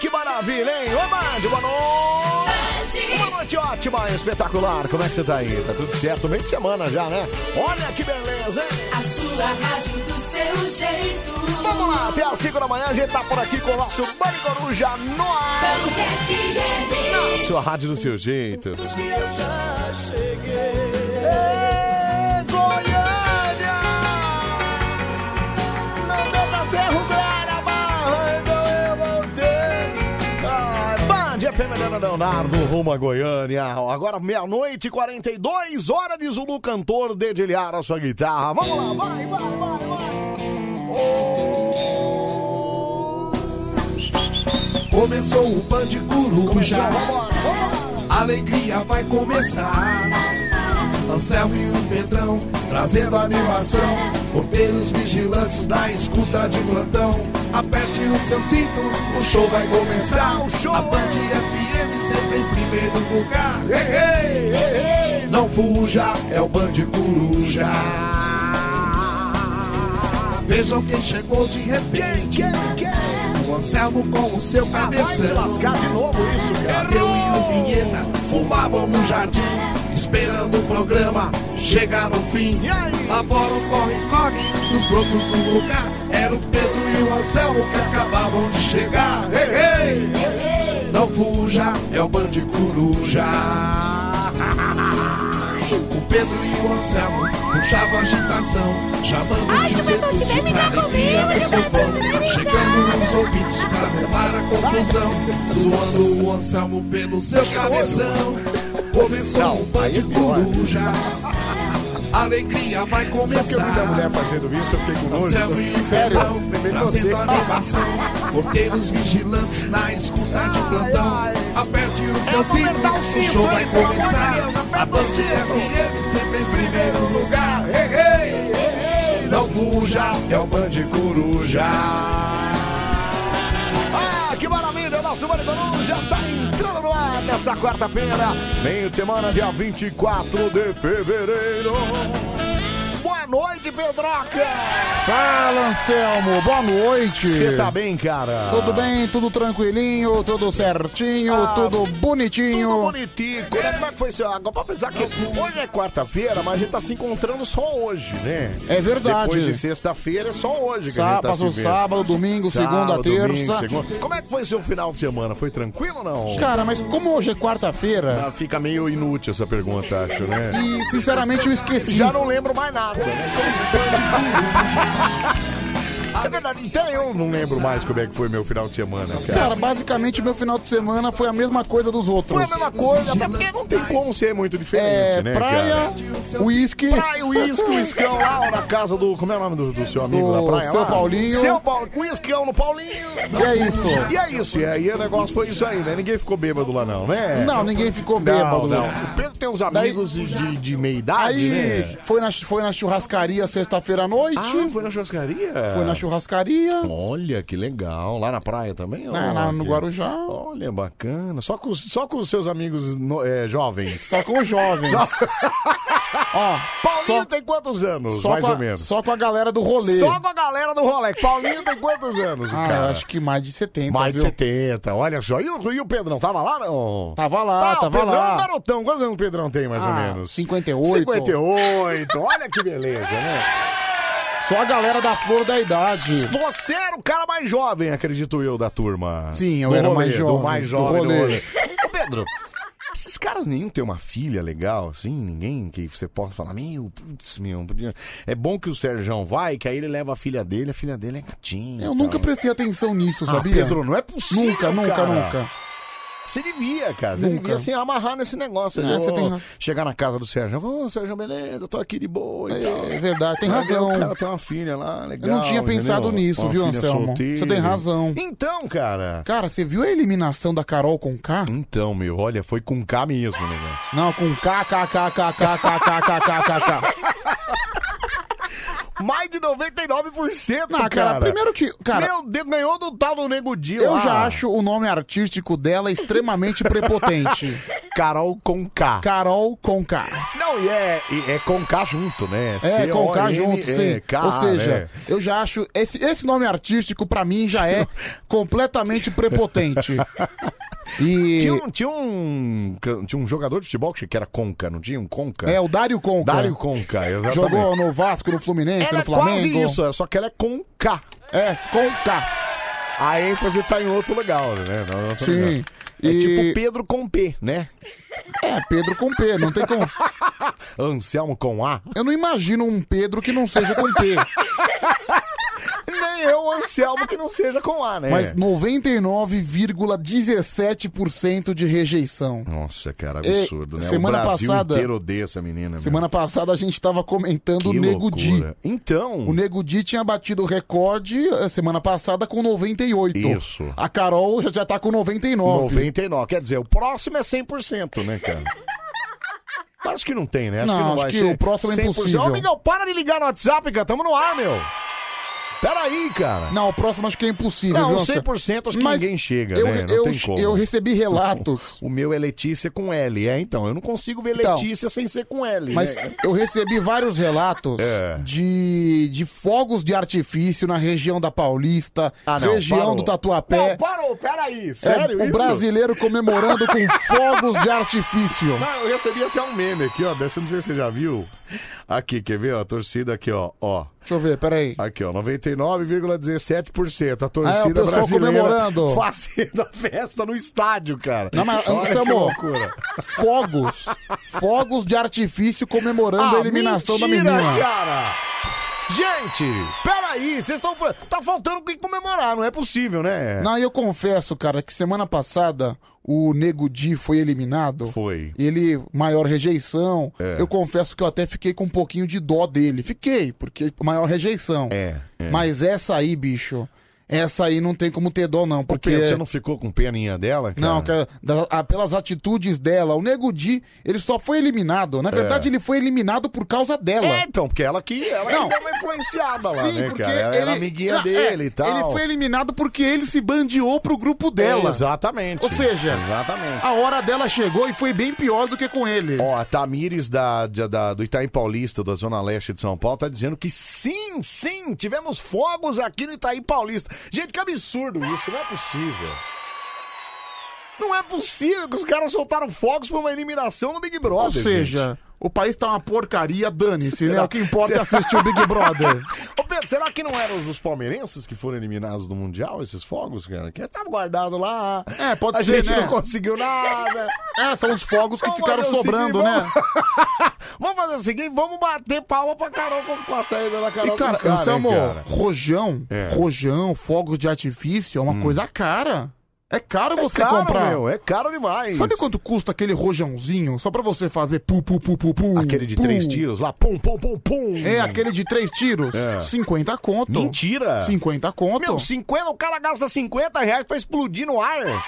que maravilha, hein? Ô, Band, boa noite! Uma noite ótima, espetacular. Como é que você tá aí? Tá tudo certo? Meio de semana já, né? Olha que beleza, hein? A sua rádio do seu jeito. Vamos lá, até as 5 da manhã a gente tá por aqui com o nosso Band Coruja no ar. Band FM. Sua rádio do seu jeito. Eu já cheguei. Ê, Goiânia! Não deu pra ser rugar a barra, então eu voltei. Ai, Ah, Band FM Helena Leonardo, rumo a Goiânia. Agora meia-noite e 42, hora de Zulu Cantor dedilhar a sua Ah, guitarra. Vamos lá, vai, vai, vai, vai. Oh. Começou o Band Coruja. A alegria vai começar. Anselmo e o Pedrão trazendo animação. Porteiros vigilantes da escuta de plantão. Aperte o seu cinto, o show vai começar. O show. é. A Band FM sempre em primeiro lugar. Ei, ei, ei, ei. Não fuja, é o Band Coruja. Vejam quem chegou de repente. O Anselmo com o seu Ah, Vai te cabeção. lascar de novo isso, cara. Eu e o Vinheta fumavam no jardim, esperando o programa chegar no fim. Agora o corre-corre nos brotos do lugar. Era o Pedro e o Anselmo que acabavam de chegar. Ei, ei! Não fuja, é o Band Coruja. O Pedro e o Anselmo puxavam agitação, chamando Ai, de Pedro de comigo, Chegando os ouvintes pra levar a confusão, zoando o Anselmo pelo seu cabeção. Começou o Band Coruja, a alegria vai Sabe que eu vi da mulher começar. fazendo isso? Eu fiquei com Anselmo e nojo. o Sério, Ferrão lembrei de você. trazendo animação. Porteiros vigilantes na escuta de plantão. ai. Aperte o Eu seu vou apertar o cinto, o cinto, show vai hein, pelo amor de começar. Deus, aperta A o Band cinto. FM sempre em primeiro lugar. Ei, ei, ei, ei, não fuja, é o Band Coruja. Ah, que maravilha! O nosso Maricolão já tá entrando no ar nessa quarta-feira, meio de semana, dia 24 de fevereiro. Boa noite, Pedroca! Fala, Anselmo. Boa noite. Você tá bem, cara? Tudo bem, tudo tranquilinho, tudo certinho, Ah, tudo bonitinho. Tudo bonitico. Olha Como é que foi seu? Agora, pra pensar que hoje é quarta-feira, mas a gente tá se encontrando só hoje, né? É verdade. Depois de sexta-feira é só hoje que a gente Sá- tá se passou vendo. sábado, domingo, segunda, terça. segunda. Como é que foi seu final de semana? Foi tranquilo ou não? Cara, mas como hoje é quarta-feira, Ah, Fica meio inútil essa pergunta, acho, né? e sinceramente eu esqueci. Já não lembro mais nada. É verdade, então eu não lembro mais como é que foi meu final de semana, cara. Cara, basicamente meu final de semana foi a mesma coisa dos outros. Foi a mesma coisa, até porque não tem como ser muito diferente, É, né, praia, cara? uísque. Praia, uísque, uísquão lá na casa do... Como é o nome do, do seu amigo Do na praia? seu lá? Paulinho. Seu Paulo, uísquão no Paulinho. E é isso. E é isso, e aí o negócio foi isso aí, né? Ninguém ficou bêbado lá não, né? Não, ninguém ficou bêbado. né? Não, não. O Pedro tem uns amigos de, de meia idade, Aí né? foi na, foi na churrascaria sexta-feira à noite. Ah, foi na churrascaria? Foi na churrascaria. Olha, que legal. Lá na praia também? Lá- lá no que- Guarujá. Olha, bacana. Só com, os- só com os seus amigos no- é, jovens. Só com os jovens. Ó, Paulinho só- tem quantos anos, só mais com a, ou menos? Só com a galera do rolê. Só com a galera do Rolex. Paulinho tem quantos anos, Ah, cara? acho que mais de 70, Mais de viu? 70, olha só. E o, e o Pedrão, tava lá, não? Tava lá, Ah, o tava Pedrão é um lá. garotão. Quantos anos o Pedrão tem, mais ou Ah, menos? 58. 58. Olha que beleza, né? Só a galera da flor da idade. Você era o cara mais jovem, acredito eu, da turma. Sim, eu Do era o rolê, mais jovem, Do mais do jovem. do rolê. rolê. Ô, Pedro, esses caras nenhum tem uma filha legal, assim, ninguém que você possa falar, meu, putz, meu, podia- é bom que o Serjão vai, que aí ele leva a filha dele, a filha dele é gatinha. Eu e nunca tal. prestei atenção nisso, Ah, sabia? Pedro, não é possível, Nunca, nunca, cara. nunca. Você devia, cara. Você Nunca. devia se amarrar nesse negócio. né? É, você Ô, tem razão. Chegar na casa do Sérgio. Ô, Sérgio, beleza, tô aqui de boa e tal. É verdade, tem Mas aí razão. O cara tem uma filha lá, legal. Eu não tinha entendeu? pensado nisso, Uma viu, filha Anselmo? solteira. Você tem razão. Então, cara. Cara, você viu a eliminação da Carol com K? Então, meu, olha, foi com K mesmo o negócio. Não, com K, K, K, K, K, K, K, K, K, K, K. Mais de 99%, Não, cara, primeiro que. Cara, meu Deus, ganhou do tal do Nego Di eu lá. já acho o nome artístico dela extremamente prepotente. Carol com K. Carol com K. Não, e é, e é com K junto, né? É, com K C-O-N-E, junto, sim. K, Ou seja, né? eu já acho. Esse, esse nome artístico, pra mim, já é completamente prepotente. E. Tinha, um, tinha, um, can- tinha um jogador de futebol que era Conca, não tinha um Conca? É, o Dário Conca. Dário Conca, exatamente. Jogou no Vasco, no Fluminense, Ela no é Flamengo. quase isso, é, só que ela é com K. É, com K. A ênfase tá em outro legal, né? Não, não, Sim. É E- tipo Pedro com P, né? É, Pedro com P, não tem como. Anselmo com A. Eu não imagino um Pedro que não seja com P. Nem eu, É um Anselmo, que não seja com A, né? Mas 99,17% de rejeição. Nossa, cara, absurdo, E né? semana o Brasil passada- inteiro odeia essa menina. meu. Semana passada a gente tava comentando o Que Nego Di. loucura. Então, O Nego Di tinha batido o recorde eh, semana passada com 98. Isso. A Carol já, já tá com 99. 99. Quer dizer, o próximo é 100%, né, cara? Acho que não tem, né? Não, acho vai que ser o próximo é 100%. impossível. Ah. Ô, Miguel, para de ligar no WhatsApp, cara. Tamo no ar, meu. Peraí, cara. Não, o próximo acho que é impossível. Não, viu, Anselmo? 100% acho que Mas ninguém chega, eu, né? Não eu, tem como. eu recebi relatos. O meu é Letícia com L. É, então, eu não consigo ver Então. Letícia sem ser com L. Mas né? eu recebi vários relatos É. de, de fogos de artifício na região da Paulista, Ah, não, região parou. do Tatuapé. Não, parou, peraí. É, Sério o isso? brasileiro comemorando com fogos de artifício. Não, eu recebi até um meme aqui, ó. Dessa, não sei se você já viu. Aqui, quer ver? ó, A torcida aqui, ó. ó. Deixa eu ver, peraí. Aqui, ó, 99,17%. A Ah, é, o torcida pessoal brasileira comemorando. fazendo a festa no estádio, cara. Não, mas, Olha que Anselmo, loucura. fogos. Fogos de artifício comemorando a eliminação Ah, mentira, da menina. cara! Gente, peraí, vocês estão... Tá faltando o que comemorar, não é possível, né? Não, e eu confesso, cara, que semana passada o Nego Di foi eliminado. Foi. Ele, maior rejeição. É. Eu confesso que eu até fiquei com um pouquinho de dó dele. Fiquei, porque tipo, maior rejeição. É, é. Mas essa aí, bicho, essa aí não tem como ter dó, não. Porque. Pedro, você não ficou com peninha dela, cara? Não, cara, da- a- pelas atitudes dela. O Nego Di, ele só foi eliminado. Na verdade, ele foi eliminado por causa dela. É, então, porque ela que, ela que Não. deu uma influenciada lá, né, cara? Ela era amiguinha Não, é, dele e tal. Ele foi eliminado porque ele se bandeou pro grupo dela. Exatamente. Ou seja, Exatamente. A hora dela chegou e foi bem pior do que com ele. Ó, a Tamires da, da- da- do Itaim Paulista, da Zona Leste de São Paulo, tá dizendo que sim, sim, tivemos fogos aqui no Itaim Paulista. Gente, que absurdo isso, não é possível. Não é possível que os caras soltaram fogos pra uma eliminação no Big Brother. Ou seja, o país tá uma porcaria, dane-se, né? Será- O que importa é assistir o Big Brother. gente. Ô Pedro, será que não eram os os palmeirenses que foram eliminados do Mundial, esses fogos, cara? Que tava guardado lá. É, pode a ser, gente né? não conseguiu nada. É, são os fogos que Vamos ficaram fazer o sobrando, seguinte, né? Vamos fazer o seguinte, vamos bater palma pra Carol com, com a saída da Carol E, cara, com K, né, Anselmo, cara? rojão, É. Hum. rojão, fogos de artifício é uma coisa cara. É caro você caro, comprar. meu, é caro demais. Sabe quanto custa aquele rojãozinho? Só pra você fazer pu, pu, pu, pu, pu. Aquele de pu. três tiros lá, pum, pum, pum, pum. É, aquele de três tiros. É. 50 conto. Mentira. 50 conto. Meu, 50, o cara gasta 50 reais pra explodir no ar.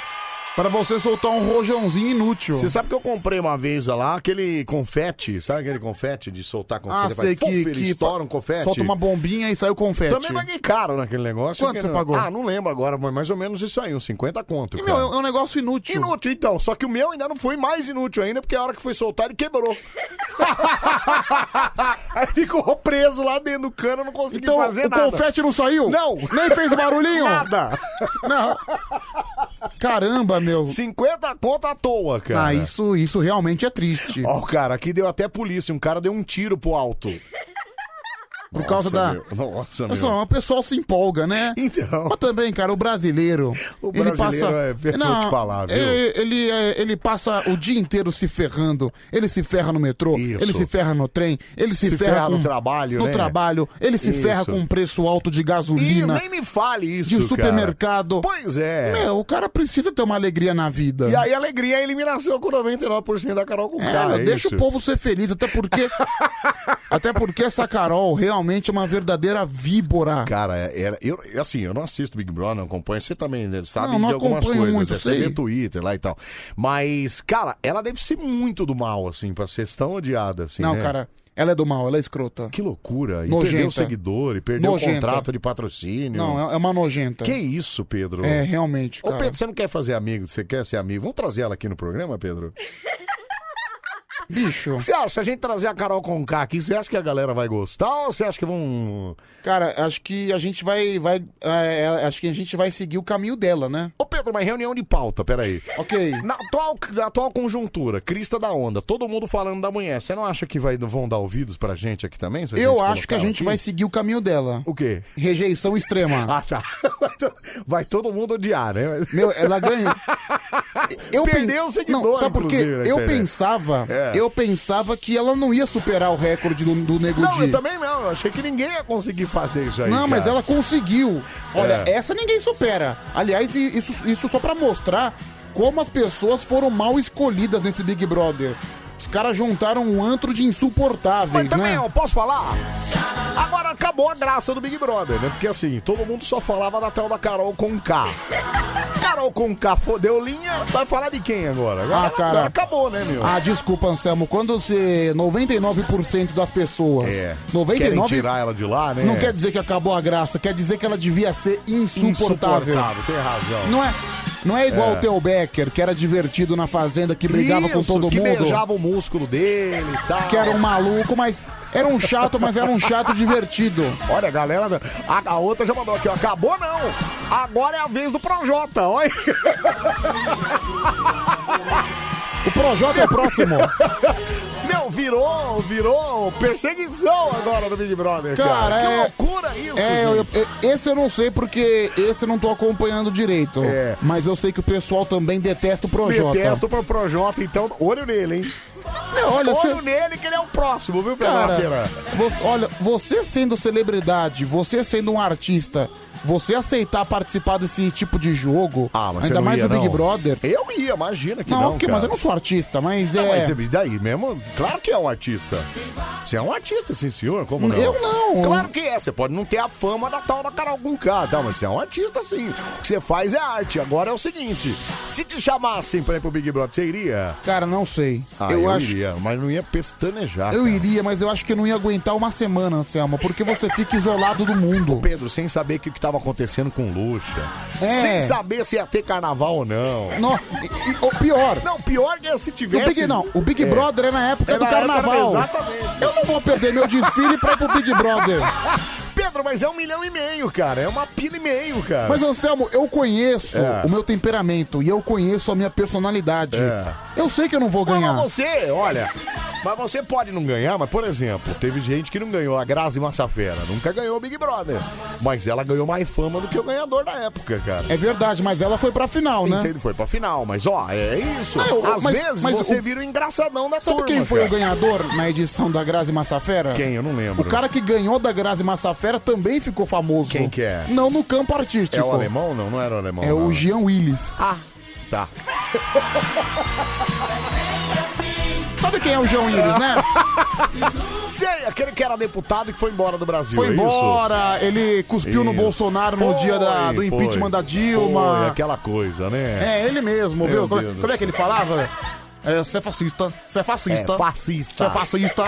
Pra você soltar um rojãozinho inútil. Você sabe que eu comprei uma vez lá aquele confete, sabe aquele confete de soltar confete? Ah, Vai, sei puf, que, ele que estoura um confete. solta uma bombinha e sai o confete. Também paguei caro naquele negócio. Quanto porque você não- pagou? Ah, não lembro agora, mas mais ou menos isso aí, uns 50 conto, E, cara. meu, é um negócio inútil. Inútil, então. Só que o meu ainda não foi mais inútil ainda, porque a hora que foi soltar, ele quebrou. Aí ficou preso lá dentro do cano, não consegui Então, fazer o nada. confete não saiu? Não. Nem fez barulhinho? Nada. Não. Caramba, meu. 50 conto à toa, cara. Ah, isso, isso realmente é triste. Ó, o cara, aqui deu até polícia. Um cara deu um tiro pro alto. por causa da... Meu. Nossa, meu. Olha só, o pessoal se empolga, né? Então. Mas também, cara, o brasileiro. O brasileiro é- eu vou te falar, viu? Ele, ele, é- ele passa o dia inteiro se ferrando. Ele se ferra no metrô, Isso. ele se ferra no trem, ele se, Se ferra ferra no com- trabalho, no né? trabalho, ele se Isso. ferra com um preço alto de Ih, gasolina, nem me fale isso, de cara. supermercado. Pois é. Meu, o cara precisa ter uma alegria na vida. E aí, alegria é a eliminação com 99% da Carol com É, cara. meu, deixa isso. o povo ser feliz, até porque. até porque essa Carol realmente é uma verdadeira víbora. Cara, era, eu, eu, assim, eu não assisto Big Brother, não acompanho. Você também né, sabe Não, não de algumas acompanho coisas. muito, né? Você vê sei. Twitter lá e tal. Mas, cara, ela deve ser muito do mal, assim, pra ser tão odiada, assim. Não, né? cara, Ela é do mal, ela é escrota. Que loucura. E Nojenta. perdeu seguidor, e perdeu o Nojenta. contrato de patrocínio. Não, é- é uma nojenta. Que isso, Pedro? É, realmente, Ô, cara. Pedro, você não quer fazer amigo? Você quer ser amigo? Vamos trazer ela aqui no programa, Pedro? Bicho. Você acha, se a gente trazer a Carol Conká aqui, você acha que a galera vai gostar ou você acha que vão... Cara, acho que a gente vai. vai é, é, acho que a gente vai seguir o caminho dela, né? Ô, Pedro, mas reunião de pauta, peraí. Ok. Na atual, na atual conjuntura, crista da onda, todo mundo falando da mulher, você não acha que vai, vão dar ouvidos pra gente aqui também? se Eu gente acho que a colocar gente aqui? vai seguir o caminho dela. O quê? Rejeição extrema. Ah, tá. Vai to- Vai todo mundo odiar, né? Meu, ela ganhou. Eu Perdeu pen- o seguidor, Não, sabe por quê? inclusive, na Eu internet. pensava, É. eu pensava que ela não ia superar o recorde do, do Nego Não, Di. eu também não. Eu achei que ninguém ia conseguir fazer isso aí. Não, mas cara. ela conseguiu. Olha, É. essa ninguém supera. Aliás, i- isso, isso só pra mostrar como as pessoas foram mal escolhidas nesse Big Brother. Os caras juntaram um antro de Mas insuportáveis, também, né? ó, posso falar? Agora acabou a graça do Big Brother, né? Porque assim, todo mundo só falava da tal da Carol Conká. Carol Conká fo- deu linha, vai falar de quem agora? Agora, Ah, cara. agora acabou, né, meu? Ah, desculpa, Anselmo. Quando você. 99% das pessoas. É. Querem 99% tirar ela de lá, né? Não quer dizer que acabou a graça, quer dizer que ela devia ser insuportável. Insuportável, tem razão. Não é, não é igual É. o Theo Becker, que era divertido na fazenda, que brigava com Isso, todo que mundo. beijava o músculo dele e tal. Que era um maluco, mas era um chato, mas era um chato divertido. Olha, a galera, da- a, a outra já mandou aqui, ó. Acabou não. Agora é a vez do Projota, olha. O Projota é o próximo. Meu, virou, virou perseguição agora no Big Brother, cara. Cara, que é- loucura isso, É, eu- gente. eu- esse eu não sei porque esse eu não tô acompanhando direito. É. Mas eu sei que o pessoal também detesta o Projota. Detesto pro Projota, então olho nele, hein? Não, olha, olho você- nele que ele é o próximo, viu, Pedro Cara, Lapeira? você- olha, você sendo celebridade, você sendo um artista, você aceitar participar desse tipo de jogo, Ah, você ainda não mais ia, do Big não? Brother. Eu ia, imagina que Não, não, ok, cara. mas eu não sou artista, mas Não, é. mas e daí mesmo? Claro que é um artista. Você é um artista, sim, senhor. Como não? Eu não. Claro que é. Você pode não ter a fama da tal da Carol Conká, tá? mas você é um artista, sim. O que você faz é arte. Agora é o seguinte: se te chamassem pra ir pro Big Brother, você iria? Cara, não sei. Ah, eu, eu, acho. iria, mas não ia pestanejar. Eu cara. iria, mas eu acho que eu não ia aguentar uma semana, Anselmo, porque você fica isolado do mundo. Pedro, sem saber o que estava acontecendo com Luxa. É. Sem saber se ia ter carnaval ou não. Não, e- e- o pior. Não, pior que se O tivesse. Big, não, o Big É. Brother é na época É do na época do- carnaval. exatamente. Eu não vou perder meu desfile pra ir pro Big Brother. Pedro, mas é um milhão e meio, cara. É uma pila e meio, cara. Mas, Anselmo, eu conheço É. o meu temperamento e eu conheço a minha personalidade. É. Eu sei que eu não vou Não, ganhar. Mas você, olha. Mas você pode não ganhar, mas, por exemplo, teve gente que não ganhou a Grazi Massafera. Nunca ganhou o Big Brother. Mas ela ganhou mais fama do que o ganhador da época, cara. É verdade, mas ela foi pra final, né? Entende? Foi pra final, mas ó, é isso. Não, eu- Às mas- vezes mas você o- vira o engraçadão da Sabe é turma, quem foi cara. o ganhador na edição da Grazi Massafera? Quem? Eu não lembro. O cara que ganhou da Grazi Massafera também ficou famoso. Quem que é? Não no campo artístico. É o alemão? Não, não era o alemão. É não, o né? Jean Willis. Ah, tá. Sabe quem é o Jean Willis, né? Sei, é aquele que era deputado e que foi embora do Brasil. Foi é isso? embora, ele cuspiu no Isso. Bolsonaro no Foi, dia da- do foi. impeachment da Dilma. Foi, aquela coisa, né? É, ele mesmo, Meu viu? Como, Deus do como é que ele falava? É, Você é fascista, você é fascista. É, fascista. Você é fascista.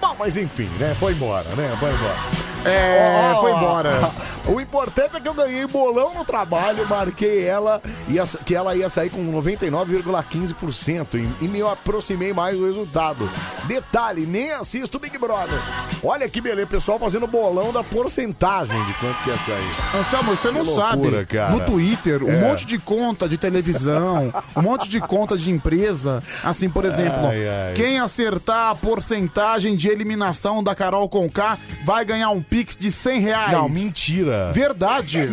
Bom, mas enfim, né? Foi embora, né? Foi embora. É, Ó, foi embora. O importante é que eu ganhei bolão no trabalho, marquei ela, e essa- que ela ia sair com 99,15% e, e me aproximei mais do resultado. Detalhe, nem assisto Big Brother. Olha que beleza, pessoal fazendo bolão da porcentagem de quanto que ia sair. Anselmo, você não Que loucura, sabe. cara. No Twitter, um É. monte de conta de televisão, um monte de conta de empresa. Assim, por exemplo, Ai, ai. quem acertar a porcentagem de eliminação da Carol Conká vai ganhar um pix de 100 reais. Não, mentira. Verdade.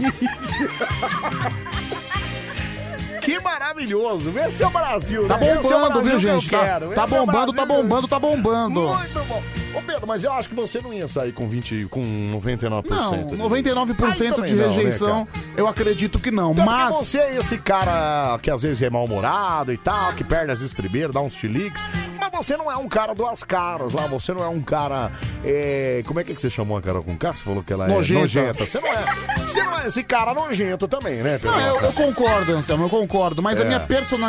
Que maravilhoso. Esse é o Brasil, Tá né? Esse é o bombando, Brasil viu, que eu gente? Tá, quero. tá Esse é o bombando, tá Brasil que eu- bombando, tá bombando. Muito bom. Ô Pedro, mas eu acho que você não ia sair com 20, com 99%. Não, de- 99% Aí de também não, né, rejeição, cara? eu acredito que não. Até porque mas. você é esse cara que às vezes é mal-humorado e tal, que perde as estribeiras, dá uns chiliques. Mas Lá você não é um cara duas caras, lá você não é um cara. é, Como é que é que você chamou a cara com K? Você falou que ela Nojenta. é nojenta. Você não é, você não é esse cara nojento também, né, Pedro? Não, eu, eu concordo, Anselmo, eu concordo, mas É. a minha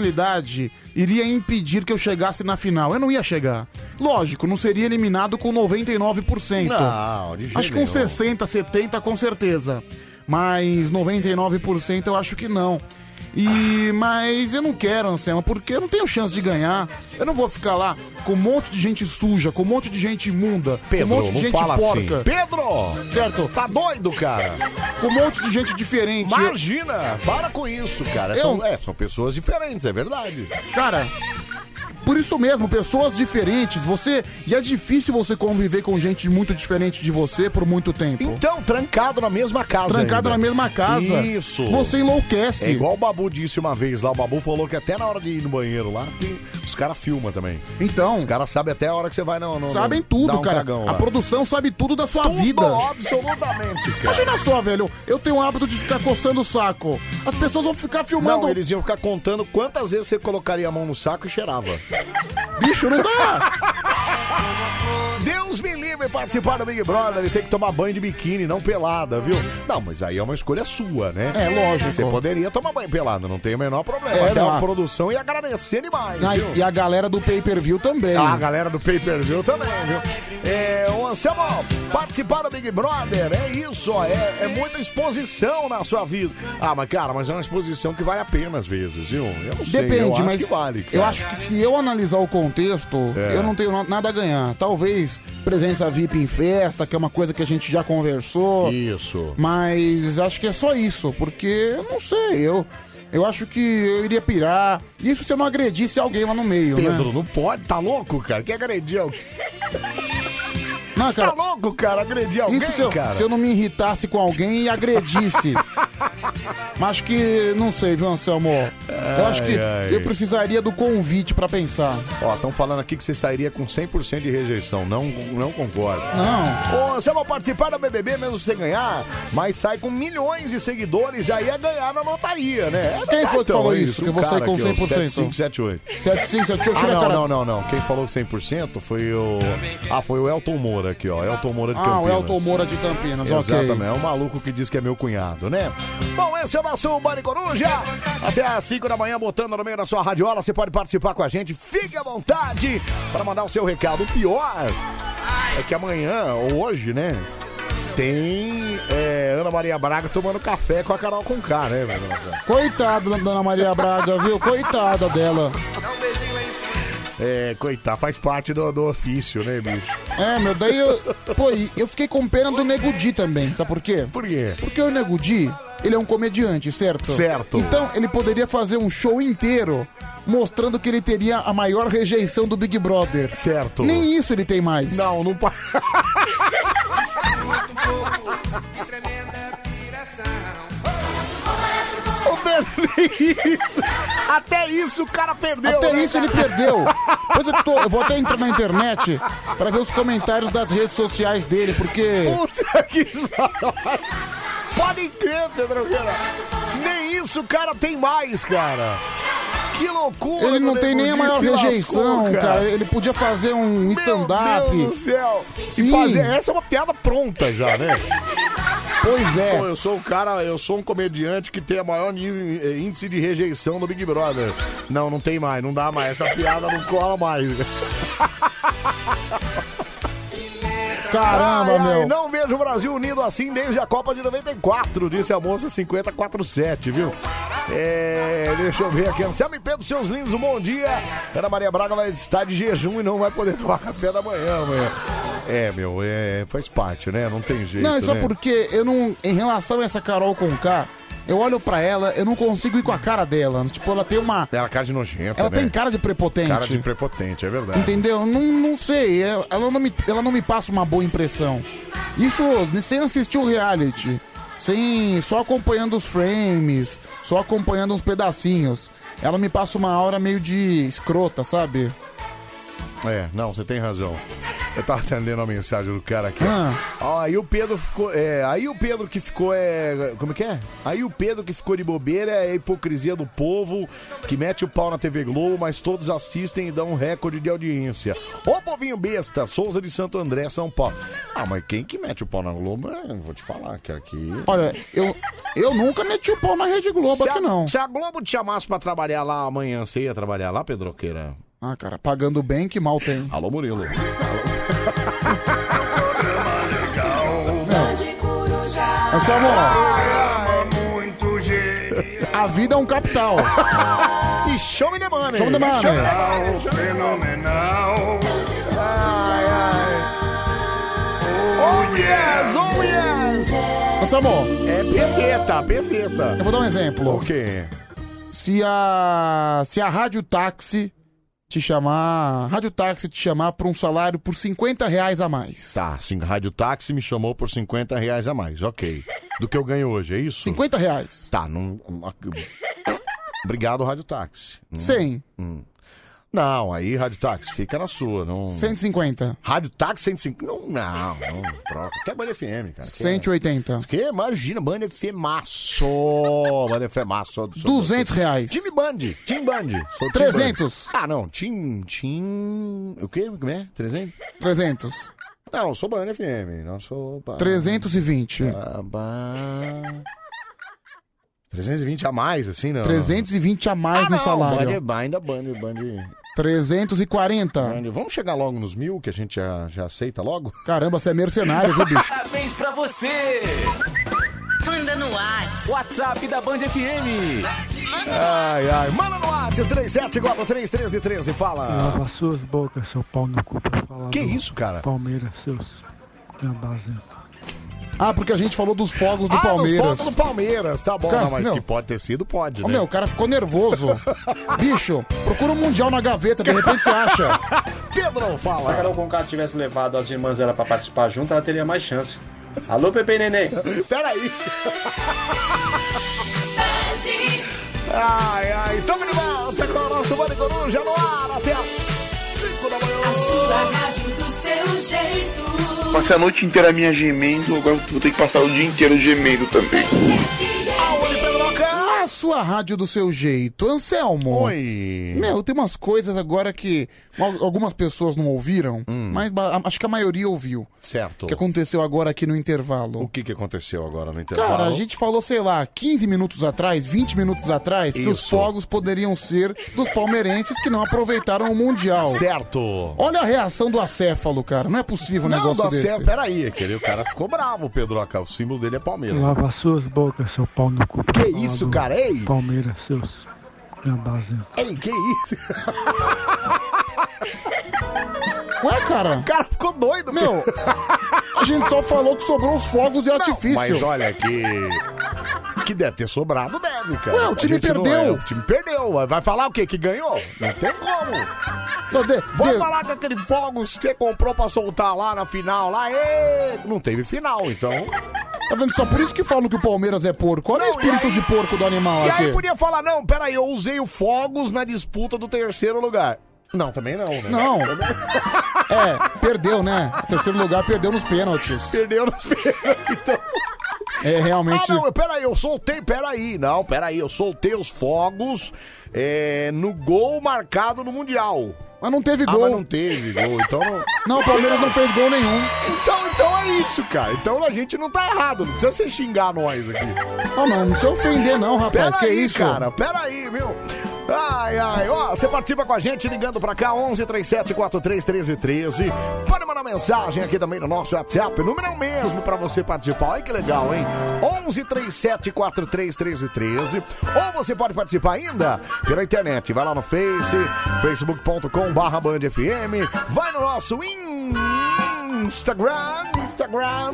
personalidade iria impedir que eu chegasse na final. Eu não ia chegar. Lógico, não seria eliminado com 99%. Não, de jeito Acho que com nenhum. 60, 70 com certeza. Mas 99% eu acho que não. E mas eu não quero, Anselmo, porque eu não tenho chance de ganhar. Eu não vou ficar lá com um monte de gente suja, com um monte de gente imunda, Pedro, com um monte de não gente fala porca. assim. Pedro! Certo? Tá doido, cara? Com um monte de gente diferente. Imagina! Para com isso, cara. Eu- São, é, são pessoas diferentes, é verdade. Cara, por isso mesmo, pessoas diferentes, você. E é difícil você conviver com gente muito diferente de você por muito tempo. Então, trancado na mesma casa. Trancado ainda. na mesma casa. Isso. Você enlouquece. É igual o Babu disse uma vez lá. O Babu falou que até na hora de ir no banheiro lá, porque os caras filmam também. Então. Os caras sabem até a hora que você vai no. no- no- Sabem dar tudo, um cara. cagão a lá. produção sabe tudo da sua Tudo, vida. absolutamente, cara. Imagina só, velho. Eu tenho o hábito de ficar coçando o saco. As pessoas vão ficar filmando. Não, eles iam ficar contando quantas vezes você colocaria a mão no saco e cheirava. Bicho, não dá. tá. Deus me livre participar do Big Brother, ele tem que tomar banho de biquíni, não pelada, viu? Não, mas aí é uma escolha sua, né? É, lógico. Você poderia tomar banho pelado, não tem o menor problema. É, Até não. a produção ia agradecer demais, Ah, viu? e a galera do pay-per-view também. Ah, a galera do Pay Per View também, viu? É, o Anselmo, participar do Big Brother, é isso, ó, é, é muita exposição na sua vida. Ah, mas cara, mas é uma exposição que vale a pena às vezes, viu? Eu não sei, Depende, eu acho mas que vale, cara. eu acho que se eu analisar o contexto, É. eu não tenho na- nada a ganhar. Talvez presença VIP em festa, que é uma coisa que a gente já conversou, Isso. mas acho que é só isso, porque eu não sei, eu eu acho que eu iria pirar. Isso se eu não agredisse alguém lá no meio, Pedro, né? não pode, tá louco, cara? Quer agredir alguém? Não, Você tá louco, cara? Agredir alguém, isso se eu, cara? se eu não me irritasse com alguém e agredisse. Mas acho que, não sei, viu, Anselmo? eu acho que Ai, ai. eu precisaria do convite pra pensar. Ó, estão falando aqui que você sairia com 100% de rejeição. Não, não concordo. Não. Ô, você vai participar da BBB mesmo se você ganhar, mas sai com milhões de seguidores e aí é ganhar na lotaria, né? É Quem foi que baitão falou é isso, que eu vou um sair cara com aqui, ó, 100%? 7578. 75, Ah, chega, não, cara. não, não, não. Quem falou 100% foi o... Ah, foi o Elton Moura aqui, ó. Elton Moura de Ah, Campinas. o Elton Moura de Campinas, Exatamente, ok. é o maluco que diz que é meu cunhado, né? Bom, esse é o nosso Bande Coruja. Até às 5 da manhã, botando no meio da sua radiola, você pode participar com a gente. Fique à vontade para mandar o seu recado. O pior é que amanhã, ou hoje, né? Tem é, Ana Maria Braga tomando café com a Carol Conká, né, velho? Coitada da Dona Maria Braga, viu? Coitada dela. É, coitado, faz parte do, do ofício, né, bicho? É, meu, daí eu... Pô, e eu fiquei com pena do Nego Di também, sabe por quê? Por quê? Porque o Nego Di, ele é um comediante, certo? Certo. Então, ele poderia fazer um show inteiro mostrando que ele teria a maior rejeição do Big Brother. Certo. Nem isso ele tem mais. Não, não pa- Ô, Pedro, nem isso. Até isso o cara perdeu. Até né, isso ele perdeu. Pois eu, tô- eu vou até entrar na internet pra ver os comentários das redes sociais dele, porque... Puta que esbaralho. Pode crer, Pedro Guerra. Nem isso o cara tem mais, cara. Que loucura. Ele não meu tem nego, nem a maior se lascou, rejeição, cara. Ele podia fazer um Meu Deus do stand-up. céu. E Sim. fazer... Essa é uma piada pronta já, né? Pois Pô, é. eu sou o cara, eu sou um comediante que tem a maior nível- eh, índice de rejeição do Big Brother. Não, não tem mais, não dá mais. Essa piada não cola mais. Caramba, Ai, ai, meu. Não vejo o Brasil unido assim desde a Copa de 94, disse a moça 5047, viu? É, deixa eu ver aqui. Anselmo e Pedro, seus lindos, um bom dia. Ana Maria Braga vai estar de jejum e não vai poder tomar café da manhã amanhã. É, meu, é, faz parte, né? Não tem jeito. Não, é só né? porque eu não. Em relação a essa Carol Conká, eu olho pra ela, eu não consigo ir com a cara dela. Tipo, ela tem uma. Ela é cara de nojenta, Ela tá né? tem cara de prepotente. Cara de prepotente, é verdade. Entendeu? Não, não sei. é- Ela não, me, ela não me passa uma boa impressão. Isso sem assistir o reality. Sem. Só acompanhando os frames. Só acompanhando uns pedacinhos. Ela me passa uma aura meio de escrota, sabe? É, não, você tem razão. Eu tava atendendo a mensagem do cara aqui. Ah. Ó, aí o Pedro ficou. É, aí o Pedro que ficou é. Como é que é? Aí o Pedro que ficou de bobeira é a hipocrisia do povo que mete o pau na TV Globo, mas todos assistem e dão um recorde de audiência. Ô povinho besta, Souza de Santo André, São Paulo. Ah, mas quem que mete o pau na Globo? É, vou te falar, cara, que. Olha, eu, eu nunca meti o pau na Rede É Globo Se a- aqui, não. Se a Globo te chamasse pra trabalhar lá amanhã, você ia trabalhar lá, Pedroqueira? Ah, cara, pagando bem, que mal tem. Alô, Murilo. Bande Coruja. Anselmo. muito A vida é um capital. E show me the money. Show me the money. né? fenomenal. Oh yes, oh yes. Anselmo. É perfeita, perfeita. Eu vou dar um exemplo. O quê? Se a, se a Rádio Táxi te chamar... Rádio Táxi te chamar pra um salário por 50 reais a mais. Tá, sim, Rádio Táxi me chamou por 50 reais a mais, ok. Do que eu ganho hoje, é isso? 50 reais. Tá, não. não- Obrigado, Rádio Táxi. Hum, 100. hum. Não, aí Rádio Táxi fica na sua, não. 150. Rádio Táxi 105. Não, não, não, troca. Até Band FM, cara. Que- 180. Que imagina, Band FM maço. Band FM maço. 200 reais. Time Band, Tim Band. Sou Tim 300. Band. Ah, não, Tim, Tim... O quê? Como é? 300? 300. Não, eu sou Band FM, não sou... pá. 320. Pá, pá. 320 a mais, assim, não? 320 a mais Ah, no não, salário. Band, ainda Band, Band, 340. Band. Vamos chegar logo nos mil, que a gente já, já aceita logo? Caramba, você é mercenário, viu, bicho? Parabéns pra você! Manda no WhatsApp. WhatsApp da Band FM. Ai, ai. Manda no WhatsApp, 37, 4313, 13, fala. Lava suas bocas, seu pau no cu pra falar. Que do isso, cara? Palmeiras, seus gambazinhos. Ah, porque a gente falou dos fogos do ah, Palmeiras. foto do Palmeiras, tá bom. Cara, não, mas meu. que pode ter sido, pode, Ô, né? meu, o cara ficou nervoso. Bicho, procura um mundial na gaveta, de repente você acha. Pedro, Se a fala. Carol Conká tivesse levado as irmãs dela pra participar junto, ela teria mais chance. Alô, Pepe Neném. Peraí. Bande. Ai, ai. Tamo de volta com o nosso Bande Coruja no ar até as 5 da manhã. A sua rádio do seu jeito. Passei a noite inteira minha gemendo, agora vou ter que passar o dia inteiro gemendo também. Bande FM. Aonde, Pedroca? A sua rádio do seu jeito. Anselmo. Oi. Meu, tem umas coisas agora que al- algumas pessoas não ouviram, Hum. mas ba- a- acho que a maioria ouviu. Certo. O que aconteceu agora aqui no intervalo. é O que, que aconteceu agora no intervalo? Cara, a gente falou, sei lá, 15 minutos atrás, 20 minutos atrás, que os Isso. fogos poderiam ser dos palmeirenses que não aproveitaram o Mundial. Certo. Olha a reação do acéfalo, cara. Não é possível um negócio dá desse. certo. Peraí, querido. O cara ficou bravo, Pedroca. O símbolo dele é Palmeiras. Lava suas bocas, seu pau no cu pra Que falar. isso, do cara? Ei! Palmeiras, seus gambazinhos. Ei, que é isso? Ué, cara, O cara ficou doido, meu, a gente só falou que sobrou os fogos de artifício. Mas olha que. Que deve ter sobrado, deve, cara. Ué, o A time gente não perdeu. é, o time perdeu. Vai- Vai falar o quê? Que ganhou? Não tem como. Só de- Vamos de- falar que aquele fogos que você comprou pra soltar lá na final, lá. ê, Não teve final, então. Tá vendo? Só por isso que falam que o Palmeiras é porco. Olha Não, o espírito e aí- de porco do animal E aqui. aí podia falar, não, peraí, eu usei o fogos na disputa do terceiro lugar. Não, também não, né? Não. É, perdeu, né? Terceiro lugar perdeu nos pênaltis. Perdeu nos pênaltis, então. É Ah, realmente. não, eu- peraí, eu soltei, peraí. Não, peraí, eu soltei os fogos é, no gol marcado no Mundial. Mas não teve Ah, mas gol. não teve gol, então não... Não, o Palmeiras não fez gol nenhum. Então, então é isso, cara. Então a gente não tá errado, não precisa você xingar nós aqui. Não, Ah, não, não se ofender não, rapaz. Peraí, Que é isso? cara, peraí, viu? Ai, ai, ó, você participa com a gente ligando pra cá, 11 37 43 13 13. Pode mandar mensagem aqui também no nosso WhatsApp, o número é o mesmo pra você participar. Olha que legal, hein? 11 37 43 13 13. Ou você pode participar ainda pela internet. Vai lá no Face, facebook.com/barra Vai no nosso Instagram, Instagram.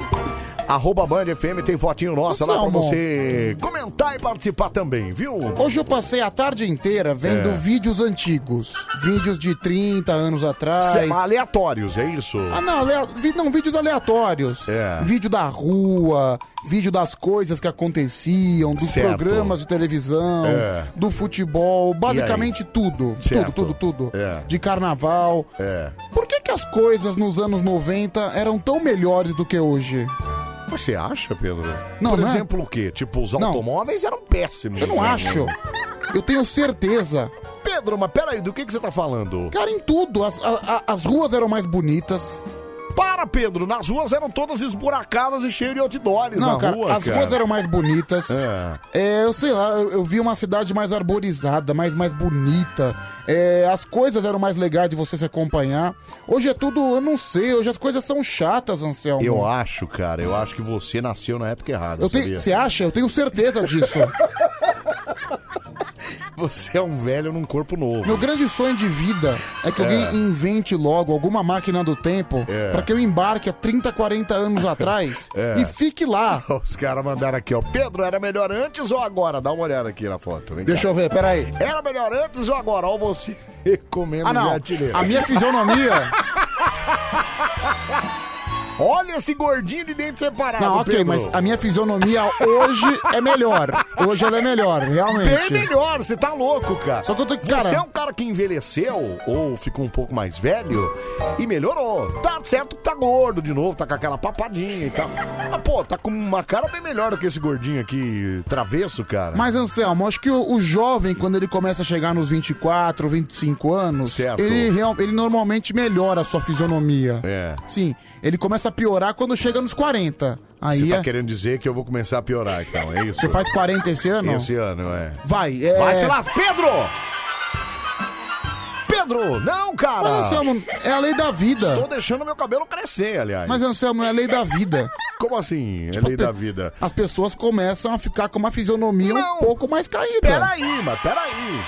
Arroba Band FM, tem fotinho nossa lá pra Anselmo. você comentar e participar também, viu? Hoje eu passei a tarde inteira vendo É. vídeos antigos. Vídeos de 30 anos atrás. Sem- Aleatórios, é isso? Ah, não, alea- vi- não, vídeos aleatórios. É. Vídeo da rua, vídeo das coisas que aconteciam, dos Certo. programas de televisão, É. do futebol, basicamente tudo. Certo. Tudo, tudo, tudo. É. De carnaval. É. Por que, que a as coisas nos anos 90 eram tão melhores do que hoje? Você acha, Pedro? Não, Por não é? exemplo, o quê? Tipo, os Não. automóveis eram péssimos. Eu não né? acho. Eu tenho certeza. Pedro, mas peraí, do que, que você tá falando? Cara, em tudo. As, a- a- as ruas eram mais bonitas. Para, Pedro, nas ruas eram todas esburacadas e cheias de outdoors Não, na cara, rua, as cara. ruas eram mais bonitas. É. É, eu sei lá, eu, eu vi uma cidade mais arborizada, mais, mais bonita. É, as coisas eram mais legais de você se acompanhar. Hoje é tudo, eu não sei, hoje as coisas são chatas, Anselmo. Eu acho, cara, eu acho que você nasceu na época errada, Eu tenho- sabia? Você acha? Eu tenho certeza disso. Você é um velho num corpo novo. Meu grande sonho de vida é que É. alguém invente logo alguma máquina do tempo É. pra que eu embarque há 30, 40 anos atrás É. e fique lá. Os caras mandaram aqui, ó. Pedro, era melhor antes ou agora? Dá uma olhada aqui na foto. Vem cá. Deixa eu ver, peraí. Era melhor antes ou agora? Ó, você comendo Ah, não. Zé Artilheiro. A minha fisionomia. Olha esse gordinho de dente separado. Não, ok, Pedro. mas a minha fisionomia hoje é melhor. Hoje ela é melhor, Bem realmente. melhor, você tá louco, cara. Só que eu tô- Você cara- é um cara que envelheceu ou ficou um pouco mais velho e melhorou. Tá certo que tá gordo de novo, tá com aquela papadinha e tal. Mas, pô, tá com uma cara bem melhor do que esse gordinho aqui, travesso, cara. Mas, Anselmo, acho que o, o jovem, quando ele começa a chegar nos 24, 25 anos, Certo. ele, real- ele normalmente melhora a sua fisionomia. É. Sim, ele começa a piorar quando chega nos 40. Você Aí tá é- querendo dizer que eu vou começar a piorar, então, é isso? você faz 40 esse ano? Esse ano, é. Vai, é... Vai, se lá, Pedro! Pedro, não, Mas, cara! Anselmo, é a lei da vida. Estou deixando meu cabelo crescer, aliás. Mas, Anselmo, é a lei da vida. Tipo, Como assim? É lei da vida. As pessoas começam a ficar com uma fisionomia Não. um pouco mais caída. Peraí, mas peraí.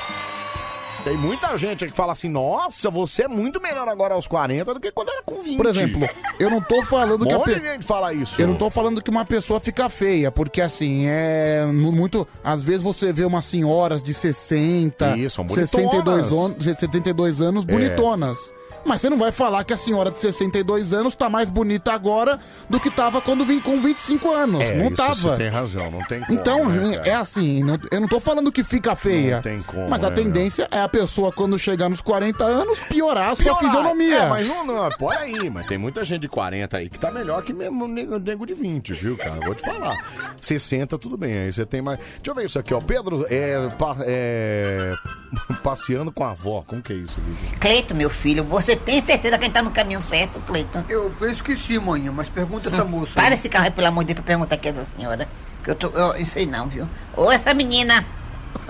Tem muita gente aí que fala assim, nossa, você é muito melhor agora aos 40 do que quando era com 20. Por exemplo, eu não tô falando um que a monte pe- de gente fala isso. Eu não tô falando que uma pessoa fica feia, porque assim, é mu- muito. Às vezes você vê umas senhoras de 60, Isso, são bonitonas. 62, on- 72 É, anos bonitonas. Mas você não vai falar que a senhora de 62 anos tá mais bonita agora do que tava quando vim com 25 anos. é, não isso tava. Você tem razão, não tem como, Então, né, cara? é assim, não- eu não tô falando que fica feia. Não tem como, mas a né, tendência é a pessoa, quando chegar nos 40 anos, piorar a sua Piorar. fisionomia. É, mas não, não, por aí, mas tem muita gente de 40 aí que tá melhor que mesmo nego, nego de 20, viu, cara? Vou te falar. 60, tudo bem, aí você tem mais. Deixa eu ver isso aqui, ó. Pedro é, pa- é, passeando com a avó. Como que é isso, Vivi? Cleito, meu filho, você tem certeza que a gente tá no caminho certo, Cleiton? Eu penso que sim, manhã, mas pergunta essa moça. Para esse carro aí, pelo amor de Deus, pra perguntar aqui essa senhora. Que eu tô. Eu, eu sei não, viu? Ô essa menina!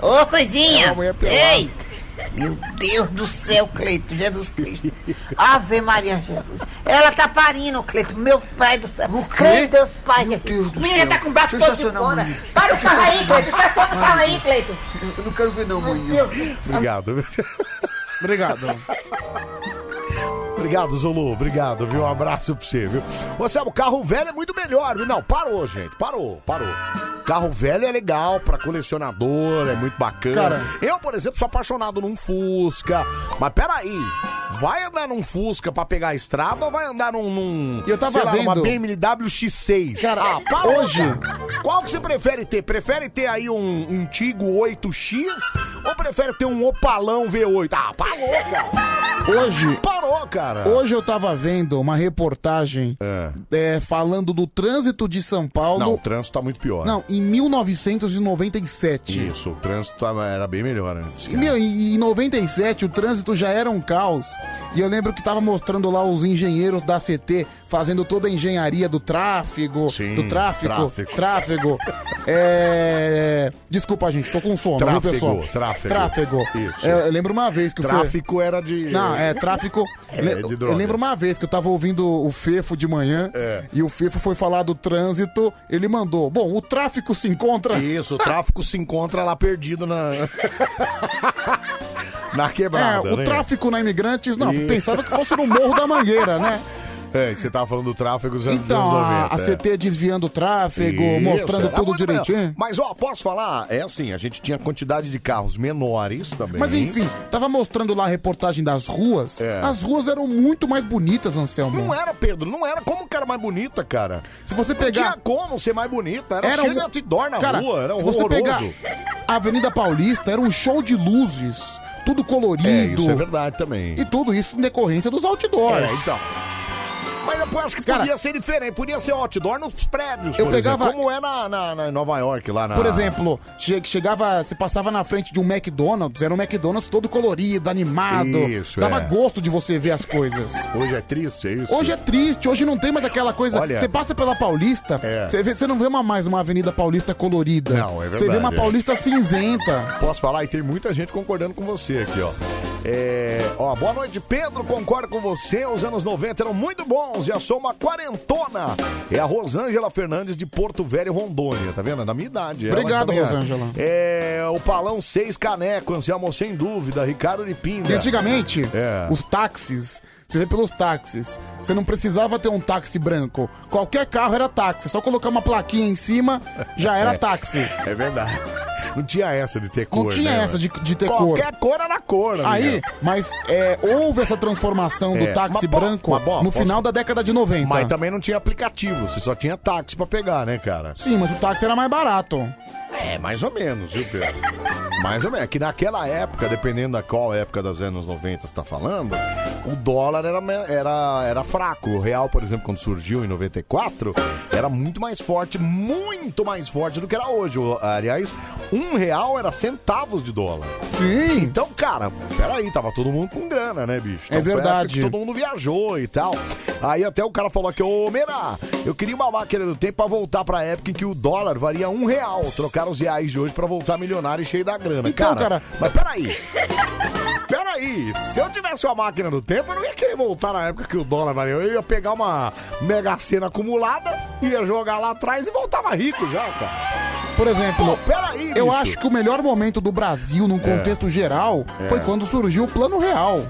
Ô coisinha! É uma mulher pelada. Ei! Meu Deus do céu, Cleito, Jesus Cristo. Ave Maria Jesus. Ela tá parindo, Cleito, meu pai do céu. O quê? Creio em Deus, pai. Meu Deus do o menino já céu. tá com o braço todo de Sensacional, fora. menino. Para o carro aí, Cleito. Tá todo o carro aí, Cleito. Eu não quero ver não, Meu Deus manhã. do céu. Obrigado. Obrigado. Obrigado, Zulu. Obrigado, viu? Um abraço pra você, viu? Ô, Selmo, carro velho é muito melhor, viu? Não, parou, gente. Parou, parou. Carro velho é legal pra colecionador, é muito bacana. Cara- eu, por exemplo, sou apaixonado num Fusca. Mas peraí, vai andar num Fusca pra pegar a estrada ou vai andar num. num Eu tava sei lá, uma vendo- BMW X6? Cara, ah, parou, hoje- cara. Qual que você prefere ter? Prefere ter aí um, um Tigo 8X ou prefere ter um Opalão V8? Ah, parou, cara. Hoje, Parou, cara. Hoje eu tava vendo uma reportagem é, falando do trânsito de São Paulo. Não, o Não, trânsito tá muito pior. em 1997. Isso, o trânsito tava- era bem melhor antes. E, cara. meu, em em 97 o trânsito já era um caos. E eu lembro que tava mostrando lá os engenheiros da CT fazendo toda a engenharia do tráfego. Sim, do tráfego. tráfego. Tráfego. É, Desculpa, gente, tô com sono, Tráfego, viu, pessoal? tráfego. Tráfego. Isso. É, eu lembro uma vez que o Fer- Tráfico era de. Não, é tráfico. É, Le- de eu drogas. lembro uma vez que eu tava ouvindo o Fefo de manhã É. e o Fefo foi falar do trânsito. Ele mandou: Bom, o tráfico se encontra. Isso, o tráfico se encontra lá perdido na. na É, quebrada. o né? tráfico na Imigrantes, não, E- pensava que fosse no Morro da Mangueira, né? É, que você tava falando do tráfico dos anos Então, a, 90, a é. CT desviando o tráfego, Isso, é, mostrando era tudo muito melhor. direitinho. é? Mas, ó, posso falar? É assim, a gente tinha quantidade de carros menores também. Mas enfim, tava mostrando lá a reportagem das ruas. É. As ruas eram muito mais bonitas, Anselmo. Não era, Pedro, não era. Como que era mais bonita, cara? Se você Não tinha pegar. como ser mais bonita. Era, Era cheio um- de outdoor na Cara, rua, era se você horroroso. pegar a Avenida Paulista, era um show de luzes. tudo colorido. É, isso é verdade também. E tudo isso em decorrência dos outdoors. É, então. Mas eu acho que Cara- podia ser diferente, podia ser outdoor nos prédios, Eu por exemplo, pegava- como é na, na- na- em Nova York, lá na... Por exemplo, che- chegava, se passava na frente de um McDonald's, era um McDonald's todo colorido, animado. Isso, dava é. gosto de você ver as coisas. Hoje é triste, é isso? Hoje é triste, hoje não tem mais aquela coisa. Olha- Você passa pela Paulista, É, você vê- você não vê uma- mais uma Avenida Paulista colorida. Não, é Você vê verdade, uma é. Paulista cinzenta. Posso falar? E tem muita gente concordando com você aqui, ó. É, ó, boa noite, Pedro. Concordo com você. Os anos 90 eram muito bons. Já sou uma quarentona. É a Rosângela Fernandes de Porto Velho, Rondônia. Tá vendo? É da minha idade. ela Obrigado, também é. Rosângela. É, o Palão Seis Caneco, Anselmo, sem dúvida. Ricardo de Pinda. E antigamente, É. os táxis, você vê pelos táxis, você não precisava ter um táxi branco. Qualquer carro era táxi, só colocar uma plaquinha em cima, já era É. táxi. É verdade. Não tinha essa de ter cor, Não tinha né, essa de, de ter cor. Qualquer cor era cor, Aí, amigo. mas é, houve essa transformação do É, táxi mas, bom, branco mas, bom, no posso- final da década de 90. Mas então- também não tinha aplicativo. Você só tinha táxi pra pegar, né, cara? Sim, mas o táxi era mais barato. É, mais ou menos, viu, Pedro? Mais ou menos. É Que naquela época, dependendo da qual época dos anos 90 você tá falando, o dólar era, me- era, era fraco. O real, por exemplo, quando surgiu em 94, era muito mais forte, muito mais forte do que era hoje. O- Aliás, um real era centavos de dólar. Sim. Então, cara, peraí, tava todo mundo com grana, né, bicho? É Então, foi a época verdade. que todo mundo viajou e tal. Aí até o cara falou aqui, ô Merá, eu queria uma máquina do tempo pra voltar pra época em que o dólar valia um real. Trocar os reais de hoje pra voltar milionário e cheio da grana. Então, cara- Mas peraí. Peraí, se eu tivesse uma máquina do tempo, eu não ia querer voltar na época que o dólar valia. Eu ia pegar uma mega cena acumulada, ia jogar lá atrás e voltava rico já, cara. Por exemplo, peraí, eu bicho. acho que o melhor momento do Brasil, num contexto geral, É. foi quando surgiu o Plano Real.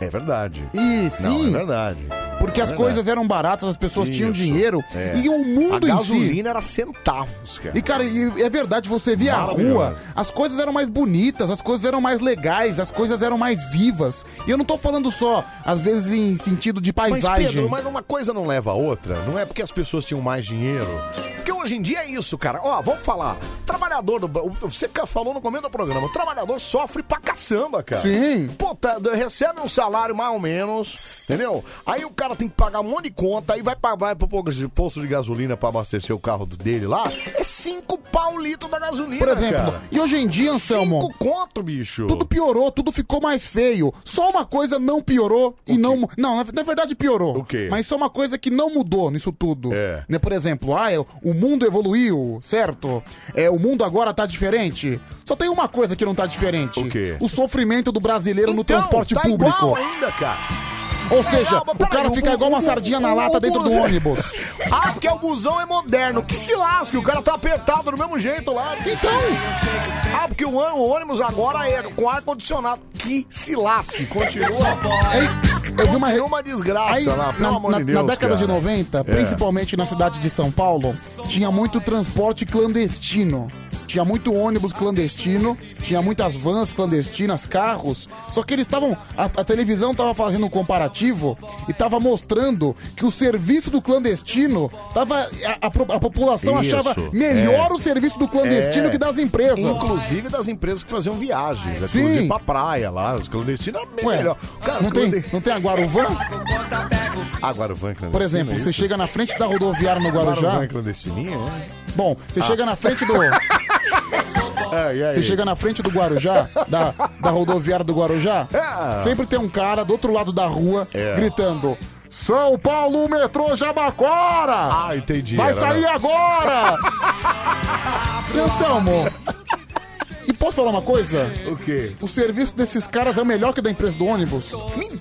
É verdade. E Não, sim, é verdade. Porque É as verdade. coisas eram baratas, as pessoas tinham Isso. dinheiro. É. E o mundo A em si. gasolina era centavos, cara. E, cara, e é verdade, você via a Maravilhoso. rua, as coisas eram mais bonitas, as coisas eram mais legais, as coisas eram mais vivas. E eu não tô falando só, às vezes, em sentido de Mas, paisagem. Pedro, mas uma coisa não leva a outra. Não é porque as pessoas tinham mais dinheiro. Porque hoje em dia é isso, cara. Ó, vamos falar. Trabalhador do. Bra- Você que falou no começo do programa. O trabalhador sofre pra caçamba, cara. Sim. Puta, recebe um salário mais ou menos, entendeu? Aí o cara tem que pagar um monte de conta, aí vai, pra, vai pro posto de gasolina pra abastecer o carro dele lá. É cinco pau o litro da gasolina. Por exemplo, cara. e hoje em dia, Anselmo? Cinco conto, bicho. Tudo piorou, tudo ficou mais feio. Só uma coisa não piorou e não. Não, na- na verdade piorou. O quê? Mas só uma coisa que não mudou nisso tudo. É. Né? Por exemplo, ah, é, o mundo evoluiu, certo? É, o mundo agora tá diferente. Só tem uma coisa que não tá diferente: O quê? sofrimento do brasileiro no transporte tá público. Igual ainda, cara. Ou seja, mas o peraí, cara fica igual uma sardinha na lata dentro do ônibus. ah, porque o busão é moderno. Que se lasque, o cara tá apertado do mesmo jeito lá. Então. Ah, porque o, ân- o ônibus agora é com ar-condicionado. Que se lasque, continua. Aí, eu vi uma, Continua uma desgraça Aí, lá, pelo na, amor na- de na Deus, década cara. de 90, É. principalmente na cidade de São Paulo, tinha muito transporte clandestino. Tinha muito ônibus clandestino, tinha muitas vans clandestinas, carros. Só que eles estavam. A, a televisão estava fazendo um comparativo e estava mostrando que o serviço do clandestino tava. A, a pro- a população Isso, achava melhor é. o serviço do clandestino É. que das empresas. Inclusive das empresas que faziam viagens. né? Sim. Inclusive pra praia lá. Os clandestinos eram bem Ué, melhor. não, Cara, tem, clandestino- não tem a Guaruvã? Agora o van clandestino. Por exemplo, é você isso? chega na frente da rodoviária no Agora o Guarujá. van é clandestininho, né? Bom, você Ah. chega na frente do. É, e aí? Você chega na frente do Guarujá, da, da rodoviária do Guarujá, É. sempre tem um cara do outro lado da rua É. gritando: São Paulo, metrô Jabacora! Ah, entendi. Vai era, sair né? agora! e Anselmo, e posso falar uma coisa? O quê? O serviço desses caras é o melhor que da empresa do ônibus.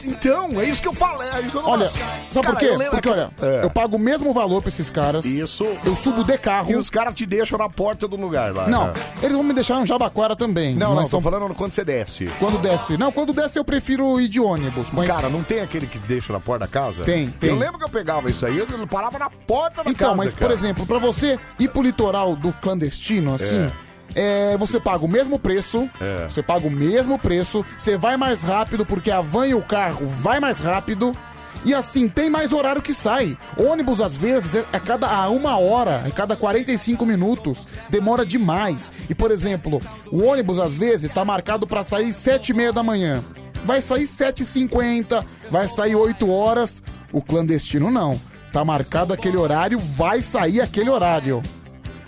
Então, é isso que eu falei. É isso que eu não Olha, acho. sabe Cara, por quê? eu lembro Porque, que- olha, É. eu pago o mesmo valor pra esses caras. Isso. Eu subo de carro. E os caras te deixam na porta do lugar lá. Não, né? eles vão me deixar no Jabaquara também. Não, não, mas tô são- falando quando você desce. Quando desce. Não, quando desce eu prefiro ir de ônibus. Mas... Cara, não tem aquele que deixa na porta da casa? Tem, tem. Eu lembro que eu pegava isso aí, eu parava na porta da Então, casa. mas por cara. exemplo, pra você ir pro litoral do clandestino, assim. é, você paga o mesmo preço, É. você paga o mesmo preço, você vai mais rápido porque a van e o carro vai mais rápido E assim, tem mais horário que sai. Ônibus, às vezes, é a cada a uma hora, é cada 45 minutos. Demora demais. E, por exemplo, o ônibus, às vezes, está marcado para sair 7 e meia da manhã. Vai sair 7h50, vai sair 8 horas. O clandestino não. Tá marcado aquele horário, vai sair aquele horário.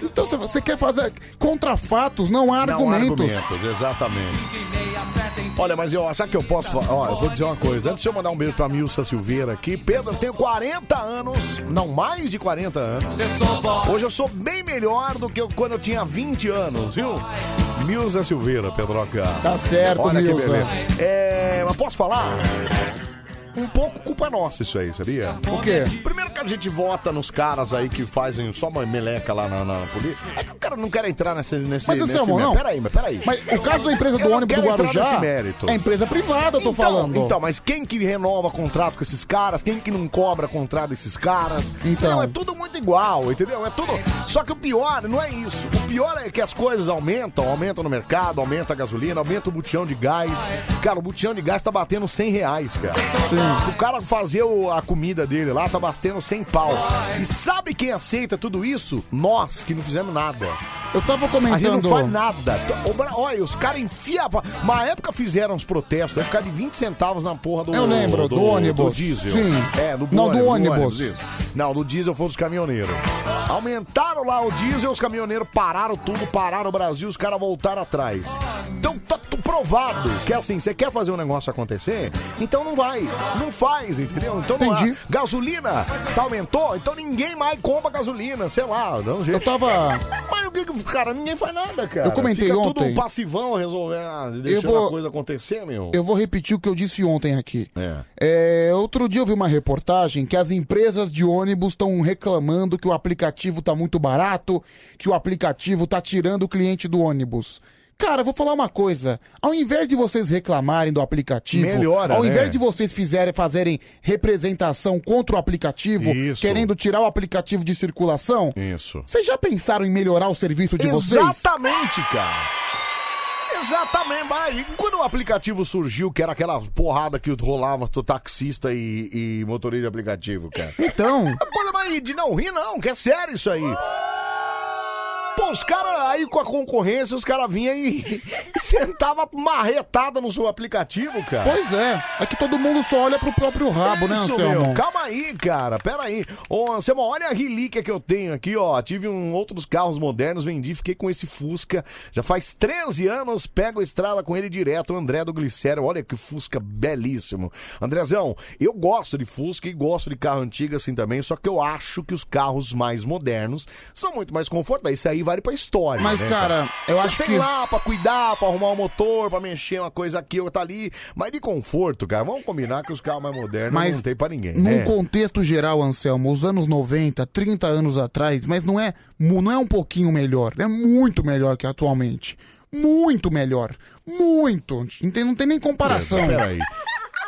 Então, se você quer fazer contra fatos, não há Não há argumentos. um argumentos, exatamente. Olha, mas eu, sabe que eu posso falar? Ó, eu vou dizer uma coisa. Antes de eu mandar um beijo pra Milsa Silveira aqui. Pedro, eu tenho 40 anos. Não, mais de 40 anos. Hoje eu sou bem melhor do que eu, quando eu tinha 20 anos, viu? Milsa Silveira, Pedroca. Tá certo, Olha que Milza. beleza. É, mas posso falar? Um pouco culpa nossa isso aí, sabia? Por quê? Primeiro que a gente vota nos caras aí que fazem só uma meleca lá na, na polícia. É que o cara não quer entrar nesse... nesse Mas, nesse esse amor, mé- não. Peraí, mas peraí. Mas o caso da empresa Eu do não ônibus do quero entrar Guarujá nesse mérito. é empresa privada, eu tô falando. Então, mas quem que renova contrato com esses caras? Quem que não cobra contrato desses caras? Então. é tudo muito igual, entendeu? É tudo. Só que o pior não é isso. O pior é que as coisas aumentam, aumentam no mercado, aumenta a gasolina, aumenta o botijão de gás. Cara, o botijão de gás tá batendo 100 reais, cara. O cara fazer o- a comida dele lá tá batendo 100 pau. E sabe quem aceita tudo isso? Nós, que não fizemos nada. Eu tava A gente comentando- não faz nada. Ô, Bra- Olha, os caras enfiam. a pa- Uma época fizeram uns protestos, é por causa de 20 centavos na porra do. Eu lembro, do ônibus. Do diesel. Sim. É, do Não, do ônibus. isso. Não, do diesel foi um dos caminhoneiros. Aumentaram lá o diesel, os caminhoneiros pararam tudo, pararam o Brasil, os caras voltaram atrás. Então tá tu- provado que assim, você quer fazer um negócio acontecer, então não vai. Não faz, entendeu? Então não há. Gasolina tá, aumentou, então ninguém mais compra gasolina, sei lá, não jeito. Eu tava. Mas o que, que- cara, ninguém faz nada, cara. Eu comentei Fica ontem. tudo passivão resolvendo, ah, deixando vou- a coisa acontecer, meu. Eu vou repetir o que eu disse ontem aqui. É, outro dia eu vi uma reportagem que as empresas de ônibus estão reclamando que o aplicativo tá muito barato, que o aplicativo tá tirando o cliente do ônibus. Cara, eu vou falar uma coisa. Ao invés de vocês reclamarem do aplicativo, Melhora, ao né? invés de vocês fizerem, fazerem representação contra o aplicativo, Isso. querendo tirar o aplicativo de circulação, Isso. vocês já pensaram em melhorar o serviço de vocês? Exatamente, cara. Exatamente, mas e quando o aplicativo surgiu, que era aquela porrada que rolava do taxista e, e motorista de aplicativo, cara. Ah, Então. Coisa mais de não rir, não, que é sério isso aí. Pô, os caras aí com a concorrência, os caras vinham e sentava marretada no seu aplicativo, cara. Pois é, é que todo mundo só olha pro próprio rabo, né, Isso, Anselmo? meu. Calma aí, cara. Pera aí. Ô, Anselmo, olha a relíquia que eu tenho aqui, ó. Tive um, outros carros modernos, vendi, fiquei com esse Fusca. Já faz 13 anos, pego a estrada com ele direto. O André do Glicério, olha que Fusca belíssimo. Andrezão, eu gosto de Fusca e gosto de carro antigo assim também, só que eu acho que os carros mais modernos são muito mais confortáveis. Isso aí vale pra história. Mas, né, cara, eu Você acho tem que- lá pra cuidar, pra arrumar o motor, pra mexer uma coisa aqui, outra ali. Mas de conforto, cara, vamos combinar que os carros mais modernos Mas não tem pra ninguém. Num né? contexto geral, Anselmo, os anos 90, 30 anos atrás, mas não é, mu- não é um pouquinho melhor, é muito melhor que atualmente. Muito melhor. Muito. Não tem, não tem nem comparação. É, Peraí.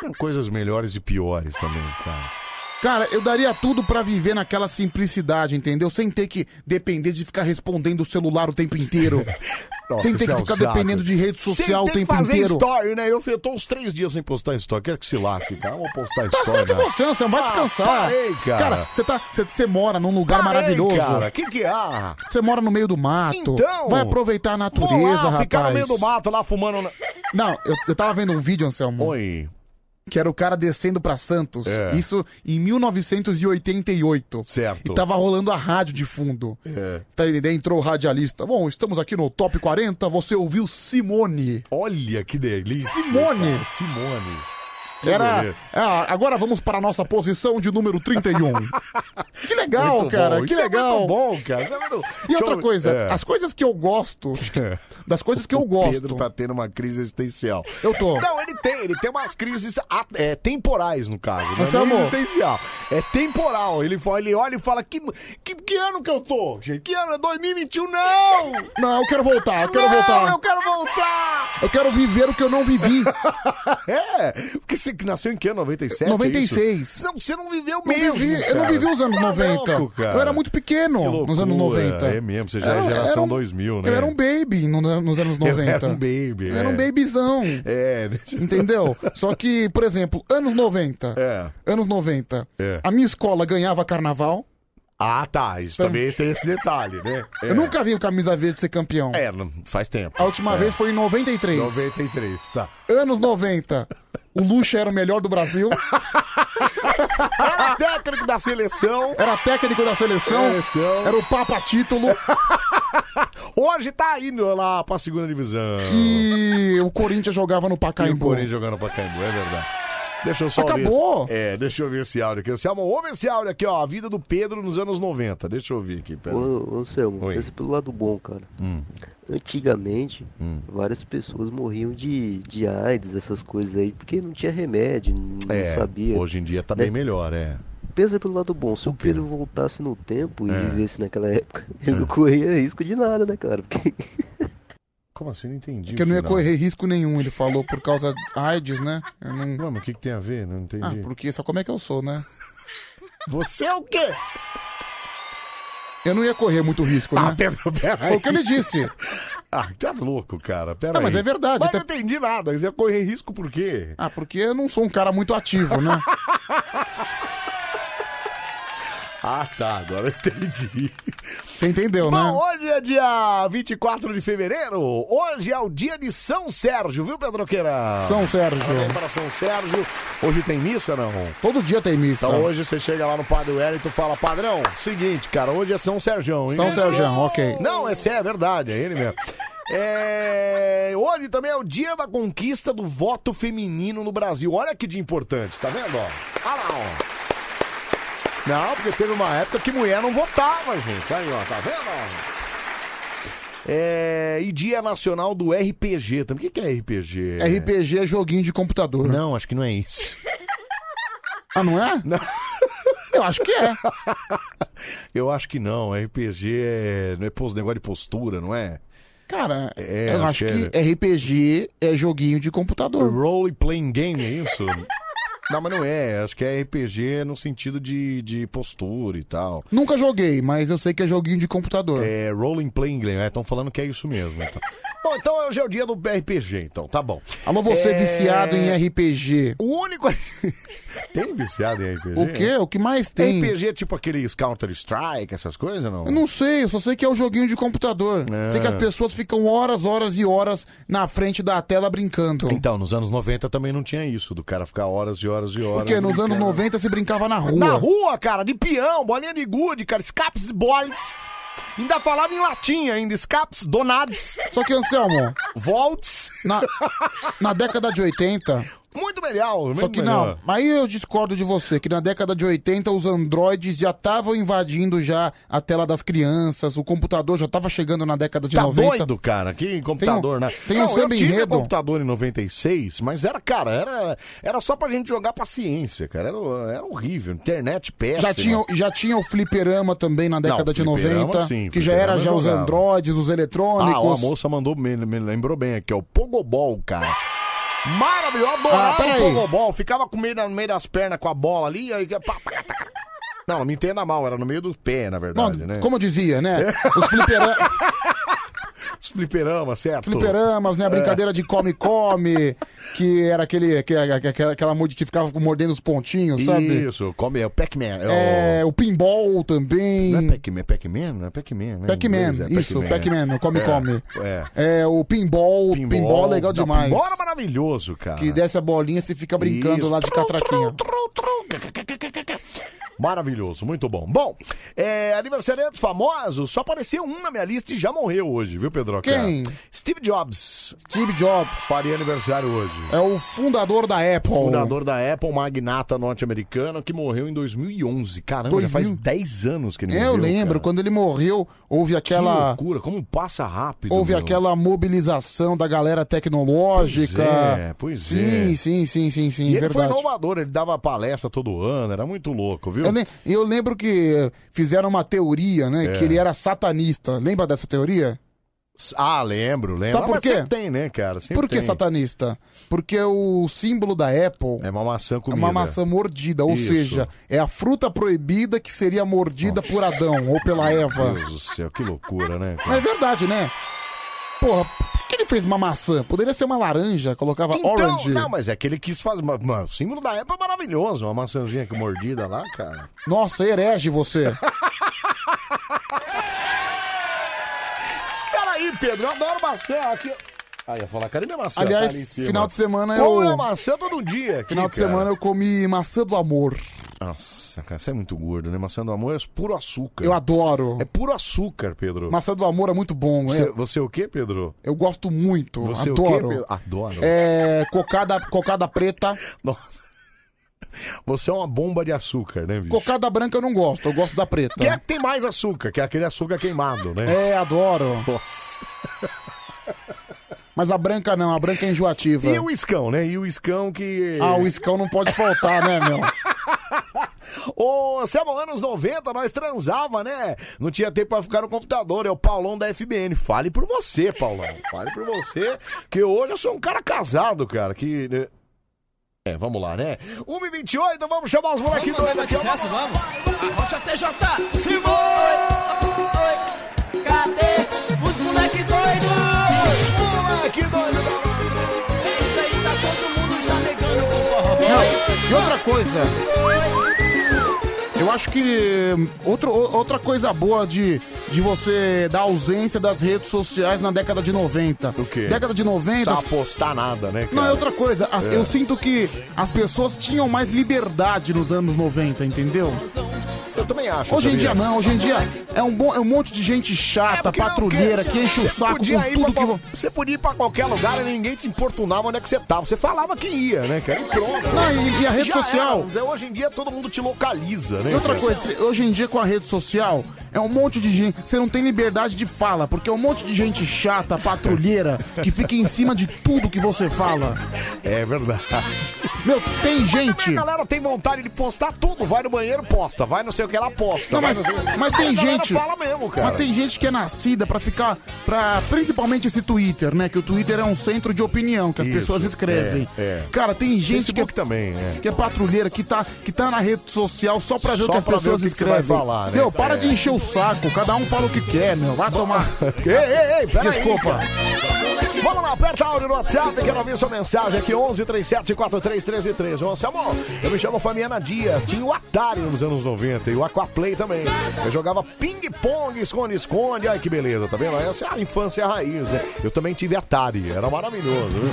Tem coisas melhores e piores também, cara. Cara, eu daria tudo pra viver naquela simplicidade, entendeu? Sem ter que depender de ficar respondendo o celular o tempo inteiro. Nossa, Sem ter isso que é um ficar saco. dependendo de rede Sem social o ter que tempo fazer inteiro. story, né? Eu fui- eu tô uns três dias sem postar story. Quero que se lasque, cara. Eu Vou postar Tá story. certo cara. você, Anselmo, vai Ah, descansar. parei, cara. você tá, você, você mora num lugar Parei, maravilhoso. cara. Que que há? Você mora no meio do mato. Então, vai aproveitar a natureza, Vou lá, rapaz. ficar no meio do mato lá fumando. na- Não, eu, eu tava vendo um vídeo, Anselmo. Oi. Que era o cara descendo pra Santos. É. Isso em 1988. Certo. É. E tava rolando a rádio de fundo. Tá, e daí entrou o radialista. Bom, estamos aqui no Top 40. Você ouviu Simone. Olha que delícia. Simone. cara. Simone. Que Era. beleza. Ah, agora vamos para a nossa posição de número 31. que legal, Muito cara. bom. Que Isso é legal. muito bom, cara. Isso é muito- E Deixa outra eu- coisa, É. as coisas que eu gosto. Das coisas que eu O gosto. Pedro tá tendo uma crise existencial. Eu tô. Não, ele tem, ele tem umas crises a- é, temporais, no caso. Não é Anselmo. nem existencial. É temporal. Ele, fala- ele olha e fala: que, que, que ano que eu tô? gente? Que ano? É 2021? Não! Não, eu quero voltar, eu quero Não, voltar. Eu quero voltar! Eu quero viver o que eu não vivi. É, porque você que nasceu em que? 97? 96. é Não, você não viveu Não mesmo. vivi- eu não vivi os anos 90. eu era muito pequeno Tá Que É nos anos loucura. 90. É mesmo, você já Era- é geração era um- 2000, né? Eu era um baby no- nos anos Eu 90. era um baby, Eu era um é. babyzão. É, Entendeu? Só que, por exemplo, anos 90. Anos 90. É. A minha escola ganhava carnaval. Ah, tá. Isso também tem esse detalhe, né? É. É. Eu nunca vi o Camisa Verde ser campeão. É, não- faz tempo. A última É. vez foi em 93. 93, tá. Anos 90. O Lucha era o melhor do Brasil. Era técnico da seleção. Era técnico da seleção. Seleção. Era o Papa Título. Hoje tá indo lá pra segunda divisão. E o Corinthians jogava no Ah. E o Pacaembu. Corinthians jogando pra Caimbu, é verdade. Deixa eu só Acabou? Ver esse... É, deixa eu ver esse áudio aqui. Esse áudio, ouve esse áudio aqui, ó. A vida do Pedro nos anos 90. Deixa eu ouvir aqui, Hum. pera. Ô, ô Selmo, pensa pelo lado bom, cara. Antigamente, Hum. várias pessoas morriam de, de AIDS, essas coisas aí, porque não tinha remédio, não É, sabia. hoje em dia tá né? bem melhor, é. Pensa pelo lado bom, se o Pedro voltasse no tempo e vivesse naquela época, É. ele não corria risco de nada, né, cara? Porque Como assim? Não entendi. Porque É eu não ia o final. correr risco nenhum, ele falou, por causa da AIDS, né? Eu não... mas o que, tem a ver? Não entendi. Ah, porque só como é que eu sou, né? Você é o quê? Eu não ia correr muito risco, né? Pedro, Ah, pera Foi o que ele disse. Ah, tá louco, cara. Pera Não, mas aí. é verdade, Mas até- não entendi nada. Você ia correr risco por quê? Ah, porque eu não sou um cara muito ativo, né? Ah, tá. Agora eu entendi. Você entendeu, né? Bom, hoje é dia 24 de fevereiro. Hoje é o dia de São Sérgio, viu, Pedroqueira? São Sérgio. Parabéns para São Sérgio. Hoje tem missa, não? Todo dia tem missa. Então hoje você chega lá no Padre Wellington e fala, padrão, seguinte, cara, hoje é São Sérgio, hein? São Sérgio, ok. Não, esse é verdade, é ele mesmo. É, Hoje também é o dia da conquista do voto feminino no Brasil. Olha que dia importante, tá vendo? Ó? Olha lá, ó. Não, porque teve uma época que mulher não votava, gente. Aí, ó, tá vendo? ó? É, E dia nacional do RPG também. O que que é RPG? RPG é joguinho de computador. Não, acho que não é isso. Ah, não é? Não. Eu acho que é. Eu acho que não. RPG é. Não é pos- negócio de postura, não é? Cara, É, eu acho acho que que RPG é joguinho de computador. Role playing game, é isso? não, mas não é. Acho que é RPG no sentido de, de postura e tal. Nunca joguei, mas eu sei que é joguinho de computador. É role playing game, né? Estão falando que é isso mesmo. então. Bom, então hoje é o dia do RPG, então, tá bom. Alô, você É, viciado em RPG. O único. Tem viciado em RPG? O quê? O que mais tem? RPG é tipo aqueles Counter-Strike, essas coisas, não? Eu não sei, eu só sei que é o joguinho de computador. É. Sei que as pessoas ficam horas, horas e horas na frente da tela brincando. Então, nos anos 90 também não tinha isso, do cara ficar horas e horas e horas. Porque nos brincando. anos 90 se brincava na rua. Na rua, cara, de peão, bolinha de gude, cara, escapes boles. Ainda falava em latim ainda, escapes donados. Só que, Anselmo, volts. Na, na década de 80. Muito melhor, é muito Só que melhor. não, aí eu discordo de você, que na década de 80 os androides já estavam invadindo já a tela das crianças, o computador já estava chegando na década de Tá 90. doido, cara, que computador, um- né? tem um não, eu samba tive enredo. computador em 96, mas era, cara, era, era só pra gente jogar paciência, cara, era, era horrível, internet péssima. Já tinha, já tinha o fliperama também na década Não, de fliperama, 90, sim, que já fliperama era já os jogava. androides, os eletrônicos. Ah, ó, a moça mandou, me, me lembrou bem aqui, ó, o Pogobol, cara. Maravilhoso, eu Ah, adorava o peraí. Pogobol, ficava com o meio, da- no meio das pernas com a bola ali, aí... pá, pá, pá, pá. Não, não me entenda mal, era no meio do pé, Não, na verdade, né? Como eu dizia, né? Os flipera- Os fliperama, certo? É. fliperamas, né? A brincadeira de come-come, que era aquele, que- aquela, aquela mood que ficava mordendo os pontinhos, sabe? Isso, como é o Pac-Man. É, o... o pinball também. Não é Pac-Man, Pac-Man? Não é Pac-Man, né? Pac-Man, Em inglês é isso, Pac-Man, o Come É, Come. É. É, o pinball, pinball, é legal Não, demais. Pinball era maravilhoso, cara. Que desce a bolinha e você fica brincando Isso. lá de catraquinha. Maravilhoso, muito bom. Bom, é, aniversariantes famosos, só apareceu um na minha lista e já morreu hoje, viu, Pedro? Quem? Steve Jobs. Steve Jobs. Faria aniversário hoje. É o fundador da Apple. Fundador da Apple, magnata norte-americano, que morreu em 2011. Caramba, já faz 2000? 10 anos que ele É, morreu. eu lembro, cara. quando ele morreu, houve Que aquela. loucura, como passa rápido. Houve meu. aquela mobilização da galera tecnológica. Pois é, pois sim, é. Sim, sim, sim, sim, E ele verdade. foi inovador, ele dava palestra todo ano, era muito louco, viu? Eu, lem- eu lembro que fizeram uma teoria, né? É. Que ele era satanista. Lembra dessa teoria? Ah, lembro, lembro. Sabe Ah, por mas quê? sempre tem, né, cara? Sempre Por que tem. satanista? Porque o símbolo da Apple é uma maçã comida. uma maçã mordida, ou Isso. seja, é a fruta proibida que seria mordida por Adão ou pela Eva. Meu Deus do céu, que loucura, né? Mas Cara? é verdade, né? Porra, por que ele fez uma maçã? Poderia ser uma laranja, colocava Então, orange. não, mas é que ele quis fazer. mas, Mano, o símbolo da época é maravilhoso. Uma maçãzinha que mordida lá, cara. Nossa, herege você. Peraí, Pedro, eu adoro maçã. Aqui... Ah, ia falar, cadê minha maçã? Aliás, Tá ali em cima. final de semana Qual eu- é a maçã todo dia? aqui, Final de cara? semana eu comi maçã do amor. Nossa, cara, você é muito gordo, né? Maçã do amor é puro açúcar. Eu adoro. É puro açúcar, Pedro. Maçã do amor é muito bom, Você, é. você é o quê, Pedro? Eu gosto muito, Você o quê, adoro. Pedro? Adoro. É, cocada, cocada preta. Você é uma bomba de açúcar, né, bicho? Cocada branca eu não gosto, eu gosto da preta. Que é que tem mais açúcar, que é aquele açúcar queimado, né? É, adoro. Nossa. Mas a branca não, a branca é enjoativa. E o iscão, né? E o iscão que. Ah, o iscão não pode faltar, né, meu? Ô, Anselmo, anos 90, nós transava, né? Não tinha tempo pra ficar no computador. É o Paulão da FBN. Fale por você, Paulão. Fale por você. Que hoje eu sou um cara casado, cara. Que. né? É, vamos lá, né? 1h28, vamos chamar os molequinhos do Vamos, vamos, vamos. Arrocha TJ, se foi. Oi, Cadê os moleque doido? moleque doido. Isso aí tá todo mundo já negando pro forró. É Não, e outra coisa. Eu acho que hum, outro, o- outra coisa boa de, de você da ausência das redes sociais na década de 90. O quê? Década de Não 90. precisa apostar nada, né? Cara? Não, é outra coisa. As- É. Eu sinto que as pessoas tinham mais liberdade nos anos 90, entendeu? Eu também acho. Hoje em sabia? dia não, hoje em dia é um, bom, é um monte de gente chata, É Porque não, patrulheira, porque que enche você o saco podia com ir tudo pra que... qual- Você podia ir pra qualquer lugar e ninguém te importunava onde é que você tava. Você falava que ia, né, cara? E pronto. Não, e- e a rede Já social? era. né? Hoje em dia todo mundo te localiza, né? E outra cara? coisa, hoje em dia com a rede social, é um monte de gente. Você não tem liberdade de fala, porque é um monte de gente chata, patrulheira, que fica em cima de tudo que você fala. É verdade. Meu, tem gente. A galera tem vontade de postar tudo. Vai no banheiro, posta. Vai não sei o que ela posta. Não, Vai mas, não sei o que- mas A tem galera gente. fala mesmo, cara. Mas tem gente que é nascida pra ficar. Pra, principalmente esse Twitter, né? Que o Twitter é um centro de opinião que as Isso, pessoas escrevem. é, é. Cara, tem gente que, Facebook também, é. que é patrulheira, que tá, que tá na rede social só pra ver Só o que as pra ver pessoas o que que você vai escrevem. falar, né? Meu, para É. de encher o saco. Cada um fala o que quer, meu. Vai tomar. Ei, ei, ei, peraí. Desculpa. Vamos lá, aperta áudio no WhatsApp, quero ouvir sua mensagem aqui, 11 37 43 13 13. Ô, Anselmo, eu me chamo Fabiana Dias, tinha o Atari nos anos 90 e o Aquaplay também. Eu jogava ping-pong, esconde-esconde, ai que beleza, tá vendo? Essa é a infância raiz, né? Eu também tive Atari, era maravilhoso, viu?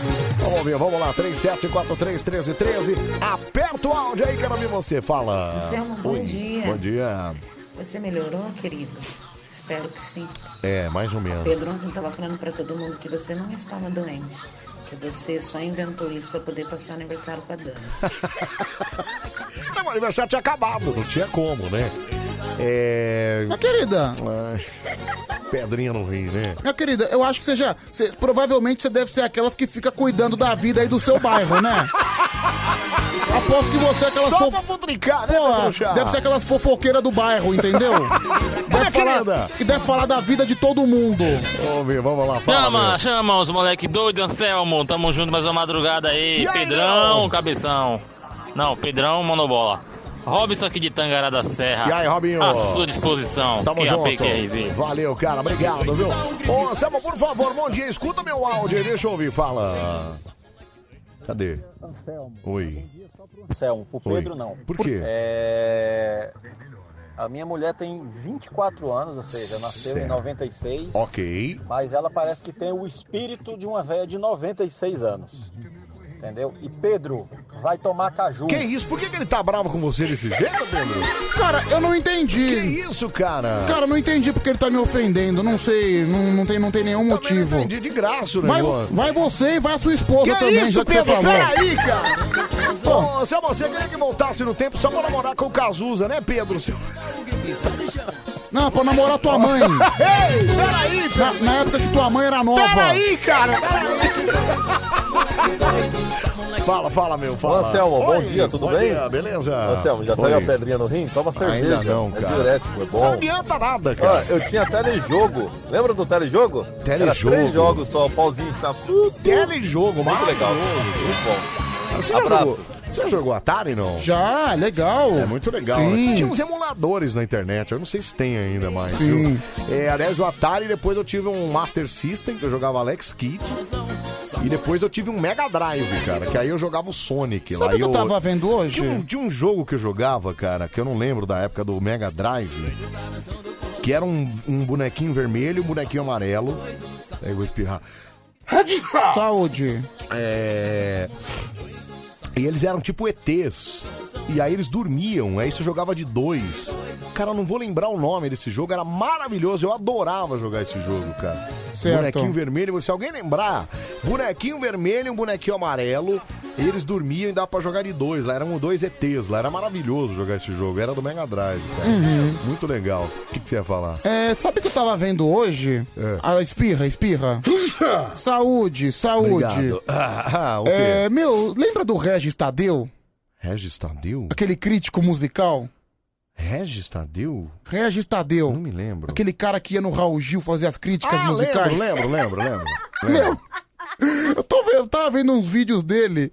Vamos ver, vamos lá, 37 43 13 13. Aperta o áudio aí, quero ouvir você, fala. Anselmo, bom Oi, dia. Bom dia. Você melhorou, querido? Espero que sim. É, mais ou menos. Pedro ontem estava falando para todo mundo que você não estava doente. Que você só inventou isso para poder passar o aniversário com a Dani. Não, o aniversário tinha acabado, não tinha como, né? É. Mas, querida. Ai, pedrinha no rim, né? Minha querida, eu acho que você já. você- provavelmente você deve ser aquelas que fica cuidando da vida aí do seu bairro, né? Aposto que você é aquela Só fof- pra futricar, né, Pô, Pedrocha? deve ser aquelas fofoqueiras do bairro, entendeu? Minha Deve querida. falar, que deve falar da vida de todo mundo. Ô, meu, vamos lá, fala. Chama, chama os moleque doido, Anselmo. Tamo junto mais uma madrugada aí. E aí, Pedrão, Léo? cabeção. Não, Pedrão, monobola. Robson aqui de Tangará da Serra. E aí, Robinho? É, À sua disposição. é Tamo QAP, junto. QRV. Valeu, cara. Obrigado, viu? Ô, Selma, por favor, bom dia. Escuta meu áudio aí. Deixa eu ouvir. Fala. Cadê? Anselmo. Oi. Anselmo, pro Oi. Pedro não. Por quê? É... A minha mulher tem 24 anos, ou seja, nasceu em Certo. 96. Ok. Mas ela parece que tem o espírito de uma velha de 96 anos. Entendeu? E Pedro vai tomar caju. Que isso? Por que, que ele tá bravo com você desse jeito, Pedro? Cara, eu não entendi. Que isso, cara? Cara, eu não entendi porque ele tá me ofendendo. Não sei, não, não tem, não tem nenhum motivo. entendi de graça o vai, negócio. vai você e vai a sua esposa Que também, isso, já que Pedro? você falou. Peraí, É cara. Ô, Selma, você queria que voltasse no tempo só pra namorar com o Cazuza, né, Pedro? Seu... Não, pra namorar tua mãe. Ei, peraí, na, na época que tua mãe era nova. Peraí, cara. Peraí. Fala, fala, meu, Ô, fala. Anselmo, bom Oi, dia, tudo bom bem? dia, beleza. Anselmo, já Oi. saiu a pedrinha no rim? Toma cerveja. Ainda não, cara. É diurético, é bom. Não adianta nada, cara. Ó, eu tinha telejogo. Lembra do telejogo? Era Telejogo. três jogos só, pauzinho, tá tudo. Telejogo, Muito legal. Muito bom. Você já Abraço. jogou- Você já jogou Atari, não? Já, legal. É muito legal. Sim. Tinha uns emuladores na internet, eu não sei se tem ainda mais. Sim. viu? É, aliás, o Atari, depois eu tive um Master System, que eu jogava Alex Kidd. E depois eu tive um Mega Drive, cara, que aí eu jogava o Sonic lá. Sabe o que E eu tava vendo hoje? Tinha um, tinha um jogo que eu jogava, cara, que eu não lembro da época do Mega Drive. Que era um, um bonequinho vermelho, um bonequinho amarelo. Aí eu vou espirrar. Tá Saúde. É... E eles eram tipo ETs. E aí eles dormiam, aí você jogava de dois. Cara, eu não vou lembrar o nome desse jogo, era maravilhoso, eu adorava jogar esse jogo, cara. Certo. Bonequinho vermelho, se alguém lembrar, bonequinho vermelho e um bonequinho amarelo, e eles dormiam e dava pra jogar de dois, lá eram dois ETs, lá era maravilhoso jogar esse jogo, era do Mega Drive, cara. Uhum. Muito legal. O que, que você ia falar? É, sabe o que eu tava vendo hoje? É. A espirra, espirra. saúde, saúde. Obrigado. Ah, ah, o quê? É, meu, lembra do Regis Tadeu? Regis Tadeu? Aquele crítico musical? Regis Tadeu? Regis Tadeu. Não me lembro. Aquele cara que ia no Raul Gil fazer as críticas Ah, musicais. lembro, lembro, lembro, lembro. Meu, eu, tô vendo, eu tava vendo uns vídeos dele.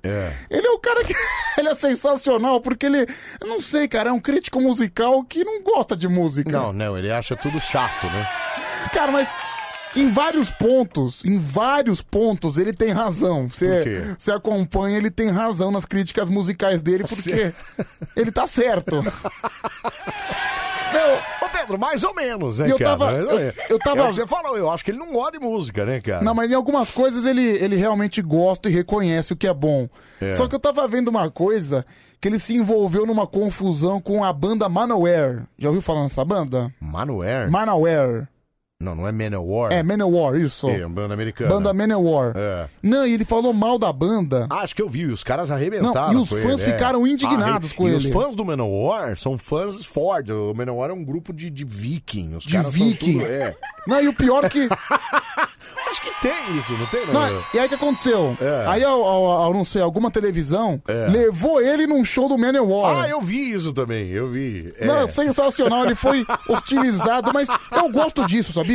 Ele é o cara que. Ele é sensacional, porque ele. Eu não sei, cara, é um crítico musical que não gosta de música. Não, não, ele acha tudo chato, né? Cara, mas. Em vários pontos, em vários pontos, ele tem razão. Por quê? Você você acompanha, ele tem razão nas críticas musicais dele, porque ele tá certo. Ô Pedro, mais ou menos, né, E eu cara? tava- Mais ou eu- menos. eu tava- É o que você falou, eu acho que ele não gosta de música, né, cara? Não, mas em algumas coisas ele, ele realmente gosta e reconhece o que é bom. É. Só que eu tava vendo uma coisa que ele se envolveu numa confusão com a banda Manowar. Já ouviu falar nessa banda? Manowar? Manowar. Não, não é Manowar. É, Manowar, isso. É, banda americana. Banda Manowar. É. Não, e ele falou mal da banda. Acho que eu vi, os caras arrebentaram. Não, e os com fãs ele, é. ficaram indignados Arre- com e ele. os fãs do Manowar são fãs fortes. O Manowar é um grupo de, de viking. Os De caras são viking. tudo- é. Não, e o pior que... Acho que tem isso, não tem, né? É. não? Não, e aí o que aconteceu? Aí, é eu, não sei, alguma televisão É. levou ele num show do Manowar. Ah, eu vi isso também, eu vi. É. Não, sensacional, ele foi hostilizado, mas eu gosto disso, sabia?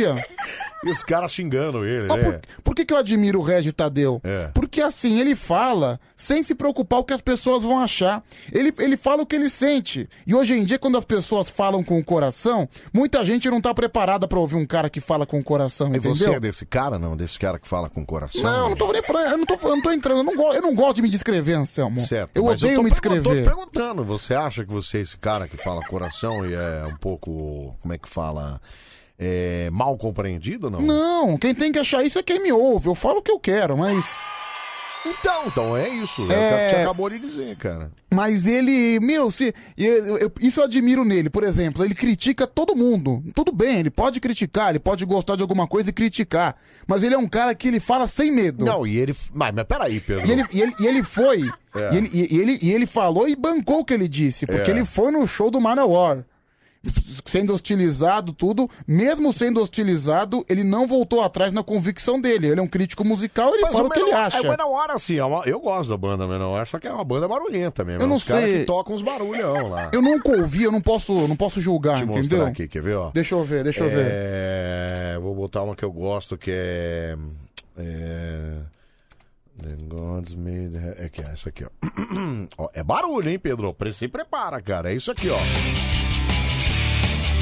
E os caras xingando ele, Não, né? Por que, que eu admiro o Regis Tadeu? É. Porque assim, ele fala sem se preocupar o que as pessoas vão achar. Ele, ele fala o que ele sente. E hoje em dia, quando as pessoas falam com o coração, muita gente não tá preparada pra ouvir um cara que fala com o coração, E entendeu? você é desse cara, não? Desse cara que fala com o coração? Não, eu não tô nem falando, eu não tô, eu não tô entrando, eu não, go- eu não gosto de me descrever, Anselmo. Certo. Eu mas odeio tô me pergun- descrever. Tô te perguntando, você acha que você é esse cara que fala coração e é um pouco, como é que fala, é, mal compreendido ou não? Não, quem tem que achar isso é quem me ouve. Eu falo o que eu quero, mas. Então, então é isso. É, o que É. você acabou de dizer, cara. Mas ele, meu, se, eu- eu- isso eu admiro nele. Por exemplo, ele critica todo mundo. Tudo bem, ele pode criticar, ele pode gostar de alguma coisa e criticar. Mas ele é um cara que ele fala sem medo. Não, e ele... Mas, mas peraí, Pedro. E ele, e ele, e ele foi. É. E, ele, e, e ele, e ele falou e bancou o que ele disse. Porque É. ele foi no show do Manowar. Sendo hostilizado, tudo. Mesmo sendo hostilizado, ele não voltou atrás na convicção dele. Ele é um crítico musical, ele fala o que ele Menor- acha. É, o Menor, assim, é uma- eu gosto da banda Menor, só que é uma banda barulhenta mesmo. Eu não Os caras sei. é um que tocam uns barulhão lá. Eu nunca ouvi, eu não posso, eu não posso julgar, Deixa eu entendeu? mostrar aqui, quer ver, ó? Deixa eu ver, deixa eu ver. É, Vou botar uma que eu gosto, que é... é... The Gods Made... É que é essa aqui, ó. Ó, É barulho, hein, Pedro? Pre- Se prepara, cara. É isso aqui, ó.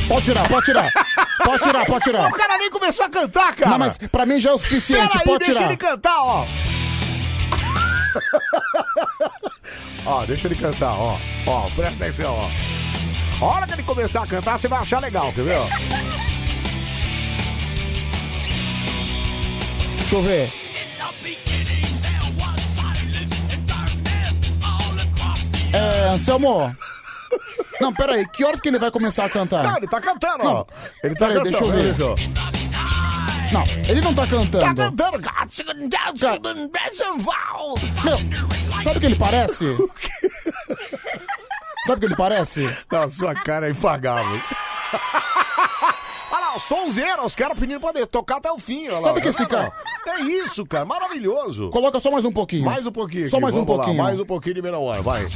Pode tirar, pode tirar. Pode tirar, pode tirar. O cara nem começou a cantar, cara. Não, mas pra mim já é o suficiente, Peraí, pode deixa tirar. ele cantar, ó. Ó, deixa ele cantar, ó. Ó, presta atenção, ó. A hora que ele começar a cantar, você vai achar legal, quer ver, ó? Deixa eu ver. É, Anselmo. Não, peraí, que horas que ele vai começar a cantar? Não, ele tá cantando, ó. Ele tá peraí, cantando, deixa eu ver. Não, ele não tá cantando. Tá cantando, cara. Meu, sabe o que ele parece? Sabe o que ele parece? Não, sua cara é impagável. Olha lá, o sonzeira, os caras pedindo pra de- tocar até o fim. olha lá. Sabe o que esse Tá cara- vendo? É isso, cara, maravilhoso. Coloca só mais um pouquinho. Mais um pouquinho. Só aqui, mais um vamos lá, pouquinho. mais um pouquinho de Menor, vai.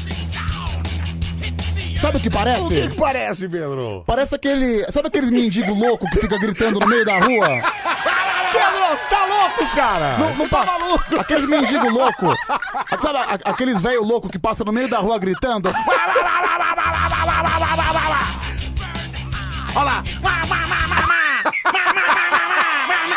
Sabe o que parece? O que que parece, Pedro? Parece aquele. Sabe aquele mendigo louco que fica gritando no meio da rua? Pedro, você tá louco, cara? Não, não tá maluco? Aqueles mendigo louco. A- Sabe a- aqueles velho louco que passa no meio da rua gritando? Olha lá.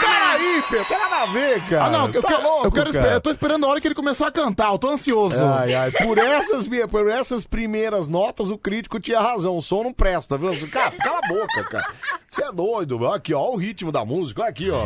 Peraí, Pedro, tem nada a ver, cara. Ah, não, eu, Você tá quero, louco, eu quero cara. esperar. Eu tô esperando a hora que ele começar a cantar, eu tô ansioso. Ai, ai, por essas, minha- por essas primeiras notas, o crítico tinha razão. O som não presta, viu? Cara, cala a boca, cara. Você é doido, meu. Aqui, ó, o ritmo da música. Olha aqui, ó.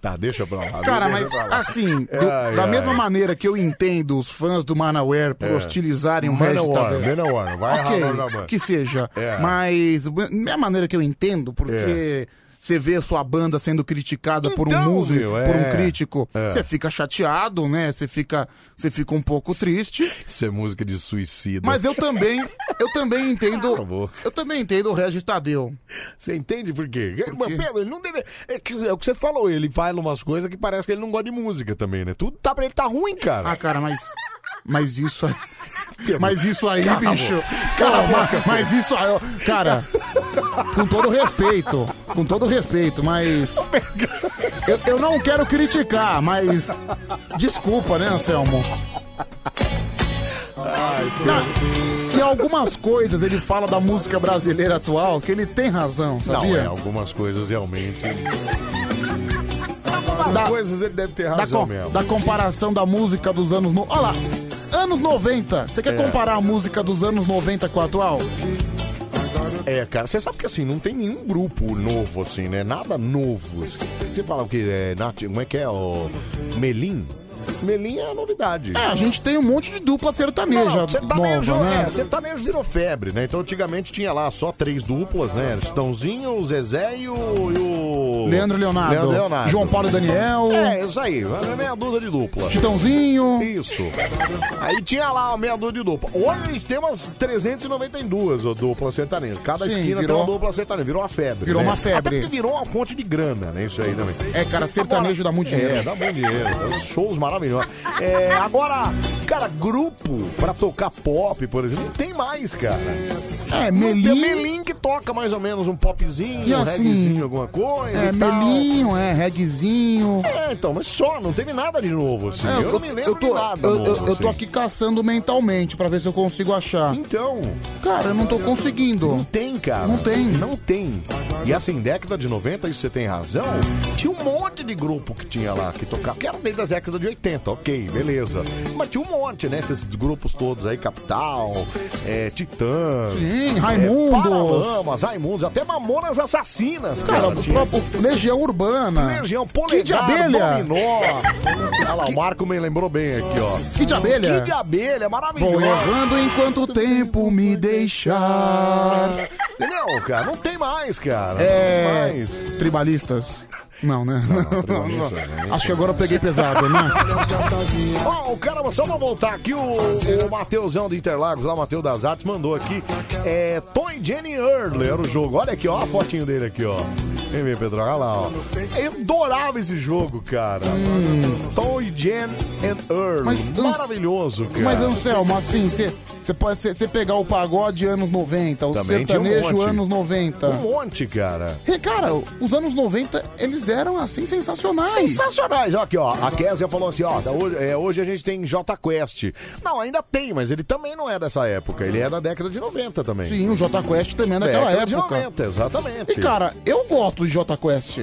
Tá, deixa pra lá. viu? Cara, Deixa mas pra lá. assim, do- é Ai, da ai. mesma maneira que eu entendo os fãs do Manowar por É. hostilizarem o resto Manowar, da banda- Manowar, vai Ok, ralar na banda. que seja. É. Mas é a maneira que eu entendo, porque você vê a sua banda sendo criticada por um Então, músico, meu, por é. um crítico, É. você fica chateado, né? Você fica, você fica um pouco triste. Isso é música de suicida. Mas eu também, eu também entendo. Eu também entendo o Regis Tadeu. Você entende por quê? Mas, Pedro, ele não deve. É, que- é o que você falou, ele fala umas coisas que parece que ele não gosta de música também, né? Tudo tá pra ele tá ruim, cara. Ah, cara, mas. Mas isso aí. Mas isso aí, Cala a bicho. boca. Cala a Ô, boca, ma- Mas isso aí, ó, cara. Com todo respeito. Com todo respeito, mas. Eu, eu não quero criticar, mas. Desculpa, né, Anselmo? Não, e algumas coisas ele fala da música brasileira atual que ele tem razão, Não, sabia? é, algumas coisas realmente. Da- Algumas coisas ele deve ter da, razão com- mesmo. da comparação da música dos anos. No... Olha lá! Anos 90! Você quer É. comparar a música dos anos 90 com a atual? É, cara, você sabe que assim, não tem nenhum grupo novo, assim, né? Nada novo. assim. Você fala o que? É, Nath, como é que é? O Melim? Melim é a novidade. É, a gente tem um monte de dupla sertaneja Sertanejo, nova, né? é, sertanejo virou febre, né? Então antigamente tinha lá só três duplas, né? Estãozinho, o Zezé e o. e o- Leandro e Leonardo. Leandro e Leonardo. João Paulo e Daniel. É, isso aí. é Meia dúzia de dupla. Chitãozinho. Isso. Aí tinha lá a meia dúzia de dupla. Hoje a gente tem umas 392 ô, duplas sertanejas. Cada Sim, esquina virou- tem uma dupla sertaneja. Virou uma febre. Virou né? uma febre. Até porque virou uma fonte de grana, né? Isso aí também. É, cara, sertanejo dá muito dinheiro. É, dá muito dinheiro. Os Shows maravilhosos. É, agora, cara, grupo pra tocar pop, por exemplo, não tem mais, cara. É, Não tem- Melim- Melim que toca mais ou menos um popzinho, E um assim, reggaezinho, alguma coisa. É, e tal. melinho, é, regzinho. É, então, mas só, não teve nada de novo, assim. eu, não me lembro É, eu tô, de nada. eu, eu- novo, eu tô assim. aqui caçando mentalmente pra ver se eu consigo achar. Então. Cara, eu não tô conseguindo. Não tem, cara. Não tem. Não tem. E assim, década de 90, isso você tem razão, tinha um monte de grupo que tinha lá que tocava. Que era desde a década de 80, ok, beleza. Mas tinha um monte, né? Esses grupos todos aí, Capital, é, Titã. Sim, é, Raimundos. Paralamas, Raimundos, até Mamonas Assassinas. Cara, Cara, o tinha. próprio Legião Urbana. Legião, Que de polegar, abelha. dominó. Olha lá, o Marco me lembrou bem aqui, ó. Que de abelha. Que de abelha, é maravilhoso. Vou levando enquanto o tempo me deixar. Não, cara, não tem mais, cara. É. Não tem mais. Tribalistas. Não, né? tribalistas, né? Acho que agora eu peguei pesado, né? Ó, o cara, só pra voltar aqui, o, o Mateusão do Interlagos, lá, o Matheus das Artes, mandou aqui. É Tony Jenny Early era o jogo. Olha aqui, ó, a fotinho dele aqui, ó. Vem ver, Pedro, olha lá, ó. Eu adorava esse jogo, cara. Tony Jen and Earl. Hum. Mas, Ans- Maravilhoso, cara. Mas, Anselmo, assim, você pode cê, cê pegar o pagode anos 90, o Também tinha um sertanejo monte. anos 90. Um monte, cara. E, cara, os anos 90, eles eram, assim, sensacionais. Sensacionais, ó, aqui ó, a Késia falou assim, ó, da- hoje, é, hoje a gente tem J Quest. Não, ainda tem, mas ele também não é dessa época, ele é da década de 90 também. Sim, o Jota Quest também é daquela Década de época. 90, exatamente. E, cara, eu gosto de Jota Quest.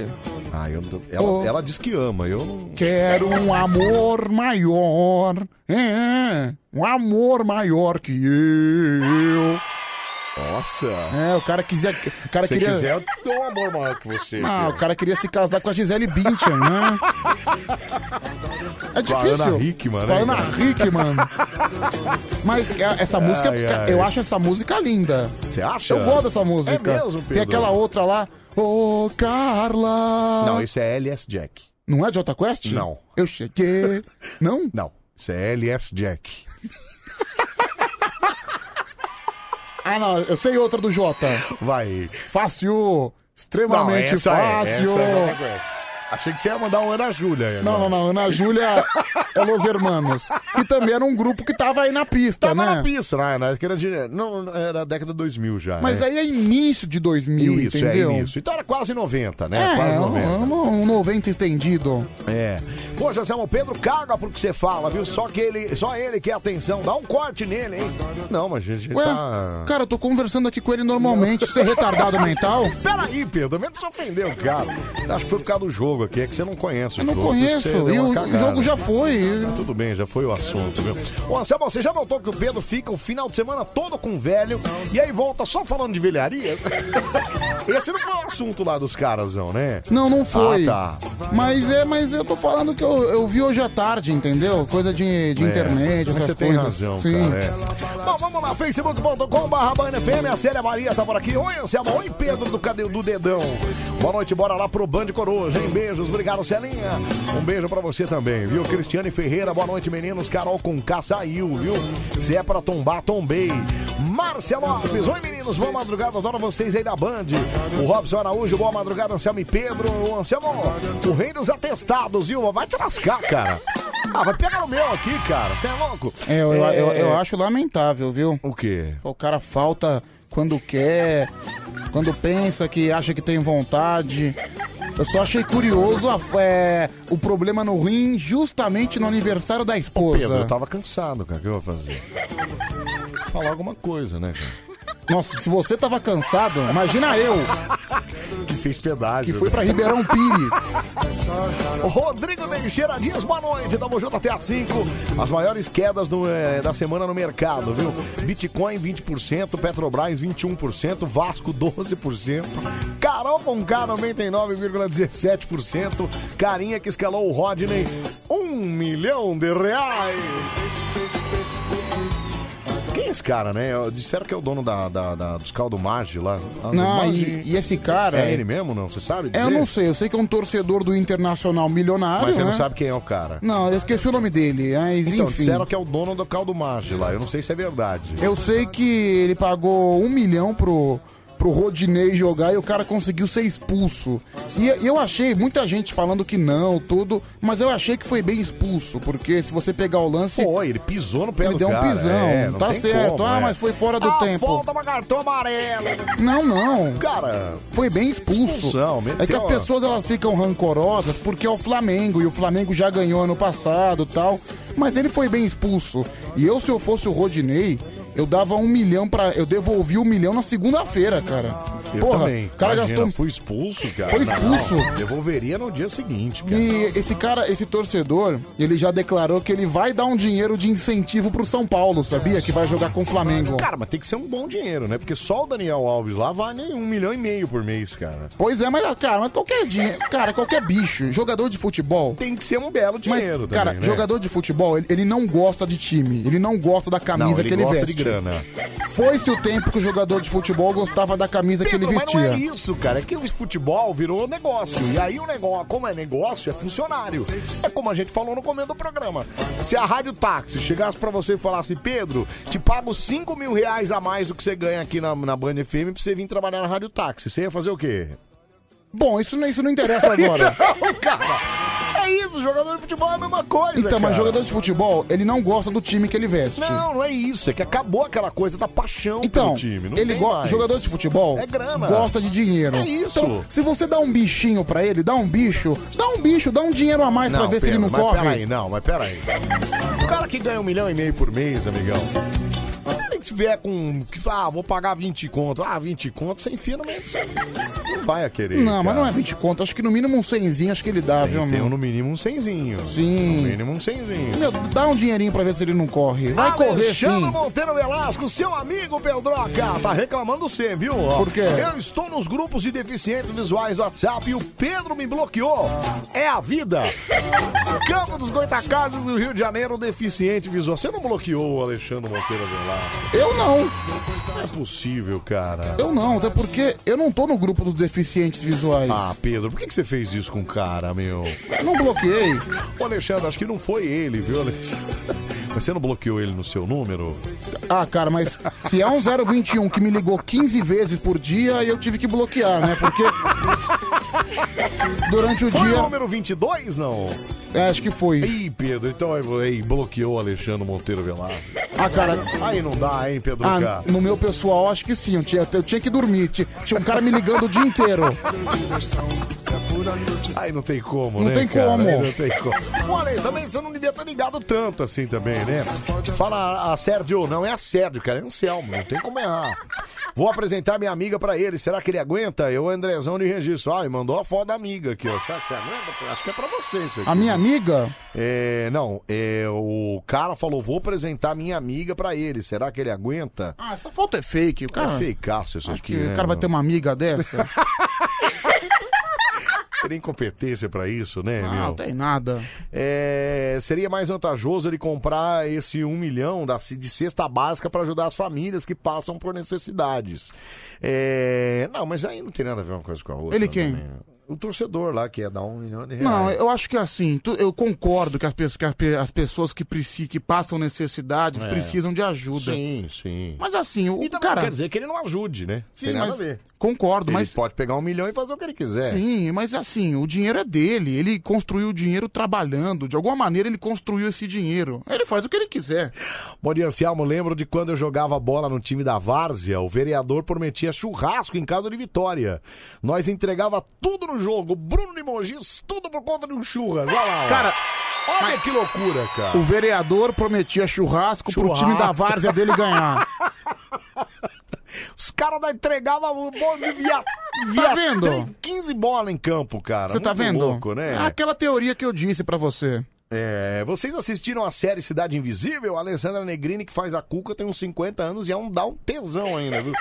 Ah, eu não- ela, Ô. ela diz que ama, eu não... Quero um amor maior. É, um amor maior que eu. Nossa. É, o cara quiser. O cara Se queria... quiser, eu dou um amor maior que você. Ah, cara. o cara queria se casar com a Gisele Bündchen, né? É Com Tipo, a difícil. Ana Hickman, né, Com a Ana cara? Hickman. Mas ca- essa música, Ai, ca- ai. eu acho essa música linda. Você acha? Eu gosto dessa música. É mesmo, Pedro? Tem aquela outra lá. Ô, Carla. Não, isso é LS Jack. Não é de Jota Quest? Não. Eu cheguei. Não? Não, isso é LS Jack. Ah, não, eu sei outra do Jota. Vai. Fácil. Extremamente essa é, fácil. essa eu não conheço. Achei que você ia mandar um Ana Júlia. aí Não, agora. não, não. Ana Júlia é Los Hermanos. Que também era um grupo que tava aí na pista, Tava né? na pista, né? né, que Era, de, não, era década de 2000 já. Mas né? aí é início de 2000, Isso, entendeu? é isso. Então era quase 90, né? É, quase um, 90. um 90 estendido. É. Poxa, Zé, o Pedro caga pro que você fala, viu? Só que ele, só ele quer atenção. Dá um corte nele, hein? Não, mas a gente Ué, tá... cara, eu tô conversando aqui com ele normalmente. Você é retardado mental? Peraí, Pedro, menos ofendeu, cara. Acho que foi por causa do jogo aqui, é que você não conhece o Eu não jogo. por isso que conheço, você deu e uma o cagada. jogo já foi. Tá Tudo bem, já foi o assunto, viu? Ô, Anselmo, você já notou que o Pedro fica o final de semana todo com velho e aí volta só falando de velharia? Esse não foi o assunto lá dos caras, não, né? Não, não foi. Ah, tá. Mas é, mas eu tô falando que eu, eu vi hoje à tarde, entendeu? Coisa de, de É, internet, mas essas você coisas. tem razão, cara, é. Bom, vamos lá, facebook.com.br FM, a Célia Maria tá por aqui. Oi, Anselmo. Oi, Pedro do Cadê do Dedão. Então, Boa noite, bora lá pro Band Coruja, hein? Beijos, obrigado, Celinha. Um beijo pra você também, viu? Cristiane Ferreira, boa noite, meninos. Carol Conká saiu, viu? Se é pra tombar, tombei. Márcia Lopes, oi, meninos. Boa madrugada, adoro vocês aí da Band. O Robson Araújo, boa madrugada, Anselmo e Pedro. O Anselmo, o rei dos atestados, viu? Vai te lascar, cara. Ah, vai pegar no meu aqui, cara. Você é louco? É, eu, eu, É. eu acho lamentável, viu? O quê? O cara falta quando quer, quando pensa que acha que tem vontade. Eu só achei curioso a- é, o problema no rim justamente no aniversário da esposa. Pedro, tá- eu tava cansado, cara. O que eu vou fazer? Falar alguma coisa, né, cara? Nossa, se você tava cansado, imagina eu, Que fez pedágio. que fui né? pra Ribeirão Pires. Rodrigo Teixeira Dias, boa noite. Tamo junto até às 5. As maiores quedas do, eh, da semana no mercado, viu? Bitcoin 20%, Petrobras 21%, Vasco 12%, Carol Conká 99,17%, Carinha que escalou o Rodney 1 milhão de reais. Quem é esse cara, né? Disseram que é o dono da, da- da- dos caldo Mage lá. Ah, do Não, Mage. e, e esse cara. É ele mesmo, não? Você sabe É, dizer? Eu não sei, eu sei que é um torcedor do Internacional milionário. Mas você não né? sabe quem é o cara. Não, eu esqueci o nome dele, mas Então, enfim. disseram que é o dono do caldo Mage lá. Eu não sei se é verdade. Eu sei que ele pagou um milhão pro, pro Rodinei jogar e o cara conseguiu ser expulso. E eu- eu achei muita gente falando que não, tudo, mas eu achei que foi bem expulso, porque se você pegar o lance. Pô, ele pisou no pé ele do deu cara, um pisão, é, não tá tem certo. como, ah, é. mas foi fora do Ah, tempo. falta uma cartão amarelo. Não, não. Cara, foi bem expulso. expulsão, é que meteu as a- pessoas elas ficam rancorosas porque é o Flamengo e o Flamengo já ganhou ano passado, e tal. Mas ele foi bem expulso. E eu se eu fosse o Rodinei, eu dava um milhão pra. eu devolvi um milhão na segunda-feira, cara. Eu também. O cara Imagina, gastou um Foi expulso, cara. Foi Não, expulso. não, Devolveria no dia seguinte, cara. e esse cara, esse torcedor, ele já declarou que ele vai dar um dinheiro de incentivo pro São Paulo, sabia? Que vai jogar com o Flamengo. Cara, mas tem que ser um bom dinheiro, né? Porque só o Daniel Alves lá vale um milhão e meio por mês, cara. Pois é, mas, cara, mas qualquer dinheiro. Cara, qualquer bicho, jogador de futebol. Tem que ser um belo dinheiro mas, também, Cara, né? jogador de futebol, ele, ele não gosta de time. Ele não gosta da camisa Não, ele que ele gosta veste. de grana. Foi-se o tempo que o jogador de futebol gostava da camisa que ele Pedro, mas não é vestia. isso, cara. É que o futebol virou negócio. E aí o negócio, como é negócio, é funcionário. É como a gente falou no começo do programa. Se a Rádio Táxi chegasse pra você e falasse, Pedro, te pago 5 mil reais a mais do que você ganha aqui na, na Band FM pra você vir trabalhar na Rádio Táxi, você ia fazer o quê? Então, Bom, isso, não- isso não interessa agora. Não, cara. É isso, jogador de futebol é a mesma coisa. Então, mas cara. jogador de futebol, ele não gosta do time que ele veste. Não, não é isso. É que acabou aquela coisa da paixão Então, pelo time. Não ele tem gosta. mais. Jogador de futebol É grana. gosta de dinheiro. É isso. Então, se você dá um bichinho pra ele, dá um bicho, dá um bicho, dá um dinheiro a mais pra ver se ele Pedro, não mas corre. Peraí, não, mas peraí. O cara que ganha um milhão e meio por mês, amigão. Tem que se vier com. que fala, Ah, vou pagar 20 conto. Ah, 20 conto, você enfia no meio do seu- Não vai querer. Não, mas cara. não é 20 conto. Acho que no mínimo um 100zinho acho que ele dá, viu, Tem, tem meu? no mínimo um cenzinho. Sim. No mínimo um cenzinho. Tá Meu, dá um dinheirinho pra ver se ele não corre. Vai correr Alexandre sim. Monteiro Velasco, seu amigo Pedroca, tá reclamando você, viu? Ó, Por quê? Eu estou nos grupos de deficientes visuais do WhatsApp e o Pedro me bloqueou. É a vida. Campo dos Goitacazes do Rio de Janeiro, deficiente visual. Você não bloqueou o Alexandre Monteiro Velasco? Eu não. Não é possível, cara. Eu não, até porque eu não tô no grupo dos deficientes visuais. Ah, Pedro, por que que você fez isso com o cara, meu? Não bloqueei. Ô, Alexandre, acho que não foi ele, viu, Alexandre? Mas você não bloqueou ele no seu número? Ah, cara, mas se é um 021 que me ligou 15 vezes por dia, aí eu tive que bloquear, né? Porque durante o Foi um dia. o número 22, não? É, acho que foi. Ih, Pedro, então aí bloqueou o Alexandre Monteiro Velar. Ah, cara. Aí não dá, hein, Pedro Ah, K? no meu pessoal, acho que sim. Eu tinha, eu tinha que dormir. Tinha, tinha um cara me ligando o dia inteiro. Aí não tem como, Não né? tem cara? como. Aí não tem como. Olha, também você não devia estar ligado tanto assim também, né? Fala a Sérgio, não é a Sérgio, cara, é Anselmo, não tem como errar. Vou apresentar minha amiga pra ele, será que ele aguenta? Eu, Andrezão de registro. Ah, ele mandou a foto da amiga aqui, ó. Será que você aguenta? pô? Acho que é pra você isso aqui. né? A minha amiga? É, não, é, o cara falou, vou apresentar minha amiga pra ele, será que ele aguenta? Ah, essa foto é fake, o cara. é feicaço isso Acho aqui, que né, o cara vai mano? ter uma amiga dessa. Teria incompetência pra isso, né? Ah, meu? não tem nada. É, seria mais vantajoso ele comprar esse um milhão da, de cesta básica para ajudar as famílias que passam por necessidades. É, não, mas aí não tem nada a ver uma coisa com a outra. Ele quem? também. O torcedor lá, que é dar um milhão de reais. Não, eu acho que assim, tu- eu concordo que as, pe- que as pe- as pessoas que, preci- que passam necessidades É. precisam de ajuda. Sim, sim. Mas assim, o E também cara. não quer dizer que ele não ajude, né? Sim, tem nada mas a ver. Concordo, Ele mas. pode pegar um milhão e fazer o que ele quiser. Sim, mas assim, o dinheiro é dele. Ele construiu o dinheiro trabalhando. De alguma maneira, ele construiu esse dinheiro. Ele faz o que ele quiser. Bom dia, Anselmo. Lembro de quando eu jogava bola no time da Várzea, o vereador prometia churrasco em caso de vitória. Nós entregava tudo no jogo. Bruno de Mogi, tudo por conta de um churras. Olha lá, ó. Cara, olha que loucura, cara. O vereador prometia churrasco, pro time da várzea dele ganhar. Os caras da entregavam via, via Tá vendo? três- 15 bolas em campo, cara. Você tá Muito vendo? Louco, né? É aquela teoria que eu disse pra você. É, vocês assistiram a série Cidade Invisível? A Alessandra Negrini, que faz a Cuca, tem uns 50 anos e é um, dá um tesão ainda, viu?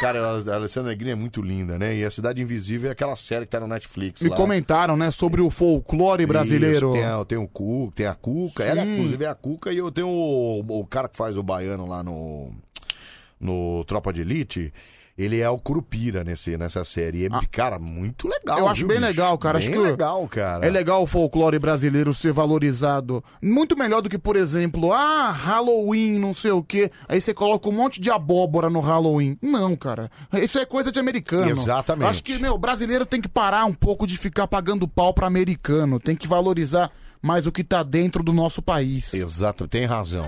Cara, a a Alessandra Negrini é muito linda, né? E a Cidade Invisível é aquela série que tá no Netflix Me lá. comentaram, né, sobre o folclore brasileiro. Isso, tem, a- tem o Cuca, tem a Cuca. Ela, Sim. inclusive, é a Cuca. E eu tenho o, o cara que faz o baiano lá no, no Tropa de Elite. Ele é o Curupira nesse, nessa série. E, é, cara, muito legal. Ah. Eu acho viu, bem bicho? legal, cara. Bem acho que legal, cara. É legal o folclore brasileiro ser valorizado. Muito melhor do que, por exemplo, ah, Halloween, não sei o quê. Aí você coloca um monte de abóbora no Halloween. Não, cara. Isso é coisa de americano. Exatamente. Acho que, meu, brasileiro tem que parar um pouco de ficar pagando pau pra americano. Tem que valorizar mais o que tá dentro do nosso país. Exato, tem razão.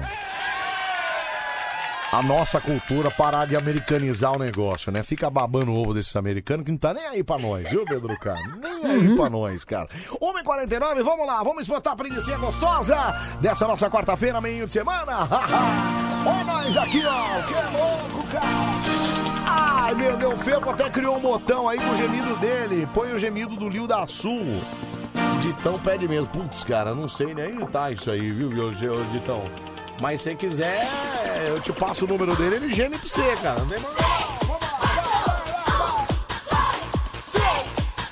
A nossa cultura parar de americanizar o negócio, né? Fica babando o ovo desses americanos que não tá nem aí pra nós, viu, Pedro Carmo? Nem Uhum. aí pra nós, cara. 1h49, vamos lá, vamos espantar a preguiça é gostosa dessa É nossa quarta-feira, meio de semana. Ó nós aqui, ó, que é louco, cara. Ai, meu Deus, o Felpo até criou um botão aí com o gemido dele. Põe o gemido do Lio da Sul. Ditão pede mesmo. Putz, cara, não sei nem imitar isso aí, viu, meu meu Ditão? Mas se quiser, eu te passo o número dele, ele geme pra você, cara. Não tem problema.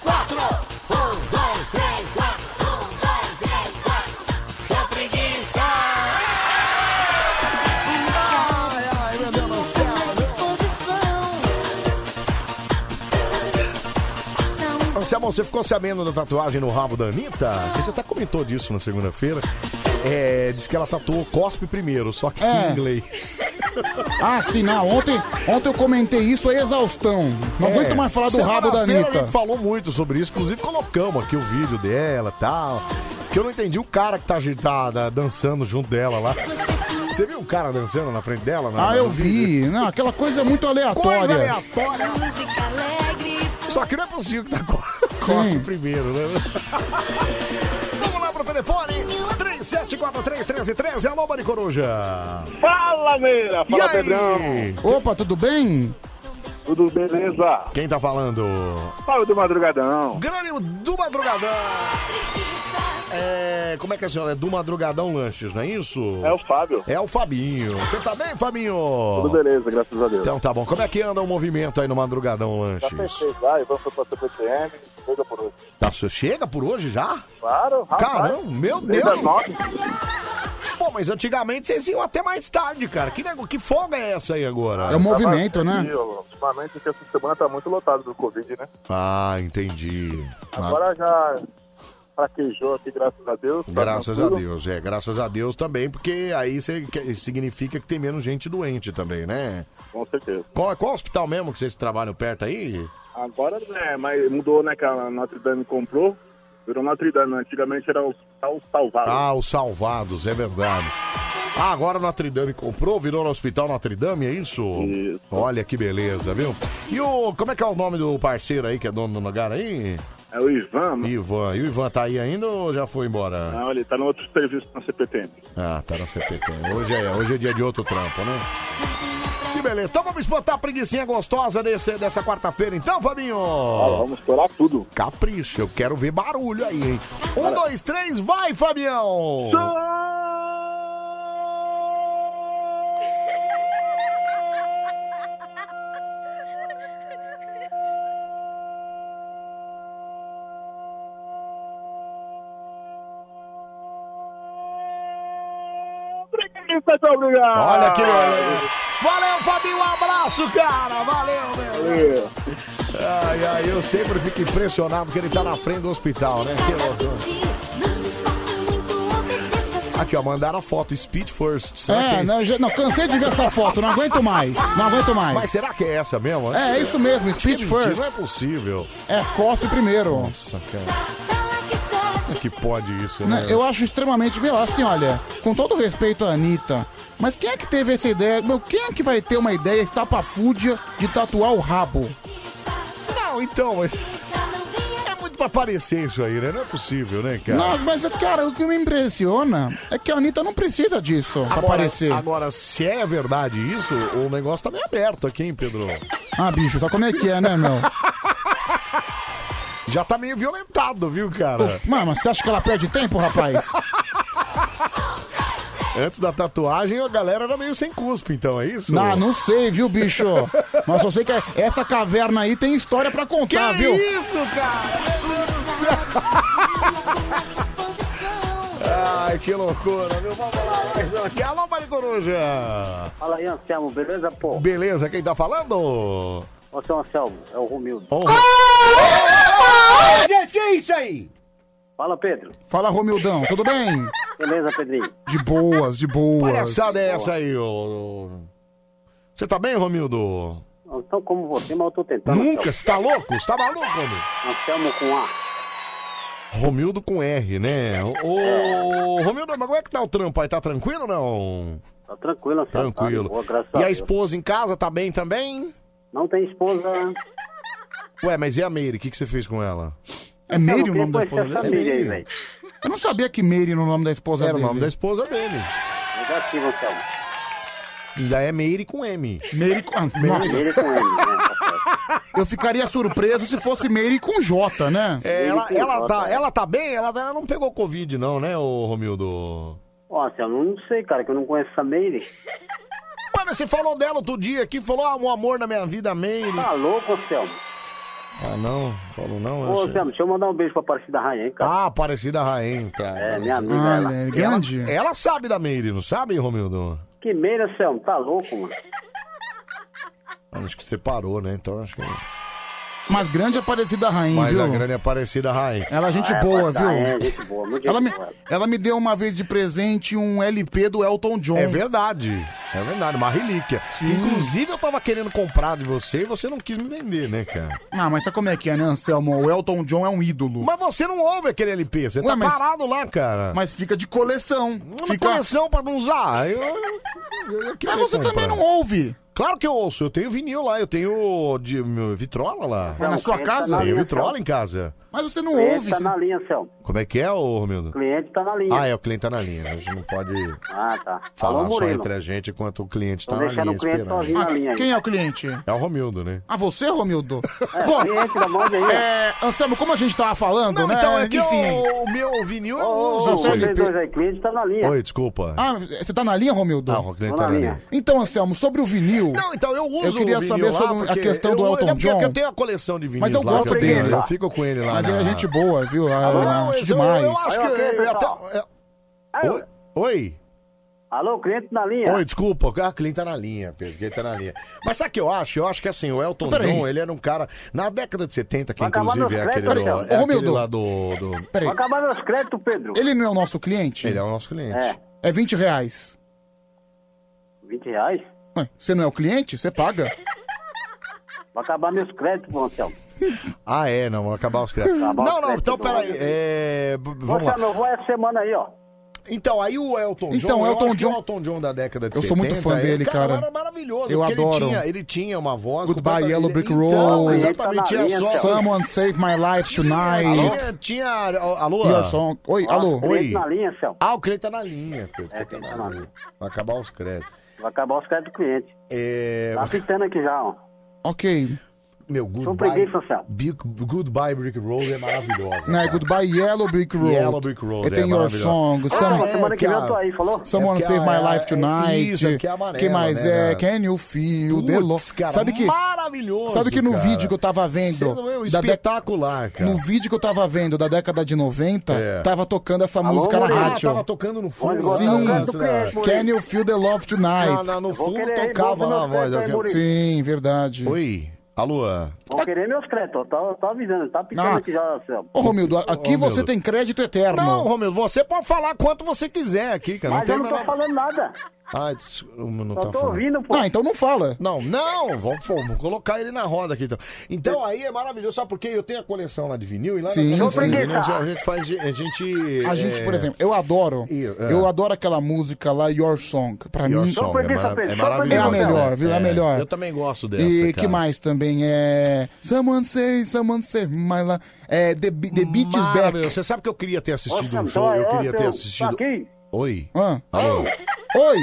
Quatro, um, dois, três, quatro, um, dois, três, quatro. Sou preguiça. Ai, ai, meu Deus do céu. Anselmo, você ficou sabendo da tatuagem no rabo da Anitta? A gente até comentou disso na segunda-feira. É, diz que ela tatuou cospe primeiro, só que É. em inglês. Ah, sim, não. Ontem, ontem eu comentei isso aí, exaustão. Não aguento mais falar do rabo da Semana-feira É, A Anitta. gente falou muito sobre isso, inclusive colocamos aqui o vídeo dela e tal. Que eu não entendi o cara que tá agitada, dançando junto dela lá. Você viu o cara dançando na frente dela? na- Ah, eu no vídeo? vi. Não, aquela coisa é muito aleatória. Coisa aleatória. Só que não é possível que tá co- cospe primeiro, né? Vamos lá pro telefone 37431313, alô Mari Coruja. Fala, Meira! Fala, E aí? Pedrão! Opa, tudo bem? Tudo beleza? Quem tá falando? Fala do Madrugadão! Grande do Madrugadão! É, como é que é, senhora? É do Madrugadão Lanches, não é isso? É o Fábio. É o Fabinho. Você tá bem, Fabinho? Tudo beleza, graças a Deus. Então tá bom. Como é que anda o movimento aí no Madrugadão Já Lanches? pensei, vai, vamos pra CPTM, chega por hoje. Tá, você chega por hoje já? Claro, rapaz. Caramba, meu Desde Deus! as nove. Pô, mas antigamente vocês iam até mais tarde, cara. Que, nego... que folga é né? essa aí agora? Tava né? aqui, ó, Ultimamente, porque essa semana tá muito lotado do Covid, né? Ah, entendi. Agora já fraquejou aqui, graças a Deus. tá Graças a tranquilo. Deus, é, graças a Deus também, porque aí você que- significa que tem menos gente doente também, né? Com certeza. Qual, qual hospital mesmo que vocês trabalham perto aí? Agora, né, mas mudou, né, que a Notre Dame comprou. Virou Notre Dame, né? antigamente era o Hospital Salvado. Ah, os Salvados, é verdade. Ah, agora Notre Dame comprou, virou no Hospital Notre Dame, é isso? Isso. Olha que beleza, viu? E o, como é que é o nome do parceiro aí que é dono do lugar aí? É o Ivan, mano. Ivan. E o Ivan tá aí ainda ou já foi embora? Ah, olha, ele tá no outro serviço na CPTM. Ah, tá na CPT. Hoje é, hoje é dia de outro trampo, né? Que beleza. Então vamos botar a preguiçinha gostosa desse, dessa quarta-feira, então, Fabinho? Ah, vamos estourar tudo. Capricho, eu quero ver barulho aí, hein? Um, dois, três, vai, Fabião! obrigado. Olha que Valeu, Fabinho, um abraço, cara! Valeu, meu! Ai, ai, eu sempre fico impressionado que ele tá na frente do hospital, né? Que loucura. Aqui, ó, mandaram a foto, Speed First. Será que É, não, já- não, cansei de ver essa foto, não aguento mais, não aguento mais. Mas será que é essa mesmo? É, é isso mesmo, Acho que é Speed mentira, First. Não é possível. É, cospe primeiro. Nossa, cara. Que pode isso, né? Né, Eu acho extremamente. Meu, assim, olha, com todo respeito à Anitta, mas quem é que teve essa ideia? Meu, quem é que vai ter uma ideia estapafúdia de tatuar o rabo? Não, então, mas. É muito pra aparecer isso aí, né? Não é possível, né, cara? Não, mas, cara, o que me impressiona é que a Anitta não precisa disso pra aparecer. agora, se é verdade isso, o negócio tá meio aberto aqui, hein, Pedro? Ah, bicho, só como é que é, né, meu? Já tá meio violentado, viu, cara? Mano, mas você acha que ela perde tempo, rapaz? Antes da tatuagem, a galera era meio sem cuspe, então, é isso? Não, não sei, viu, bicho? Mas só sei que essa caverna aí tem história pra contar, Que viu? isso, Ai, Ah, que loucura, meu. Vamos lá, mais um aqui. Alô, Maricoruja! Fala aí, Anselmo, beleza, pô? Beleza, quem tá falando? Ô, seu Anselmo, é o Romildo. Ô, gente, que é isso aí? Fala, Pedro. Fala, Romildão, tudo bem? Beleza, Pedrinho? De boas, de boas. palhaçada é essa aí, ô? Você tá bem, Romildo? Não tão como você, mas eu tô tentando. Nunca, você tá louco? Você tá maluco, Romildo? Anselmo com A. Romildo com R, né? Ô, ô, Romildo, mas como é que tá o trampo aí? Tá tranquilo ou não? Tá tranquilo, Anselmo. Tranquilo. Tá, boa, graças E a Deus. esposa em casa tá bem também? Não tem esposa. Ué, mas e a Meire? O que, que você fez com ela? É Meire o nome da Depois esposa dessa dele? mídia aí, É Meire. velho. Eu não sabia que Meire era o nome da esposa Era o dele. nome da esposa dele. Negativo, Anselmo. Ainda é Meire com M. Meire com... Ah, Meire. nossa. Ele com ele, né? Eu ficaria surpreso se fosse Meire com J, né? É, ela, ela tá, ela tá bem? Ela, ela não pegou Covid, não, né, ô Romildo? Ó, Anselmo, não sei, cara, que eu não conheço essa Meire. Ué, mas você falou dela outro dia aqui, falou, ah, um amor na minha vida, Meire. Tá louco, Anselmo? Ah, não, falou não. eu Ô, sei. Anselmo, deixa eu mandar um beijo pra Aparecida Rainha, hein, cara? Ah, parecida Rainha, cara. É, minha amiga, Ah, ela. né, é grande. Ela, ela sabe da Meire, não sabe, Romildo? Que Meire, Anselmo, tá louco, mano? Acho que separou, né? Então acho que. Mas grande Aparecida Rainha, Mas viu? a grande Aparecida Rainha. Ela é Ah, gente boa, viu? é, é ela, me, boa. ela me deu uma vez de presente um LP do Elton John. É verdade. É verdade, uma relíquia. Inclusive, eu tava querendo comprar de você e você não quis me vender, né, cara? Ah, mas sabe como é que é, né, Anselmo? O Elton John é um ídolo. Mas você não ouve aquele LP, você Ué, tá mas- parado lá, cara. Mas fica de coleção. Uma fica... coleção pra não usar. Eu... eu- eu queria Mas Ah, você comprar. também não ouve. Claro que eu ouço, eu tenho vinil lá, eu tenho de, meu, vitrola lá. Mas na sua Não, tá casa? Tenho não, vitrola não. em casa. Mas você O não cliente ouve. tá na linha, Anselmo. Como é que é, ô Romildo? O cliente tá na linha. Ah, é, o cliente tá na linha. A gente não pode Ah, tá. falar Alô, só Murilo. entre a gente enquanto o cliente Tô tá na deixando linha o cliente sozinho na linha esperando. aí. Quem é o cliente? É o Romildo, né? Ah, você, Romildo? É, cliente da mão aí, ó. é, Anselmo, como a gente tava falando, né? então, é o meu vinil é uso, Vocês Felipe. dois aí, cliente tá na linha. Oi, desculpa. Ah, você tá na linha, Romildo? Ah, o cliente tá na linha. Então, Anselmo, sobre o vinil. Não, então eu uso Eu queria o vinil saber lá, sobre a porque questão do eu- Elton é porque John. Eu tenho a coleção de vinis Mas eu lá que gosto tenho, né? dele. Eu fico com ele lá. Mas ele é na- gente boa, viu? Ah, Alô, não, acho é eu- demais. Eu acho que... Aí, ó, eu pessoal. até- Oi? Oi? Alô, cliente na linha? Oi, desculpa, ah, Clint tá na linha, Pedro, Clint tá na linha. Mas sabe o que eu acho? Eu acho que assim, o Elton Peraí. John, ele era um cara, na década de 70, que Vai acabar inclusive é meus aquele, créditos, do, Michel. é Ô, aquele Romildo. lá do... do- Peraí. Acabar meus créditos, Pedro. Ele não é o nosso cliente? Ele é o nosso cliente. É. É 20 reais. 20 reais? Ué, você não é o cliente? Você paga. Vai acabar meus créditos, pô, Anselmo. Ah, é, não, vão acabar os créditos. Acabar os não, não, créditos, então, não peraí, vai. é... b- Vamos Você lá. não vai essa semana aí, ó. Então, aí o Elton John, Então, eu Elton acho que o John- Elton John da década de Eu 70... sou muito fã ele- dele, cara. Ele era maravilhoso, Eu porque adoro. Ele tinha, ele tinha uma voz... Goodbye, completa- Yellow ele- Brick então, Road. Exatamente, tinha é só... Someone save my life tonight. Tinha, tinha... Alô? Ah, Your song. Oi, alô. Oi. linha, Céu. Ah, o cliente tá na linha, Pedro. o cliente tá na linha. Vai acabar os créditos. Vai acabar os créditos do cliente. É... Tá apitando aqui já, ó. Ok. Meu, Tô goodbye... preguiça, Anselmo. Big- Goodbye Brick Road é maravilhosa. Não, é cara. Goodbye Yellow Brick Road. Yellow Brick Road, E tem é Your maravilhoso. Song. Ah, Some- semana que vem eu tô aí, falou? Someone É porque Save a- My Life é- é Tonight. isso, é porque é amarelo, que mais né, é? cara? Can You Feel the Love? Putz, cara, Sabe que, maravilhoso, sabe que no cara. vídeo que eu tava Você vendo... não é um da dec- espetacular, cara. No vídeo que eu tava vendo da década de 90, É. tava tocando essa Alô, música na Murilo? rádio. Ah, tava tocando no fundo. Sim. Ah, tá, tá, tá. Can You Feel the Love Tonight? Não, não, no fundo tocava lá a voz. é eu quero- Sim, verdade. Oi, alô. Vou querer meus créditos, ó. Tô, tô avisando. Tá apitando Ah. aqui já, Anselmo. Ô, Romildo, aqui Romildo. você tem crédito eterno. Não, Romildo, você pode falar quanto você quiser aqui, cara. Mas tem eu não nada- tô falando nada. Ah, des- o meu não Só tá tô falando. ouvindo, pô. Ah, então não fala. Não, não, vamos, vamos colocar ele na roda aqui então. Então aí é maravilhoso, sabe por quê? Eu tenho a coleção lá de vinil e lá Sim, na coleção sim. de vinil, a gente faz. A gente, A gente, por exemplo, eu adoro. é. Eu adoro aquela música lá, Your Song. Pra Your mim, Song, é mara- é É a maravilhosa, melhor, né? viu? É a É, melhor. eu também gosto dessa, E que cara. mais também? É. Someone say, someone say, my love. É The, Be- the Beat is Back. Maravilhoso. Você sabe que eu queria ter assistido Nossa, um show, eu então é queria ter seu- assistido. Aqui? Oi. Hã? Alô? Oi!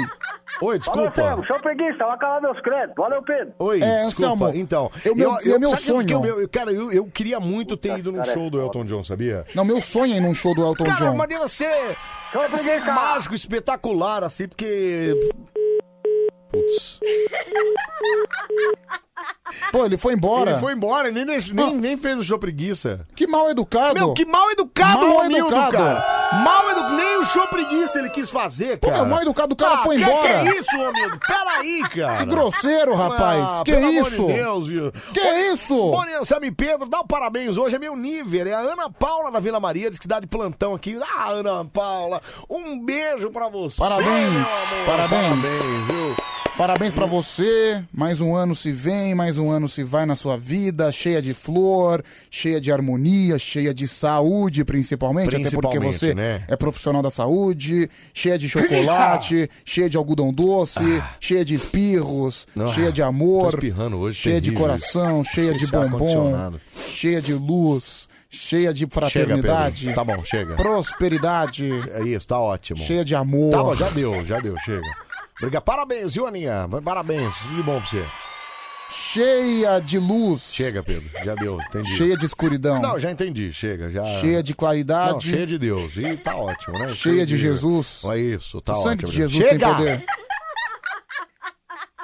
Oi, desculpa. Anselmo, show preguiça. Vai acabar meus créditos. Valeu, Pedro. Oi, É, desculpa. Anselmo, então, eu- meu- é meu sabe que eu- sonho. que eu- eu- cara, eu, eu queria muito ter ido num cara, é show do Elton John, sabia? Não, meu sonho é ir num show do Elton Cara, John. mas deve ser, deve ser preguiça. mágico, espetacular, assim, porque. Putz. Pô, ele foi embora. Ah. Ele foi embora, nem, deix- nem, nem fez o show preguiça. Que mal educado. Meu, que mal educado, Mal Romildo, educado. cara. Mal educado. Nem o show preguiça ele quis fazer, Pô, cara. meu, mal educado, o cara Ah, foi que- embora. Que isso, Romildo? Peraí, cara. Que grosseiro, rapaz. Ah, que pelo isso? Amor de Deus, viu? Que é isso? Bom, Anselmo e Pedro, dá um parabéns. Hoje é meu nível. É a Ana Paula da Vila Maria, diz que dá de plantão aqui. Ah, Ana Paula, um beijo pra você. Parabéns, meu amor. parabéns. Parabéns, viu? Parabéns pra você. Mais um ano se vem, mais um ano se vai na sua vida, cheia de flor, cheia de harmonia, cheia de saúde, principalmente, até porque Principalmente, você né? é profissional da saúde, cheia de chocolate, cheia de algodão doce, cheia de espirros, Ah. Não, cheia de tô amor, espirrando hoje, cheia de terrível coração, isso. cheia de Esse bombom, ar-condicionado. cheia de luz, cheia de fraternidade, Pedro. Tá bom, chega. prosperidade, É isso, tá ótimo. cheia de amor. Tá bom, já deu, já deu, chega. Obrigado. Parabéns, viu, Aninha? Parabéns, tudo de bom pra você. Cheia de luz. Chega, Pedro, já deu, entendi. Cheia de escuridão. Não, já entendi, chega, já. Ah. Cheia de claridade. Não, cheia de Deus. E tá ótimo, né? Cheia de Jesus. É isso, tá O ótimo. sangue de Jesus Chega! tem poder.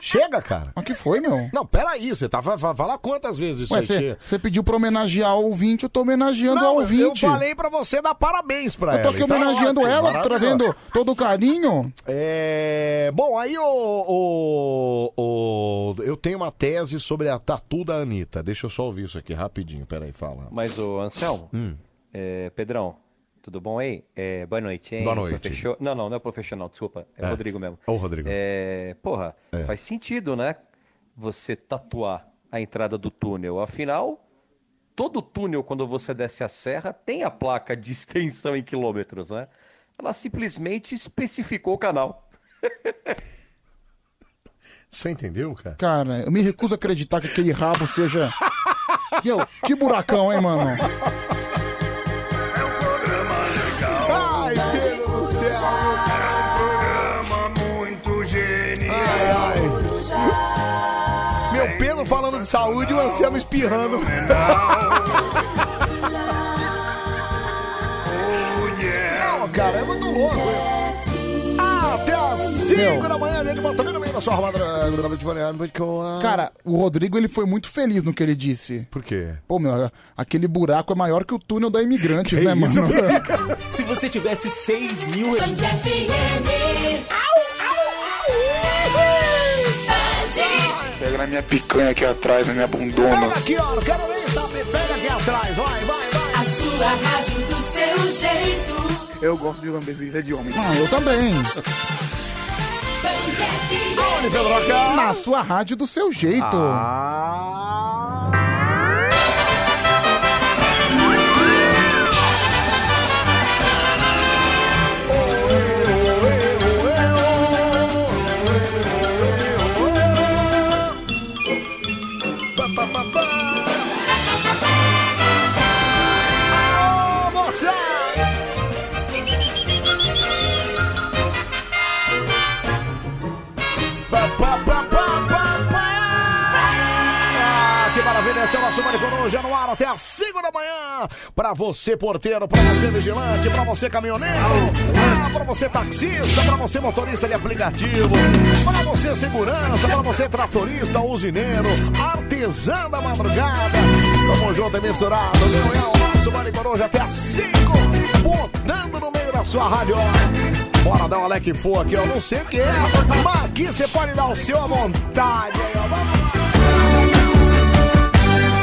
Chega, cara. Mas que foi, meu? Não, peraí, você tá fa- fa- fala quantas vezes isso Ué, aí? chega? você pediu pra homenagear o ouvinte, eu tô homenageando Não, a eu ouvinte. falei pra você dar parabéns pra Eu ela. tô aqui então homenageando ótimo, ela, maravilhoso. trazendo todo o carinho. É, bom, aí o, o- o- eu tenho uma tese sobre a tatu da Anitta. Deixa eu só ouvir isso aqui rapidinho, peraí, fala. Mas o Anselmo, Hum. é, Pedrão, tudo bom aí? É, boa noite, hein? Boa noite. Professor- Não, não, não é profissional, desculpa. É, É. o Rodrigo mesmo. Ô, Rodrigo. É, porra, É. faz sentido, né? Você tatuar a entrada do túnel. Afinal, todo túnel, quando você desce a serra, tem a placa de extensão em quilômetros, né? Ela simplesmente especificou o canal. Você entendeu, cara? Cara, eu me recuso a acreditar que aquele rabo seja. Meu, que buracão, hein, mano? Ai, Pedro do céu! É um programa muito genial. Meu Pedro falando de saúde e o Anselmo espirrando. Não, cara, é muito louco. Até as 5 Meu. da manhã, a gente volta bem no meio da sua roda. Cara, o Rodrigo ele foi muito feliz no que ele disse. Por quê? Pô, meu, aquele buraco é maior que o túnel da Imigrantes, né, isso, mano? Se você tivesse 6 mil. Band FM. Pega na minha picanha aqui atrás, na minha bundona. Aqui, ó, eu quero nem saber, pega aqui atrás, vai, vai, vai. A sua rádio do seu jeito. Eu gosto de lamber virilha de homem. Ah, eu também. Aonde, Na sua rádio do seu jeito. Ah. Ô, moça! Pá, pá, pá, pá, pá, pá. Ah, Que maravilha, esse é o nosso Mari Coruja no ar até as 5 da manhã. Pra você, porteiro, pra você, vigilante, pra você, caminhoneiro, ah, pra você, taxista, pra você, motorista de aplicativo, pra você, segurança, pra você, tratorista, usineiro, artesã da madrugada. Tamo junto e misturado, meu é o nosso Mari Coruja até as 5, botando no meio da sua rádio. Bora dar uma leque for aqui, eu não sei o que é, mas aqui você pode dar o seu à vontade. aí, ó.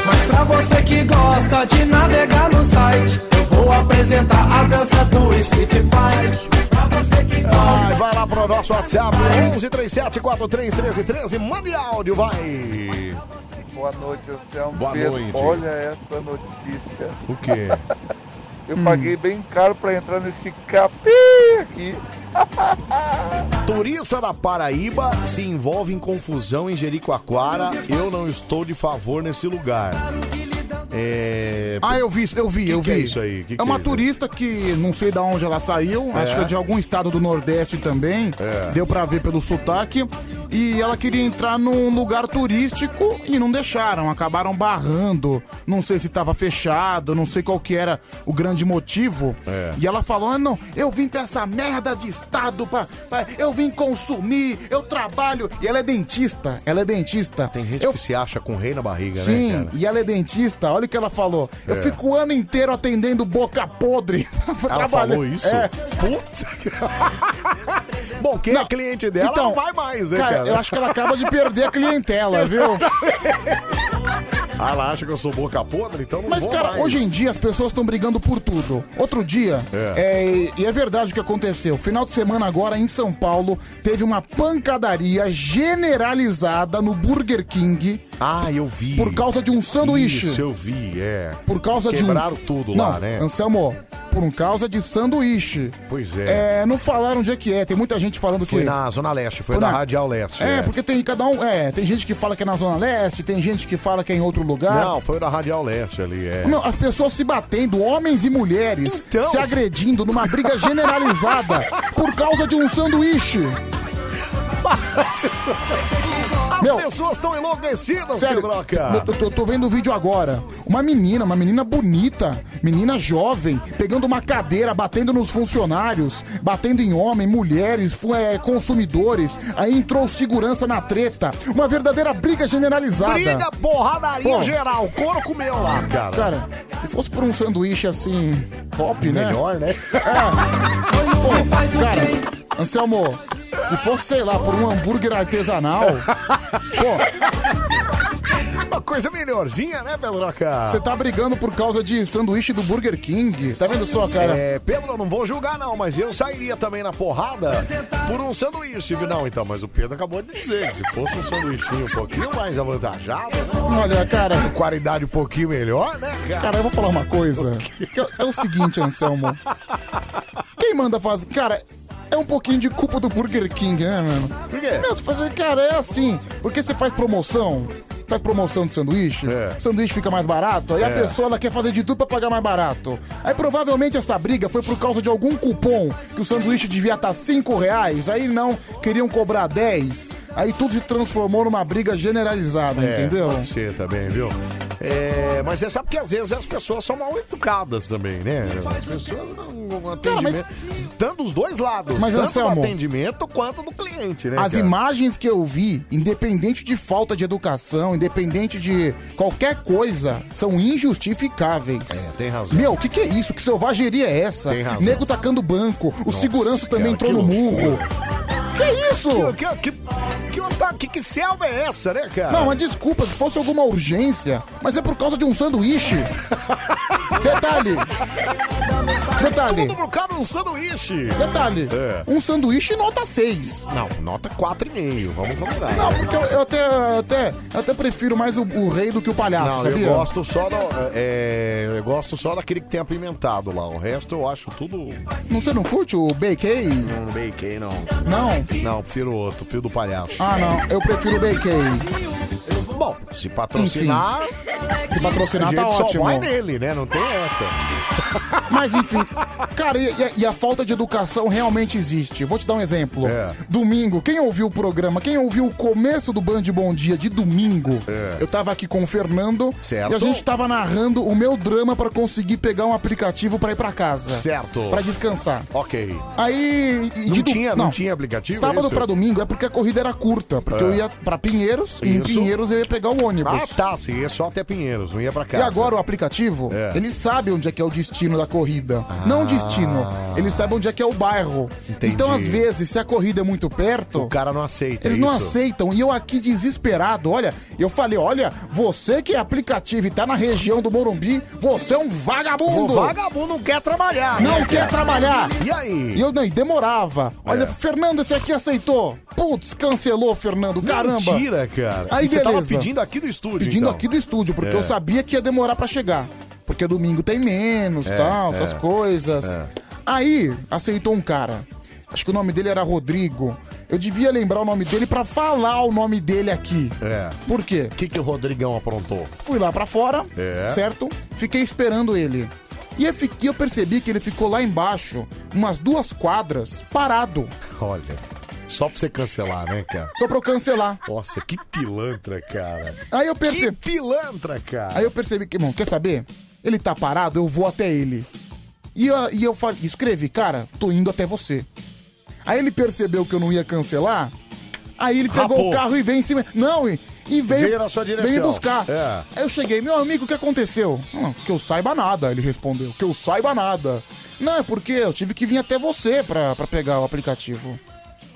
Mas pra você que gosta de navegar no site, eu vou apresentar a dança do Street Fight. Pra você que Vai, vai lá pro nosso WhatsApp, 1137-431313, mande áudio, vai! Boa noite, Anselmo. Boa Pedro, noite. Olha essa notícia. O quê? Eu Hum. paguei bem caro pra entrar nesse capim aqui. Turista da Paraíba se envolve em confusão em Jericoacoara, eu não estou de favor nesse lugar. É... Ah, eu vi, eu vi, Que eu que vi. é isso aí? Que é que uma é isso? turista que não sei da onde ela saiu, É. acho que é de algum estado do Nordeste também. Deu pra ver pelo sotaque. E ela queria entrar num lugar turístico e não deixaram, acabaram barrando. Não sei se tava fechado, não sei qual que era o grande motivo. É. E ela falou: ah, não, eu vim pra essa merda de estado, pra, pra- eu vim consumir, eu trabalho. E ela é dentista, ela é dentista. Tem gente que se acha com rei na barriga, Sim, né, cara? e ela é dentista, olha o que ela falou. É. Eu fico o ano inteiro atendendo boca podre. Ela Trabalha- falou isso? É. Putz! Bom, quem é cliente dela Então, não vai mais, né, cara, cara? eu acho que ela acaba de perder a clientela, viu? Ah, ela acha que eu sou boca podre, então não Mas, vou cara, mais. hoje em dia as pessoas estão brigando por tudo. Outro dia, é, e é verdade o que aconteceu. Final de semana agora, em São Paulo, teve uma pancadaria generalizada no Burger King. Ah, eu vi. Por causa de um sanduíche. Isso eu vi, é. Por causa Quebraram de um... tudo não, lá, né? Anselmo, por um causa de sanduíche. Pois É, não falaram onde é que é. Tem muita gente falando Foi que. na Zona Leste, foi, Foi na na- Radial Leste. É, porque tem cada um. É, tem gente que fala que é na Zona Leste, tem gente que fala que é em outro lugar. Não, foi na Radial Leste ali, é. Então. Não, as pessoas se batendo, homens e mulheres, se agredindo numa briga generalizada por causa de um sanduíche. As pessoas estão enlouquecidas, Sério, Pedroca. eu, tô- eu tô vendo o vídeo agora. Uma menina, uma menina bonita, menina jovem, pegando uma cadeira, batendo nos funcionários, batendo em homem, mulheres, fu- eh, consumidores. Aí entrou segurança na treta. Uma verdadeira briga generalizada. Briga, porradaria Pô. geral. O couro comeu lá, cara. Cara, se fosse por um sanduíche assim, top, né? Melhor, né? Pô, cara, Anselmo, se fosse, sei lá, por um hambúrguer artesanal, Uma coisa melhorzinha, né, Pedroca? você tá brigando por causa de sanduíche do Burger King. Tá vendo só, cara? É, Pedro, eu não vou julgar não, mas eu sairia também na porrada por um sanduíche. viu? Não, então, mas o Pedro acabou de dizer que se fosse um sanduíchinho um pouquinho mais avantajado, né? Olha, cara. qualidade um pouquinho melhor, né, cara? Cara, eu vou falar uma coisa. que é- É o seguinte, Anselmo. Quem manda fazer. Cara, é um pouquinho de culpa do Burger King, né, mano? Por quê? Meu, tu faz- cara, é assim. Porque você faz promoção. Faz promoção de sanduíche, o sanduíche fica mais barato, aí É. a pessoa ela quer fazer de tudo pra pagar mais barato. Aí provavelmente essa briga foi por causa de algum cupom que o sanduíche devia estar 5 reais, aí não, queriam cobrar 10. Aí tudo se transformou numa briga generalizada, É, entendeu? Pode ser também, viu? É, mas você sabe que às vezes as pessoas são mal educadas também, né? As pessoas não- não atendimento. Tanto dos dois lados, Mas, tanto do Anselmo, atendimento quanto do cliente, né? As cara? imagens que eu vi, independente de falta de educação, independente de qualquer coisa, são injustificáveis. É, tem razão. Meu, o que, que é isso? Que selvageria é essa? Tem razão. Nego tacando banco, o segurança também cara, entrou no que murro. Que isso? Que, que- que- Que, outra, que, que selva é essa, né, cara? Não, mas desculpa, se fosse alguma urgência, mas é por causa de um sanduíche. Detalhe. Detalhe. Tudo por causa de um sanduíche. Detalhe. É. Um sanduíche nota 6. Não, nota 4,5, vamos combinar. Não, porque eu, eu até, eu até, eu até prefiro mais o, o rei do que o palhaço, Não, sabia? eu gosto só do, é, eu gosto só daquele que tem apimentado lá. O resto eu acho tudo. Não, você não curte o BK? Não um bacon, não. Não? Não, prefiro outro, prefiro do palhaço. Ah, não. Eu prefiro o BK. Bom, se patrocinar. Se patrocinar, a gente tá só ótimo. vai nele, né? Não tem essa. Mas enfim, cara, e, e a- e a falta de educação realmente existe. Vou te dar um exemplo. É, Domingo, quem ouviu o programa, quem ouviu o começo do Band Bom Dia de domingo, eu tava aqui com o Fernando É. Certo. e a gente tava narrando o meu drama pra conseguir pegar um aplicativo pra ir pra casa. Certo. Pra descansar. Ok. Aí. e Não de do- tinha- não tinha aplicativo, é Sábado isso? pra domingo é porque a corrida era curta, porque É. eu ia pra Pinheiros e em Isso. Pinheiros eu ia pegar o ônibus. Ah, tá, sim, ia só até Pinheiros, não ia pra casa. E agora o aplicativo, É. Ah. ele sabe onde é que é o destino da corrida. Não o destino, ele sabe onde é que é o bairro. Entendi. Então, às vezes, se a corrida é muito perto, O cara não aceita. eles não isso? aceitam. E eu aqui desesperado, olha, eu falei, olha, você que é aplicativo e tá na região do Morumbi, você é um vagabundo. O vagabundo não quer trabalhar. Não né, quer cara? trabalhar. E aí? E eu nem demorava. Olha, É. Fernando, esse aqui aceitou. Putz, cancelou, Fernando. Caramba. Mentira, cara. Aí E você tava beleza. pedindo aqui do estúdio. Pedindo então? aqui do estúdio, porque É. eu sabia que ia demorar pra chegar. Porque domingo tem menos, É, tal, é. essas coisas. É. Aí, aceitou um cara. Acho que o nome dele era Rodrigo. Eu devia lembrar o nome dele pra falar o nome dele aqui. É. Por quê? O que, que o Rodrigão aprontou? Fui lá pra fora, É. certo? Fiquei esperando ele. E eu, fi- e eu percebi que ele ficou lá embaixo, umas duas quadras, parado. Olha, só pra você cancelar, né, cara? Só pra eu cancelar. Nossa, que pilantra, cara. Aí eu percebi. Que pilantra, cara. Aí eu percebi que, irmão, quer saber? Ele tá parado, eu vou até ele. E eu, e eu falei, escrevi, cara, tô indo até você. Aí ele percebeu que eu não ia cancelar. Aí ele pegou Rapou. o carro e veio em cima. Não, e, e veio. Veio na sua direção. Veio buscar. É. Aí eu cheguei, meu amigo, o que aconteceu? "Hum, que eu saiba nada, ele respondeu. Que eu saiba nada. Não, é porque eu tive que vir até você pra, pra pegar o aplicativo.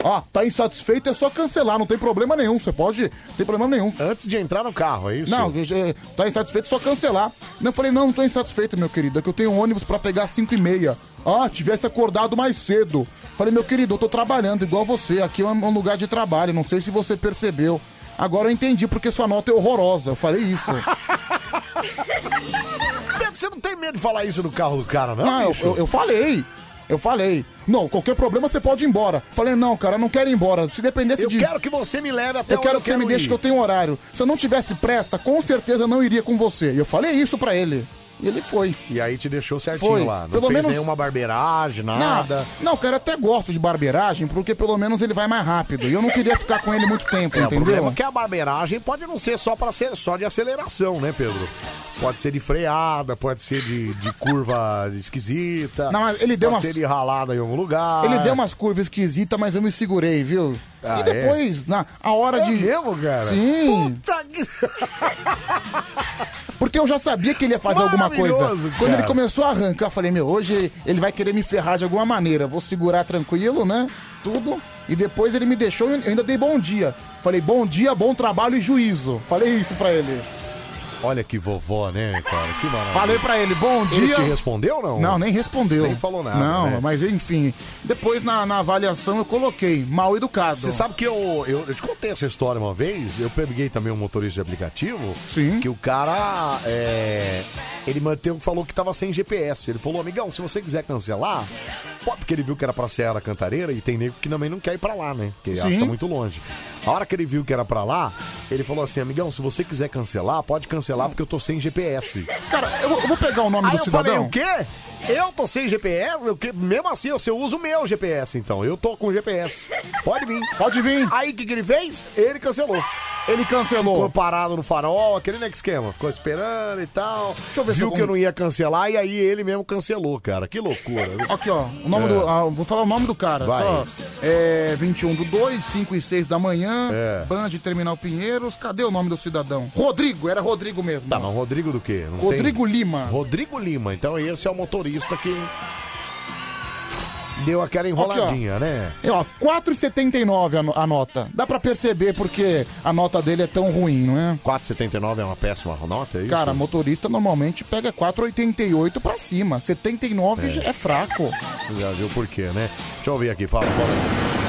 Ó, tá insatisfeito, é só cancelar, não tem problema nenhum. Você pode, não tem problema nenhum. Antes de entrar no carro, é isso? Não, eu já- tá insatisfeito, é só cancelar. Eu falei, não, não tô insatisfeito, meu querido, é que eu tenho um ônibus pra pegar às 5 e meia. Ah, tivesse acordado mais cedo. Falei, meu querido, eu tô trabalhando igual você, aqui é um lugar de trabalho, não sei se você percebeu. Agora eu entendi porque sua nota é horrorosa, eu falei isso. Você não tem medo de falar isso no carro do cara, não? Não, eu, bicho? eu, eu falei. Eu falei. Não, qualquer problema você pode ir embora. Falei, não, cara, eu não quero ir embora. Se dependesse Eu de. quero que você me leve até Eu onde quero que você me ir. deixe que eu tenho horário. Se eu não tivesse pressa, com certeza eu não iria com você. E eu falei isso pra ele. E ele foi. E aí te deixou certinho Foi. lá. Não Pelo fez menos- nenhuma barbeiragem, nada. Não, não, cara, eu até gosto de barbeiragem, porque pelo menos ele vai mais rápido. E eu não queria ficar com ele muito tempo, É, o problema entendeu? é que a barbeiragem pode não ser só para ser só de aceleração, né, Pedro? Pode ser de freada, pode ser de, de curva esquisita. Não, mas ele deu pode umas- ser de ralada em algum lugar. Ele deu umas curvas esquisitas, mas eu me segurei, viu? é. Ah, É e depois, na a hora de. mesmo, cara? Sim. Puta que... Porque eu já sabia que ele ia fazer alguma coisa. Maravilhoso, Quando cara. ele começou a arrancar, eu falei, meu, hoje ele vai querer me ferrar de alguma maneira. Vou segurar tranquilo, né? Tudo. E depois ele me deixou e eu ainda dei bom dia. Falei, bom dia, bom trabalho e juízo. Falei isso pra ele. Olha que vovó, né, cara? Que maravilha. Falei pra ele, bom dia. Ele te respondeu ou não? Não, nem respondeu. Nem falou nada, Não, né? mas enfim. Depois na, na avaliação eu coloquei, mal educado. Você sabe que eu, eu, eu te contei essa história uma vez, eu peguei também um motorista de aplicativo, Sim. que o cara, é, ele manteve, falou que tava sem GPS, ele falou, amigão, se você quiser cancelar, pode, porque ele viu que era pra Serra da Cantareira e tem nego que também não quer ir pra lá, né, porque acha Sim. que tá muito longe. A hora que ele viu que era pra lá, ele falou assim, amigão, se você quiser cancelar, pode cancelar porque eu tô sem GPS. Cara, eu, vou- eu vou pegar o nome Aí do eu cidadão. falei, o quê? Eu tô sem GPS? Eu que- Mesmo assim, você usa o meu GPS, então. Eu tô com GPS. Pode vir. Pode vir. Aí o que, que ele fez? Ele cancelou. Ele cancelou. Ficou parado no farol, aquele né, esquema. Ficou esperando e tal. Deixa eu ver se Viu eu que eu con- não ia cancelar e aí ele mesmo cancelou, cara. Que loucura. Aqui, ó. O nome É. do, ah, vou falar o nome do cara. Vai. Só. É 21 do 2, 5 e 6 da manhã. É. Band Terminal Pinheiros. Cadê o nome do cidadão? Rodrigo, era Rodrigo mesmo. Tá, mas Rodrigo do quê? Não Rodrigo Lima. Rodrigo Lima. Então esse é o motorista que... Deu aquela enroladinha, Aqui, ó. né? É, ó, 4,79 a, no- a nota. Dá pra perceber porque a nota dele é tão ruim, não é? 4,79 é uma péssima nota, é isso? Cara, motorista normalmente pega 4,88 pra cima. 79 já é, fraco. Já viu por quê, né? Deixa eu ouvir aqui, fala, fala.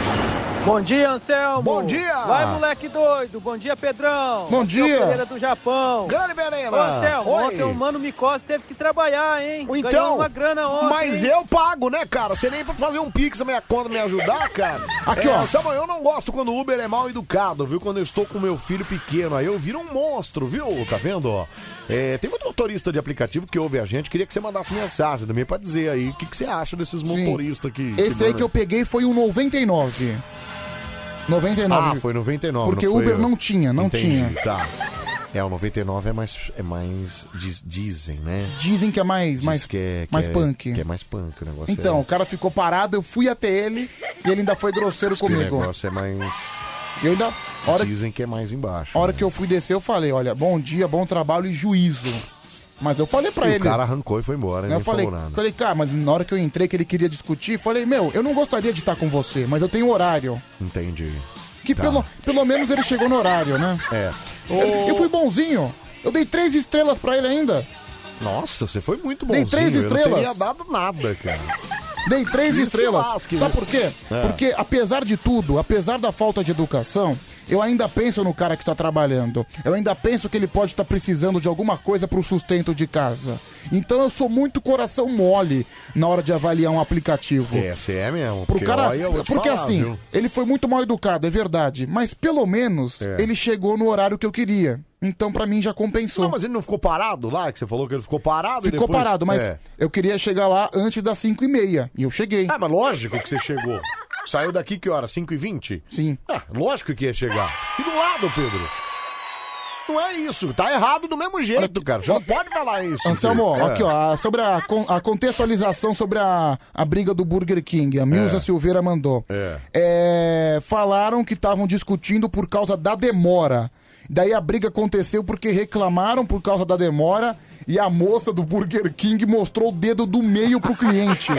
Bom dia, Anselmo. Bom dia. Vai, moleque doido. Bom dia, Pedrão. Bom Aqui é o dia. Pereira do Japão. Grande Pereira. Ô, Anselmo, Oi. ontem o Mano Micose teve que trabalhar, hein? Ganhou Então, uma grana ontem. mas hein? eu pago, né, cara? Você nem pra fazer um pix na minha conta me ajudar, cara. Aqui, É, ó. Samuel, eu não gosto quando o Uber é mal educado, viu? Quando eu estou com meu filho pequeno, aí eu viro um monstro, viu? Tá vendo, ó? É, tem muito motorista de aplicativo que ouve a gente, queria que você mandasse mensagem também pra dizer aí o que, que você acha desses motoristas que... Esse aí que eu dão- peguei foi o 99. 99. Ah, foi 99. Porque não foi Uber eu. não tinha, não Entendi, tinha. Tá. É, o 99 é mais. É mais diz- dizem, né? Dizem que é mais, Diz mais, que é, que mais é- punk. Que é mais punk o negócio. Então, o cara ficou parado, eu fui até ele e ele ainda foi é, grosseiro diz que o comigo. negócio é mais. Eu ainda. Hora, Dizem que é mais embaixo. a hora que eu fui descer, eu falei, olha, bom dia, bom trabalho e juízo. Mas eu falei pra E ele. o cara arrancou e foi embora, Eu nem falei, falou nada. falei, cara, mas na hora que eu entrei que ele queria discutir, falei, meu, eu não gostaria de estar com você, mas eu tenho um horário. Entendi. Que Tá. pelo, pelo menos ele chegou no horário, né? É. Eu, eu fui bonzinho. Eu dei três estrelas pra ele ainda. Nossa, você foi muito Dei bonzinho. três Eu não teria estrelas. dado nada, cara. Dei três E se estrelas. lasque, Sabe né? por quê? É. Porque, apesar de tudo, apesar da falta de educação, eu ainda penso no cara que está trabalhando. Eu ainda penso que ele pode estar precisando de alguma coisa para o sustento de casa. Então eu sou muito coração mole na hora de avaliar um aplicativo. É, você é mesmo. Pro porque, cara, olha, eu vou te porque falar, assim, viu? ele foi muito mal educado, é verdade. Mas pelo menos É. ele chegou no horário que eu queria. Então pra mim já compensou. Não, mas ele não ficou parado lá, que você falou que ele ficou parado e Ficou depois- parado, mas É. eu queria chegar lá antes das 5 e meia. E eu cheguei. Ah, mas lógico que você chegou. Saiu daqui que hora? 5 e 20 Sim. Ah, lógico que ia chegar. E do lado, Pedro? Não é isso. Tá errado do mesmo jeito, cara. Já pode falar isso. Anselmo, Pedro. É. aqui ó, a- sobre a, con- a contextualização sobre a, a briga do Burger King, a Milza É. Silveira mandou. É. É, falaram que estavam discutindo por causa da demora. Daí a briga aconteceu porque reclamaram por causa da demora e a moça do Burger King mostrou o dedo do meio pro cliente.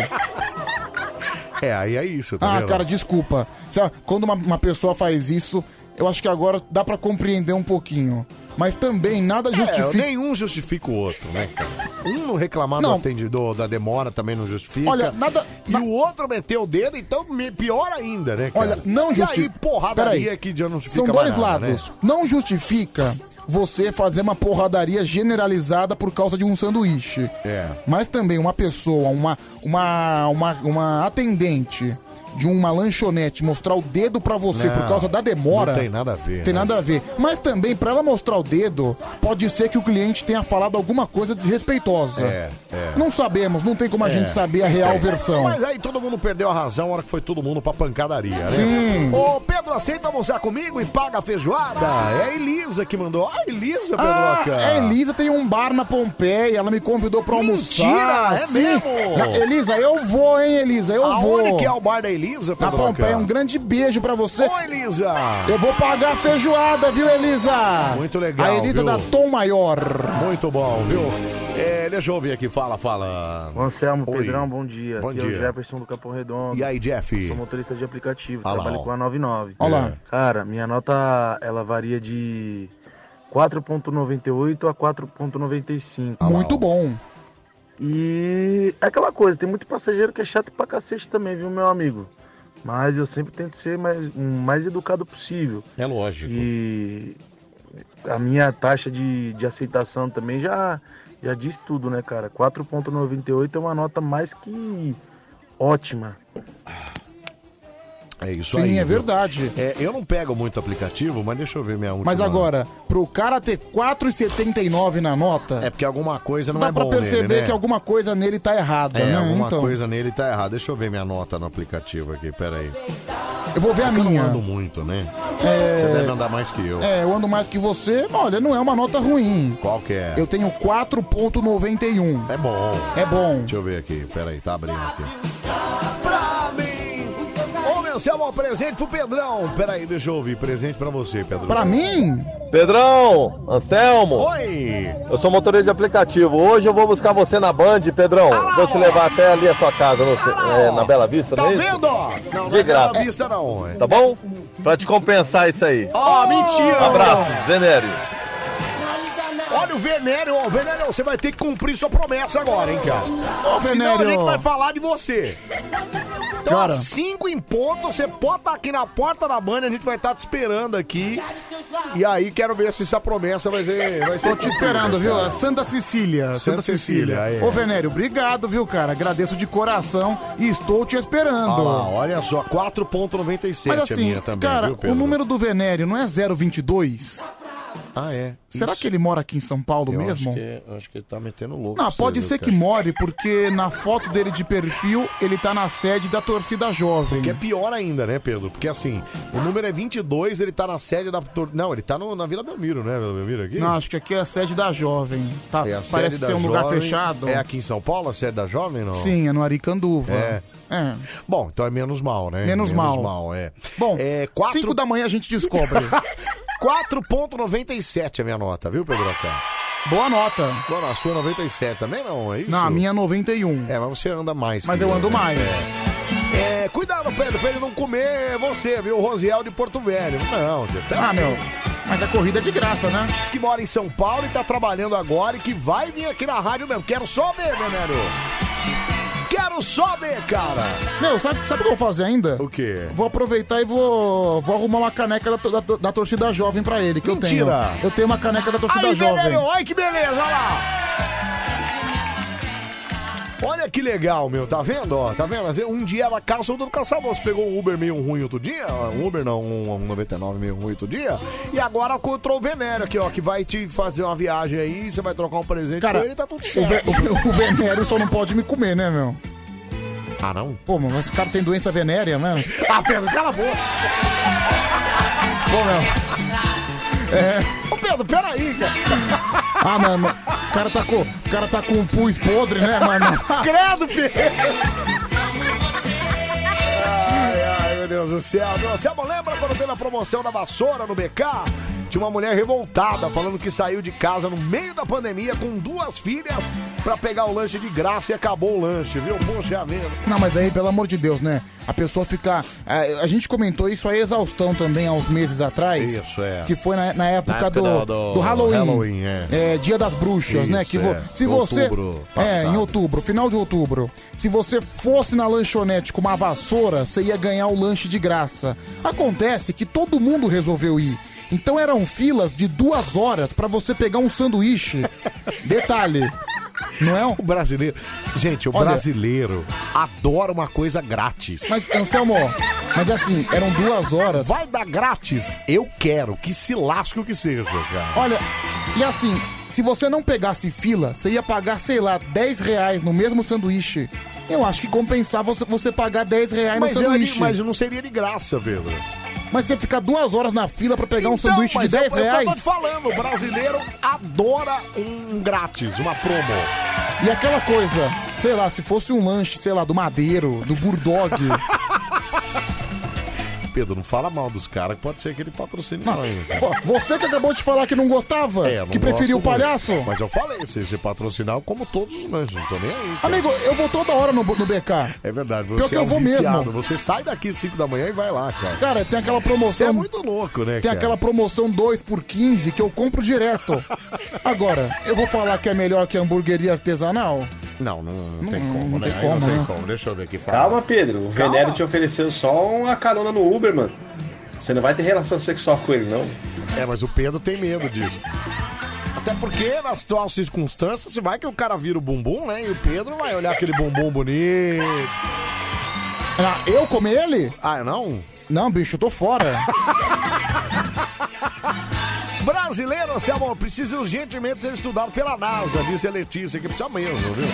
É, aí é isso, tá ah, vendo? cara, desculpa. Sabe, Quando uma, uma pessoa faz isso, eu acho que agora dá pra compreender um pouquinho. Mas também nada É, justifica. nenhum justifica o outro, né, cara? Um não reclamar do Não. atendedor da demora também não justifica. Olha, nada- E o outro meteu o dedo, então me- pior ainda, né, cara? Olha, não E aí, justifica. porradaria que já não justifica São dois mais nada, lados. né? Não justifica você fazer uma porradaria generalizada por causa de um sanduíche. É. Mas também uma pessoa, uma, uma, uma, uma atendente de uma lanchonete mostrar o dedo pra você por Não, causa da demora. não tem nada a ver, Tem né? nada a ver. Mas também pra ela mostrar o dedo, pode ser que o cliente tenha falado alguma coisa desrespeitosa. É, é. Não sabemos, não tem como a É, gente saber a real tem. versão. Mas aí todo mundo perdeu a razão na hora que foi todo mundo pra pancadaria, né? Sim. Ô, Pedro, aceita almoçar comigo e paga a feijoada? É a Elisa que mandou. Ah, Elisa, Ah, Pedroca. a Elisa tem um bar na Pompeia, ela me convidou pra almoçar. Mentira, é sim. mesmo? Na- Elisa, eu vou, hein, Elisa, eu vou. Aonde que é o bar da Elisa, Na Pedroca? Pompeia, um grande beijo pra você. Ô, Elisa! Eu vou pagar a feijoada, viu, Elisa? Muito legal, A Elisa viu? da Tom Maior. Muito bom, viu? É, deixa eu ouvir aqui. Fala, fala. Anselmo, Oi. Pedrão, bom dia. Bom Aqui é o dia. Jefferson do Capão Redondo. E aí, Jeff? Sou motorista de aplicativo, Ah lá, trabalho ó. com a 99. Ó lá. Cara, minha nota, ela varia de 4.98 a 4.95. Muito bom. E é aquela coisa, tem muito passageiro que é chato pra cacete também, viu, meu amigo? Mas eu sempre tento ser mais, o mais educado possível. É lógico. E a minha taxa de, de aceitação também já, já diz tudo, né, cara? 4,98 é uma nota mais que ótima. É isso Sim, aí. é viu? verdade. É, eu não pego muito aplicativo, mas deixa eu ver minha última. Mas agora, pro cara ter 4,79 na nota. É porque alguma coisa não dá é pra bom perceber nele, né? que alguma coisa nele tá errada, É, né? alguma então, coisa nele tá errada. Deixa eu ver minha nota no aplicativo aqui, peraí. Eu vou ver a É que minha. Eu não ando muito, né? É. Você deve andar mais que eu. É, eu ando mais que você, mas olha, não é uma nota ruim. Qual que é? Eu tenho 4,91. É bom. É bom. Deixa eu ver aqui, peraí, tá abrindo aqui. Ô, meu Anselmo, presente pro Pedrão. Peraí, deixa eu ouvir. Presente pra você, Pedrão. Pra mim? Pedrão, Anselmo. Oi. Eu sou motorista de aplicativo. Hoje eu vou buscar você na Band, Pedrão. vou te levar até ali a sua casa, no- é, na Bela Vista, Tá não é isso? vendo? Não, De não é Bela graça. Vista, não. Tá bom? Pra te compensar isso aí. Ó, mentira. um Abraço, Venério. Olha o Venério, ó, Venério, você vai ter que cumprir sua promessa agora, hein, cara. Ô, Senão a Venério. gente vai falar de você. Então, Cara. às 5 em ponto, você pode estar aqui na porta da banda, a gente vai estar te esperando aqui. E aí, quero ver se essa promessa vai ser. Vai ser Tô te cumprida, esperando, viu? cara. É Santa Cecília. Santa, Santa Cecília, Cecília. aí. Ô, Venério, obrigado, viu, cara? Agradeço de coração e estou te Ah esperando. lá, olha só, 4,97 Mas a assim, é minha também, cara, viu, o Pedro? número do Venério não é 022? Ah, é. Será Isso. que ele mora aqui em São Paulo Eu mesmo? Acho que, eu acho que ele tá metendo louco. Não, pra pode você, ser viu, que more, porque na foto dele de perfil, ele tá na sede da torcida jovem. Que é pior ainda, né, Pedro? Porque assim, o número é 22, ele tá na sede da. tor- Não, ele tá no- na Vila Belmiro, né? Vila Belmiro aqui? Não, acho que aqui é a sede da jovem. Tá, É a sede parece da ser um lugar Jovem. fechado. É aqui em São Paulo, a sede da Jovem, não? Sim, é no Aricanduva. É. É. Bom, então é menos mal, né? Menos mal. é. Bom, é quatro- 5 da manhã a gente descobre. 4,97 é a minha nota, viu, Pedro? Boa nota. Não, a sua 97 também não, é isso? Não, a minha é 91. É, mas você anda mais. Mas que eu ando né? mais. É. É, cuidado, Pedro, pra ele não comer você, viu? O Rosiel de Porto Velho. Não, tá Ah, meu. Mas a corrida é de graça, né? Diz que mora em São Paulo e tá trabalhando agora e que vai vir aqui na rádio mesmo. Quero só ver, meu nero. Quero só ver, cara. Meu, sabe, sabe o que eu vou fazer ainda? O quê? Vou aproveitar e vou, vou arrumar uma caneca da, to- da, da torcida jovem pra ele, que eu Mentira. tenho. Eu tenho uma caneca da torcida Aí, tá jovem. Venério, olha que beleza, olha lá. Olha que legal, meu, tá vendo? Ó, tá vendo? Às vezes Um dia ela caça, outro caça. Você pegou um Uber meio ruim outro dia, um Uber não, um, um 99 meio ruim outro dia, e agora encontrou o Venério aqui, ó, que vai te fazer uma viagem aí, você vai trocar um presente Cara, com ele, tá tudo o, ve- certo. o- o Venério só não pode me comer, né, meu? Ah, não? Pô, mas esse cara tem doença venérea, né? Ah, Pedro, cala a boca. Pô, meu. É. Ô, Pedro, peraí, cara. Ah, mano. O cara tá com, o cara tá com um pus podre, né, mano? Credo, Pedro. Ai, ai, meu Deus do céu. Meu, Você não lembra quando teve a promoção da vassoura no BK? Tinha uma mulher revoltada falando que saiu de casa no meio da pandemia com duas filhas pra pegar o lanche de graça e acabou o lanche, viu? Poxa vida. Não, mas aí, pelo amor de Deus, né? A pessoa ficar. A, a gente comentou isso aí, exaustão também, há uns meses atrás. Isso, é. Que foi na, na época, época do, do- do, do Halloween. Halloween, é. Dia das Bruxas, Isso, né? Que vo- é. Se Em você. outubro é, em passado. outubro, final de outubro. Se você fosse na lanchonete com uma vassoura, você ia ganhar o lanche de graça. Acontece que todo mundo resolveu ir. Então eram filas de duas horas pra você pegar um sanduíche. Detalhe. Não é? O brasileiro. Gente, o Olha- brasileiro adora uma coisa grátis. Mas, Anselmo, mas assim, eram duas horas. Vai dar grátis? Eu quero. Que se lasque o que seja, cara. Olha, e assim, se você não pegasse fila, você ia pagar, sei lá, 10 reais no mesmo sanduíche. Eu acho que compensava você, você pagar 10 reais mas, no eu, sanduíche. mas não seria de graça, Pedro. Mas você ficar duas horas na fila pra pegar um Então, sanduíche de mas 10 é, o que Eu tô te reais? falando, o brasileiro adora um grátis, uma promo. E aquela coisa, sei lá, se fosse um lanche, sei lá, do Madeiro, do Burdog. Pedro, não fala mal dos caras, que pode ser que ele patrocine Não, nós, né? ó, você que acabou de falar que não gostava, É, Eu não que preferiu o gosto muito. palhaço. Mas eu falei, se você patrocinar, eu como todos os lanches, não tô nem aí. cara. Amigo, eu vou toda hora no, no BK. É verdade, Pior você que é eu um vou viciado. mesmo. Você sai daqui 5 da manhã e vai lá, cara. Cara, tem aquela promoção. Você é muito louco, né, Tem cara? aquela promoção 2 por 15 que eu compro direto. Agora, eu vou falar que é melhor que a hamburgueria artesanal? Não, não, não tem Não, como, não né? tem Aí não como, tem né? como. Deixa eu ver aqui. fala. Calma, Pedro. O Calma. Venério te ofereceu só uma carona no Uber, mano. Você não vai ter relação sexual com ele, não. É, mas o Pedro tem medo disso. Até porque, nas atuais circunstâncias, se vai que o cara vira o bumbum, né? E o Pedro vai olhar aquele bumbum bonito. Ah, eu comer ele? Ah, não? Não, bicho, eu tô fora. Brasileiro, Selma, precisa urgentemente ser estudado pela NASA, disse a Letícia, que precisa mesmo, viu?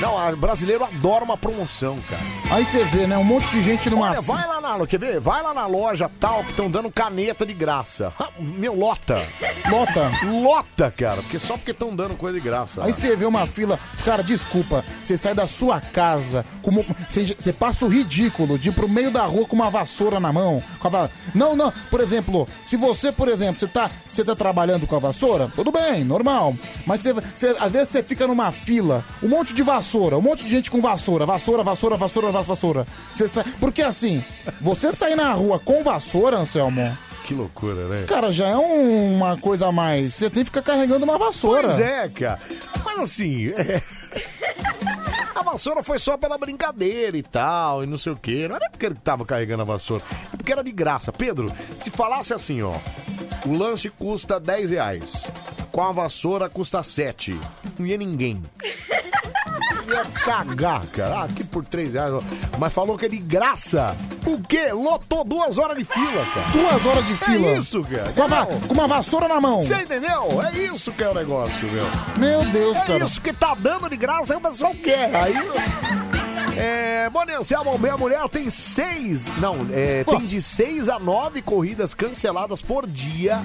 Não, a brasileiro adora uma promoção, cara. Aí você vê, né? Um monte de gente numa. Olha, vai lá na na, quer ver? Vai lá na loja tal que estão dando caneta de graça. Ah, Meu, lota. Lota. Lota, cara. Porque só porque estão dando coisa de graça. Aí você vê uma fila, cara, desculpa, você sai da sua casa, como você, você passa o ridículo de ir pro meio da rua com uma vassoura na mão. com a va- Não, não, por exemplo, se você, por exemplo, você tá, você tá trabalhando com a vassoura, tudo bem, normal. Mas você, você- às vezes você fica numa fila, um monte de vassoura, um monte de gente com vassoura, vassoura, vassoura, vassoura, vas- vassoura. Você sai, porque assim, você sair na rua com vassoura, Anselmo. Que loucura, né? Cara, já é um- uma coisa a mais. Você tem que ficar carregando uma vassoura. Pois é, cara. Mas assim. é. A vassoura foi só pela brincadeira e tal, e não sei o quê. Não era porque ele tava carregando a vassoura, é porque era de graça. Pedro, se falasse assim, ó, o lanche custa 10 reais, com a vassoura custa 7, não ia ninguém. Ia cagar, cara. Ah, aqui por 3 reais, ó. Mas falou que é de graça. O quê? Lotou duas horas de fila, cara. Duas horas de fila. É isso, cara. Com, a va- Não. com uma vassoura na mão. Você entendeu? É isso que é o negócio, meu. Meu Deus, é cara. isso que tá dando de graça, aí o pessoal quer. Aí. É, Bonenselmo, minha mulher tem seis. Não, é, tem de seis a nove corridas canceladas por dia.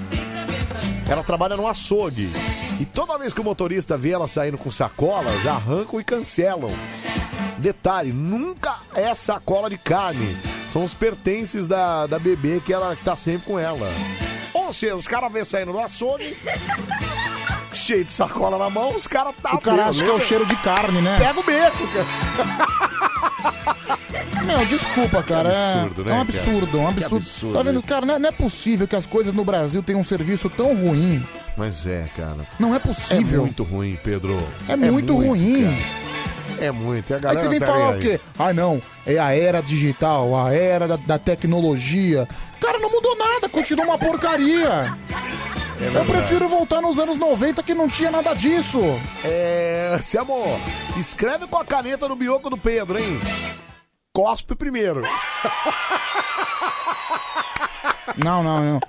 Ela trabalha no açougue. E toda vez que o motorista vê ela saindo com sacolas, arrancam e cancelam. Detalhe, nunca é sacola de carne. São os pertences da, da bebê que ela tá sempre com ela. Ou seja, os caras vê saindo do açougue, cheio de sacola na mão, os caras tá O cara acha que é o lembra? cheiro de carne, né? Pega o beco, cara. Não, desculpa, cara. É absurdo, né, É um cara? absurdo, um Que absurdo. absurdo Tá vendo? isso. Cara, não é, não é possível que as coisas no Brasil tenham um serviço tão ruim. Mas é, cara. Não é possível. É muito ruim, Pedro. É muito ruim. cara. É muito. E a Aí galera você vem tá falar nem o aí. quê? Ah, não, é a era digital, a era da, da tecnologia. Cara, não mudou nada, continua uma porcaria. Eu verdade. prefiro voltar nos anos 90 que não tinha nada disso. É, se amor, escreve com a caneta no bioco do Pedro, hein? Cospe primeiro. Não, não, não.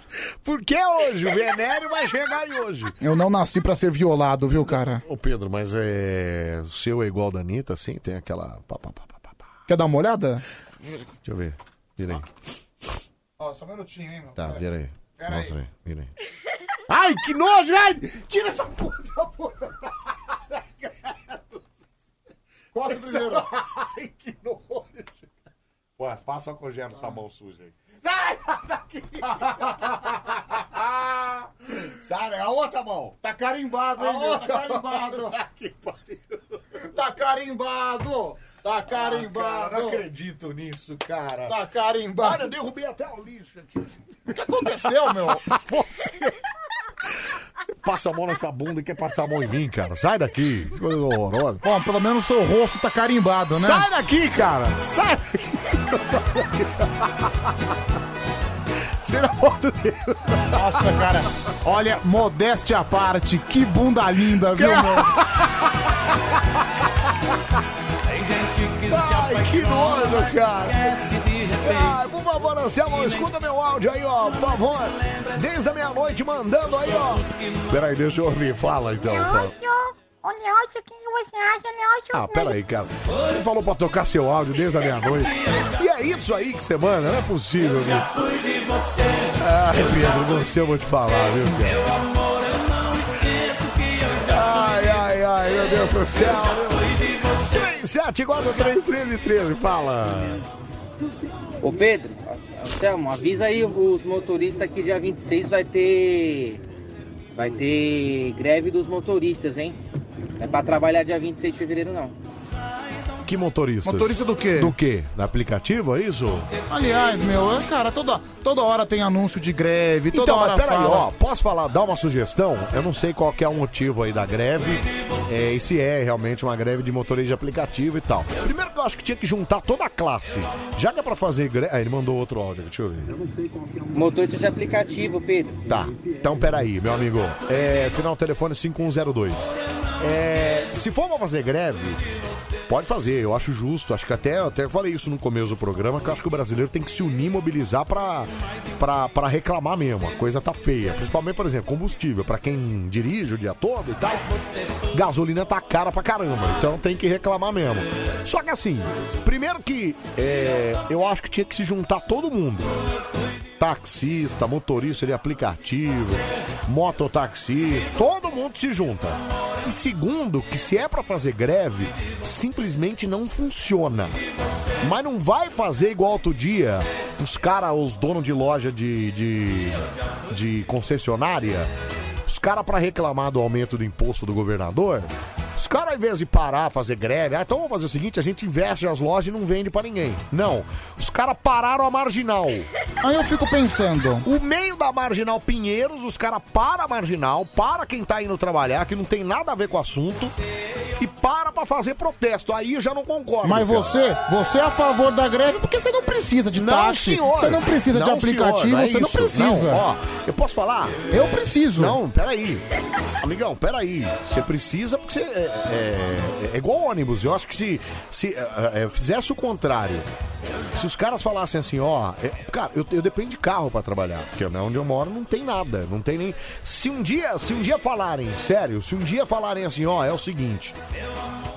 Porque hoje, o Venério vai chegar aí hoje. Eu não nasci pra ser violado, viu, cara? Ô Pedro, mas é. O seu é igual da Anitta, assim? Tem aquela. Pá, pá, pá, pá. Quer dar uma olhada? Deixa eu ver. Vira aí. Ó, só um minutinho, hein, meu. Tá, vira aí. Pera Mostra aí, vira aí. Ai, que nojo, velho! Tira essa porra, essa porra. Corta primeiro. Ai, que nojo. Ué, passa o congelo sabão sujo aí. Sai daqui! Sai, a outra mão. Tá carimbado, hein, A meu? Tá outra carimbado. mão. Ah, Tá carimbado! Ah, Tá carimbado! acredito nisso, cara. Tá carimbado. Olha, eu derrubei até o lixo aqui. O que aconteceu, meu? Você. Passa a mão nessa bunda e quer passar a mão em mim, cara. Sai daqui. Que coisa horrorosa. Bom, pelo menos o seu rosto tá carimbado, né? Sai daqui, cara. Sai daqui. Tira a foto dele. Nossa, cara. Olha, modéstia à parte, que bunda linda, viu, meu? Ai, que nojo, cara. Ai, por favor, Anselmo, escuta meu áudio aí, ó. Por favor. Desde a meia-noite mandando aí, ó. é Peraí, deixa eu ouvir. Fala então. Fala. Ô, Leôncio, o que você acha, né? Leôncio? Ah, peraí, cara. Você falou pra tocar seu áudio desde a meia-noite. E é isso aí que você manda? Não é possível, viu? Ai, Pedro, você eu vou te falar, viu, cara? Ai, ai, ai, meu Deus do céu. 37431313, fala. Ô Pedro, Anselmo, avisa aí os motoristas que dia 26 vai ter. Vai ter greve dos motoristas, hein? Não é pra trabalhar dia 26 de fevereiro, não. Que motorista? Motorista do quê? Do quê? Do aplicativo, é isso? Aliás, meu, é, cara, toda, toda hora tem anúncio de greve, toda então, hora mas peraí, fala. ó, posso falar, dar uma sugestão? Eu não sei qual que é o motivo aí da greve, é, e se é realmente uma greve de motorista de aplicativo e tal. Primeiro que eu acho que tinha que juntar toda a classe. Já que é pra fazer greve... Ah, ele mandou outro áudio, deixa eu ver. Motorista de aplicativo, Pedro. Tá, então peraí, meu amigo. um É, final do telefone 5102. É, se for pra fazer greve, Pode fazer, eu acho justo. Acho que até, até falei isso no começo do programa, que eu acho que o brasileiro tem que se unir, mobilizar pra, pra, pra reclamar mesmo. A coisa tá feia. Principalmente, por exemplo, combustível. Pra quem dirige o dia todo e tal, um gasolina tá cara pra caramba. Então tem que reclamar mesmo. Só que assim, primeiro que é, eu acho que tinha que se juntar todo mundo taxista, motorista de aplicativo, mototaxista, todo mundo se junta. E segundo, que se é pra fazer greve, simplesmente não funciona. Mas não vai fazer igual outro dia os caras, os donos de loja de, de, de concessionária, os caras pra reclamar do aumento do imposto do governador, os caras, ao invés de parar, fazer greve, ah, então vamos fazer o seguinte: a gente investe as lojas e não vende pra ninguém. Não. Os caras pararam a marginal. Aí eu fico pensando. O meio da marginal Pinheiros, os caras para a marginal, para quem tá indo trabalhar, que não tem nada a ver com o assunto, e para pra fazer protesto. Aí eu já não concordo. Mas cara. você, você é a favor da greve porque você não precisa de Não, táxi, senhor. você não precisa de Não, aplicativo, senhor, não é você não isso. precisa. Não, ó, eu posso falar? Eu preciso. Não, peraí. Amigão, peraí. Você precisa porque você. É, é- é igual ônibus. Eu acho que se, se é, é, fizesse o contrário. Se os caras falassem assim, ó. é, cara, eu, eu dependo de carro pra trabalhar. Porque né, onde eu moro não tem nada. Não tem nem. Se um dia, se um dia falarem, sério, se um dia falarem assim, ó, é o seguinte.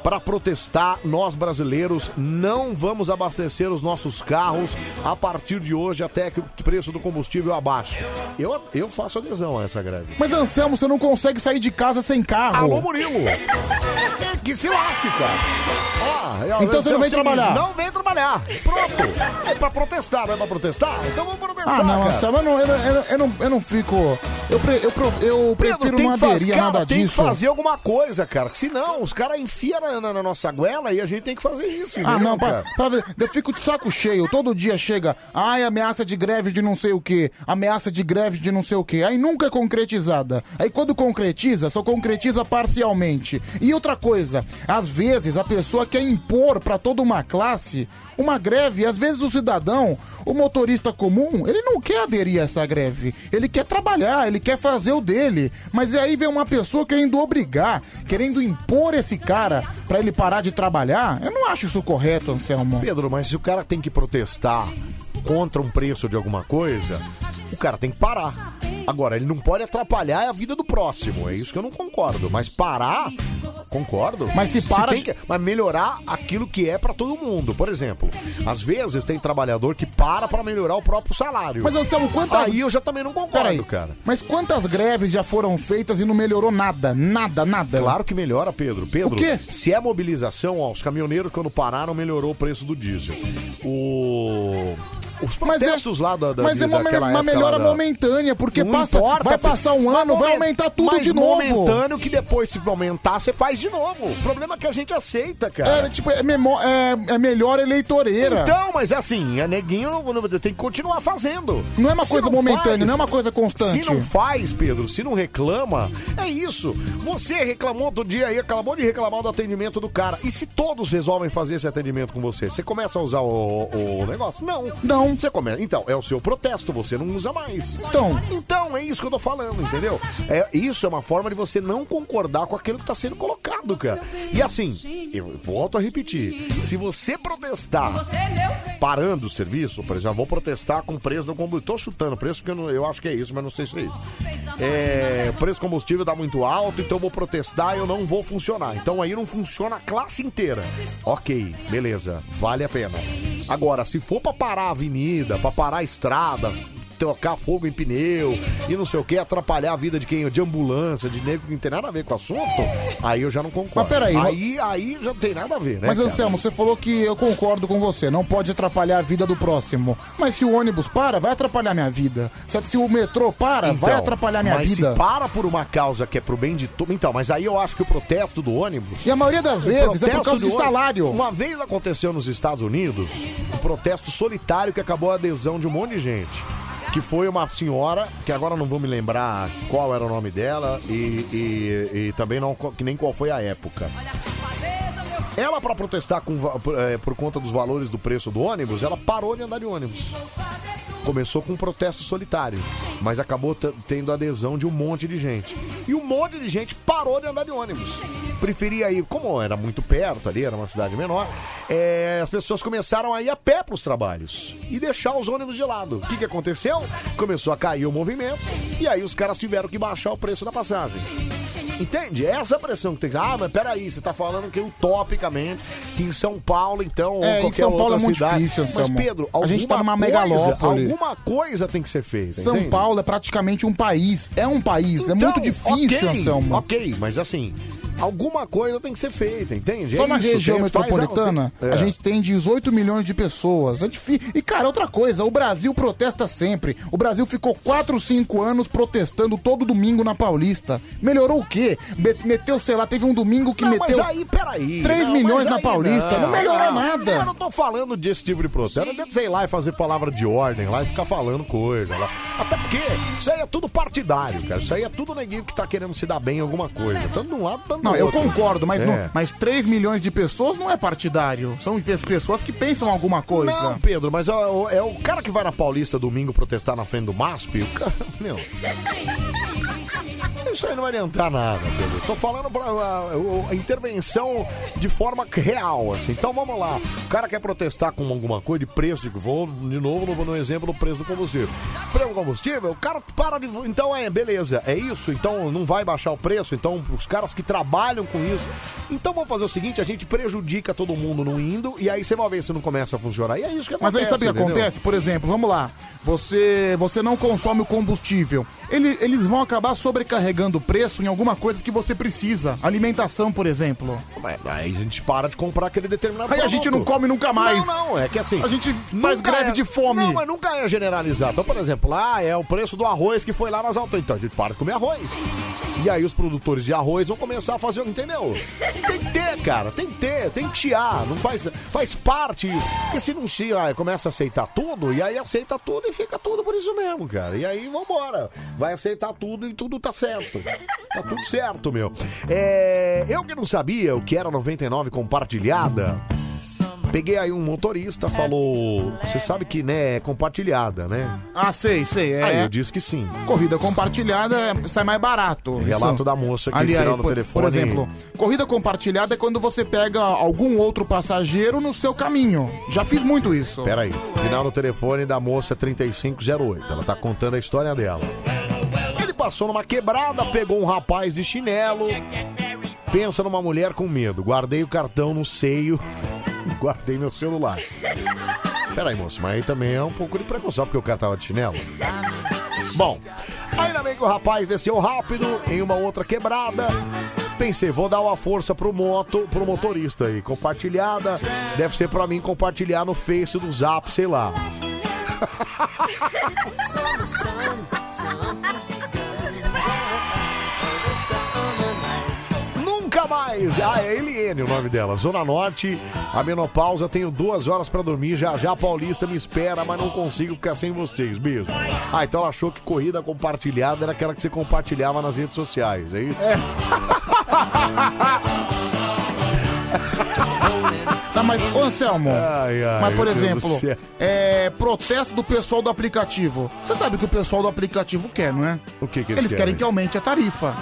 Para protestar, nós brasileiros não vamos abastecer os nossos carros a partir de hoje até que o preço do combustível abaixe. Eu, eu faço adesão a essa greve. Mas Anselmo, você não consegue sair de casa sem carro. Alô, Murilo! que se lasque, cara! Ó, Ah, é, eu- Então eu- você não eu- vem se- trabalhar. Não vem trabalhar! Pronto! É pra protestar, não é pra protestar? Então vamos protestar! Ah, não, cara. Anselmo, eu não, eu, não- eu não- eu não, eu não fico. Eu, pre- eu, pro- eu prefiro Pedro, tem não que fazer- aderir a cara, nada tem disso. que fazer alguma coisa, cara. Senão, os caras enfiam na, na- na nossa goela e a gente tem que fazer isso. Ah, entendeu, não, pra, cara? pra ver, eu fico de saco cheio. Todo dia chega, ai, ameaça de greve de não sei o que, ameaça de greve de não sei o que. Aí nunca é concretizada. Aí quando concretiza, só concretiza parcialmente. E outra coisa, às vezes a pessoa quer impor pra toda uma classe uma greve. Às vezes o cidadão, o motorista comum, ele não quer aderir a essa greve. Ele quer trabalhar, ele quer fazer o dele. Mas aí vem uma pessoa querendo obrigar, querendo impor esse cara pra ele parar de trabalhar. Eu não acho isso correto, Anselmo. Pedro, mas se o cara tem que protestar contra um preço de alguma coisa, o cara tem que parar. Agora, ele não pode atrapalhar a vida do próximo. É isso que eu não concordo. Mas parar, concordo. Mas se para- tem que- mas melhorar aquilo que é pra todo mundo. Por exemplo, às vezes tem trabalhador que para pra melhorar o próprio salário. Mas Anselmo, quantas. Aí eu já também não concordo, Peraí, cara. Mas quantas greves já foram feitas e não melhorou nada? Nada, nada. Claro que melhora, Pedro. Pedro, O quê? se é mobilização, ó, os caminhoneiros quando pararam melhorou o preço do diesel. O... Os protestos lá da, é- da Mas é uma, me- uma daquela época lá melhora da- momentânea, porque Não passa, importa, vai passar um mas ano, vai momen- aumentar tudo mas de novo. momentâneo que depois se aumentar, você faz de novo. O problema é que a gente aceita, É, cara. tipo, é, memó- é- é melhor eleitoreira. Então, mas é assim, é neguinho, não- não- tem que continuar fazendo. Não é uma Se coisa momentânea, não é uma coisa constante. Se não faz, Pedro, se não reclama, é isso. Você reclamou outro dia aí, acabou de reclamar do atendimento do cara. E se todos resolvem fazer esse atendimento com você? Você começa a usar o, o- o negócio? Não. Não. Você começa. Então, é o seu protesto, você não usa mais. Então. Então, é isso que eu tô falando, entendeu? É, isso é uma forma de você não concordar com aquilo que tá sendo colocado, cara. E assim, eu volto a repetir. Se você protestar parando o serviço, por exemplo, vou protestar com o preço do combustível. Tô chutando o preço porque eu, não- eu acho que é isso, mas não sei se é isso. É, o preço do combustível tá muito alto, então eu vou protestar e eu não vou funcionar. Então aí não funciona a classe inteira. Ok, beleza, vale a pena. Agora, se for pra parar a avenida, pra parar a estrada, tocar fogo em pneu e não sei o que, atrapalhar a vida de quem? De ambulância, de negro que não tem nada a ver com o assunto, aí eu já não Mas concordo. peraí, aí, aí já não tem nada a ver, né? Mas cara? Anselmo, você falou que eu concordo com você, não pode atrapalhar a vida do próximo. Mas se o ônibus para, vai atrapalhar minha vida. Se- Se o metrô para, vai Então, atrapalhar minha mas vida. Se para por uma causa que é pro bem de todo. Então, mas aí eu acho que o protesto do ônibus. E a maioria das O vezes é por protesto causa do de ônibus- salário. Uma vez aconteceu nos Estados Unidos um protesto solitário que acabou a adesão de um monte de gente. Que foi uma senhora, que agora eu não vou me lembrar qual era o nome dela e, e- e também não, co- que nem qual foi a época. Ela, para protestar com va- por, eh, por conta dos valores do preço do ônibus, ela parou de andar de ônibus. Começou com um protesto solitário, mas acabou t- tendo adesão de um monte de gente. E um monte de gente parou de andar de ônibus. preferia ir, como era muito perto ali, era uma cidade menor, é, as pessoas começaram a ir a pé para os trabalhos e deixar os ônibus de lado. O que, que aconteceu? Começou a cair o movimento e aí os caras tiveram que baixar o preço da passagem. Entende? É essa a pressão que tem. Ah, mas peraí, você tá falando que utopicamente que em São Paulo, então, ou É, em qualquer São Paulo outra é muito cidade. difícil, Mas, Anselmo. Pedro, A alguma gente tá numa coisa- megalópole. Alguma coisa tem que ser feita. São entende? Então, Paulo é praticamente um país. É um país. é muito difícil, ok, Anselmo. Ok, mas assim, alguma coisa tem que ser feita, entende? Só É na isso, região tem- faz- metropolitana, é. a gente tem 18 milhões de pessoas. É difícil. E, cara, outra coisa, o Brasil protesta sempre. O Brasil ficou 4, 5 anos protestando todo domingo na Paulista. Melhorou o quê? Me- Meteu, sei lá, teve um domingo que Não, meteu. mas aí, peraí. 3 Não, milhões mas na aí Paulista. Não, melhorou Eu nada. não tô falando desse tipo de protesto. Eu sei lá e fazer palavra de ordem lá e ficar falando coisa lá. Até porque isso aí é tudo partidário, cara. Isso aí é tudo neguinho que tá querendo se dar bem em alguma coisa. Tanto de um lado, tanto do Não, eu outro. concordo, mas, É. não, mas 3 milhões de pessoas não é partidário. São pe- pessoas que pensam alguma coisa. Não, Pedro, mas é, o- é o cara que vai na Paulista domingo protestar na frente do MASP, o cara, meu. Isso aí não vai adiantar nada, Pedro. Tô falando pra a, a- a intervenção de forma real, assim. Então vamos lá. O cara quer protestar com alguma coisa de preço, de, vou de novo no, no exemplo do preço do combustível. Preço do combustível, o cara para de. Então é, beleza, é isso. Então não vai baixar o preço. Então os caras que trabalham com isso. Então vamos fazer o seguinte: a gente prejudica todo mundo não indo e aí você vai ver se não começa a funcionar. E é isso que Mas acontece. aí sabe o que entendeu? acontece? Por exemplo, vamos lá. Você, você não consome o combustível. Ele- eles vão acabar sobrecarregando o preço em alguma coisa que você precisa. Alimentação, por exemplo. Mas Aí a gente para de comprar aquele determinado Aí a produto. gente não come nunca mais. Não, não, é que assim. A gente nunca faz greve é- de fome. Não, mas nunca é generalizado. Então, por exemplo, lá é o preço do arroz que foi lá nas altas. Então a gente para de comer arroz. E aí os produtores de arroz vão começar a fazer, entendeu? Tem que ter, cara. Tem que ter, tem que tirar. Não faz, faz parte. Porque se não tirar, começa a aceitar tudo, e aí aceita tudo e fica tudo por isso mesmo, cara. E aí vambora. Vai aceitar tudo e tudo tá certo. Tá tudo certo, meu. É, eu que não sabia o que era 99 compartilhada. Peguei aí um motorista, falou. Você sabe que, né, é compartilhada, né? Ah, sei, sei. É. Aí eu disse que sim. Corrida compartilhada é- sai mais barato. Relato Isso. da moça aqui Aliás, final no por, telefone. por exemplo, corrida compartilhada é quando você pega algum outro passageiro no seu caminho. Já fiz muito isso. Pera aí. Final no telefone da moça 3508. Ela tá contando a história dela. Ele passou numa quebrada, pegou um rapaz de chinelo. Pensa numa mulher com medo. Guardei o cartão no seio. Guardei meu celular. Peraí, moço, mas aí também é um pouco de preconceito, porque o cara tava de chinelo. Bom, ainda bem que o rapaz desceu rápido em uma outra quebrada. Pensei, vou dar uma força pro moto, pro motorista aí. Compartilhada, deve ser pra mim compartilhar no Face do Zap, sei lá. Nunca mais! Ah, é Eliene o nome dela. Zona Norte, a menopausa, tenho duas horas pra dormir. Já já a Paulista me espera, mas não consigo ficar sem vocês mesmo. Ah, então ela achou que corrida compartilhada era aquela que você compartilhava nas redes sociais, é isso? É. Tá, mas, ô Anselmo, Ai, ai, mas por meu Deus exemplo, do céu. é, protesto do pessoal do aplicativo. Você sabe o que o pessoal do aplicativo quer, não é? O que, que Eles, eles querem querem? que aumente a tarifa.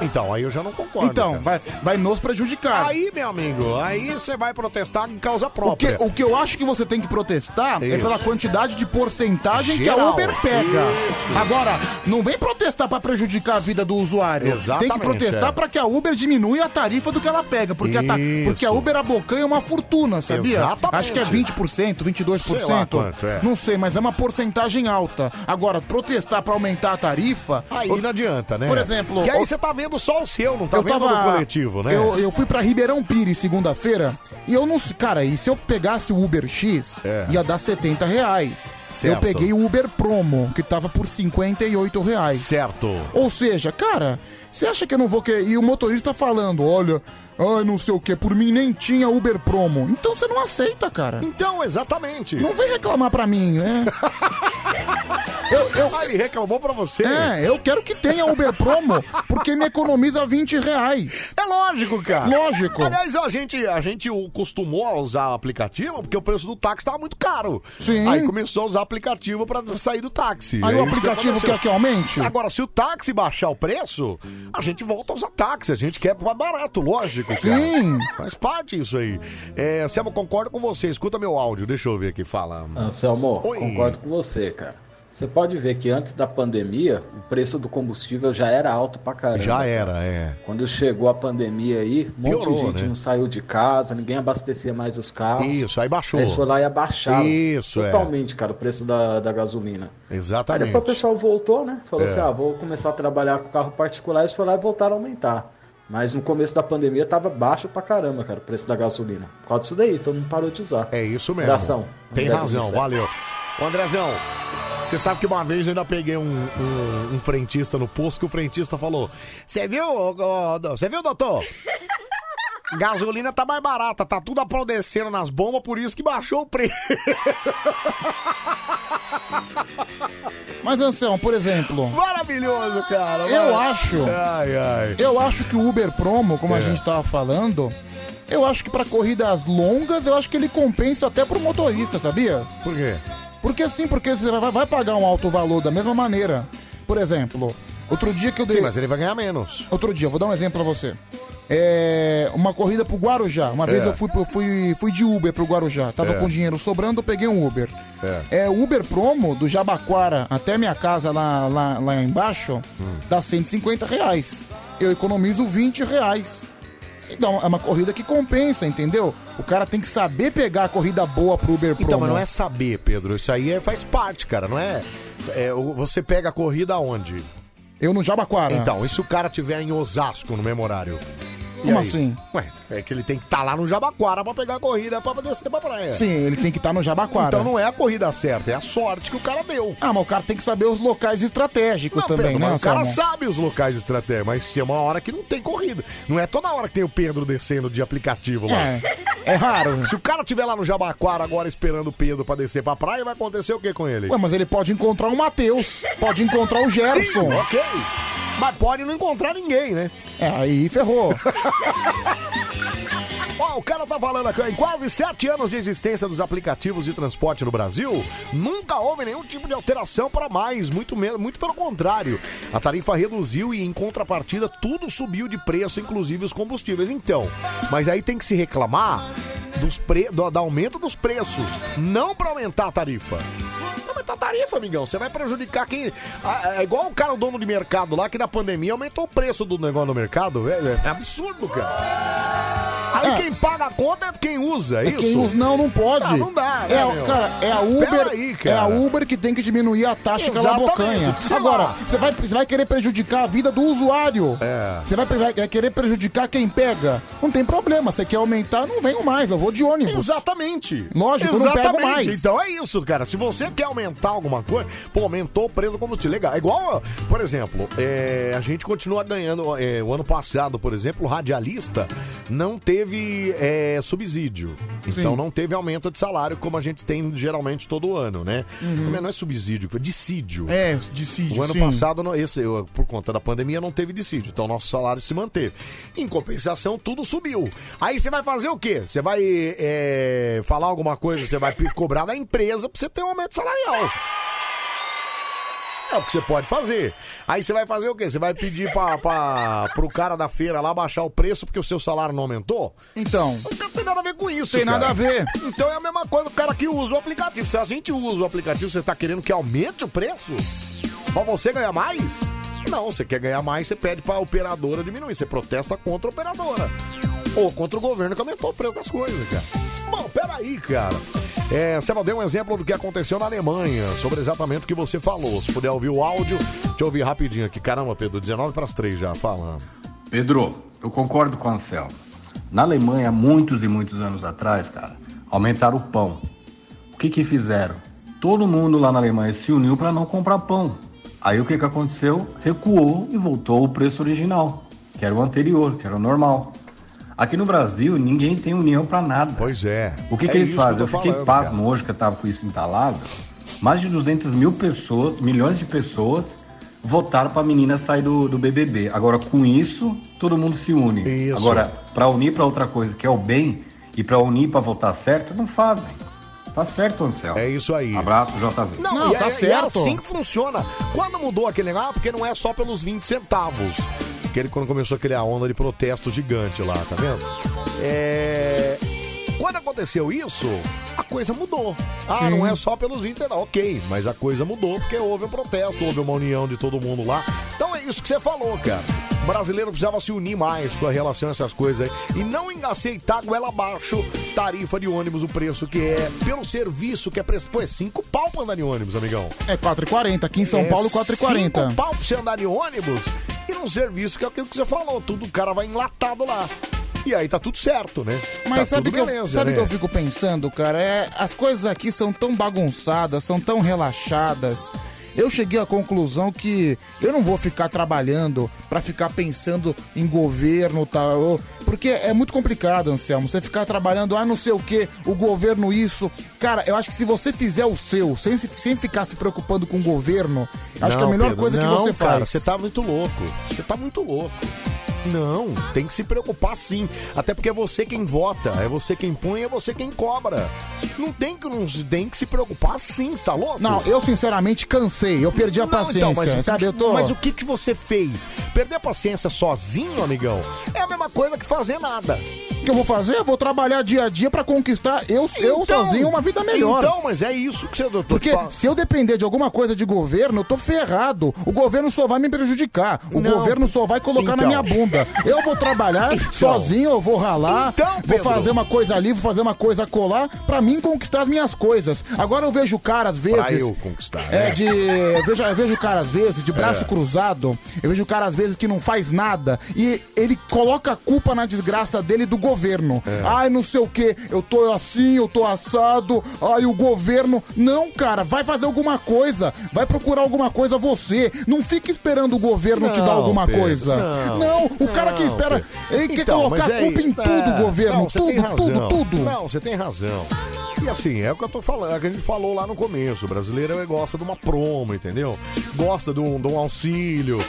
Então, aí eu já não concordo. Então, cara. vai, vai nos prejudicar. Aí, meu amigo, aí você vai protestar em causa O que, própria. o que eu acho que você tem que protestar é Isso. pela quantidade de porcentagem que a Geral. Uber pega. Isso. Agora, não vem protestar pra prejudicar a vida do usuário. tem Exatamente, que protestar é. pra que a Uber diminua a tarifa do que ela pega. Porque, a, ta- Isso. porque a Uber abocanha uma fortuna, sabia? Exatamente. Acho que é 20%, 22%. Sei lá quanto, é. Não sei, mas é uma porcentagem alta. Agora, protestar pra aumentar a tarifa. Aí não adianta, né? Por exemplo. Que aí o- você tá vendo só o seu, não tá eu vendo tava do coletivo, né? Eu, eu fui pra Ribeirão Pires segunda-feira e eu não. Cara, e se eu pegasse o Uber X, ia dar 70 reais. É. Certo. Eu peguei o Uber Promo, que tava por 58 reais. Certo. Ou seja, cara, você acha que eu não vou querer. E o motorista falando, olha, ai, não sei o que, por mim nem tinha Uber Então Promo. Então você não aceita, cara. Então, exatamente. Não vem reclamar pra mim, né? Eu, Ah, ele reclamou pra você. É, eu quero que tenha Uber Promo, porque me economiza 20 reais. É lógico, cara. Lógico. Aliás, a gente, a gente o- costumou a usar o aplicativo porque o preço do táxi estava muito caro. Sim. Aí começou a usar aplicativo para sair do táxi. Aí o É isso que aplicativo aconteceu. quer que aumente? Agora, se o táxi baixar o preço, a gente volta a usar táxi. A gente quer mais barato, lógico. Sim. Faz parte isso aí. É, Anselmo, concordo com você. Escuta meu áudio. Deixa eu ver aqui. Fala. Anselmo, Oi. Ah, concordo com você, cara. Você pode ver que antes da pandemia, o preço do combustível já era alto pra caramba. Já era, é. Quando chegou a pandemia aí, um monte Piorou, de gente né? não saiu de casa, ninguém abastecia mais os carros. Isso, aí baixou. Aí eles foram lá e abaixaram Isso, é. totalmente, cara, o preço da, da gasolina. Aí Exatamente. depois o pessoal voltou, né? Falou É. assim, ah, vou começar a trabalhar com carro particular, eles foram lá e voltaram a aumentar. Mas no começo da pandemia tava baixo pra caramba, cara, o preço da gasolina. Por causa disso daí, todo mundo parou de usar. É isso mesmo. Abração. Tem André razão, Vinicius. valeu. Ô, Andrezão, você sabe que uma vez eu ainda peguei um, um- um frentista no posto que o frentista falou: Você viu, ô, ô, do- você viu, doutor? Gasolina tá mais barata, tá tudo apodrecendo nas bombas, por isso que baixou o preço. Mas, Anselmo, por exemplo. Maravilhoso, cara. Eu Vai. acho. Ai, ai. Eu acho que o Uber Promo, como a É. gente tava falando, eu acho que pra corridas longas, eu acho que ele compensa até pro motorista, sabia? Por quê? Porque assim, porque você vai, vai pagar um alto valor da mesma maneira. Por exemplo, outro dia que eu dei. Sim, mas ele vai ganhar menos. Outro dia, vou dar um exemplo pra você. É, uma corrida pro Guarujá. Uma vez É. eu fui, pro- fui, fui de Uber pro Guarujá. Tava É. com dinheiro sobrando, eu peguei um Uber. É. É, o Uber Promo do Jabaquara até minha casa lá, lá, lá embaixo dá 150 reais. Eu economizo 20 reais. Então, é uma corrida que compensa, entendeu? O cara tem que saber pegar a corrida boa pro Uber Promo. Então, mas não é saber, Pedro. Isso aí é- faz parte, cara. Não é, é, o- Você pega a corrida onde? Eu no Jabaquara. Então, e se o cara tiver em Osasco no mesmo horário? E Como aí? assim? Ué, é que ele tem que estar lá no Jabaquara pra pegar a corrida pra descer pra praia. Sim, ele tem que estar no Jabaquara. é. Então não é a corrida certa, é a sorte que o cara deu. Ah, mas o cara tem que saber os locais estratégicos Pedro, também, né, mas o cara Anselmo? sabe os locais de estratégia, mas tem uma hora que não tem corrida. Não é toda hora que tem o Pedro descendo de aplicativo lá. É, é raro. Se o cara tiver lá no Jabaquara agora esperando o Pedro pra descer pra praia, vai acontecer o que com ele? Ué, mas ele pode encontrar o Matheus, pode encontrar o Gerson. Sim, ok. Mas pode não encontrar ninguém, né? É, aí ferrou. Ó, o cara tá falando aqui, ó, em quase sete anos de existência dos aplicativos de transporte no Brasil, nunca houve nenhum tipo de alteração para mais, muito menos, muito pelo contrário. A tarifa reduziu e, em contrapartida, tudo subiu de preço, inclusive os combustíveis. Então, mas aí tem que se reclamar dos pre... do, do aumento dos preços, não para aumentar a tarifa. Não Aumenta a tarifa, amigão. Você vai prejudicar quem. Ah, É igual o cara, o dono de mercado lá, que na pandemia aumentou o preço do negócio no mercado. É- é absurdo, cara. Aí quem paga a conta é quem usa, é isso? Ah. Quem usa- não, não pode. Ah, não dá, né, é, a- meu? cara, é a Uber. Peraí, cara. é a Uber que tem que diminuir a taxa que ela Exatamente, abocanha. sei lá. Agora, você vai, você vai querer prejudicar a vida do usuário. É. Você vai, vai- vai querer prejudicar quem pega. Não tem problema. Você quer aumentar, não venho mais. Eu vou de ônibus. Exatamente. Lógico, eu não Exatamente. pego mais. Então é isso, cara. Se você quer aumentar alguma coisa, pô, aumentou o preço do combustível. Legal. É igual, ó, por exemplo, é, a gente continua ganhando. é, o ano passado, por exemplo, o radialista não teve é, subsídio. Então não teve aumento de salário como a gente tem geralmente todo ano, né? Também Não é subsídio, é dissídio. Uhum. É, dissídio, O ano sim. passado, não- esse, eu, por conta da pandemia, não teve dissídio. Então nosso salário se manteve. Em compensação, tudo subiu. Aí você vai fazer o quê? Você vai é, falar alguma coisa, você vai pe- cobrar da empresa pra você ter um aumento salarial. É o que você pode fazer. Aí você vai fazer o quê? Você vai pedir pra, pra, pro cara da feira lá baixar o preço porque o seu salário não aumentou? Então. Não tem nada a ver com isso, Tem nada cara. a ver. Então é a mesma coisa do cara que usa o aplicativo. Se a gente usa o aplicativo, você tá querendo que aumente o preço? Pra você ganhar mais? Não, você quer ganhar mais, você pede pra operadora diminuir. Você protesta contra a operadora. Ou contra o governo que aumentou o preço das coisas, cara. Bom, peraí, cara. É, você deu um exemplo do que aconteceu na Alemanha, sobre exatamente o que você falou. Se puder ouvir o áudio, deixa eu ouvir rapidinho aqui. Caramba, Pedro, 19 para as 3 já, fala. Pedro, eu concordo com o Anselmo. Na Alemanha, muitos e muitos anos atrás, cara, aumentaram o pão. O que que fizeram? Todo mundo lá na Alemanha se uniu para não comprar pão. Aí o que que aconteceu? Recuou e voltou o preço original, que era o anterior, que era o normal. Aqui no Brasil, ninguém tem união para nada. Pois é. O que, É que eles isso que eu fazem? tô eu fiquei falando, pasmo hoje que eu tava com isso entalado. mais de 200 mil pessoas, milhões de pessoas, votaram para a menina sair do, do BBB. Agora, com isso, todo mundo se une. Agora, para unir para outra coisa que é o bem e para unir para votar certo, não fazem. Tá certo, Anselmo. É isso aí. Abraço, JV. Não, e é, E é assim que funciona. Quando mudou aquele negócio, ah, porque não é só pelos 20 centavos. Que ele, quando começou aquele a onda de protesto gigante lá, tá vendo? É... Quando aconteceu isso, a coisa mudou. Ah, Sim. não é só pelos 20 centavos. Ok, mas a coisa mudou porque houve um protesto, houve uma união de todo mundo lá. Então é isso que você falou, cara. O brasileiro precisava se unir mais com a relação a essas coisas aí. E não aceitar goela abaixo tarifa de ônibus, o preço que é, pelo serviço que é preço. Pô, é 5 pau pra andar de ônibus, amigão. É 4,40. Aqui em São Paulo, 4,40. É Cinco pau pra você andar de ônibus e num serviço que é aquilo que você falou, tudo o cara vai enlatado lá. E aí tá tudo certo, né? Mas Tá sabe, tudo que eu, beleza, sabe né? que eu fico pensando, cara? É, as coisas aqui são tão bagunçadas, são tão relaxadas. Eu cheguei à conclusão que eu não vou ficar trabalhando pra ficar pensando em governo tal, ou- porque é muito complicado, Anselmo. Você ficar trabalhando, ah, não sei o que, o governo isso. Cara, eu acho que se você fizer o seu, sem, se- sem ficar se preocupando com o governo, acho que é a Não, melhor Pedro, coisa que não, você cara, faz. Você tá muito louco. Você tá muito louco. Não, tem que se preocupar sim. Até porque é você quem vota, é você quem põe, é você quem cobra. Não tem que, não, tem que se preocupar sim, você tá louco? Não, eu sinceramente cansei, eu perdi a Não, paciência, então, mas, o sabe? que- Eu tô... mas o que, que você fez? Perder a paciência sozinho, amigão, é a mesma coisa que fazer nada. O que eu vou fazer? Eu vou trabalhar dia a dia pra conquistar eu, eu Então, sozinho uma vida melhor. Então, mas é isso que você doutor Porque se eu depender de alguma coisa de governo, eu tô ferrado. O governo só vai me prejudicar. O Não. governo só vai colocar na Então. minha bunda. Eu vou trabalhar sozinho, eu vou ralar, vou Então, Pedro. fazer uma coisa ali, vou fazer uma coisa colar, pra mim conquistar as minhas coisas. Agora eu vejo o cara, às vezes. Pra eu conquistar, É, né? de. Eu vejo, eu vejo o cara, às vezes, de braço É. cruzado. Eu vejo o cara, às vezes, que não faz nada. E ele coloca a culpa na desgraça dele do governo. É. Ai, não sei o quê, eu tô assim, eu tô assado. Ai, o governo. Não, cara, vai fazer alguma coisa. Vai procurar alguma coisa você. Não fica esperando o governo te dar Não, alguma Pedro, coisa. não. Não, o cara que Não, espera. Pedro. Ele quer Então, colocar mas a culpa aí- em tudo, é. governo. Não, você tem tudo, tudo, razão. tudo. Não, você tem razão. E assim, é o que eu tô falando, é o que a gente falou lá no começo. O brasileiro gosta de uma promo, entendeu? Gosta de um, de um auxílio,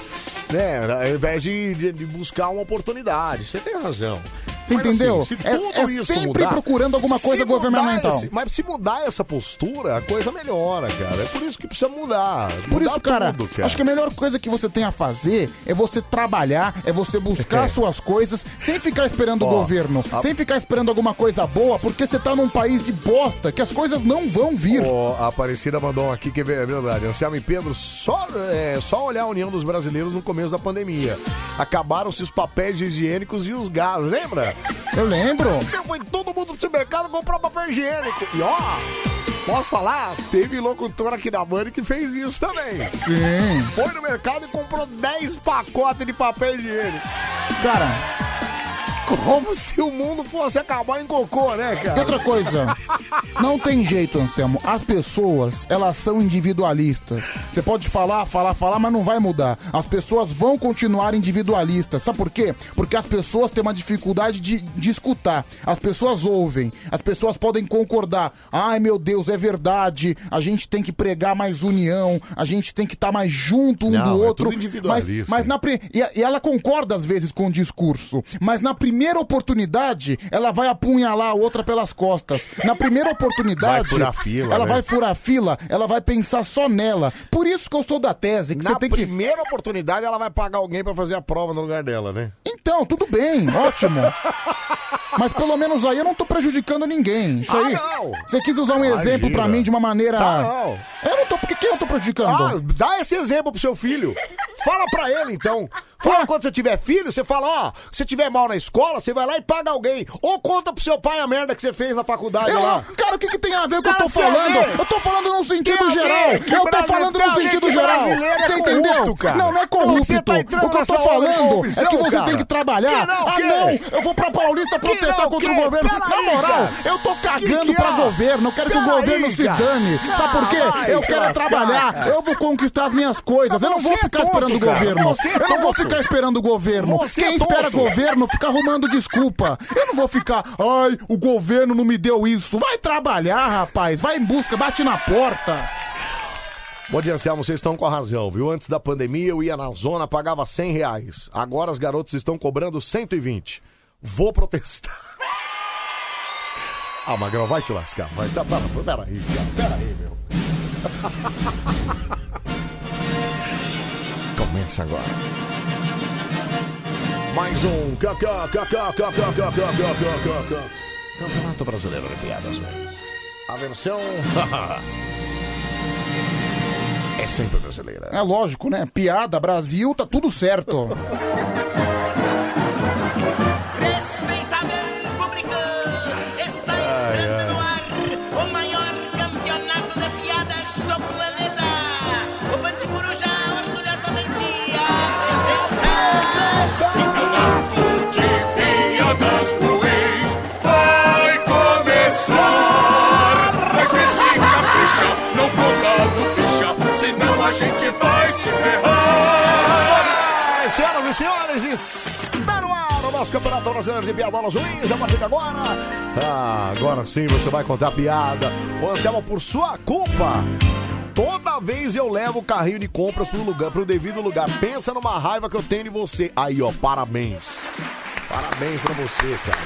né? Ao invés de, de- de buscar uma oportunidade. Você tem razão. Você Mas, entendeu? assim, se É- tudo é isso sempre mudar- procurando alguma coisa se mudar governamental. esse- mas se mudar essa postura, a coisa melhora, cara. É por isso que precisa mudar. Por Mudar isso, cara, tudo, acho que a melhor coisa que você tem a fazer é você trabalhar, é você buscar suas coisas, sem ficar esperando o Ó, governo, a- sem ficar esperando alguma coisa boa, porque você tá num país de bosta, que as coisas não vão vir. Ó, a Aparecida mandou um aqui que é ver- é verdade. Anselmo e Pedro, só, é, só olhar a união dos brasileiros no começo da pandemia. Acabaram-se os papéis higiênicos e os gás, lembra? Eu lembro. Foi todo mundo pro supermercado comprar papel higiênico. E ó, posso falar? Teve locutor aqui da Band que fez isso também. Sim. Foi no mercado e comprou 10 pacotes de papel higiênico. Cara. Como se o mundo fosse acabar em cocô, né, cara? Outra coisa, não tem jeito, Anselmo. As pessoas, elas são individualistas. Você pode falar, falar, falar, mas não vai mudar. As pessoas vão continuar individualistas. Sabe por quê? Porque as pessoas têm uma dificuldade de, de escutar. As pessoas ouvem, as pessoas podem concordar. Ai, meu Deus, é verdade. A gente tem que pregar mais união, a gente tem que estar mais junto um Não, é do tudo outro. mas, individualista. mas na pri- e, e ela concorda às vezes com o discurso, mas na primeira oportunidade ela vai apunhalar a outra pelas costas. Na primeira oportunidade, Vai furar fila, ela né? vai furar fila, ela vai pensar só nela. Por isso que eu sou da tese que Na você tem que primeira oportunidade, ela vai pagar alguém pra fazer a prova no lugar dela, né? Então, tudo bem, ótimo. Mas pelo menos aí eu não tô prejudicando ninguém. Isso Ah, aí. não. Você quis usar um Imagina. exemplo pra mim de uma maneira. Tá, não. Eu não tô. Porque quem eu tô prejudicando? Ah, dá esse exemplo pro seu filho. Fala pra ele, então. Fala quando você tiver filho, você fala, ó, se tiver mal na escola, você vai lá e paga alguém. Ou conta pro seu pai a merda que você fez na faculdade Eu- lá. Cara, o que, que tem a ver com o que eu Cara, tô tem a falando? ver. Eu tô falando no Tem sentido a ver geral. é que Eu tô brasileiro- falando tem a no ver sentido que geral. brasileiro é Você entendeu? corrupto, cara. Não, não é Você corrupto. tá entrando o que eu tô nessa onda de falando é corrupção, que você cara. tem que trabalhar. Que não, ah, que? não. Eu vou pra Paulista protestar não, contra o que? governo. Pera Na aí, moral, cara. eu tô cagando Que que pra é? governo. Eu quero que Pera o governo aí, se cara. dane. Sabe por quê? Ah, vai, eu quero é cara, trabalhar. cara. Eu vou conquistar as minhas coisas. Eu não Você vou é ficar tonto, esperando o cara. governo. Você é Eu não vou tonto. ficar esperando o governo. Você é Quem espera tonto. governo fica arrumando desculpa. Eu não vou ficar, ai, o governo não me deu isso. Vai trabalhar, rapaz. Vai em busca, bate na porta. Bom dia, Anselmo, vocês estão com a razão, viu? Antes da pandemia eu ia na zona, pagava 100 reais. Agora os garotos estão cobrando 120. Vou protestar. Ah, Magrão, vai te lascar. Vai, tá, pera, pera aí, cara, pera aí, meu. Começa agora. Mais um KKKKKKKKKKK Campeonato Brasileiro de Piadas, velho. A versão é sempre brasileira. É lógico, né? Piada, Brasil, tá tudo certo. Respeitável público, está Ai, entrando ai. no ar o maior campeonato de piadas do planeta. O Bande Coruja orgulhosamente apresenta. Campeonato de piadas do ex vai começar. Mas vê se capricha, não conta no picha, senão a gente vai se ferrar. Ai, É, Senhoras e senhores, está Tá no ar o nosso Campeonato Brasileiro de Piadolas Ruins. A partir de agora, Ah, agora sim você vai contar piada. Ô Anselmo, por sua culpa, toda vez eu levo o carrinho de compras pro, lugar, pro devido lugar. Pensa numa raiva que eu tenho de você. Aí, ó, parabéns. Parabéns pra você, cara.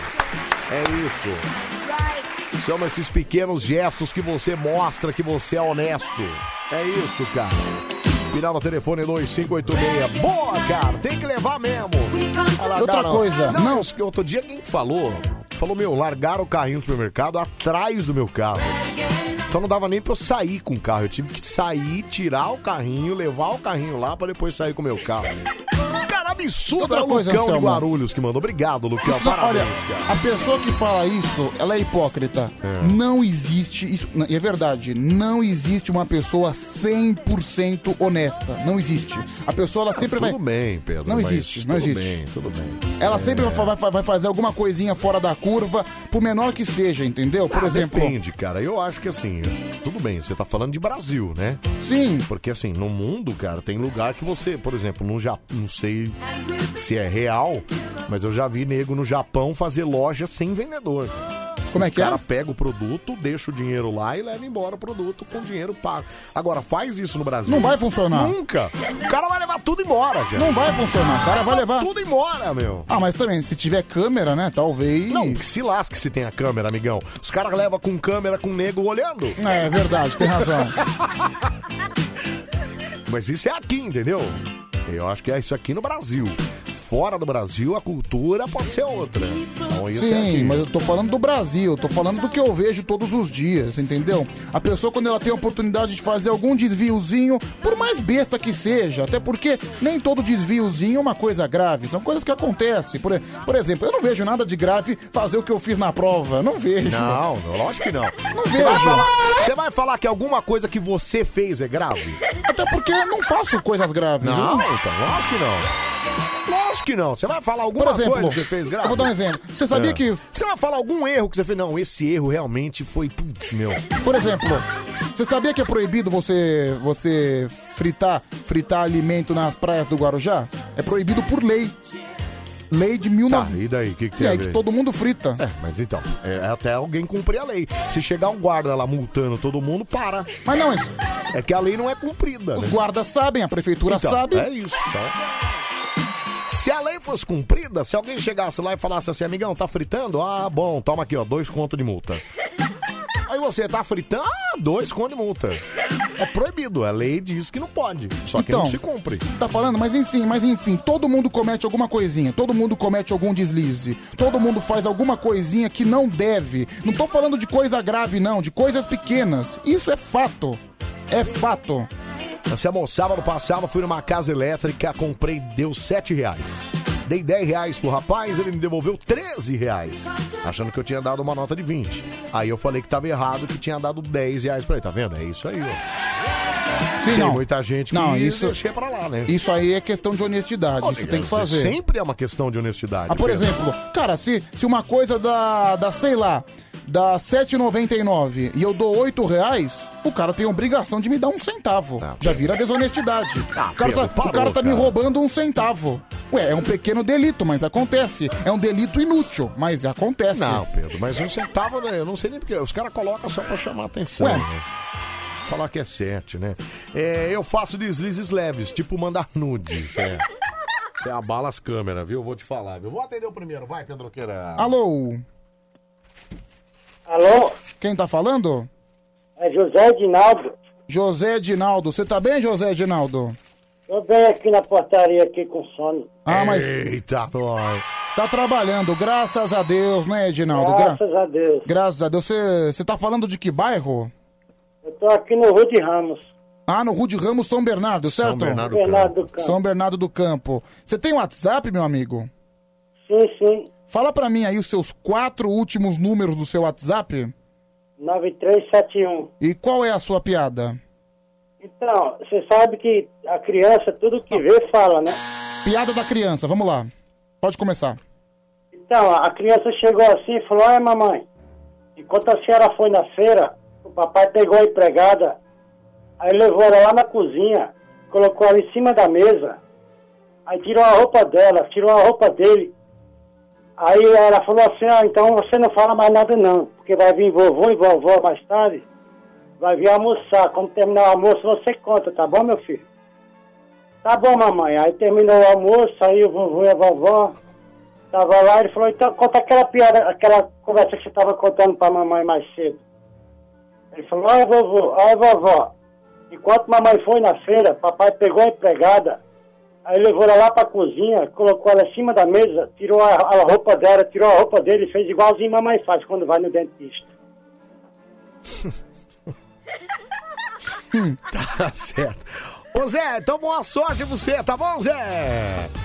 É isso. São esses pequenos gestos que você mostra que você é honesto. É isso, cara. Final do telefone 2586. Boa, cara. Tem que levar mesmo. Olha lá, Outra dá, coisa, Não, não. Outro dia quem falou, falou, meu, largaram o carrinho no supermercado atrás do meu carro. Então não dava nem pra eu sair com o carro. Eu tive que sair, tirar o carrinho, levar o carrinho lá pra depois sair com o meu carro. Cara, absurdo. Outra é o coisa, Lucão de Anselmo. Guarulhos que mandou. Obrigado, Lucão. Isso não- Parabéns, olha, cara. a pessoa que fala isso, ela é hipócrita. É. Não existe, isso, não, e é verdade, não existe uma pessoa 100% honesta. Não existe. A pessoa, ela sempre tudo vai... bem, Pedro. Não mas existe, não tudo existe. Bem, É. tudo bem. Ela sempre vai, vai- vai fazer alguma coisinha fora da curva, por menor que seja, entendeu? Por Ah, exemplo... Depende, cara. Eu acho que assim, tudo bem, você tá falando de Brasil, né? Sim. Porque assim, no mundo, cara, tem lugar que você, por exemplo, no Japão, não sei se é real, mas eu já vi nego no Japão fazer loja sem vendedor. Como é que o cara pega o produto, deixa o dinheiro lá e leva embora o produto com dinheiro pago. Agora, faz isso no Brasil. Não vai funcionar. Nunca. O cara vai levar tudo embora, cara. Não vai funcionar, o cara vai levar... Tudo embora, né, meu. Ah, mas também, se tiver câmera, né, talvez... Não, que se lasque se tem a câmera, amigão. Os caras levam com câmera, com nego olhando. É verdade, tem razão. Mas isso é aqui, entendeu? Eu acho que é isso aqui no Brasil. Fora do Brasil, a cultura pode ser outra. Então, isso é Sim, aqui. mas eu tô falando do Brasil, eu tô falando do que eu vejo todos os dias, entendeu? A pessoa, quando ela tem a oportunidade de fazer algum desviozinho, por mais besta que seja, até porque nem todo desviozinho é uma coisa grave, são coisas que acontecem. Por, por exemplo, eu não vejo nada de grave fazer o que eu fiz na prova, não vejo. Não, não, lógico que não. Não Você vai, vejo. falar, você vai falar que alguma coisa que você fez é grave? Até porque eu não faço coisas graves. Não, viu? então, lógico que não. Lógico que não. Você vai falar alguma Por exemplo, coisa que você fez grave? eu vou dar um exemplo. Você sabia É. que- Você vai falar algum erro que você fez? Não, esse erro realmente foi... Putz, meu. Por exemplo, você sabia que é proibido você você fritar fritar alimento nas praias do Guarujá? É proibido por lei. Lei de 19... E daí, o que, que E tem a aí ver? que todo mundo frita. É, mas então, é até alguém cumprir a lei. Se chegar um guarda lá multando todo mundo, para. Mas não, isso... É que a lei não é cumprida. Os né? guardas sabem, a prefeitura Então, sabe. É isso. então. Se a lei fosse cumprida, se alguém chegasse lá e falasse assim, amigão, tá fritando? Ah, bom, toma aqui, ó, dois contos de multa. Aí você tá fritando? Ah, dois contos de multa. É proibido, a lei diz que não pode. Só que não se cumpre. Você tá falando, mas enfim, mas enfim, todo mundo comete alguma coisinha, todo mundo comete algum deslize, todo mundo faz alguma coisinha que não deve. Não tô falando de coisa grave, não, de coisas pequenas. Isso é fato. É fato. Essa bom, sábado passado fui numa casa elétrica, comprei, deu 7 reais. Dei 10 reais pro rapaz, ele me devolveu 13 reais, achando que eu tinha dado uma nota de 20. Aí eu falei que tava errado, que tinha dado 10 reais pra ele. Tá vendo? É isso aí, ó. Tem não. muita gente que Não, isso- deixa pra lá, né? Isso aí é questão de honestidade, Ó, isso tem que isso fazer. Sempre é uma questão de honestidade. Ah, por Pedro. exemplo, cara, se, se uma coisa da, da, sei lá, da 7,99 e eu dou 8 reais, o cara tem obrigação de me dar um centavo. Ah, Já vira desonestidade. o cara tá, Pedro, parou, o cara tá me cara. roubando um centavo. Ué, é um pequeno delito, mas acontece. É um delito inútil, mas acontece. Não, Pedro, mas um centavo, né? Eu não sei nem porque. Os caras colocam só pra chamar atenção. Ué, né? falar que é 7, né? É, eu faço deslizes leves, tipo mandar nudes. É. Você abala as câmeras, viu? Vou te falar, viu? Vou atender o primeiro, vai, Pedroqueira. Ah, Alô? Alô? Quem tá falando? É José Edinaldo. José Edinaldo. Você tá bem, José Edinaldo? Tô bem aqui na portaria aqui com sono. Ah, mas- Eita, nós. Tá trabalhando, graças a Deus, né, Edinaldo? Gra- Graças a Deus. graças a Deus. Você você tá falando de que bairro? Eu tô aqui no Rude Ramos. Ah, no Rude Ramos, São Bernardo, certo? Bernardo do Bernardo Campo. do Campo. São Bernardo do Campo. Você tem WhatsApp, meu amigo? Sim, sim. Fala pra mim aí os seus quatro últimos números do seu WhatsApp. 9371. E qual é a sua piada? Então, você sabe que a criança, tudo que vê, fala, né? Piada da criança, vamos lá. Pode começar. Então, a criança chegou assim e falou: Olha, mamãe, enquanto a senhora foi na feira, o papai pegou a empregada, aí levou ela lá na cozinha, colocou ela em cima da mesa, aí tirou a roupa dela, tirou a roupa dele. Aí ela falou assim: Ah, então você não fala mais nada, não, porque vai vir vovô e vovó mais tarde, vai vir almoçar. Quando terminar o almoço, você conta, tá bom, meu filho? Tá bom, mamãe. Aí terminou o almoço, aí o vovô e a vovó Tava lá, ele falou, então conta aquela piada, aquela conversa que você tava contando pra mamãe mais cedo. Ele falou, ai vovô, ai vovó, enquanto mamãe foi na feira, papai pegou a empregada, aí levou ela lá pra cozinha, colocou ela em cima da mesa, tirou a, a roupa dela, tirou a roupa dele e fez igualzinho mamãe faz quando vai no dentista. Tá certo. Ô Zé, então boa sorte pra você, tá bom, Zé?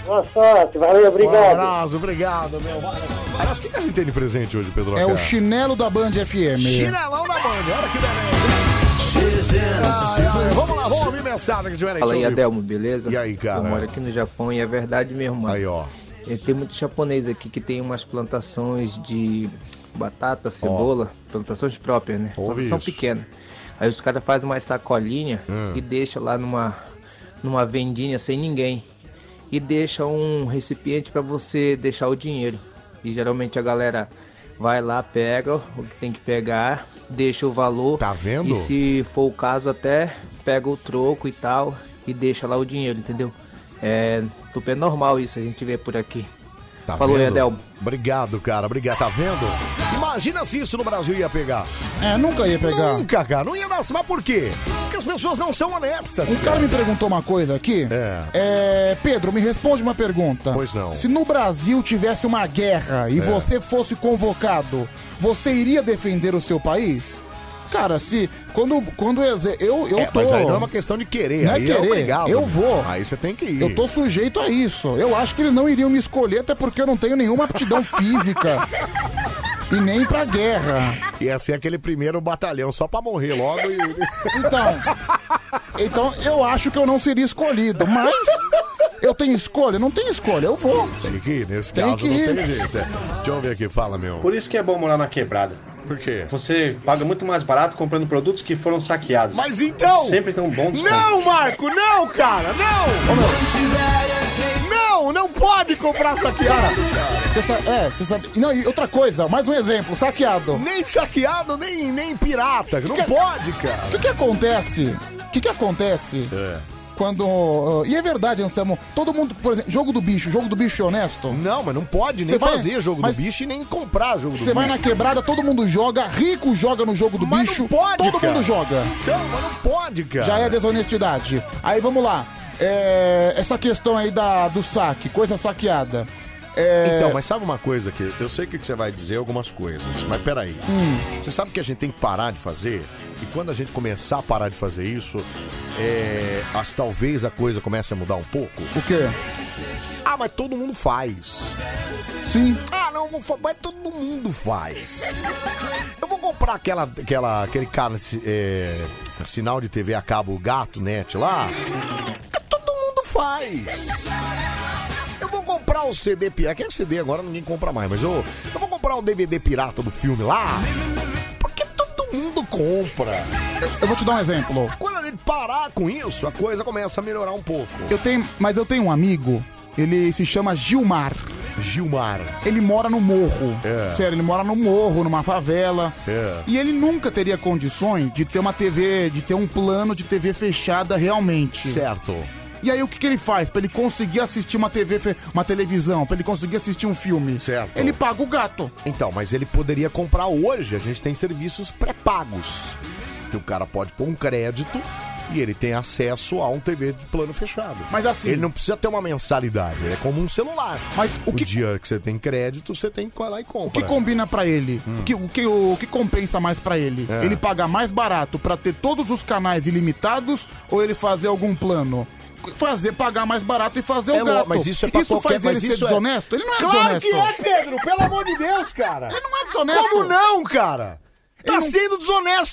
Boa sorte, valeu, Um obrigado. abraço, obrigado, meu. Aliás, o que, que a gente tem de presente hoje, Pedro? É o chinelo da Band FM. Chinelão da Band, olha que beleza. Ai, ai, Vamos lá, vamos ouvir mensagem que tiver aí. Fala aí, deixa eu ouvir. Adelmo, beleza? E aí, cara? Eu moro aqui no Japão e é verdade mesmo, mano. Aí, ó. tem muito japonês aqui que tem umas plantações de batata, cebola, plantações próprias, né? Plantação isso. Ah. pequena. Aí os caras fazem umas sacolinha e deixa lá numa, numa vendinha sem ninguém. E deixa um recipiente pra você deixar o dinheiro. E geralmente a galera vai lá, pega o que tem que pegar, deixa o valor. Tá vendo? E se for o caso, até pega o troco e tal e deixa lá o dinheiro, entendeu? É super normal isso, a gente vê por aqui. Tá Falou, vendo? Edelmo. Obrigado, cara. Obrigado. Tá vendo? Imagina se isso no Brasil ia pegar. É, nunca ia pegar. Nunca, cara. Não ia dar. Mas por quê? Porque as pessoas não são honestas. Um cara me perguntou uma coisa aqui. É. Pedro, me responde uma pergunta. Pois não. Tá. Se no Brasil tivesse uma guerra e É. você fosse convocado, você iria defender o seu país? Cara, se. Quando, quando eu. Eu, eu É, tô. mas aí não é uma questão de querer, Não é aí é querer. obrigado. Eu vou. Aí você tem que ir. Eu tô sujeito a isso. Eu acho que eles não iriam me escolher, até porque eu não tenho nenhuma aptidão física. E nem pra guerra. Ia ser assim, aquele primeiro batalhão só pra morrer logo e. Então, então eu acho que eu não seria escolhido, mas eu tenho escolha? Não tenho escolha, eu vou. Tem que ir, nesse Tem caso que não ir. tem jeito. é. Deixa eu ver aqui, fala, meu. Por isso que é bom morar na quebrada. Por quê? Você paga muito mais barato comprando produtos que foram saqueados. Mas então- Sempre tão bom desconto. Não, Marco, não, cara, não! Não, não pode comprar saqueado! Você sa- é, você sabe. Não, e outra coisa, mais um exemplo, saqueado. Nem saqueado, nem, nem pirata, não pode, O cara. que, que acontece? O que, que acontece quando. uh, e é verdade, Anselmo, todo mundo, por exemplo, jogo do bicho, jogo do bicho é honesto? Não, mas não pode nem fazer jogo do bicho e nem comprar jogo do Você vai na bicho. quebrada, todo mundo joga, rico joga no jogo do bicho, todo cara. mundo joga. Então, mas não pode, cara. Já é desonestidade. Aí vamos lá. É, essa questão aí da, do saque, coisa saqueada. É, Então, mas sabe uma coisa que eu sei que você vai dizer algumas coisas, mas peraí. Hum. Você sabe que a gente tem que parar de fazer? E quando a gente começar a parar de fazer isso, é, as- talvez a coisa comece a mudar um pouco. O quê? Ah, mas todo mundo faz. Sim. Ah, não, vou fa- mas todo mundo faz. Eu vou comprar aquela, aquela, aquele cara, é, sinal de TV a cabo gato net lá. Todo mundo faz. Eu vou comprar o CD pirata. Que é CD agora ninguém compra mais, mas eu, eu vou comprar o DVD pirata do filme lá. Porque todo mundo compra. Eu vou te dar um exemplo. Quando a gente parar com isso, a coisa começa a melhorar um pouco. Eu tenho, mas eu tenho um amigo, ele se chama Gilmar. Gilmar. Ele mora no morro. É. Sério, ele mora no morro, numa favela. É. E ele nunca teria condições de ter uma TV, de ter um plano de TV fechada realmente. Certo. E aí o que, que ele faz para ele conseguir assistir uma TV, fe- uma televisão, para ele conseguir assistir um filme? Certo. Ele paga o gato. Então, mas ele poderia comprar hoje. A gente tem serviços pré-pagos. Que o cara pode pôr um crédito e ele tem acesso a um TV de plano fechado. Mas assim- Ele não precisa ter uma mensalidade. É como um celular. Mas o, que... dia que você tem crédito, você tem que ir lá e compra. O que combina pra ele? O, que, o, que, o que compensa mais pra ele? Hum. É. Ele pagar mais barato pra ter todos os canais ilimitados ou ele fazer algum plano? Fazer pagar mais barato e fazer É o lo- gato. mas isso é pra qualquer- faz ele mas ser isso é- desonesto? Ele não é Claro desonesto. que é, Pedro! Pelo amor de Deus, cara! Ele não é desonesto. Como não, cara? Tá sendo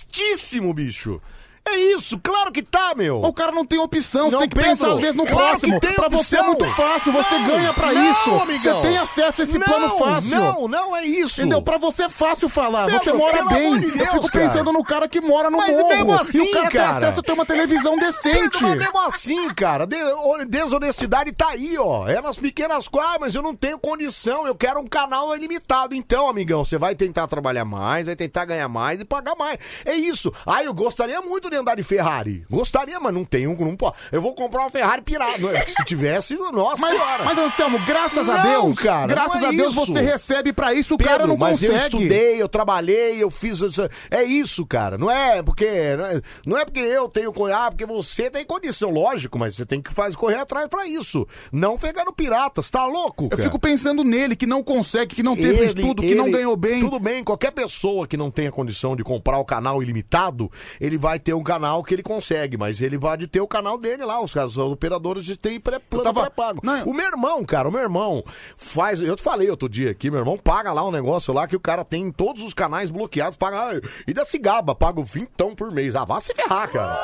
desonestíssimo, bicho. É isso, claro que tá, meu. O cara não tem opção, você Não, tem que Pedro, pensar às vezes no claro próximo. que tem Pra você é opção. muito fácil, você Não, ganha pra não, isso. amigão. Você tem acesso a esse Não, plano fácil. não, não é isso. Entendeu? Pra você é fácil falar, Pedro, você mora pelo bem. amor de Eu Deus, fico cara. pensando no cara que mora no Mas morro. mesmo e assim, o cara, cara. tem acesso a ter uma televisão decente. Pedro, mas mesmo assim, cara, de- o- desonestidade tá aí, ó. É nas pequenas quais, mas eu não tenho condição, eu quero um canal ilimitado. Então, amigão, você vai tentar trabalhar mais, vai tentar ganhar mais e pagar mais. É isso. Ah, eu gostaria muito de andar de Ferrari. Gostaria, mas não tenho, não pode. Eu vou comprar uma Ferrari pirada. Se tivesse, nossa Mas, senhora. mas, Anselmo, graças a Não, Deus, cara, graças não é a Deus isso. você recebe pra isso, o Pedro, cara não mas eu consegue. estudei, eu trabalhei, eu fiz. essa- É isso, cara. Não é porque. não é- Não é porque eu tenho. co- Ah, porque você tem condição, lógico, mas você tem que fazer correr atrás pra isso. Não pegar no piratas, tá louco? Eu cara? fico pensando nele, que não consegue, que não teve Ele- estudo, que não ele- ganhou bem. Tudo bem, qualquer pessoa que não tenha condição de comprar o canal ilimitado, ele vai ter um canal que ele consegue, mas ele pode ter o canal dele lá, os, caras- os operadores de tem pré-plano pré-pago. O meu irmão, cara, o meu irmão faz. Eu te falei outro dia aqui, meu irmão paga lá um negócio lá que o cara tem todos os canais bloqueados, paga. ah, E da cigaba, paga o vintão por mês. Ah, vá se ferrar, cara.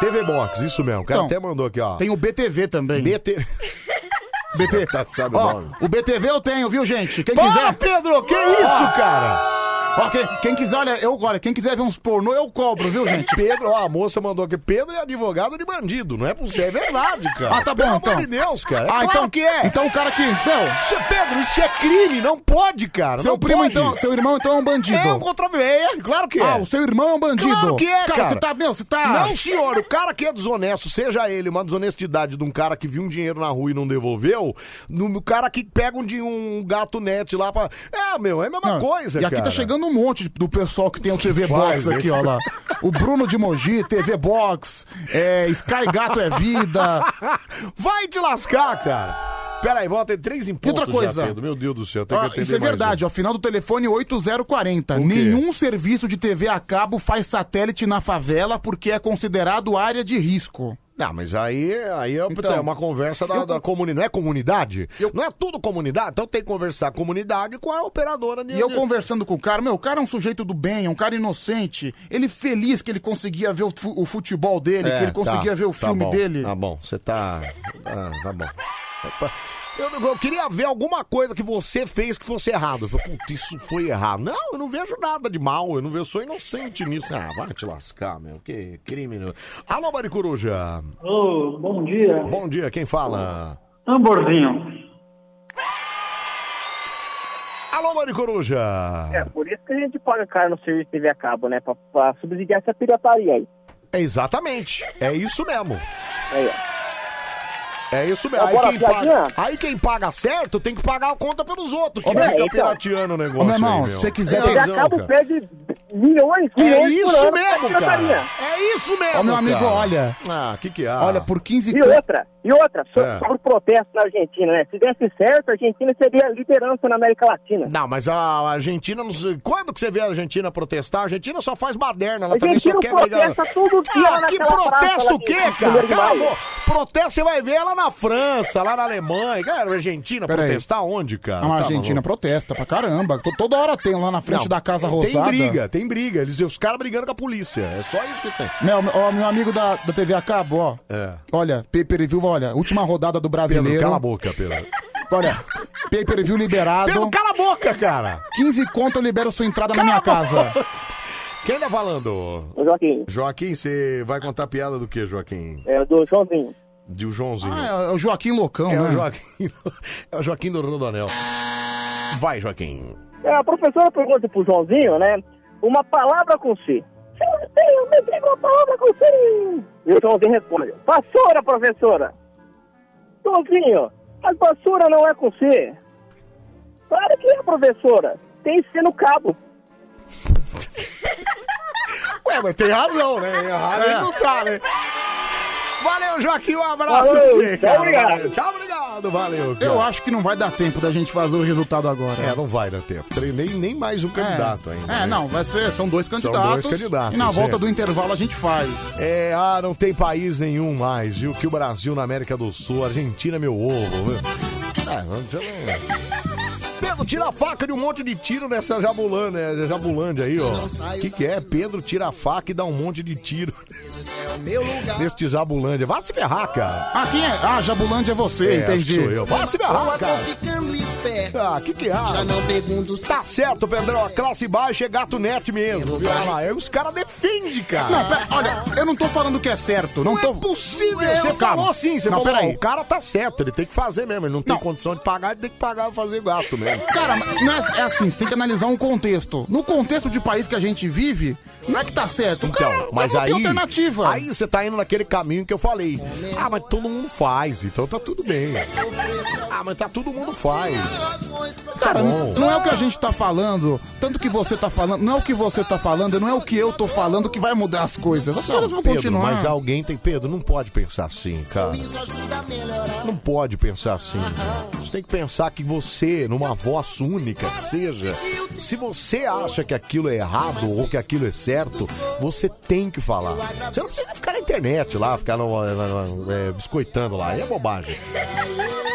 TV Box, isso mesmo. O cara Então, até mandou aqui, ó. Tem o BTV também. BT... BT... Tá, sabe o Ó, nome. o BTV eu tenho, viu, gente? Quem Para, quiser. Pedro, que isso, cara? Ó, quem, quem quiser, olha, eu, olha, quem quiser ver uns pornô, eu cobro, viu, gente? Pedro, ó, a moça mandou aqui. Pedro é advogado de bandido, não é possível. É verdade, cara. Ah, tá bom, Pelo então. amor de Deus, cara. Ah, É claro então- que é. então o cara que- não. Isso é- Pedro, isso é crime, não pode, cara. Seu não primo, pode. então, seu irmão, então, é um bandido. É um contrabando, é, claro que é. Ah, o seu irmão é um bandido. Claro que é, cara. Cara, você tá, meu, você tá... Não, senhor, o cara que é desonesto, seja ele uma desonestidade de um cara que viu um dinheiro na rua e não devolveu, no o cara que pega um, de um gato net lá pra... É, meu, é a mesma Não, coisa, E aqui cara. tá chegando um monte do pessoal que tem o TV Faz, Box aqui, né? ó lá. O Bruno de Mogi, TV Box, é, Sky Gato é Vida. Vai te lascar, cara. Pera aí, volta, tem três em E outra ponto já, coisa? Pedro. Meu Deus do céu, tem que Ó, atender isso é mais um. verdade, ó. Final do telefone 8040. Nenhum serviço de TV a cabo faz satélite na favela porque é considerado área de risco. Não, mas aí, aí é Então, é uma conversa da, eu- comunidade. Não é comunidade? Não é tudo comunidade? Então tem que conversar a comunidade com a operadora de. E eu de- conversando com o cara, meu, o cara é um sujeito do bem, é um cara inocente. Ele feliz que ele conseguia ver o fu- o futebol dele, É, que ele tá, conseguia ver o tá filme bom, dele. Tá bom, você tá. Ah, tá bom. Opa. Eu, não- eu queria ver alguma coisa que você fez que fosse errado. Eu falei, putz, isso foi errado. Não, eu não vejo nada de mal, eu não vejo, eu sou inocente nisso. Ah, vai te lascar, meu, que crime. meu. Alô, Maricoruja. Ô, bom dia. Bom dia, quem fala? Tamborzinho. Alô, Maricoruja. É, por isso que a gente paga caro no serviço de TV a cabo, né? Pra, pra subsidiar essa pirataria aí. É Exatamente, é isso mesmo. Aí, É isso mesmo. Mas Aí bora, quem, paga, piadinha? aí quem paga certo tem que pagar a conta pelos outros, que Ô, meu, fica então. pirateando o negócio. Ô, meu irmão, aí, se você quiser TV a Não, cabo cara. perde milhões, É milhões por isso ano pra mesmo, pirataria. cara. É isso mesmo. Ó, meu amigo, cara. olha. Ah, que que há? Olha, por 15 E outra, e outra, so- É. sobre o protesto na Argentina, né? Se desse certo, a Argentina seria liderança na América Latina. Não, mas a Argentina, não sei- quando que você vê a Argentina protestar? A Argentina só faz baderna, ela A também só Argentina quer brigar. protesta todo dia lá ah, que naquela praça protesto lá o de- quê, de cara? primeiro de Cala a maio. boca. Protesto você vai ver ela na França, lá na Alemanha. Cara, a Argentina Peraí. protestar onde, cara? Não, a Tá Argentina protesta pra caramba. Tô- Toda hora tem lá na frente Não, da Casa tem Rosada. briga, tem briga. Eles, os caras brigando com a polícia. É só isso que tem. Meu, ó, meu amigo da, da TV a cabo, ó. É. Olha, pay per view, olha, última rodada do brasileiro. Pedro, cala a boca, Pedro. Olha, pay per view liberado. Pedro, cala a boca, cara. 15 conto eu libero sua entrada na minha Cala a casa. boca. Quem tá falando? Ô, Joaquim, Joaquim, você vai contar piada do que, Joaquim? é, do Joãozinho. De o Joãozinho. É o Joaquim Loucão, é, né? o Joaquim, é o Joaquim do Rodonel. Vai, Joaquim. É, a professora pergunta pro Joãozinho, né? Uma palavra com si. Joãozinho, me diga uma palavra com si. E o Joãozinho responde: Vassoura, professora. Joãozinho, a vassoura não é com si. Claro que é, professora. Tem si no cabo. Ué, mas tem razão, né? Errado ele não tá, né? Valeu, Joaquim, um abraço Valeu, pra você, tchau, cara. obrigado. Valeu, Tchau, obrigado, valeu. Eu Cara. acho que não vai dar tempo da gente fazer o resultado agora. É, não vai dar tempo. Treinei nem mais um candidato ainda. É, né? não, vai ser, são dois São candidatos. dois candidatos, E na volta é. do intervalo a gente faz. É, ah, não tem país nenhum mais, viu? Que o Brasil na América do Sul, Argentina é meu ovo, viu? Ah, não, então- Pedro, tira a faca de um monte de tiro nessa jabulândia, né? jabulândia aí, ó. O que, que é? Pedro tira a faca e dá um monte de tiro Meu lugar. neste jabulândia. Vá se ferrar, cara. Ah, quem é? Ah, Jabulante é você, É, entendi. sou eu. Vá se ferrar, cara. Ah, que que há? Tá certo, Pedrão. A classe baixa é gato net mesmo. viu? Olha lá, aí os caras defendem, cara. Não, pera, olha, eu não tô falando que é certo. Não, Não tô... é possível. Você falou assim, você não, falou, peraí. "Ó, o cara tá certo, ele tem que fazer mesmo, ele não tem condição de pagar, ele tem que pagar pra fazer gato mesmo. Cara, mas não é, é assim, você tem que analisar um contexto. No contexto de país que a gente vive, não é que tá certo. Então, mas não aí. tem alternativa. Aí você tá indo naquele caminho que eu falei. Ah, mas todo mundo faz, então tá tudo bem. Ah, mas tá todo mundo faz. Cara, Tá bom. não é o que a gente tá falando, tanto que você tá falando, não é o que você tá falando, não é o que eu tô falando que vai mudar as coisas. As coisas vão Pedro, continuar. mas é alguém tem. Pedro, não pode pensar assim, cara. Não pode pensar assim. Você tem que pensar que você, numa voz única que seja, se você acha que aquilo é errado ou que aquilo é certo, você tem que falar. Você não precisa ficar na internet lá, ficar no, no- no- é, biscoitando lá. Aí é bobagem.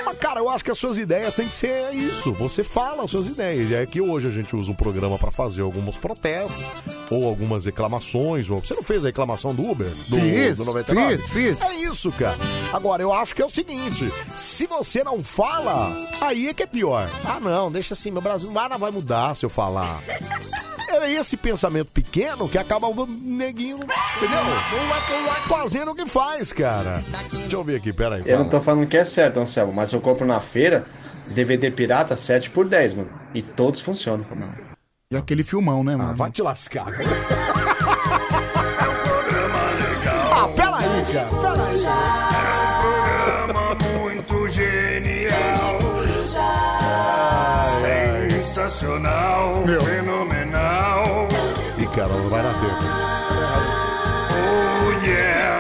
Mas, cara, eu acho que as suas ideias têm que ser isso. Você fala as suas ideias. É que hoje a gente usa um programa pra fazer alguns protestos ou algumas reclamações. Ou... Você não fez a reclamação do Uber? Do, Fiz, do 99? fiz, fiz. É isso, cara. Agora, eu acho que é o seguinte: se você não fala, aí é que é pior. Ah, não, deixa assim, meu Brasil nada vai mudar se eu falar. É esse pensamento pequeno que acaba o neguinho, entendeu? Fazendo o que faz, cara. Deixa eu ver aqui, peraí. Eu não fala. tô falando que é certo, Anselmo, mas eu compro na feira DVD pirata 7 por 10, mano. E todos funcionam. E aquele filmão, né, mano? Ah, vai te lascar, cara. Ah, peraí, cara. Peraí. muito genial. Sensacional, fenomenal. Ih, cara, não vai dar tempo. Oh yeah.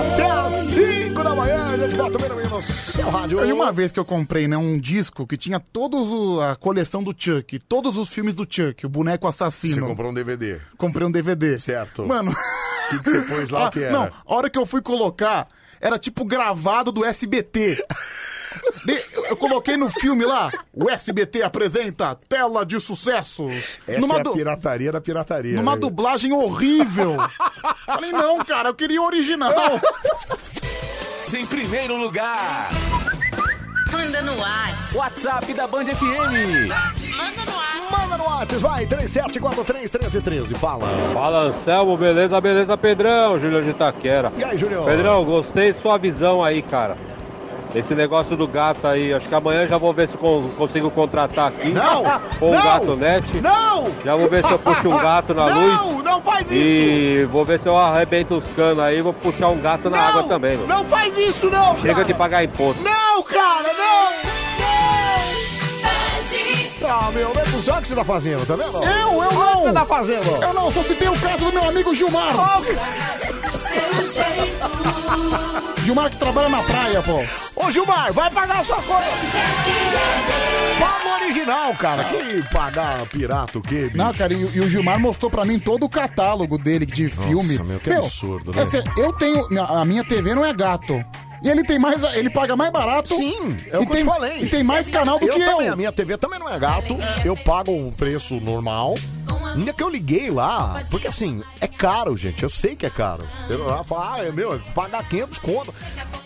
Até às 5 da manhã, a gente bota o meio no seu rádio. E uma vez que eu comprei, né, um disco que tinha todos o- a coleção do Chuck, todos os filmes do Chuck, o boneco assassino. um DVD. Comprei um DVD. Certo. Mano. O que, que você pôs lá? Ah, o que era? Não, a hora que eu fui colocar, era tipo gravado do SBT. De- eu- eu coloquei no filme lá, o SBT apresenta tela de sucessos. Essa é a pirataria da pirataria. Numa né? dublagem horrível. Falei, não, cara, eu queria o original. Em primeiro lugar, Manda no ar. WhatsApp da Band FM. Manda no ar. Manda no WhatsApp, vai, 37431313, fala. Fala Anselmo, beleza, beleza, Pedrão, Julião de Itaquera. E aí, Julião? Pedrão, gostei de sua visão aí, cara. Esse negócio do gato aí, acho que amanhã já vou ver se con- consigo contratar aqui. Não! Ou Não! um gato net. Não! Já vou ver se eu puxo um gato na Não, luz. não faz E vou ver se eu arrebento os canos aí, vou puxar um gato na água também, mano. Não faz isso, não! Chega de pagar imposto. Não, cara, não! Ah, meu, não é só que você tá fazendo, tá vendo? Eu, eu não! Você tá fazendo? Eu não, só citei o caso do meu amigo Gilmar. Gilmar que trabalha na praia, pô. Oh. Ô, Gilmar, vai pagar a sua conta. Fala original, cara. Que pagar pirata o quê, bicho? Não, cara, e, o- e o Gilmar é mostrou pra mim todo o catálogo dele de filme. meu, que absurdo, né? é sério, eu tenho. A minha TV não é gato. E ele tem mais. Ele paga mais barato. Sim, é o e que tem, eu te falei. E tem mais canal do que também, eu. A minha TV também não é gato. Eu pago um preço normal. Ainda que eu liguei lá, porque assim, é caro, gente. Eu sei que é caro. Eu, eu falo, ah, é meu, pagar 500 conto.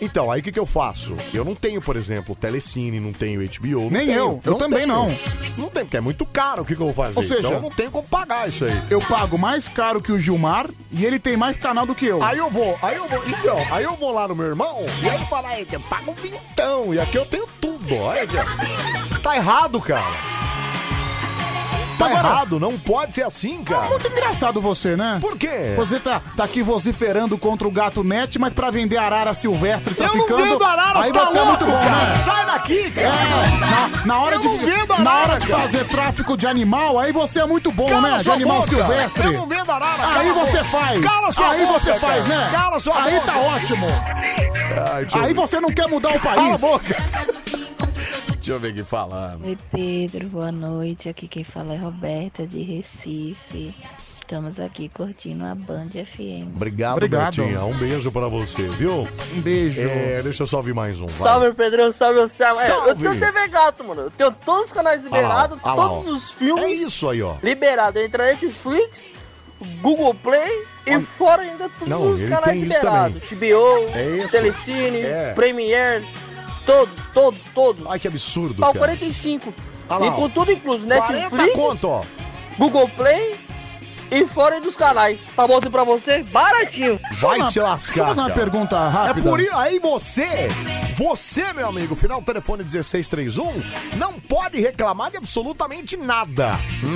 Então, aí o que, que eu faço? Eu não tenho, por exemplo, Telecine, não tenho HBO. não Nem tenho, eu, eu também tenho. não. Não tem, porque é muito caro o que, que eu vou fazer. Ou seja, então, eu não tenho como pagar isso aí. Eu pago mais caro que o Gilmar e ele tem mais canal do que eu. Aí eu vou, aí eu vou, então, aí eu vou lá no meu irmão e aí falar, eu pago um vintão e aqui eu tenho tudo, olha aqui. ó. Tá errado, cara. Tá errado, não pode ser assim, cara. É Muito engraçado você, né? Por quê? Você tá, tá aqui vociferando contra o gato net, mas pra vender arara silvestre Eu traficando. não vendo arara, Tá aí você tá você é louco, muito bom, cara. né? Sai daqui, cara. na, na hora Eu de não vendo na arara, hora de cara. fazer tráfico de animal, aí você é muito bom, Cala né? De sua animal boca. silvestre. Eu não vendo arara, Aí cala a você boca. faz. Cala sua aí boca, você faz, cara. né? Cala sua aí boca. tá ótimo. Ai, deixa eu Aí ver. você não quer mudar o país. Cala a boca. Deixa eu ver o que falar. Oi Pedro, boa noite. Aqui quem fala é Roberta de Recife. Estamos aqui curtindo a Band FM. Obrigado, Obrigado. Betinha. Um beijo pra você, viu? Um beijo. deixa eu só ouvir mais um. vai. Salve, Pedrão, salve, Anselmo. É, eu Salve. tenho TV Gato, mano. Eu tenho todos os canais Olha lá, liberados, olha lá, todos ó. os filmes. É isso aí, ó. Liberado. Entra Netflix, Google Play e fora ainda todos Não, os ele canais tem isso liberados. É TBO, isso. Telecine, É. Premiere, todos, todos, todos. Ai, que absurdo, Pau cara. 45. Olha lá, e ó. com tudo incluso, né? 40 Netflix, conto, ó. Google Play e fora dos canais. Famoso pra você, baratinho. Vai Chama- se lascar. deixa eu fazer uma cara. pergunta rápida. É por isso. Aí você, você, meu amigo, final do telefone 1631, não pode reclamar de absolutamente nada.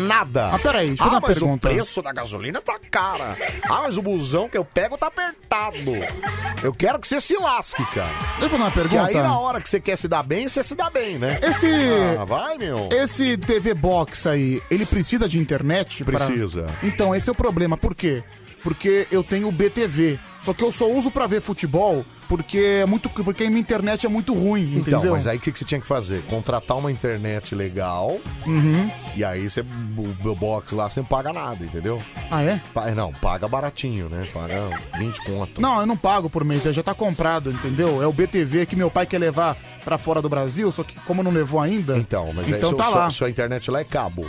Nada. Ah, peraí, deixa eu ah, dar uma mas pergunta. O preço da gasolina tá cara. Ah, mas o busão que eu pego tá apertado. Eu quero que você se lasque, cara. Deixa eu fazer uma pergunta. Que aí na hora que você quer se dar bem, você se dá bem, né? Esse. Ah, vai, meu. Esse TV Box aí, ele precisa de internet? pra- Precisa. Então, esse é o problema. Por quê? Porque eu tenho o BTV. Só que eu só uso pra ver futebol porque é muito porque a minha internet é muito ruim, Então, entendeu? mas aí o que, que você tinha que fazer? Contratar uma internet legal Uhum. e aí você, o, o box lá, você não paga nada, entendeu? Ah, é? Pa- Não, paga baratinho, né? Paga 20 conto. Não, eu não pago por mês, já tá comprado, entendeu? É o BTV que meu pai quer levar pra fora do Brasil, só que como não levou ainda. Então, mas aí então sua- tá sua, lá. sua internet lá é cabo.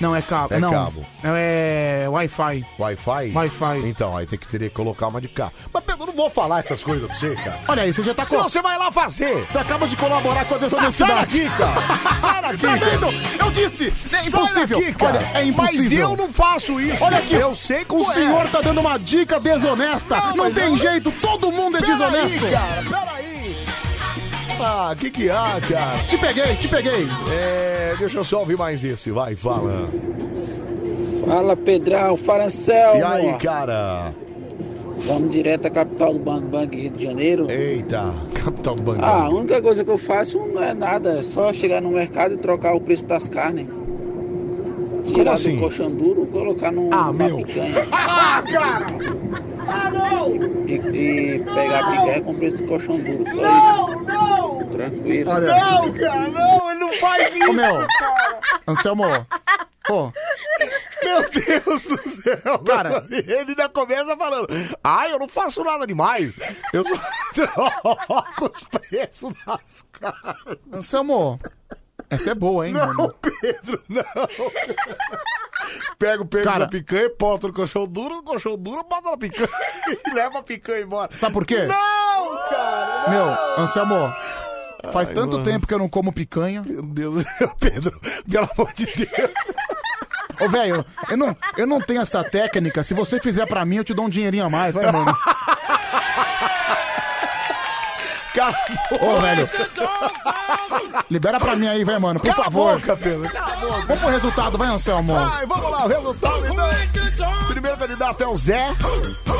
Não é cabo, É não. cabo. É Wi-Fi. Wi-Fi? Wi-Fi. Então, aí tem que teria que colocar uma de cá. Mas Pedro, eu não vou falar essas coisas pra você, cara. Olha aí, você já tá Senão com- você vai lá fazer. Você acaba de colaborar com a Ah, sai desonestidade. daqui, cara. Sai daqui. Tá cara. vendo? Eu disse, é Sai impossível. daqui, cara. Olha, é impossível. Mas eu não faço isso. Olha aqui, Eu sei como o é. senhor tá dando uma dica desonesta. Não, mas tem eu- jeito, todo mundo é Peraí, desonesto. cara, Ah, que que há, cara? Te peguei, te peguei. É, deixa eu só ouvir mais esse, vai, fala. Fala Pedrão, fala Anselmo. E aí, cara? Vamos direto à capital do Banco, Banco Rio de Janeiro. Eita, capital do Banco. Ah, a única coisa que eu faço não é nada, é só chegar no mercado e trocar o preço das carnes. Tirar assim? do colchão duro, colocar no, ah, meu. picanha. Ah, cara! Ah, não! E, e pegar a picanha com o preço do colchão duro. Só Não, não! isso, tranquilo. Não, cara, não, ele não faz isso, Ô, meu. cara. Anselmo, pô, Meu Deus do céu! Cara. ele ainda começa falando: Ah, eu não faço nada demais. Eu só troco os preços das caras. Anselmo, essa é boa, hein, Não, mano? Pedro, não. Pega o peito Cara. da picanha, bota no colchão duro, no colchão duro, bota na picanha e leva a picanha embora. Sabe por quê? Não, cara! Meu, Anselmo, faz Ai, tanto mano. tempo que eu não como picanha. Meu Deus, Pedro, pelo amor de Deus. Ô, velho, eu não, eu não tenho essa técnica. Se você fizer pra mim, eu te dou um dinheirinho a mais, vai, mano. Ô, velho. Libera pra mim aí, vai, mano, por Cala a favor. boca, Pedro. Vamos pro resultado, vai, Anselmo. Ai, vamos lá, o resultado então. Primeiro candidato é o Zé.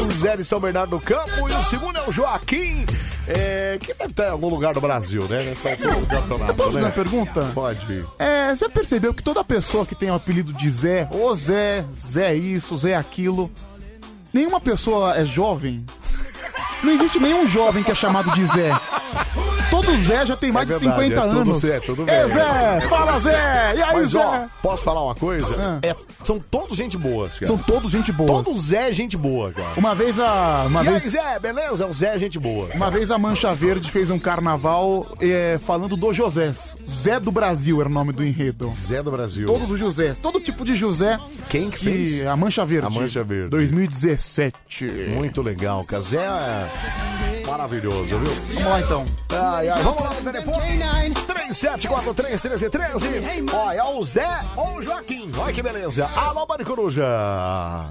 O Zé de São Bernardo do Campo. E o segundo é o Joaquim. é, que deve estar em algum lugar do Brasil, né? Nessa altura do campeonato. Posso né? fazer uma pergunta? Pode. É, você percebeu que toda pessoa que tem o apelido de Zé, ô Zé, Zé isso, Zé aquilo, nenhuma pessoa é jovem? Não existe nenhum jovem que é chamado de Zé. Todo Zé já tem mais É de verdade, 50 é tudo anos. Zé, tudo É Zé, velho. fala Zé, e aí Mas, Zé? Ah. ó, posso falar uma coisa? É, são todos gente boa, cara. São todos gente boa. Todo Zé é gente boa, cara. Uma vez a... Uma e vez... aí, Zé, beleza? O Zé é gente boa. Uma vez a Mancha Verde fez um carnaval eh, falando do José. Zé do Brasil era o nome do enredo. Zé do Brasil. Todos os José, todo tipo de José. Quem que fez? A Mancha Verde. A Mancha Verde. 2017. Muito legal, cara. Zé, é Maravilhoso, viu? Vamos lá então. Ai, ai, vamos lá no telefone. 37431313. Ó, é o Zé ou o Joaquim. Olha que beleza. Alô, Bande Coruja.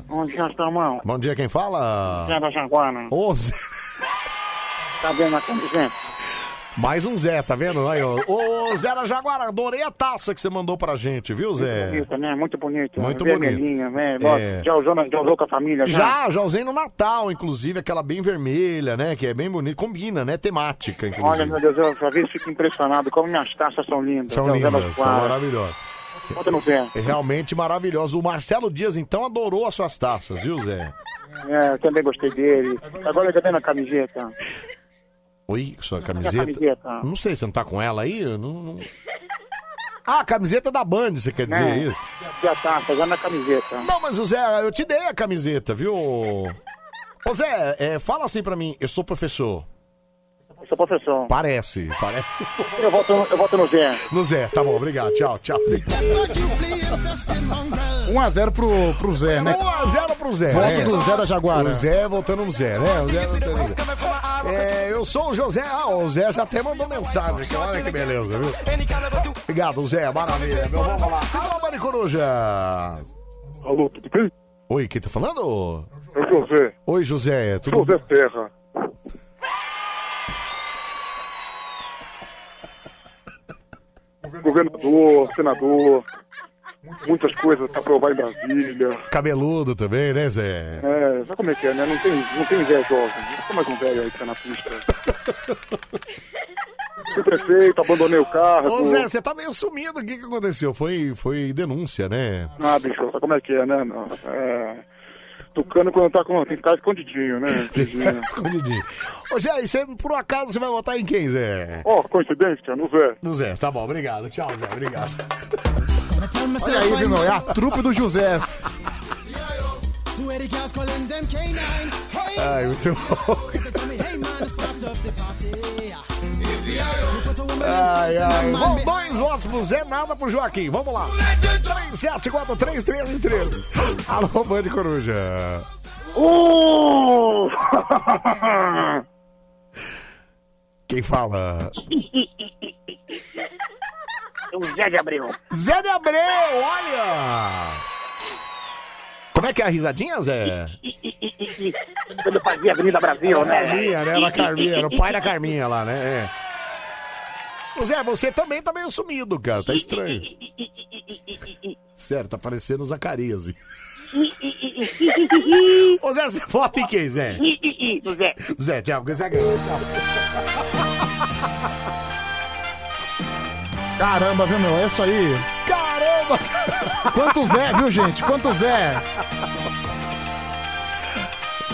Onde que nós estamos? Bom dia, quem fala? Zé da Jaguana. Ô, Zé. Tá vendo a camiseta? Mais um Zé, tá vendo? Aí, ó. Ô, Zé da Jaguara, adorei a taça que você mandou pra gente, viu, Zé? Bonita, né? Muito bonita. É. Muito Vermelhinha, né? É. Já usou, na- já usou com a família? Já, já usei no Natal, inclusive, aquela bem vermelha, né? Que é bem bonita. Combina, né? Temática, inclusive. Olha, meu Deus, eu às vezes fico impressionado como minhas taças são lindas. São né? Zé da lindas, são Jaguara. maravilhosas. Bota no pé. É realmente maravilhoso. O Marcelo Dias, então, adorou as suas taças, viu, Zé? É, eu também gostei dele. Agora tá já vendo a camiseta. Oi, sua Minha camiseta? camiseta. Não sei, você não tá com ela aí? Eu Não, não- Ah, a camiseta da Band, você quer dizer Né? isso? E a tá, taça, já na camiseta. Não, mas o Zé, eu te dei a camiseta, viu? Ô Zé, é, fala assim pra mim, eu sou professor. Eu sou professor. Parece, parece. um Eu voto, eu voto no Zé. No Zé, tá bom, obrigado, tchau, tchau. 1x0 pro, pro Zé, né? 1x0 pro Zé. Volta né? do Zé da Jaguara. O Zé voltando no Zé, né? O Zé voltando no Zé. É, eu sou o José. Ah, o Zé já até mandou mensagem aqui. Olha que beleza, viu? Obrigado, Zé. Maravilha. Meu, vamos lá. Alô, Mari Coruja. Alô, tudo bem? Oi, quem tá falando? É o José. Oi, José. Tudo José Terra. Governador, senador, muitas coisas pra provar em Brasília. Cabeludo também, né, Zé? É, sabe como é que é, né? Não tem, não tem Zé jovem. Só mais um velho aí que tá na pista. Fui prefeito, abandonei o carro. Ô, Zé, você tá meio sumido. O que, que aconteceu? Foi, foi denúncia, né? Ah, bicho, sabe como é que é, né? Não, é... Tucano quando tá com... tem que ficar escondidinho, né? Escondidinho. Escondidinho. Ô, Zé, e você, por um acaso, você vai votar em quem, Zé? Ó, coincidência, no Zé. No Zé, tá bom. Obrigado. Tchau, Zé. Obrigado. Olha aí, viu, meu? É a trupe do José. Ai, muito bom. um Ah, Ai, ai. Bom, dois votos pro Zé, nada pro Joaquim. Vamos lá. 37431313. Alô, Bande Coruja. Uh! Quem fala? o Um Zé de Abreu. Zé de Abreu, olha! Como é que é a risadinha, Zé? Quando eu fazia Avenida Brasil, né? Carminha, né? Era a Carminha, era o pai da Carminha lá, né? É. Ô, Zé, você também tá meio sumido, cara. Tá estranho. Sério, tá parecendo o Zacarias. hein? Ô, Zé, você vota em quem, Zé? Zé. Zé, tchau, porque Zé ganhou, tchau. Caramba, viu, meu? É isso aí. Caramba! Quanto Zé, viu, gente? Quanto Zé?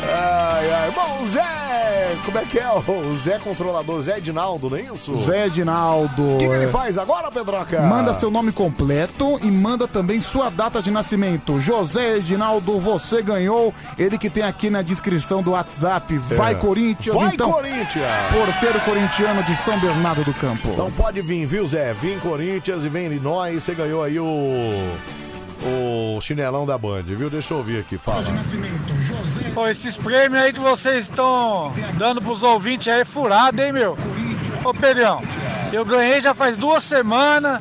Ai, ai. Bom, o Zé, como é que é? O Zé controlador, Zé Edinaldo, não é isso? Zé Edinaldo. O que, que ele faz agora, Pedroca? Manda seu nome completo e manda também sua data de nascimento. José Edinaldo, você ganhou. Ele que tem aqui na descrição do WhatsApp. Vai É. Corinthians, Vai, então. Corinthians! Porteiro corintiano de São Bernardo do Campo. Então pode vir, viu, Zé? Vim Corinthians e vem nós. Você ganhou aí o. O chinelão da Band, viu? Deixa eu ouvir aqui, fala. Pô, esses prêmios aí que vocês estão dando pros ouvintes aí é furado, hein, meu? Ô, Pedrão, eu ganhei já faz duas semanas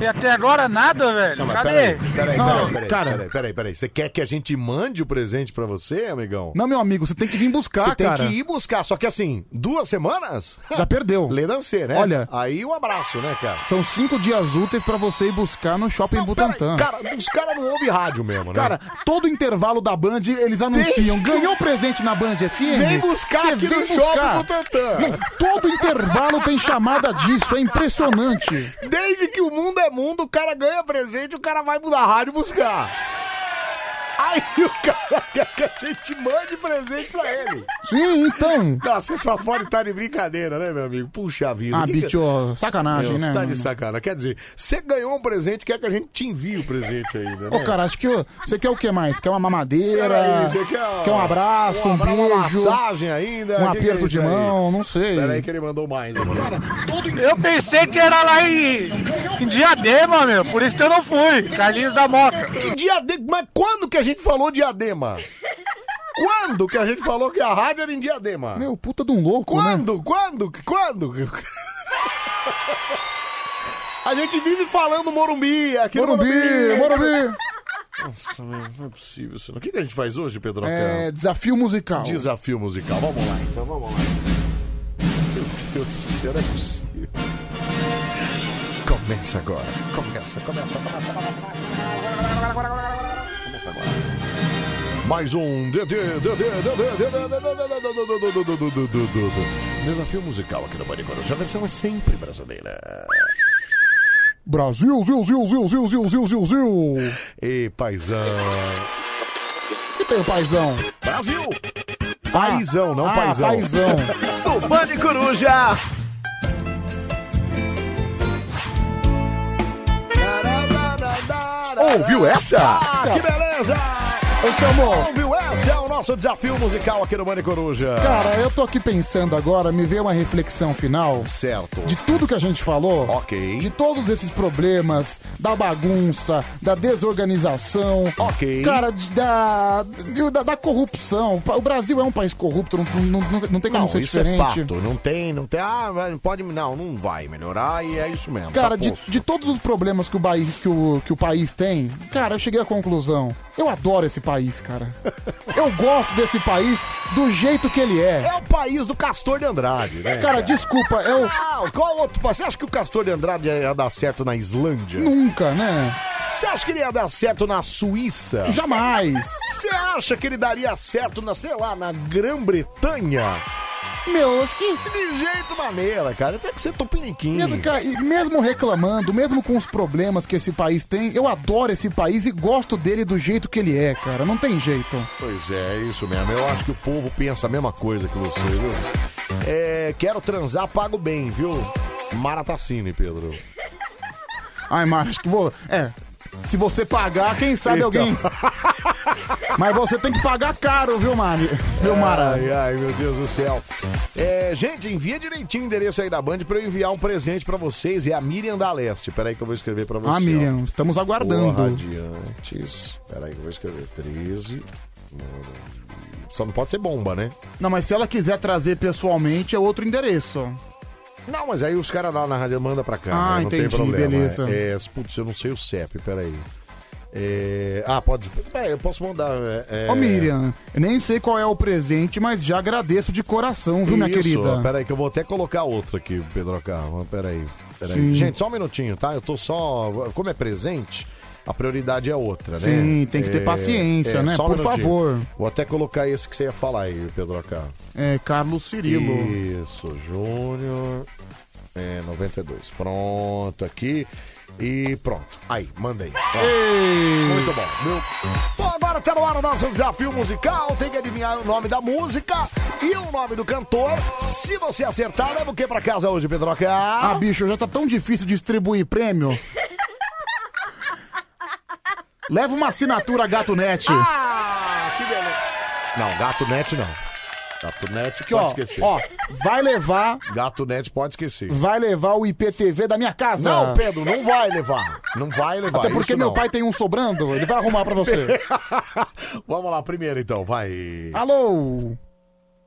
e até agora nada, velho. mas Cadê? Peraí, peraí, Não, peraí, peraí, cara. peraí, peraí, peraí. Você quer que a gente mande o presente pra você, amigão? Não, meu amigo, você tem que vir buscar, Você tem cara. que ir buscar, só que assim, duas semanas? Já perdeu. Ledance, né? Olha. Aí um abraço, né, cara? São cinco dias úteis pra você ir buscar no Shopping Butantã. Cara, os caras não ouvem rádio mesmo, né? Cara, todo intervalo da Band, eles anunciam. Ganhou presente na Band FM? Vem buscar Cê aqui no Shopping Butantã. Não, todo intervalo tem chamada disso, é impressionante. Desde que o mundo é mundo, o cara ganha presente, o cara vai mudar a rádio buscar. Aí o cara quer que a gente mande presente pra ele. Sim, então. Nossa, você só pode estar de brincadeira, né, meu amigo? Puxa vida. Ah, Que que- bicho, sacanagem, Meu, né, Você tá de mano? sacanagem. Quer dizer, você ganhou um presente, quer que a gente te envie o presente ainda, né? Ô, cara, acho que eu- você quer o que mais? Quer uma mamadeira? Peraí, você quer, ó, um abraço, um, abra- beijo? Uma massagem ainda? Um Que que é aperto isso de aí? mão, não sei. Peraí que ele mandou mais. Cara, Eu pensei que era lá em, em Diadema, meu, por isso que eu não fui. Carlinhos da Moca. Diadema, mas quando que a gente falou diadema? Quando que a gente falou que a rádio era em diadema? Meu, puta de um louco, Quando? Quando? Quando? A gente vive falando Morumbi, aqui no Morumbi, Morumbi. Nossa, meu, não é possível isso. não. O que, que a gente faz hoje, Pedro? É, desafio musical. Desafio musical. Vamos lá, então, vamos lá. Meu Deus, do céu, não é possível? Começa agora. Começa, começa, começa, começa. Começa agora. Mais um DD, DD, DD, Desafio musical aqui no Bandicoot. Sua versão é sempre brasileira. Brasil, ziu, ziu, ziu, ziu, ziu, ziu, ziu, ziu. E paizão. que tem o paizão? Brasil! Paizão, não ah, paizão. paizão. o Bande Coruja! Ouviu essa? Ah, que beleza! Ô, Samuel. Ouviu essa? É o nosso desafio musical aqui no Bande Coruja. Cara, eu tô aqui pensando agora, me veio uma reflexão final. Certo. De tudo que a gente falou. Ok. De todos esses problemas, da bagunça, da desorganização. Ok. Cara, de- da, de- da, da corrupção. O Brasil é um país corrupto, não, não, não, não tem como Não, ser isso um diferente. é fato. Não tem, não tem. Ah, mas não pode. Não, não vai melhorar e é isso mesmo. Cara, tá de, posto. de todos os problemas que o, país, que, o, que o país tem, cara, eu cheguei à conclusão. Eu adoro esse país, cara. Eu gosto desse país do jeito que ele é. É o país do Castor de Andrade, né? Cara, desculpa, eu. Não, qual outro país? Tipo, Você acha que o Castor de Andrade ia dar certo na Islândia? Nunca, né? Você acha que ele ia dar certo na Suíça? Jamais. Você acha que ele daria certo na, sei lá, na Grã-Bretanha? Meu, acho que. De jeito maneira, cara. Tem que ser tupiniquim. Mesmo, cara, e mesmo reclamando, mesmo com os problemas que esse país tem, eu adoro esse país e gosto dele do jeito que ele é, cara. Não tem jeito. Pois é, é isso mesmo. Eu acho que o povo pensa a mesma coisa que você, viu? É, quero transar, pago bem, viu? Maratacine, Pedro. Ai, Mara, acho que vou. É. Se você pagar, quem Então. sabe alguém. Mas você tem que pagar caro, viu, Mari? Viu, Mara? Ai, ai, meu Deus do céu. É, gente, envia direitinho o endereço aí da Band pra eu enviar um presente pra vocês. É a Miriam da Leste. Peraí que eu vou escrever pra você. Ah, Miriam, estamos aguardando. Porra, adiantes. Peraí que eu vou escrever. 13. Só não pode ser bomba, né? Não, mas se ela quiser trazer pessoalmente, é outro endereço. Não, mas aí os caras lá na rádio mandam pra cá. Ah, né? não entendi, tem problema. beleza. É, é, putz, eu não sei o CEP, peraí. É, ah, pode. Peraí, eu posso mandar. É, é, Ô, Miriam, eu nem sei qual é o presente, mas já agradeço de coração, viu, minha Isso, querida? Peraí, que eu vou até colocar outra aqui, Pedro Carro. Peraí. peraí. Sim. Gente, só um minutinho, tá? Eu tô só. Como é presente, a prioridade é outra, né? Sim, tem que ter É, paciência, é, né? só um Por minutinho. favor. Vou até colocar esse que você ia falar aí, Pedro Carro. É, Carlos Cirilo. Isso, Júnior. É, 92. Pronto, aqui. E pronto. Aí, mandei. Ó. Muito bom. Meu... Bom, agora tá no ar o nosso desafio musical. Tem que adivinhar o nome da música e o nome do cantor. Se você acertar, Tá, leva o que pra casa hoje, Pedroca? Ah, bicho, já tá tão difícil distribuir prêmio. Leva uma assinatura Gato Net. Ah, Não, Gato Net não. Gato Net Aqui, pode ó, esquecer. ó, vai levar, Gato Net pode esquecer. vai levar o IPTV da minha casa. Não, Pedro, não vai levar. Não vai levar. Até porque isso meu não. pai tem um sobrando, ele vai arrumar pra você. Vamos lá, primeiro então, vai. Alô?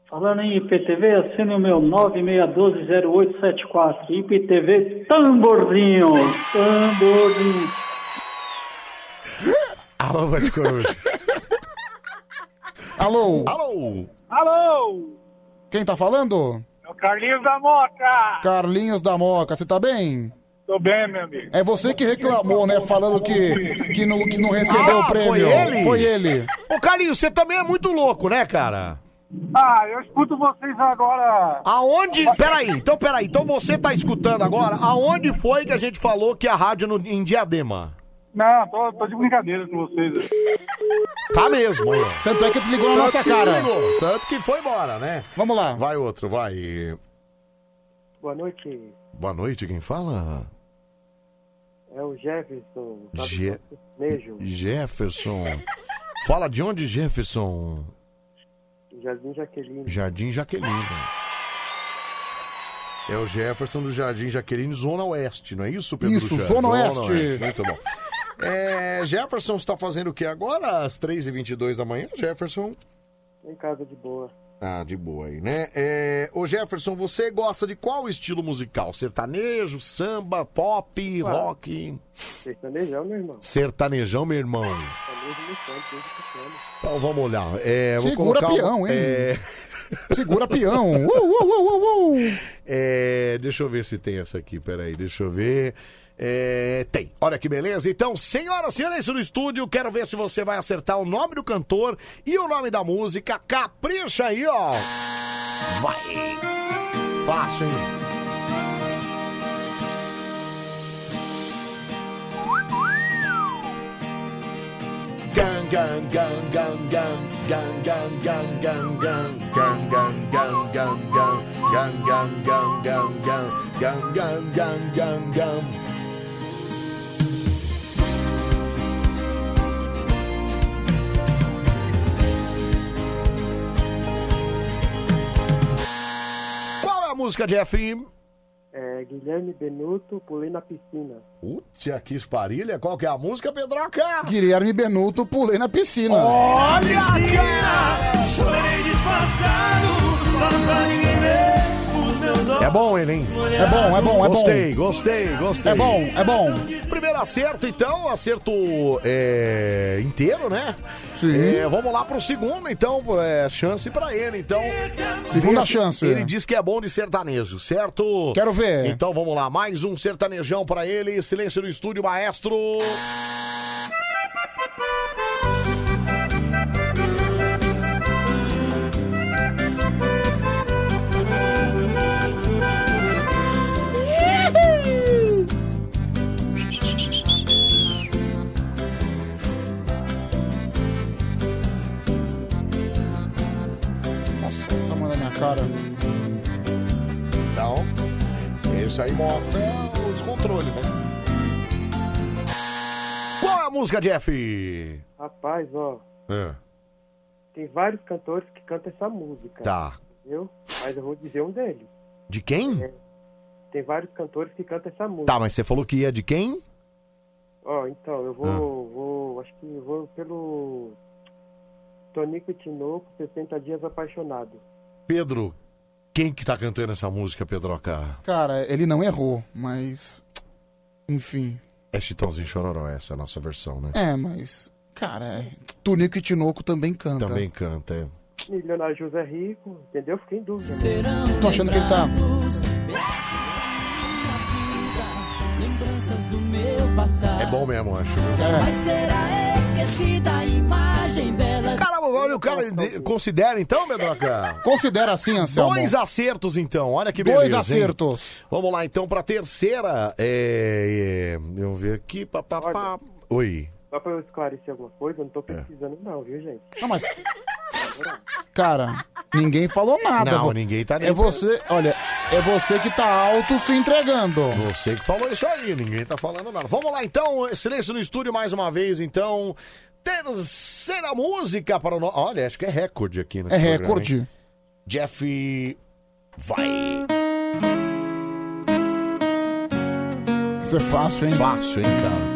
Falando em IPTV, assine o meu 96120874. IPTV Tamborzinho. Tamborzinho. Alô, Band Coruja. Alô? Alô? Alô? Quem tá falando? É o Carlinhos da Moca. Carlinhos da Moca, você tá bem? Ah. Tô bem, meu amigo. É você que reclamou, né? Falando que, que, não, que não recebeu Ah, o prêmio. Foi ele? Foi ele. Ô, Carlinhos, você também é muito louco, né, cara? Ah, eu escuto vocês agora. Aonde. Peraí, então peraí. Então você tá escutando agora? Aonde foi que a gente falou que a rádio no... em Diadema? Não, tô, tô de brincadeira com vocês. Tá mesmo, aí, ó. Tanto é que desligou na Tanto nossa que cara. desligou, Tanto que foi embora, né? Vamos lá. Vai outro, vai. Boa noite, Boa noite, quem fala? é o Jefferson. tá? Je- Beijo, Jefferson. Fala de onde, Jefferson? Jardim Jaqueline. Jardim Jaqueline. É o Jefferson do Jardim Jaqueline, Zona Oeste, não é isso, Pedro? Isso, Chá? Zona Oeste. Muito bom. tá É, Jefferson está fazendo o que agora? Às 3h22 da manhã, Jefferson? Em casa de boa. Ah, de boa aí, né? É... Ô Jefferson, você gosta de qual estilo musical? Sertanejo, samba, pop, Claro. rock? Sertanejão, é meu irmão. Sertanejão, meu irmão. Sertanejo no canto, desde pequeno. Então vamos olhar. É, vou Segura colocar um- peão, hein? É... Segura peão. Uh, uh, uh, uh, uh. É, deixa eu ver se tem essa aqui, peraí, deixa eu ver. É, tem, olha que beleza. Então, senhoras e senhores no estúdio, quero ver se você vai acertar o nome do cantor e o nome da música. Capricha aí, ó. Vai. Fácil, hein? Gang, gang, gang, gang, gang, gang, gang, gang, gang, gang, gang, gang, gang, gang, gang, gang, gang, gang, gang, gang, gang, gang, gang, gang, gang. Qual é a música, Jeff? É, Guilherme Benuto, pulei na piscina. Putz, que esparilha. Qual que é a música, Pedroca? Guilherme Benuto, pulei na piscina. Oh. Olha! Chorei disfarçado, só pra ninguém ver os meus olhos. É bom ele, hein? É bom, é bom, é bom. Gostei, gostei, gostei. É bom, é bom. Primeiro acerto, então, acerto é, inteiro, né? Sim. É, vamos lá pro segundo, então, é, chance pra ele, então. Segunda Vê se- chance. Ele diz que é bom de sertanejo, certo? Quero ver. Então vamos lá, mais um sertanejão pra ele. Silêncio no estúdio, maestro. Nossa, o tamanho da minha cara. Então, isso aí mostra o descontrole, né? Qual é a música, Jeff? Rapaz, ó, Ah, tem vários cantores que cantam essa música. Tá. Viu? Mas eu vou dizer um deles. De quem? Tem vários cantores que cantam essa música. Tá, mas você falou que é de quem? Ó, então, eu vou, Ah. vou, acho que eu vou pelo Tonico e Tinoco, 60 Dias Apaixonado. Pedro. Quem que tá cantando essa música, Pedroca? Cara, ele não errou, mas. Enfim. É Chitãozinho Chororó, essa é a nossa versão, né? É, mas. Cara, é... Tunico e Tinoco também canta. Também canta, é. Milionário José Rico, entendeu? Fiquei em dúvida. Tô achando que ele tá. Lembranças do meu passado. É bom mesmo, acho. Mas será esquecida a imagem É. dela. Caramba, olha o cara. de- Considera então, Pedroca? Considera assim, Anselmo. Dois acertos, então. Olha que beleza. Dois hein? acertos. Vamos lá, então, pra terceira. É. é vamos ver aqui. Pá, pá, pá. Oi. Só pra eu esclarecer alguma coisa, eu não tô pesquisando não, viu, gente? É. Não, mas. Cara, ninguém falou nada. Não, Vo- ninguém tá nem- É você, olha, é você que tá alto se entregando. Você que falou isso aí, ninguém tá falando nada. Vamos lá então, silêncio no estúdio mais uma vez, então. Terceira música para o nosso. Olha, acho que é recorde aqui, né? É recorde. Jeff. Vai. Isso é fácil, hein? Fácil, hein, cara?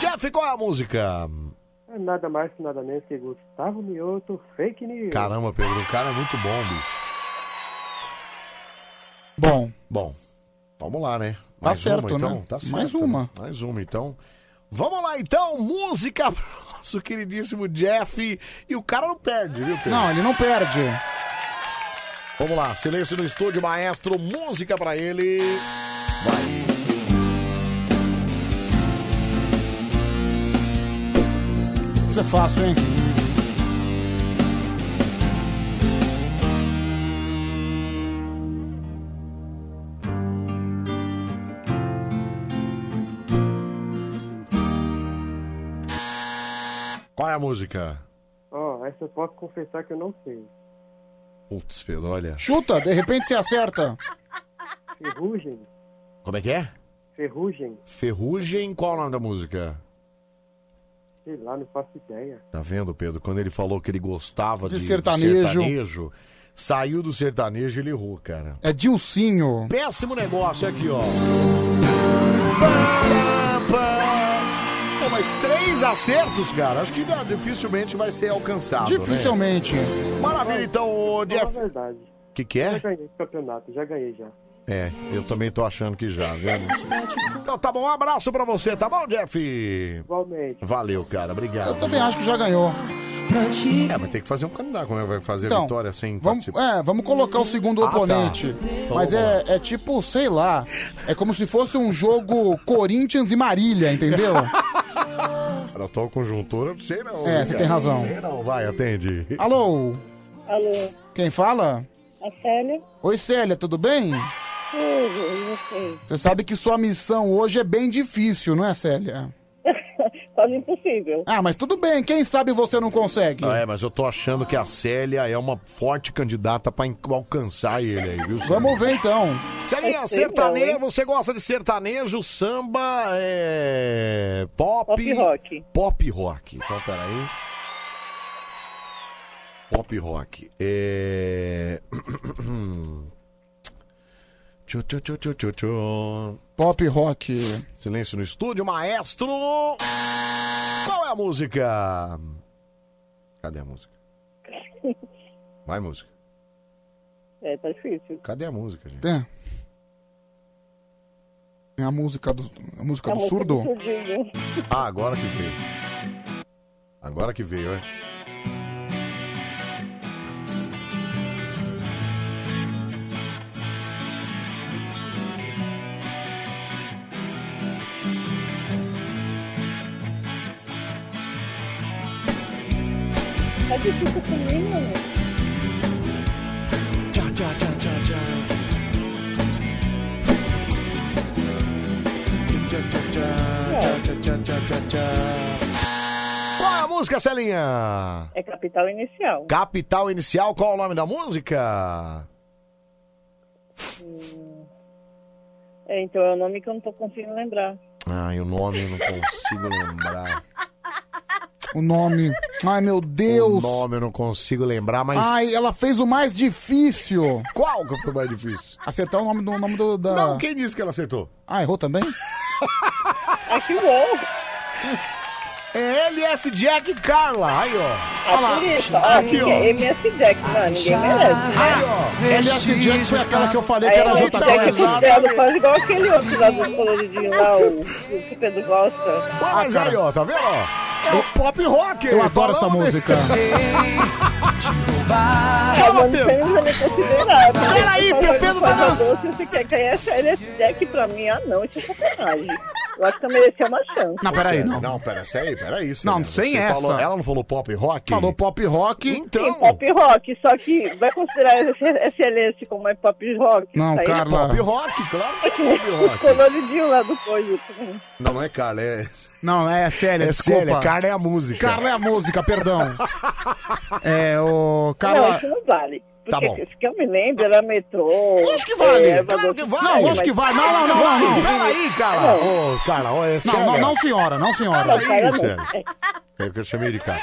Jeff, qual é a música? É nada mais que nada menos que Gustavo Mioto, fake news. Caramba, Pedro, o cara é muito bom, bicho. Bom. Bom, vamos lá, né? Tá certo, né? Mais uma. né? Mais uma, então. Vamos lá, então. Música pro nosso queridíssimo Jeff. E o cara não perde, viu, Pedro? Não, ele não perde. Vamos lá, silêncio no estúdio, maestro. Música pra ele. Vai. Isso é fácil, hein? Qual é a música? Ó, essa eu posso confessar que eu não sei. Putz, Pedro, olha. Chuta, de repente você acerta. Ferrugem, Como é que é? ferrugem, Ferrugem, qual é o nome da música? sei lá, não faço ideia. Tá vendo, Pedro? Quando ele falou que ele gostava De de, de sertanejo. sertanejo, saiu do sertanejo e ele errou, cara. É Dilcinho. Péssimo negócio aqui, ó. Pô, mas três acertos, cara, acho que ah, dificilmente vai ser alcançado. né? Dificilmente. Maravilha, então, ô, Jeff. Na verdade, Que que é? já ganhei esse campeonato, já ganhei já. É, eu também tô achando que já, viu? Então tá bom, um abraço pra você, tá bom, Jeff? Igualmente. Valeu, cara, obrigado. Eu também acho que já ganhou. É, mas tem que fazer um candidato, como é que vai fazer a Então, vitória assim? sem Vamos, participar? é, vamos colocar o segundo Ah, tá. oponente. Então Mas vamos é, é tipo, sei lá. É como se fosse um jogo Corinthians e Marília, entendeu? Para tal conjuntura, eu não sei não. É, você viu, cara? tem razão. Não sei não, vai, atende. Alô, Alô, quem fala? a Célia? Oi, Célia, tudo bem? Tudo, e você? Você sabe que sua missão hoje é bem difícil, não é, Célia? Quase impossível. Ah, mas tudo bem, quem sabe você não consegue. Ah, é, mas eu tô achando que a Célia é uma forte candidata pra en- alcançar ele aí, viu? Vamos ver então. Celinha, sertanejo, você gosta de sertanejo, samba, é... pop... Pop rock. Pop rock. Então, peraí. Pop rock. É... Tchô, tchô, tchô, tchô, tchô, tchô. Pop rock. Silêncio no estúdio, maestro! Qual é a música? Cadê a música? Vai, música. É, tá difícil. Cadê a música, gente? É. É a música do, a música A do música surdo? surdinho. Ah, agora que veio. Agora que veio, é. Tá difícil comigo, né? Tchau, tchau, tchau, tchau, tchau. Tchau, tchau, tchau, tchau, tchau, tchau, tchau, Qual é a música, Celinha? É capital inicial. Capital Inicial, qual é o nome da música? Hum. É, então é o nome que eu não tô conseguindo lembrar. Ai, o nome eu não consigo lembrar. O nome. Ai, meu O Deus. nome eu não consigo lembrar, mas. Ai, ela fez o mais difícil. Qual que foi o mais difícil? Acertar o nome do nome do. Da... Não, quem disse que ela acertou? Ah, errou também? Ai, que bom! É LS Jack e Carla. Aí, ó. Ah, por isso. Ah, Aqui, ó. ninguém- MS Jack, não, ninguém merece. Aí, ó. LS Jack foi aquela que eu falei que Aí era o né? Jack JQS. do Céu faz igual aquele outro lá dos coloridinhos lá, o, o que o Pedro gosta. Ah, mas aí, ó, tá vendo? ó? É o pop rock. Eu adoro essa música. Ah, mano, você não vai nem considerar. porque você falou de Peraí, Pedro tá Salvador, Se você quer ganhar essa LS Jack pra mim, ah não, isso é sacanagem. Eu acho que eu mereci uma chance. Não, peraí, não. Não, peraí, peraí, peraí. Não, sem Você essa. falou- ela não falou pop rock? Falou pop rock. Então. Sim, pop rock, só que vai considerar esse esse LS como é pop rock? Não, Isso aí é Carla. Pop rock, claro que é pop Os rock. coloridinhos lá do coisa. Não, não é Carla, é. Não, é Célia, É desculpa. Célia, Carla é a música. Carla é a música, perdão. É, o. Não, Carla. isso não vale. Tá Porque bom. se que eu me lembro, era metrô. é, Acho que vale, claro que vale. Não, lógico que vale. Não, não, não, não, não. Peraí, Carla. Ô, Carla, ó, é Não, Célia. não, não, senhora, não, senhora. Não, Carla, não. É o que eu chamei de Carla.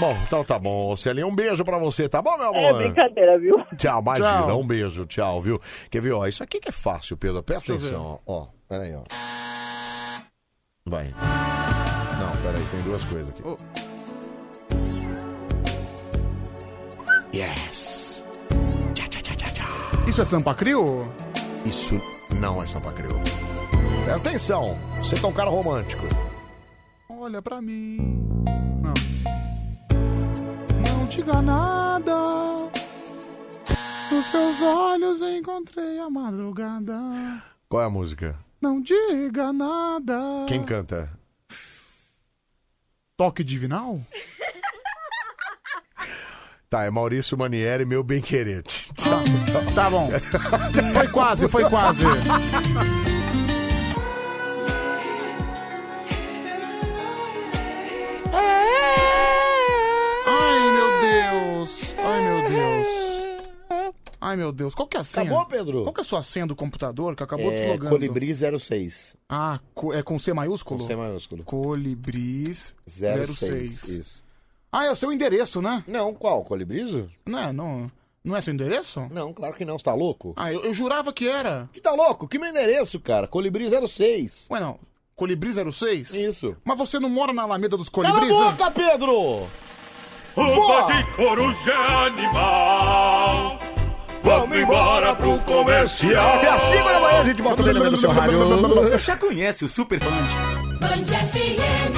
Bom, então tá bom, Celinha. Um beijo pra você, tá bom, meu É amor? brincadeira, viu? Tchau, imagina. Tchau. Um beijo, tchau, viu? Quer ver, ó? Isso aqui que é fácil, Pedro. Presta Deixa eu atenção, ó. ó. Pera aí, ó. Vai. Não, pera aí, tem duas coisas aqui. Oh. Yes! Tchá, tchá, tchá, tchá, tchá. Isso é Sampa Crio? Isso não é Sampa Creio. Presta atenção, você tá um cara romântico. Olha pra mim. Não. Não diga nada. Nos seus olhos encontrei a madrugada. Qual é a música? Não diga nada. Quem canta? Toque divinal? Tá, é Maurício Manieri, meu bem querer. Tá, tá bom. Foi quase, foi quase. Ai, meu Deus. Ai, meu Deus. Ai, meu Deus. Qual que é a senha? Acabou, Pedro? Qual que é a sua senha do computador que acabou É, deslogando? Colibri 06. Ah, co- é com C maiúsculo? Com C maiúsculo. Colibris 06. 06. Isso. Ah, é o seu endereço, né? Não, qual? Colibriso? Não, não. Não é seu endereço? Não, claro que não. Você tá louco? Ah, eu, eu jurava que era. Que tá louco? Que meu endereço, cara? Colibri 06. Ué, não. Colibri 06? Isso. Mas você não mora na Alameda dos Cala Colibris? é? a boca, Pedro! Uma de coruja animal. Vamos embora pro comercial. Até às 5 da manhã a gente bota o Lelê no seu rádio. Você já conhece o Super Band? Band FM.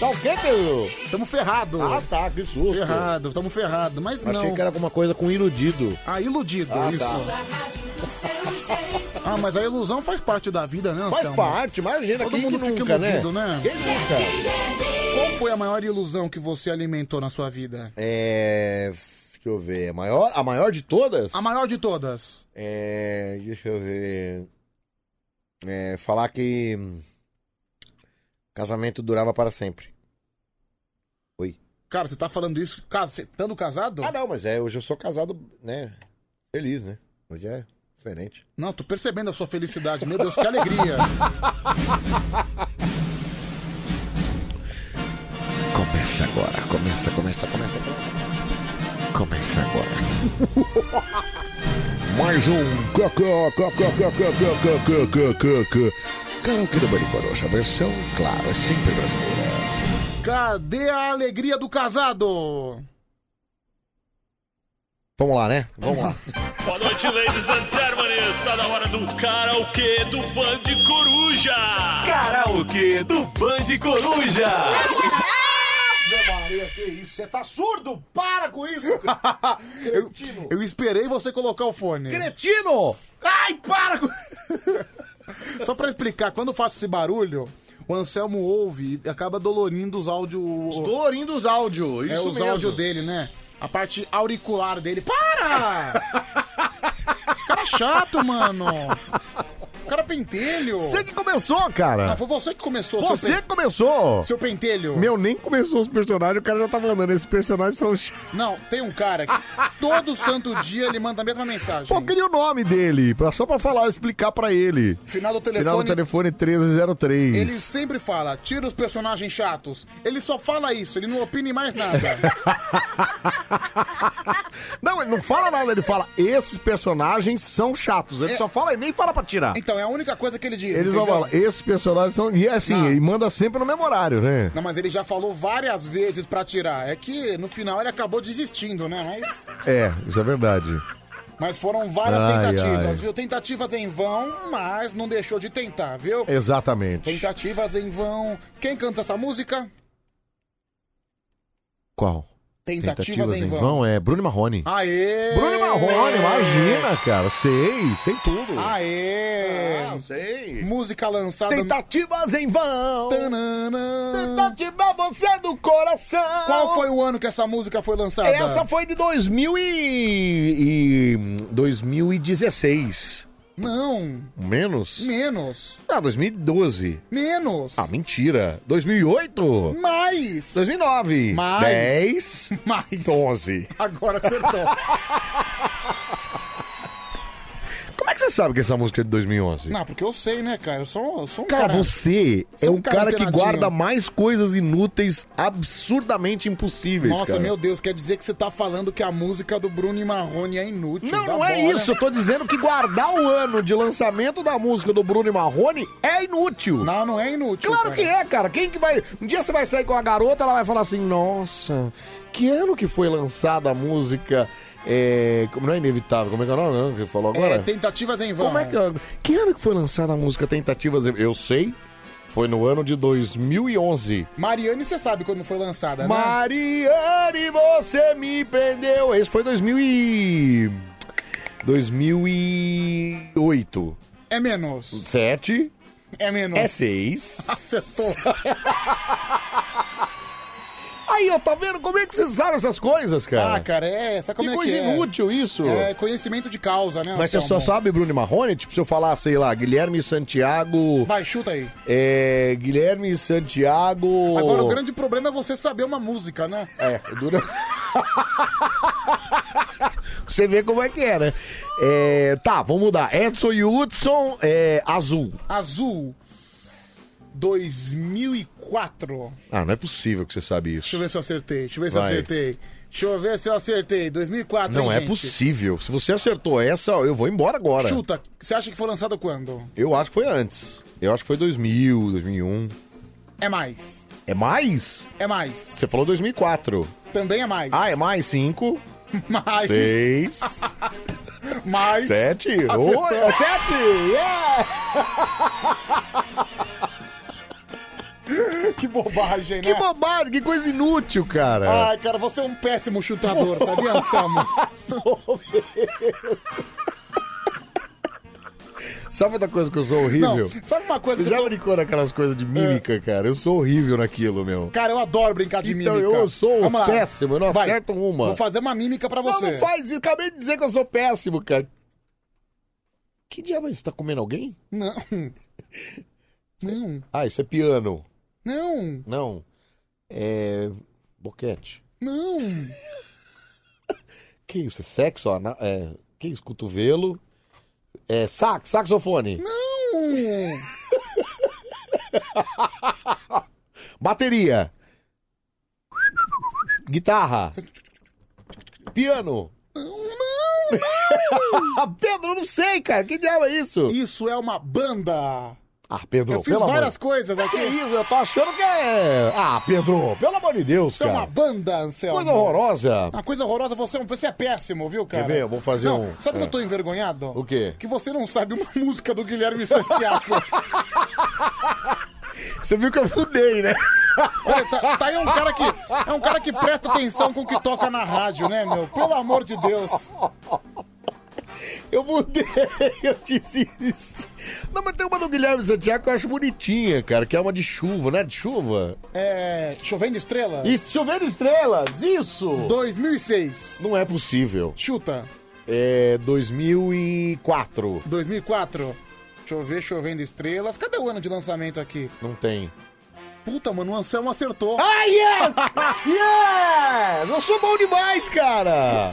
Tá o quê, Pedro? Tamo ferrado. Ah, tá. Que susto. Ferrado, tamo ferrado. Mas não. Achei que era alguma coisa com iludido. Ah, iludido, Ah, isso. tá. Ah, mas a ilusão faz parte da vida, né, Faz Anselmo? parte, imagina. Todo quem mundo que fica nunca, iludido, né? Quem nunca? Qual foi a maior ilusão que você alimentou na sua vida? É. Deixa eu ver. A maior, a maior de todas? A maior de todas. É. Deixa eu ver. É. Falar que. Casamento durava para sempre. Cara, você tá falando isso ca- cê- estando casado? Ah, não, mas é. Hoje eu sou casado, né? Feliz, né? Hoje é diferente. Não, tô percebendo a sua felicidade. Meu Deus, que alegria. tá. Começa agora. Começa, começa, começa. Começa agora. Mais um Karaokê da Bani Coruja, versão, claro, é sempre brasileira. Cadê a alegria do casado? Vamos lá, né? Vamos lá. Boa noite, ladies and gentlemen. Está na hora do karaokê do Band Coruja. Karaokê do Band Coruja. Ave Maria, que isso? Você tá surdo? Para com isso! eu, eu esperei você colocar o fone. Cretino! Ai, para com Só pra explicar, quando eu faço esse barulho, o Anselmo ouve e acaba dolorindo os áudios. Dolorindo os áudios, é isso os mesmo. áudios dele, né? A parte auricular dele. Para! cara é chato, mano! Cara é pentelho! Você que começou, cara. Ah, foi você que começou, seu Você pen- que começou. Seu pentelho! Meu, nem começou os personagens, o cara já tá mandando. Esses personagens são... ch- Não, tem um cara que todo santo dia ele manda a mesma mensagem. Pô, queria o nome dele, pra- só pra falar, explicar pra ele. Final do Final do telefone, telefone 1303. ele sempre fala, tira os personagens chatos. Ele só fala isso, ele não opina em mais nada. Não, ele não fala nada, ele fala, esses personagens são chatos. Ele É. só fala e nem fala pra tirar. Então, é a única coisa que ele diz, Tá. Eles vão entendeu? falar, esses personagens são. E é assim, ele manda sempre no mesmo horário, né? Não, mas ele já falou várias vezes pra tirar. É que no final ele acabou desistindo, né? Mas, É, isso é verdade. mas foram várias Ai, tentativas, ai. viu? Tentativas em vão, mas não deixou de tentar, viu? Exatamente. Tentativas em vão. Quem canta essa música? Qual? Tentativas em vão. Ah, é Bruno Marrone. Aê! Bruno Marrone, imagina, cara. Sei, sei tudo. Aê! Ah, sei. Música lançada. Tentativas em vão. Tentativa você é do coração. Qual foi o ano que essa música foi lançada? Essa foi de 2000 e... e 2016. Não, Menos? menos. Ah, 2012. Menos. Ah, mentira. 2008. Mais. 2009. Mais. 10. Mais. 11. Agora acertou. Como é que você sabe que essa música é de 2011? Não, porque eu sei, né, cara? Eu sou, eu sou um Cara, cara. você é sou um um cara, cara que antenadinho. guarda mais coisas inúteis absurdamente impossíveis, Nossa, cara. meu Deus, quer dizer que você tá falando que a música do Bruno e Marrone é inútil. Não, dá não é bola. isso. Eu tô dizendo que guardar o ano de lançamento da música do Bruno e Marrone é inútil. Não, não é inútil. Claro cara. que é, cara. Quem que vai. Um dia você vai sair com a garota, ela vai falar assim: Nossa, que ano que foi lançada a música. É... como- Não é inevitável, como é que é o nome né, que falou agora? É, tentativas em vão. Como é que. Que ano que foi lançada a música Tentativas? Eu sei, foi no ano de 2011. Mariane, você sabe quando foi Tá lançada, né? Mariane, você me prendeu. Esse foi 2000 e... 2008. É menos. 7 É menos. é 6. Acertou. Aí, ó, tá vendo? Como é que você sabe essas coisas, cara? Ah, cara, é. Sabe como que é coisa que é? inútil isso. É conhecimento de causa, né? Mas você só Anselmo? sabe Bruno e Marrone? Tipo, se eu falar, sei lá, Guilherme Santiago... Vai, chuta aí. É... Guilherme Santiago... Agora, o grande problema é você saber uma música, né? É, dura... Você vê como é que é, né? É, tá, vamos mudar. Edson e Hudson, é, azul. Azul. 2004. Ah, não é possível que você sabe Deixa isso. eu ver se eu acertei. Deixa eu ver se eu Vai. acertei. Deixa eu ver se eu acertei. 2004, Não hein, é Tá gente? possível. Se você acertou essa, ó, eu vou embora agora. Chuta, você acha que foi lançado quando? Eu acho que foi antes. Eu acho que foi 2000, 2001. É mais. É mais? É mais. Você falou 2004. Também é mais. Ah, é mais 5, Mais. 6, Mais. 7, Acertou. 8, 7. Yeah! que bobagem, né? Que bobagem, que coisa inútil, cara. Ai, cara, você é um péssimo chutador, sabia, Anselmo? Sabe outra coisa que eu sou horrível? Não, sabe uma coisa Você que já eu tô- Ah. brincou naquelas coisas de mímica, cara? Eu sou horrível naquilo, meu. Cara, eu adoro brincar de Então, mímica. eu sou Vamos lá. péssimo, eu não Vai, acerto uma. Vou fazer uma mímica pra você. Não, não faz isso. Acabei de dizer que eu sou péssimo, cara. Que diabo é isso? Tá comendo alguém? Não. Não. Ah, isso é piano. Não. Não. É. Boquete. Não. Que isso? É sexo? ó, na- É... Que isso? Cotovelo. É sax, saxofone. Não. Bateria. Guitarra. Piano. Pedro, eu não sei, cara. Que diabo é isso? Isso é uma banda. Ah, Pedro, eu fiz pelo várias amor. coisas aqui. Que isso? Eu tô achando que é. Ah, Pedro, pelo amor de Deus, Você é uma cara. banda, Anselmo. Coisa horrorosa. Uma coisa horrorosa, você é, um- você é péssimo, viu, cara? Quer ver? Eu vou fazer Não, um- Sabe que é. eu tô envergonhado? O quê? Que você não sabe uma música do Guilherme Santiago. Você viu que eu mudei, né? Olha, tá, tá aí um cara que. É um cara que presta atenção com o que toca na rádio, né, meu? Pelo amor de Deus. Eu mudei, eu desisti. Não, mas tem uma do Guilherme Santiago que eu acho bonitinha, cara, que é uma de chuva, né? De chuva. É. Chovendo Estrela? Isso, chovendo estrelas, isso! 2006. Não é possível. Chuta. É 2004. 2004. Chover, chovendo estrelas. Cadê o ano de lançamento aqui? Não tem. Puta, mano, o Anselmo acertou. Ah, yes! yes! Eu sou bom demais, cara!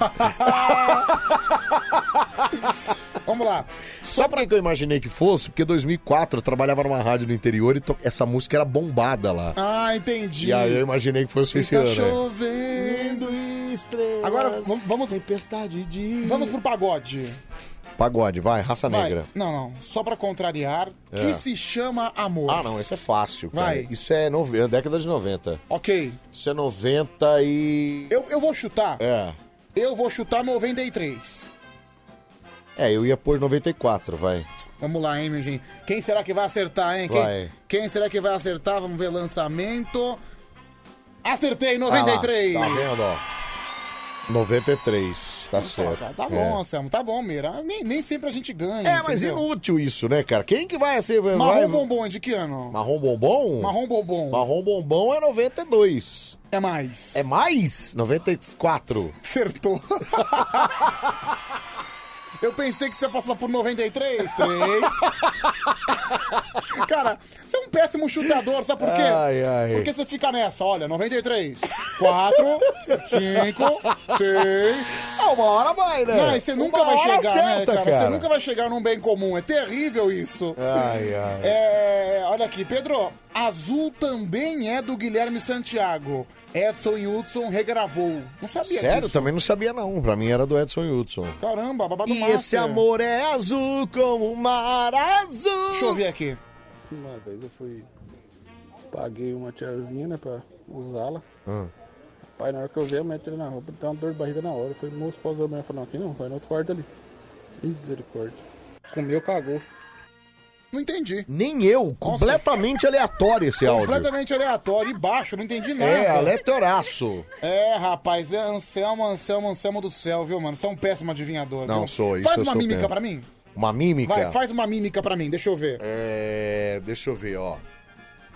Vamos lá. Só pra que eu imaginei que fosse, porque 2004 eu trabalhava numa rádio no interior e to- essa música era bombada lá. Ah, tá entendi. E aí eu imaginei que fosse esse Está ano. né? chovendo estrelas. Agora vamos, vamos tempestade de Vamos pro pagode. Pagode, vai, raça Vai. negra. Não, não. Só pra contrariar, É. que se chama amor. Ah, não, esse é fácil, cara. Vai. Isso é nove... década de 90. OK. Isso é 90 e... Eu, eu vou chutar. É. Eu vou chutar 93. É, eu ia pôr 94, vai. Vamos lá, hein, meu gente. Quem será que vai acertar, hein? Vai. Quem, quem será que vai acertar? Vamos ver lançamento. Acertei, 93. Ah lá, tá vendo, ó? 93, tá certo. Tá, tá É. bom, Anselmo, tá bom, Meira. Nem, nem sempre a gente ganha. É, mas entendeu? inútil isso, né, cara? Quem que vai ser. vai- Marrom vai- bombom é de que ano? Marrom bombom? Marrom bombom. Marrom bombom é 92. É mais. É mais? 94. Acertou. Eu pensei que você passou por 93, 3. Cara, você é um péssimo chutador, sabe por quê? Ai, ai. Porque você fica nessa, olha, 93, 4, 5, 6. Ah, uma hora vai, né? Não, e você Uma nunca vai hora chegar, né, acerta, cara? Você cara. nunca vai chegar num bem comum. É terrível isso. Ai, ai. É, olha aqui, Pedro. Azul também é do Guilherme Santiago. Edson e Hudson regravou. Não sabia Sério? disso. Também não sabia, não. Pra mim era do Edson Hudson. Caramba, babado E master. esse amor é azul como o mar azul. Deixa eu ver aqui. Uma vez eu fui. Paguei uma tiazinha, né, pra usá-la. Ah. Pai, na hora que eu vi, a mulher tirando na roupa, deu uma dor de barriga na hora. Eu falei, moço, posso usar a mulher? Falou, não, aqui não, vai no outro quarto ali. Misericórdia. Comeu, cagou. Não entendi. Nem eu. Completamente aleatório esse áudio. Completamente aleatório e baixo, não entendi nada. É, aleatoraço. É, rapaz, é Anselmo, Anselmo, Anselmo do céu, viu, mano? Você é um péssimo adivinhador. Não viu? sou, isso Faz eu uma sou mímica péssimo. pra mim. Uma mímica? Vai, faz uma mímica pra mim, deixa eu ver. É. Deixa eu ver, ó.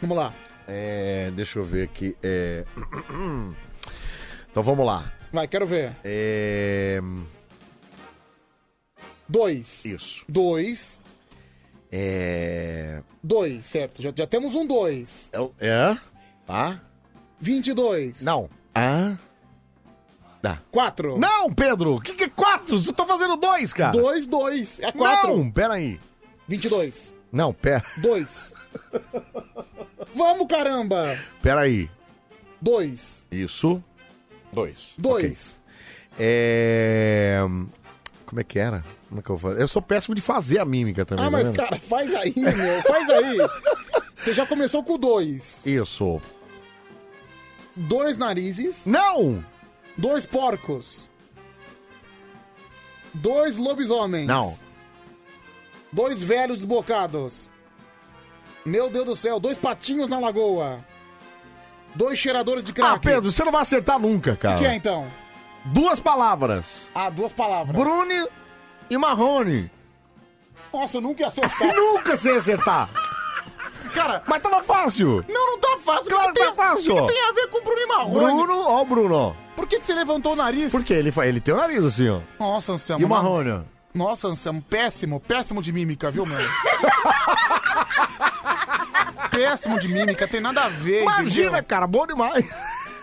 Vamos lá. É. Deixa eu ver aqui. É. Então vamos lá. Vai, quero ver. É. Dois. Isso. Dois. É. Dois, certo. Já, já temos um dois. Tá. É? Ah? 22. Não. Ah? Dá. Quatro. Não, Pedro! O que, que é quatro? quatro? Eu tô fazendo dois, cara. Dois, dois. É quatro. Não, peraí. 22. Não, pera, Dois. Vamos, caramba! peraí. Dois. Isso. Dois. Dois. Ok. É... Como é que era? Como é que eu faço? Eu sou péssimo de fazer a mímica também. Ah, tá mas vendo? cara, faz aí, meu. Faz aí. Você já começou com dois. Isso. Dois narizes. Não! Dois porcos. Dois lobisomens. Não. Dois velhos desbocados. Meu Deus do céu, dois patinhos na lagoa. Dois cheiradores de crack. Ah, Pedro, você não vai acertar nunca, cara. O que é então? Duas palavras. Ah, duas palavras. Bruni e Marrone. Nossa, eu nunca ia acertar. nunca você ia acertar. Cara, mas tava fácil. Não, não tá fácil. Claro o que, que tem, tá fácil. O que, que tem a ver com o Bruno e Marrone? Bruno, ó o Bruno. Por que, que você levantou o nariz? é um Porque ele, fa- ele tem o nariz assim, ó. Nossa, Anselmo. E o não- Marrone? ó. Nossa, Anselmo, péssimo, péssimo de mímica, viu, mano? péssimo de mímica, tem nada a ver, Imagina, entendeu? cara, bom demais.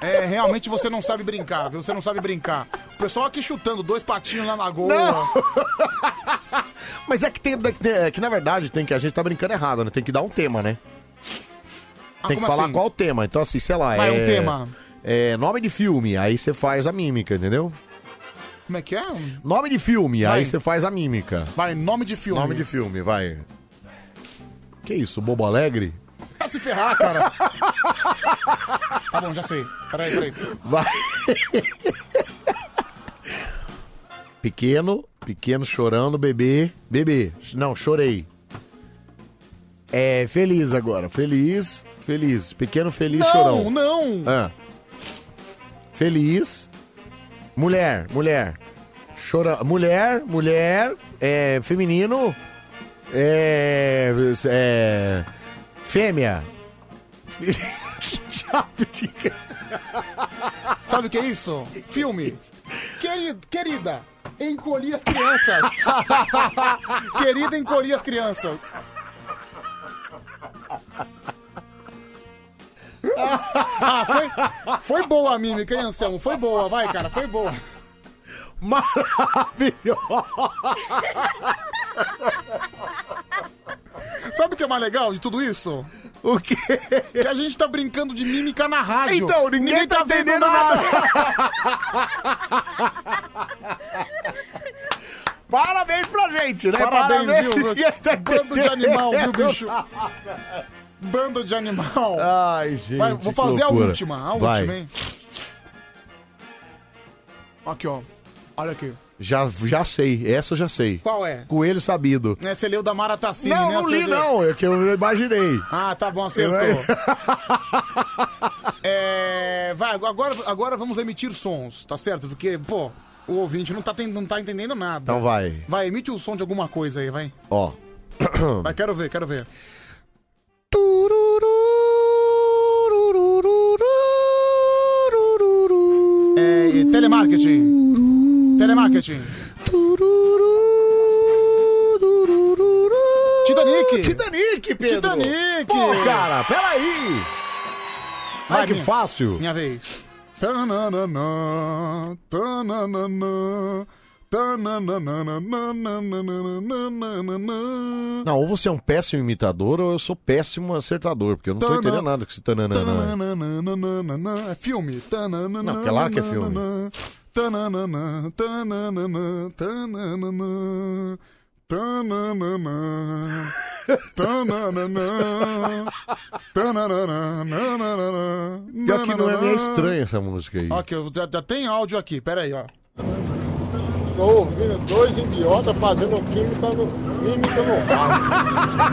É, realmente você não sabe brincar, viu? Você não sabe brincar. O pessoal aqui chutando dois patinhos lá na goa. Mas é que tem, é que tem- é que na verdade tem que a gente tá brincando errado, né? Tem que dar um tema, né? Ah, tem que como falar assim? qual o tema. Então assim, sei lá, Vai, é um tema. É nome de filme, aí você faz a mímica, entendeu? Como é que é? Nome de filme, Vai. aí você faz a mímica. Vai, nome de filme. Nome de filme, vai. Que isso, bobo alegre? Vai se ferrar, cara. tá bom, já sei. Peraí, peraí. Vai. pequeno, pequeno chorando, bebê, bebê. Não, chorei. É feliz agora, feliz, feliz. Pequeno feliz Não, chorão. não. Ah. Feliz. Mulher, mulher. Chora, mulher, mulher, é feminino. É, é fêmea. que diabo de Sabe o que é isso? Filme. Queri- querida, encolhi as crianças. querida, encolhi as crianças. Ah, foi, foi boa a mímica, hein, Anselmo? Foi boa, vai, cara, foi boa. Maravilhosa! Sabe o que é mais legal de tudo isso? O quê? Que a gente tá brincando de mímica na rádio. Então, ninguém tá vendo entendendo nada. Parabéns pra gente, né? Parabéns, viu? Ninguém tá Bando de animal, viu, entendendo. bicho? Bando de animal. Ai, gente. Vai, vou fazer a que loucura. última, a Vai. última, hein? Aqui, ó. Olha aqui. Já, já sei, essa eu já sei. Qual é? Coelho sabido. Né, você leu da Mara Tassini, não, né? não Você li, leu. não. É que eu imaginei. Ah, tá bom, acertou. É, vai, agora, agora vamos emitir sons, tá certo? Porque, pô, o ouvinte não tá, ten- não tá entendendo nada. Então vai. Vai, emite o som de alguma coisa aí, vai. Ó. Vai, quero ver, quero ver. É, e telemarketing. Telemarketing. Titanic. Titanic, Pedro. Titanic. Pô, cara, peraí. Ai, Vai, que minha- fácil. Minha vez. Tananana, tananana, tananana, Não, ou você é um péssimo imitador ou eu sou péssimo acertador, porque eu não tô Tanã. entendendo nada com esse tananana. né? tananana. É filme. Tananana, Não, claro que é filme. Tananana, tananana, tananana, tananana, tananana, tananana, nananana. Pior que não é meio estranha essa música aí. Ok, eu já, já tem áudio aqui, peraí, ó. Tô ouvindo dois idiotas fazendo química no, química no rabo.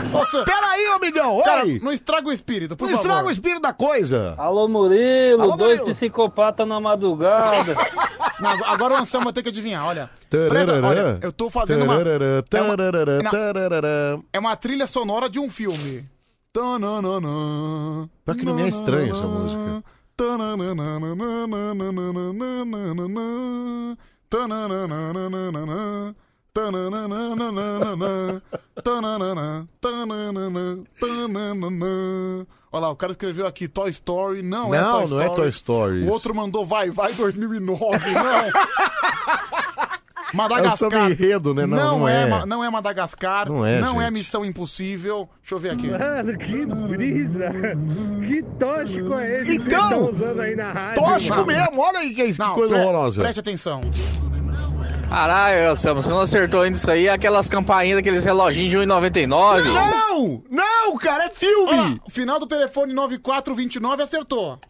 Nossa, Peraí, ô amigão, Cara, oi! não estraga o espírito, por Não favor. estraga o espírito da coisa! Alô Murilo, Alô, dois Murilo. psicopatas na madrugada. Não, agora- agora o Anselmo vai ter que adivinhar, olha. Tarararã. Presta- olha, eu tô fazendo uma... Tarararã, É uma- tarararã, na- tarararã. É uma trilha sonora de um filme. Tananana. Pior que não me é estranha essa música. Tananananananananananana. Tananananananana. Tananananananana. Tananana. Tananana. Tananana. Olha lá, o cara escreveu aqui Toy Story. Não, é Não, Toy Story. não é Toy Story. O outro mandou Vai Vai 2009. Não. Madagascar. É o samba-enredo, né? Não, Não, não, não é. é. Ma- não é Madagascar. Não é, gente. Missão Impossível. Deixa eu ver aqui. Mano, que brisa! Que tóxico é esse que vocês Então, estão usando aí na rádio? tóxico mano? mesmo, olha aí que, isso, Não, pre- Preste atenção. Caralho, Anselmo, você não acertou ainda isso aí? Aquelas campainhas daqueles reloginhos de 1,99? Não! Não, cara, é filme! final do telefone 9429 acertou.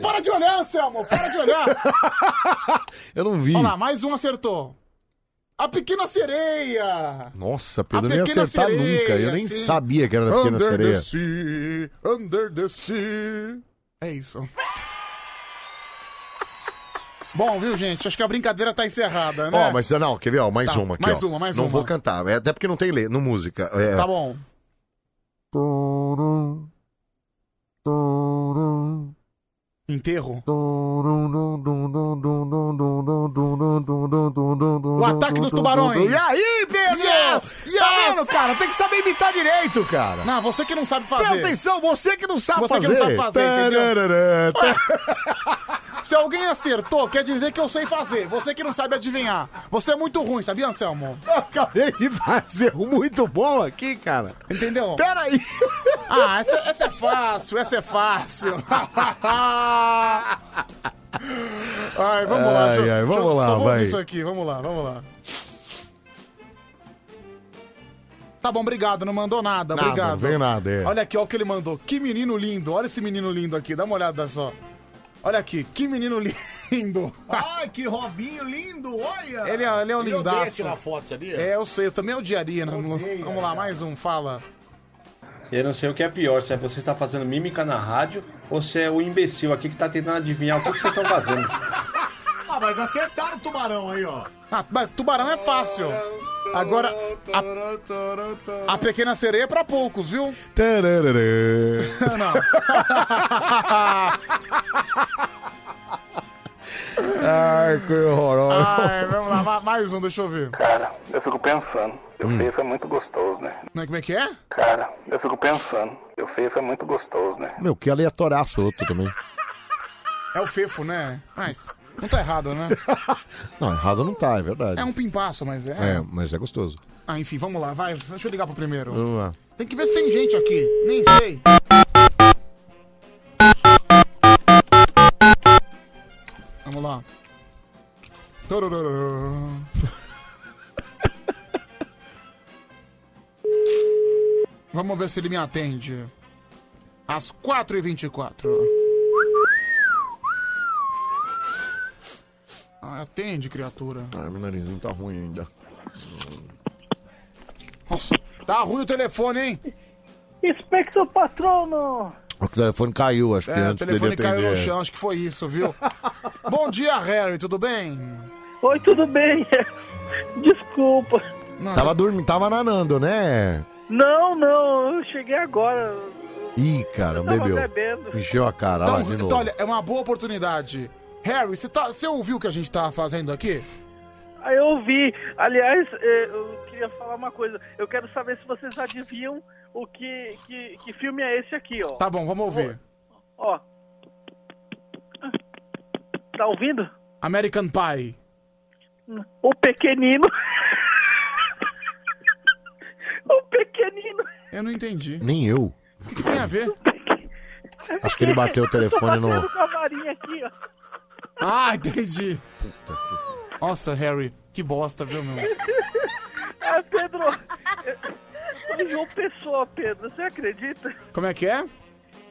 Para de olhar, Anselmo! Para de olhar! Eu não vi. Olha lá, mais um acertou. A Pequena Sereia! Nossa, Pedro, A eu não ia Pequena acertar Sereia, nunca. Eu nem sim. sabia que era da Pequena Under Sereia. The sea, under the sea. É isso. Bom, viu, gente? Acho que a brincadeira tá encerrada, né? Ó, mas ah, não, quer ver, ó, mais Tá, uma aqui, mais ó. uma, mais não uma. vou cantar, é até porque não tem letra, no música. é. Tá bom. Enterro? O ataque dos tubarões. E aí, Pedro? Yes! Tá Yes! vendo, cara? Tem que saber imitar direito, cara. Não, Ah, você que não sabe fazer. Presta atenção, você que não sabe você fazer. que não sabe fazer, entendeu? Tarará, tá- Se alguém acertou, quer dizer que eu sei fazer. Você que não sabe adivinhar. Você é muito ruim, sabia, Anselmo? Eu acabei de fazer um muito bom aqui, cara. Entendeu? Peraí. Ah, essa, essa é fácil, essa é fácil. ai, vamos lá. Ai, deixa eu- ai, vamos deixa eu- lá, só vou ouvir vai. isso aqui, vamos lá, vamos lá. Tá bom, obrigado, não mandou nada, Nada, obrigado. não tem nada, é. Olha aqui, olha o que ele mandou. Que menino lindo, olha esse menino lindo aqui, dá uma olhada só. Olha aqui, que menino lindo. Ai, que Robinho lindo, olha. Ele é, Ah, ele é um lindaço. sabia? É, eu sei, eu também odiaria. né? Vamos lá, mais um, fala. Eu não sei o que é pior, se é você está fazendo mímica na rádio ou se é o imbecil aqui que tá tentando adivinhar o que, que vocês estão fazendo. Ah, mas acertaram o tubarão aí, ó. Ah, mas tubarão é fácil. Agora, a, a pequena sereia é pra poucos, viu? Tarará. Não. Ai, que horroroso. Ai, vamos lá, ma- mais um, deixa eu ver. Cara, eu fico pensando. Hum. Eu sei, isso é muito gostoso, né? Não é- Como é que é? Cara, eu fico pensando. Eu sei, isso é muito gostoso, né? Meu, que aleatoriaço outro também. É o fefo, né? Mas não tá errado, né? Não, errado não tá, é verdade. É um pimpaço, mas é. É, mas é gostoso. Ah, enfim, vamos lá, vai. Deixa eu ligar pro primeiro. Vamos lá. Tem que ver se tem gente aqui. Nem sei. Vamos lá. Tarararã. Vamos ver se ele me atende. Às 4h24. Ah, atende, criatura. Ai, meu narizinho tá ruim ainda. Nossa, tá ruim o telefone, hein? Espectro patrono! O telefone caiu, acho que É, o antes dele telefone atender. caiu no chão, acho que foi isso, viu? Bom dia, Harry, tudo bem? Oi, tudo bem? Desculpa. Tava dormindo, tava nanando, né? Não, não, eu cheguei agora. Ih, cara, tava bebeu. bebendo. Encheu a cara Então, lá de novo. então, olha, é uma boa oportunidade. Harry, você tá, você ouviu o que a gente tá fazendo aqui? Aí Ah, eu ouvi. Aliás, eh, eu queria falar uma coisa. Eu quero saber se vocês adivinham o que, que, que filme é esse aqui, ó. Tá bom, vamos ouvir. Ó. Tá ouvindo? American Pie. O um pequenino. o pequenino. Eu não entendi. Nem eu. O que, que tem a ver? Acho que ele bateu o Tô telefone no. batendo com a varinha aqui, ó. Ah, entendi. Nossa, Harry, que bosta, viu, meu? Ah, Pedro. Eu tô em João Pessoa, Pedro. Você acredita? Como é que é?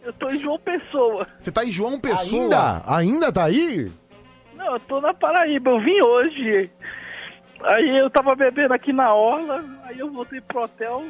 Eu tô em João Pessoa. Você tá em João Pessoa? Ainda? Ainda tá aí? Não, eu tô na Paraíba, eu vim hoje. Aí eu tava bebendo aqui na orla, aí eu voltei pro hotel,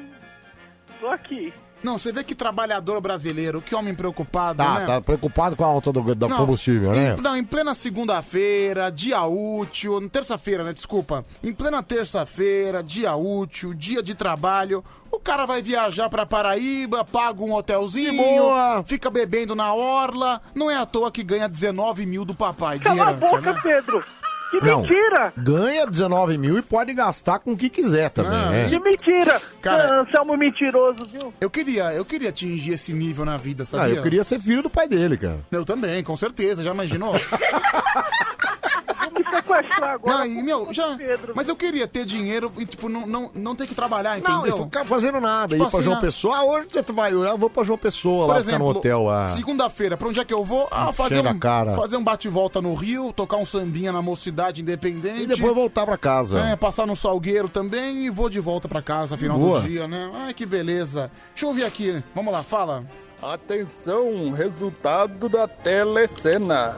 tô aqui. Não, você vê que trabalhador brasileiro, que homem preocupado, Tá, né? tá preocupado com a alta do, do Não, combustível, né? em- não, em plena segunda-feira, dia útil, na terça-feira, né? Desculpa. Em plena terça-feira, dia útil, dia de trabalho, o cara vai viajar pra Paraíba, paga um hotelzinho, De boa. fica bebendo na orla. Não é à toa que ganha 19 mil do papai de Cala a herança, boca, né? Pedro! Que Não. mentira! Ganha 19 mil e pode gastar com o que quiser também, né? Que mentira! Ah, Cara- Cara, Anselmo mentiroso, viu? Eu queria, eu queria atingir esse nível na vida, Ah, sabia? eu queria ser filho do pai dele, cara. Eu também, com certeza, já imaginou? Vou me sequestrar agora. Não, e, meu, por já. Pedro. Mas eu queria ter dinheiro e, tipo, não, não, não ter que trabalhar, entendeu? Não, e ficar fazendo nada. Tipo ir pra assim, João ah, Pessoa. Ah, hoje você vai? Eu vou pra João Pessoa lá, ficar no hotel lá. Segunda-feira, pra onde é que eu vou? Ah, fazer Enchendo a um, cara. fazer um bate-volta no Rio, tocar um sambinha na mocidade independente. E depois voltar pra casa. É, passar no Salgueiro também e vou de volta pra casa final Boa. do dia, né? Ai, que beleza. Deixa eu ouvir aqui. Vamos lá, fala. Atenção, resultado da telecena.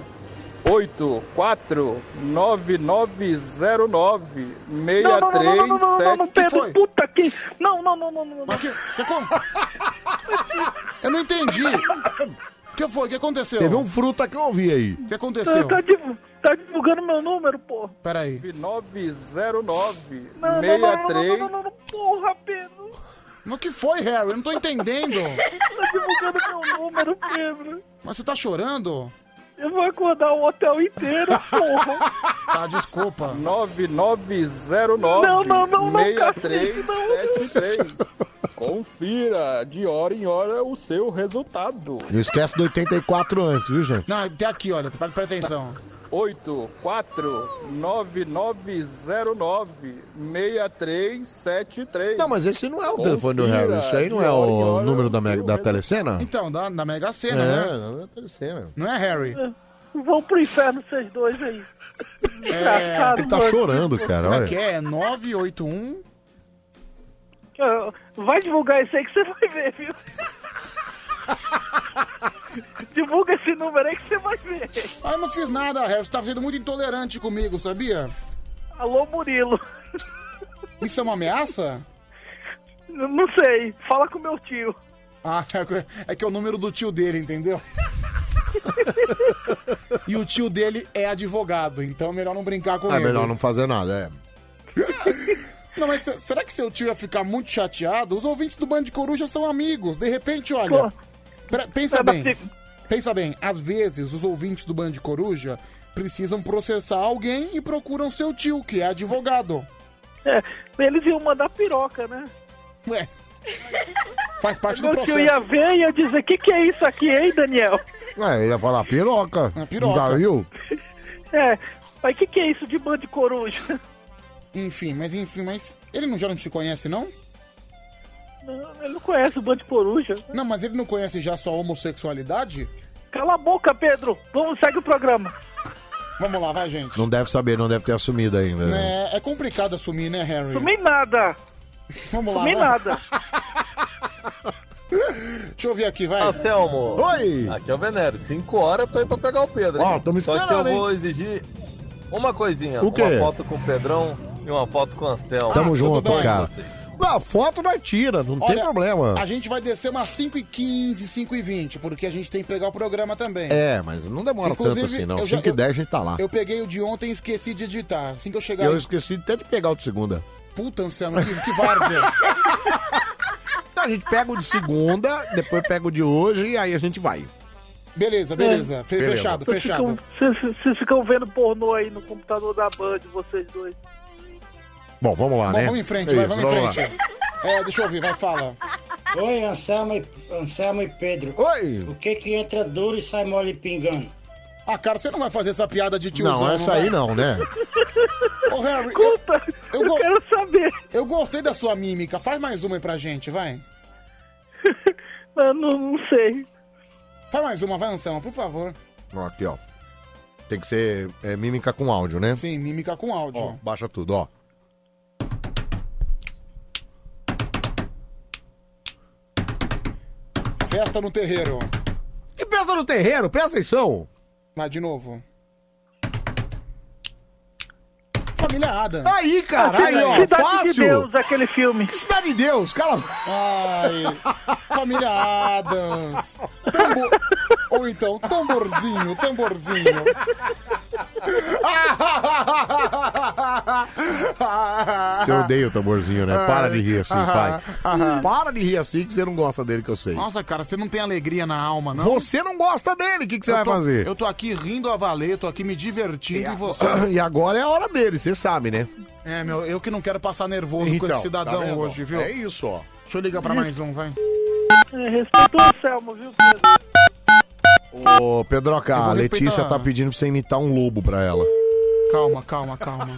8 4 9 9 0 9 Não, não, não, não, não, não, não, não, 63 não, 7 Pedro, puta que... Não, não, não, não, não. não. Eu não entendi. O que foi? O que aconteceu? Teve um fruta que eu ouvi aí. O que aconteceu? Tá, div- tá divulgando meu número, pô. Peraí. 909 Não, não, não, não, não, 63 não, não, não, porra, Pedro. No que foi, Harry? Eu não tô entendendo. Tá divulgando meu número, Pedro. Mas você tá chorando? Eu vou acordar o hotel inteiro, porra. Tá, desculpa. 9909 Não, não, não, não, 6373. Confira de hora em hora o seu resultado. Não esquece do 84 antes, viu, gente? Não, até aqui, olha, presta atenção. 8 4 9 9 0 9 6 3 7 3 Não, mas esse não é o telefone do Harry. Isso aí não é o número da, me- da telecena? Então, da, da Mega Sena, É, né? Não é, Harry? Vão pro inferno vocês dois aí. Desgraçado, ele tá mano. chorando, cara, é, Como é olha. que é? 981? Vai divulgar isso aí que você vai ver, viu? Divulga esse número aí que você vai ver. Ah, eu não fiz nada, Harry. Você tá sendo muito intolerante comigo, sabia? Alô, Murilo. Isso é uma ameaça? N- Não sei, fala com meu tio. Ah, é que é o número do tio dele, entendeu? e o tio dele é advogado, então é melhor não brincar com É ele. melhor não fazer nada, é. Não, mas se- será que seu tio ia ficar muito chateado? Os ouvintes do Band de Coruja são amigos. De repente, olha. Pre- pensa É, mas bem. se- Pensa bem, às vezes os ouvintes do Band de Coruja precisam processar alguém e procuram seu tio, que é advogado. É, eles iam mandar piroca, né? Ué. Faz parte meu do processo. tio ia ver e ia dizer: que, que é isso aqui, hein, Daniel? É, ia falar piroca. Ah, piroca. Não dá, viu? É, mas que, que é isso de bando de coruja? Enfim, mas enfim, mas ele não, já não te conhece, não? Não, Ele não conhece o bando de coruja. Não, mas ele não conhece já sua homossexualidade? Cala a boca, Pedro. Vamos, segue o programa. Vamos lá, vai, gente. Não deve saber, não deve ter assumido ainda. né? É, é complicado assumir, né, Harry? Sumi nada. Vamos lá, Sumi vai. nada. Deixa eu ver aqui, vai. Anselmo. Oi. Aqui é o Venero. 5 horas eu tô aí pra pegar o Pedro. Ó, hein? tamo Só que eu esperando, hein? vou exigir uma coisinha. O quê? Uma foto com o Pedrão e uma foto com o Anselmo. Tamo Ah, junto, tudo bem. cara. A foto nós tira, não tem Olha, problema. A gente vai descer umas 5h15, 5h20, porque a gente tem que pegar o programa também. É, mas não demora tanto assim, não. eu já- 5 e 10 a gente tá lá. Eu peguei o de ontem e esqueci de editar. Assim que eu E chegar. eu esqueci até de pegar o de segunda. Puta, Anselmo, que, que várzea. Então a gente pega o de segunda, depois pega o de hoje e aí a gente vai. Beleza, beleza. Fe- Beleza. Fechado, É. Vocês fechado. ficam- Vocês vocês ficam vendo pornô aí no computador da Band, vocês dois. Bom, vamos lá, Bom, né? vamos em frente, É vai, isso, vamos em lá. frente. É, deixa eu ouvir, vai, fala. Oi, Anselmo e, Anselmo e Pedro. Oi. O que que entra duro e sai mole pingando? Ah, cara, você não vai fazer essa piada de tiozão. Não, essa vai? aí não, né? Ô, Harry, Conta, eu, go- quero saber. Eu gostei da sua mímica. Faz mais uma aí pra gente, vai. Eu não, não sei. Faz mais uma, vai, Anselmo, por favor. Ó, Aqui, ó. Tem que ser é, mímica com áudio, né? Sim, mímica com áudio. Ó, baixa tudo, ó. Festa no terreiro. Que peça no terreiro, presta atenção. Vai de novo. Família Adam. Aí, cara, aí, ó, Cidade fácil. de Deus, aquele filme. Que Cidade de Deus, cala. Ai, família Adams. Tambor... Ou então, tamborzinho, tamborzinho. Você odeia o tamborzinho, né? Para de rir assim, Aham, Ah, vai. Para de rir assim que você não gosta dele, que eu sei. Nossa, cara, você não tem alegria na alma, não? Você não gosta dele, o que, que você Eu vai tô- fazer? Eu tô aqui rindo a valer, tô aqui me divertindo e você. E agora é a hora dele, você sabe, né? É, meu, eu que não quero passar nervoso com Então, esse cidadão tá vendo? hoje, viu? É isso, ó. Deixa eu ligar pra mais um, vai. É, respeita o Anselmo, viu, Pedro? Ô, Pedroca, Eu vou a Letícia respeitar. tá pedindo pra você imitar um lobo pra ela. Calma, calma, calma.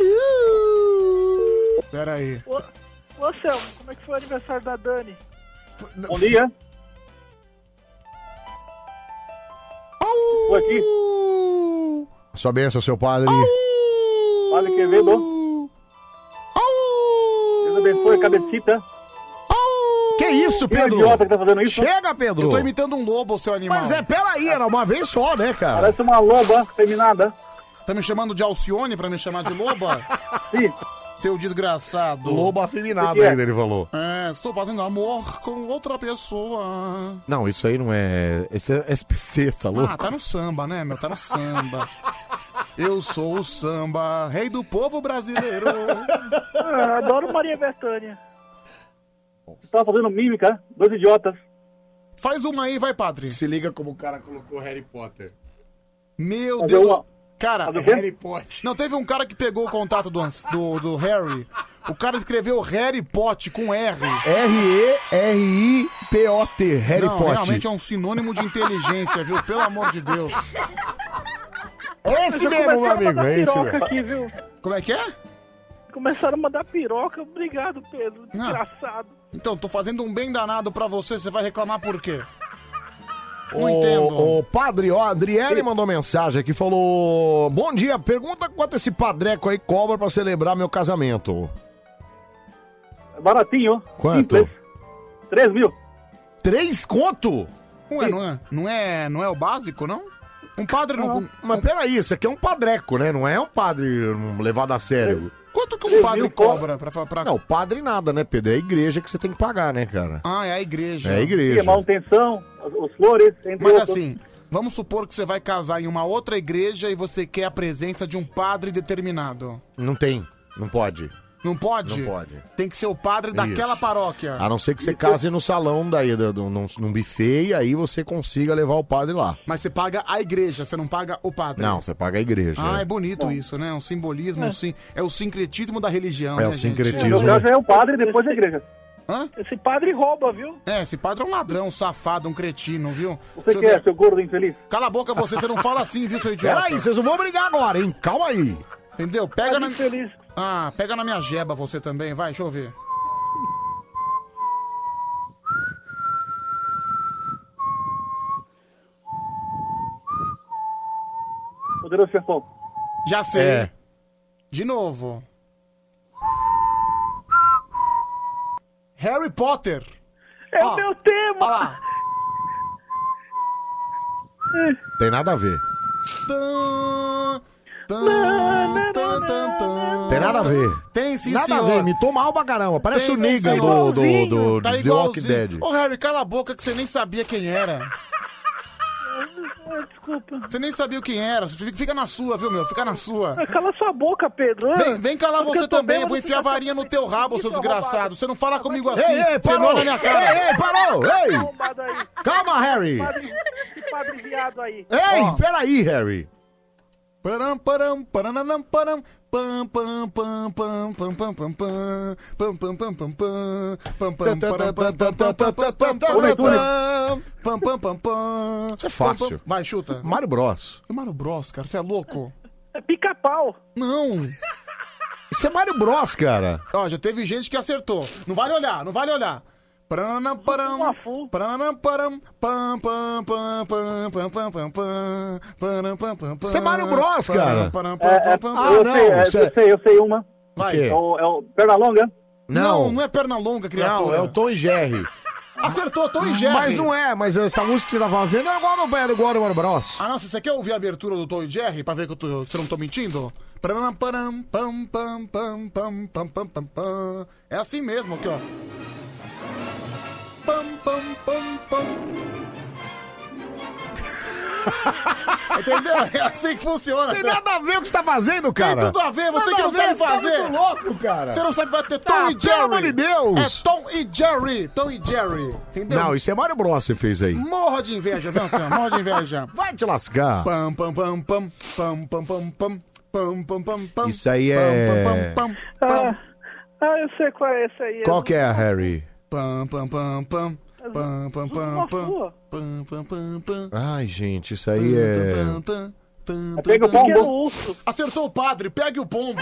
Uh. Pera aí. Ô, ô Selmo, como é que foi o aniversário da Dani? Bom dia. Tô aqui. Sua bênção, seu padre. Padre Quevedo. Deus abençoe, tipo. cabecita. Que isso, Que Pedro? idiota que tá fazendo isso. Chega, Pedro. Eu tô imitando um lobo, seu animal. Mas é, peraí, era uma vez só, né, cara? Parece uma loba feminada. Tá me chamando de Alcione pra me chamar de loba? Sim. Seu desgraçado. Lobo afeminado ainda, ele falou. É, estou fazendo amor com outra pessoa. Não, isso aí não é. Esse é SPC, tá louco? Ah, tá no samba, né, meu? Tá no samba. Eu sou o samba, rei do povo brasileiro. Ah, adoro Maria Bethânia. Tava fazendo mímica, dois idiotas. Faz uma aí, vai, padre. Se liga como o cara colocou Harry Potter. Meu Fazer Deus. uma- Cara, é Fazer o quê? Harry Potter. Não, teve um cara que pegou o contato do, ans- do, do Harry. O cara escreveu Harry Potter com R. R-E-R-I-P-O-T, Harry Não, Potter. realmente é um sinônimo de inteligência, viu? Pelo amor de Deus. É Esse mesmo, meu amigo, é esse piroca mesmo. aqui, viu? Como é que é? Começaram a mandar piroca. Obrigado, Pedro. Desgraçado. Ah. Então, tô fazendo um bem danado pra você, você vai reclamar por quê? O- Não entendo. O padre, ó, Adriele mandou mensagem aqui, falou... Bom dia, pergunta quanto esse padreco aí cobra pra celebrar meu casamento. Baratinho. Quanto? Três mil. Três conto? Ué, não é, não é, não é o básico, não? Um padre não... Mas peraí, isso aqui é um padreco, né? Não é um padre hum, levado a sério. Quanto que um padre cobra pra... pra... Não, padre nada, né, Pedro? É a igreja que você tem que pagar, né, cara? Ah, é a igreja. É a igreja. E a manutenção, os flores, entre Mas outros. assim, vamos supor que você vai casar em uma outra igreja e você quer a presença de um padre determinado. Não tem, não pode. Não pode? Não pode. Tem que ser o padre daquela Isso. paróquia. A não ser que você case no salão daí, do, do- num, num buffet, e aí você consiga levar o padre lá. Mas você paga a igreja, você não paga o padre. Não, você paga a igreja. Ah, é é. bonito isso, né? Um simbolismo, um sim... é o sincretismo da religião. É né, o gente? sincretismo. No caso, é o padre e depois a igreja. Hã? Esse padre rouba, viu? É, esse padre é um ladrão, um safado, um cretino, viu? Você quer, seu gordo infeliz? Cala a boca você, você não fala assim, viu, seu idiota? Peraí, vocês não vão brigar agora, hein? Calma aí. Entendeu? é Pega na... Ah, pega na minha jeba você também, vai, deixa eu ver. Poderoso chefão. Já sei. É. De novo. Harry Potter. É o meu tema. Tem nada a ver. Tem nada a ver. Tem sim, Nada senhor. a ver, me tô mal pra caramba. Parece Tem o sim, Negan do, senhor. do, do, Tá do The Walking igualzinho. Dead. Ô, Harry, cala a boca que você nem sabia quem era. Desculpa. Você nem sabia quem era. Você Fica na sua, viu, meu? Fica na sua. Cala sua boca, Pedro. Vem, vem calar Ah, Porque você eu tô também. bêbado, Eu tá é vou enfiar a fica- varinha no teu rabo, seu desgraçado. Você não Tá fala comigo assim. Ei, ei, você parou! não olha na minha cara. Ei, ei, parou! Ei! Arrombado aí. Calma, Harry! Padre, esse padre viado aí. Ei, Ó, peraí, Harry! Pararam, param, paranam, param, pam, pam, pam, pam, pam, pam, pam, pam, pam, pam, pam, pam, pam, pam, pam, param, pam, pam, pam, pam, pam, pam, pam, pam, pam, pam, pam, pam. Isso é fácil. Vai, chuta. Mario Bros. É Mario Bros, cara, você é louco. É pica-pau. Não. Isso é Mario Bros, cara. Ó, já teve gente que acertou. Não vale olhar, não vale olhar. Paranam, param, paranam, param, pam, pam, pam, pam, pam, pam, pam, pam, param, pam, pam, pam. Isso é Mario Bros, cara. Param, param, É, é, param, pam, pam. eu, sei, é, eu sei, eu sei uma. Vai. É o, é o Pernalonga. Não. não, não é perna longa, Não, criatura. é o Tom e Jerry. Acertou, Tom e Jerry. Mas não é, mas essa música que você tá fazendo é igual no, é igual no Mario Bros. Ah, nossa, você quer ouvir a abertura do Tom e Jerry pra ver que eu tô, se eu não tô mentindo? Param, param, pam, pam, pam, pam, pam, pam, pam, pam. É assim mesmo, aqui, ó. Pam, pam, pam, pam. Entendeu? É assim que funciona. Tem nada a ver com o que você tá fazendo, cara. Tem tudo a ver, você Nada que a não ver, sabe você tá fazer. muito louco, cara. Você não sabe, vai ter Tom Ah, e Jerry. pelo amor de Deus. É Tom e Jerry, Tom e Jerry. Entendeu? Hum. Não, isso é Mario Bros que você fez aí. Morra de inveja, viu, Anselmo? Morra de inveja. Vai te lascar. Pam, pam, pam, pam, pam, pam, pam, pam, pam, pam, pam, pam. Isso aí é- Pam, pam, pam, pam, Ah, ah, eu sei qual é esse aí. Qual que é, Harry? pam, pam, pam, pam, pam, pam, pam, pam, Uma sua. pam, pam, pam, pam. Ai, gente, isso aí é. Tan, tan, tan, Pega o tan, pombo. tan. Acertou o padre, pegue o pombo.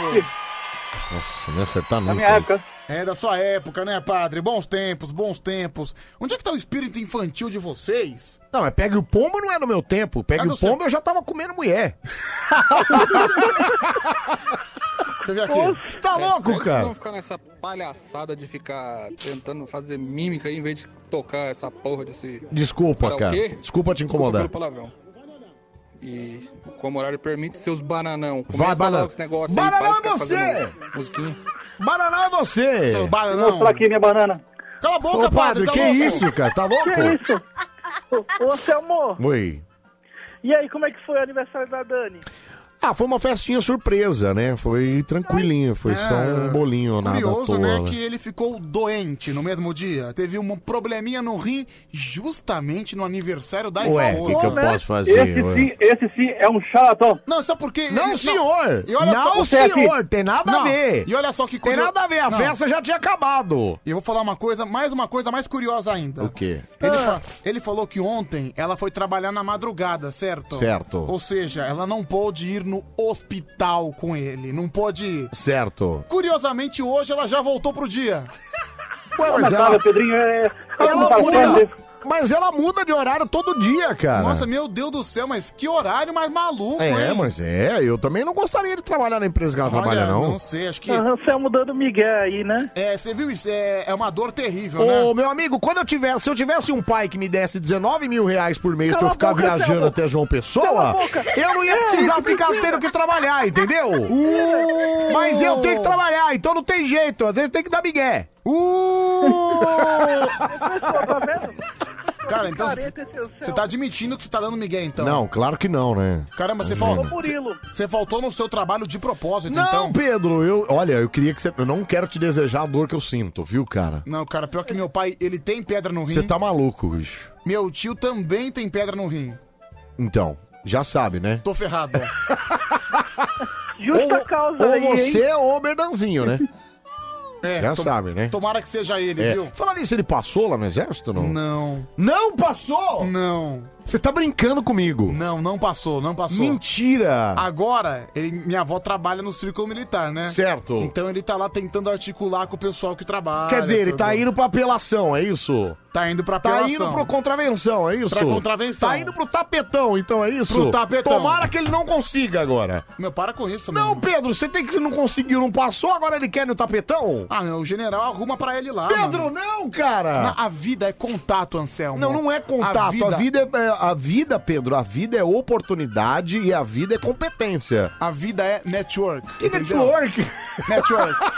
Nossa, não ia acertar Da nunca. minha época. É, da sua época, né, padre? Bons tempos, bons tempos. Onde é que tá o espírito infantil de vocês? Não, mas pegue o pombo não é no meu tempo. Pegue Ah, o do seu- pombo eu já tava comendo mulher. é? Deixa eu ver aqui. Você É tá louco, sério que cara? Vocês vão ficar nessa palhaçada de ficar tentando fazer mímica aí, em vez de tocar essa porra desse. Desculpa, cara. Karaokê? Desculpa te incomodar. pelo palavrão. E como o horário permite, seus bananão. Vai, Começa banana. logo esse negócio Bananão aí, para de ficar é você! fazendo Musiquinha. Bananão é você! Seu bananão. Vou mostrar aqui minha banana. Cala a Ô, padre, que isso, cara? Tá louco? Que isso? Ô, ô Anselmo, Oi. e aí, como é que foi o aniversário da Dani? Ah, foi uma festinha surpresa, né? Foi tranquilinho, foi só um bolinho, nada à Curioso, toa. né, né? que ele ficou doente no mesmo dia. Teve um probleminha no rim justamente no aniversário da Ué, esposa. que que eu Bom, né? posso fazer, Esse ué? sim- esse sim é um charlatão. Não, sabe por quê? Não, senhor! E olha só, não, você é aqui. senhor! Tem nada a Não, ver! E olha só que Tem curio- nada a ver, a Não. festa já tinha acabado. E eu vou falar uma coisa, mais uma coisa mais curiosa ainda. O quê? Ele, fa- ele falou que ontem ela foi trabalhar na madrugada, certo? Certo. Ou seja, ela não pôde ir no hospital com ele, não pôde ir. Certo. Curiosamente, hoje ela já voltou pro dia. Ué, mas ela- é. Ela muda, mas ela muda de horário todo dia, cara. Nossa, meu Deus do céu, mas que horário mais maluco, É, hein? mas é, eu também não gostaria de trabalhar na empresa que ela trabalha, não. não sei, acho que... Aham, você é mudando Miguel aí, né? É, você viu isso? É, é uma dor terrível, né? Ô, meu amigo, quando eu tivesse, se eu tivesse um pai que me desse 19 mil reais por mês pra Cala eu a ficar boca, viajando Anselmo. até João Cala a Pessoa, boca. eu não ia É, precisar isso ficar precisa. tendo que trabalhar, entendeu? Uh. Mas eu tenho que trabalhar, então não tem jeito, às vezes tem que dar migué. Uh. Cara, então Careta, seu você tá admitindo que você tá dando migué, então. Não, claro que não, né? Caramba, você Imagina. faltou. Você faltou no seu trabalho de propósito, Não, então. Pedro, eu, olha, eu queria que você, eu não quero te desejar a dor que eu sinto, viu, cara? Não, cara, pior que meu pai, ele tem pedra no rim. Você tá maluco, bicho. Meu tio também tem pedra no rim. Então, já sabe, né? Tô ferrado. Justa Ou- causa ou aí, hein? você ou o Berdanzinho, né? É, Já sabe, né? Tomara que seja ele, É. viu? Fala nisso, ele passou lá no exército, não? Não. Não passou? Não. Você tá brincando comigo? Não, não passou, não passou. Mentira! Agora, ele- minha avó trabalha no círculo militar, né? Certo. Então ele tá lá tentando articular com o pessoal que trabalha. Quer dizer, ele tá tudo. indo pra apelação, é isso? Tá indo pra Tá apelação. indo pro contravenção, é isso? Pra contravenção. Tá indo pro tapetão, então é isso? Pro tapetão. Tomara que ele não consiga agora. Meu, para com isso, mano. Não, Pedro, você tem que você não conseguiu, não passou, agora ele quer no tapetão? Ah, meu, o general arruma pra ele lá. Pedro, não, cara! Na- a vida é contato, Anselmo. Não, não é contato. A vida, é, é- a vida, Pedro, a vida é oportunidade e a vida é competência. A vida é network. Que network? Network.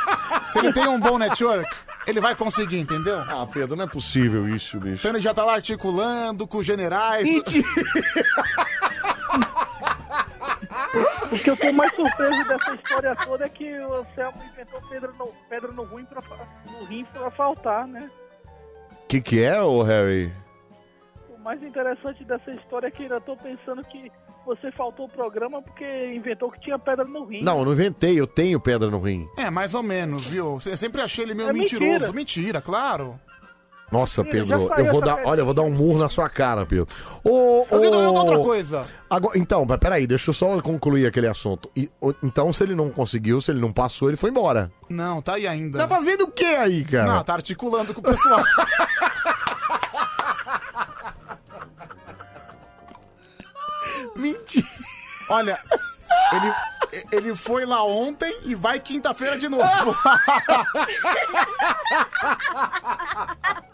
Se ele tem um bom network, ele vai conseguir, entendeu? Ah, Pedro, não é possível isso, bicho. Então ele já tá lá articulando com os generais. O que eu tô mais surpreso dessa história toda é que o Anselmo inventou pedra no, pedra no, ruim pra, fa- no rim pra faltar, né? O que, que é, ô Harry? O mais interessante dessa história é que eu tô pensando que você faltou o programa porque inventou que tinha pedra no rim. Não, eu não inventei, eu tenho pedra no rim. É, mais ou menos, viu? Eu sempre achei ele meio É mentira. mentiroso. Mentira. claro. Nossa, Ele já Pedro, saiu eu vou essa dar. pedra. Olha, eu vou dar um murro na sua cara, Pedro. Ô, Eu dei- eu dou outra ô- coisa. Agora, então, mas peraí, deixa eu só concluir aquele assunto. E, ô, então, se ele não conseguiu, se ele não passou, ele foi embora. Não, tá aí ainda. Tá fazendo o que aí, cara? Não, tá articulando com o pessoal. Mentira. Olha, ele, ele foi lá ontem e vai quinta-feira de novo.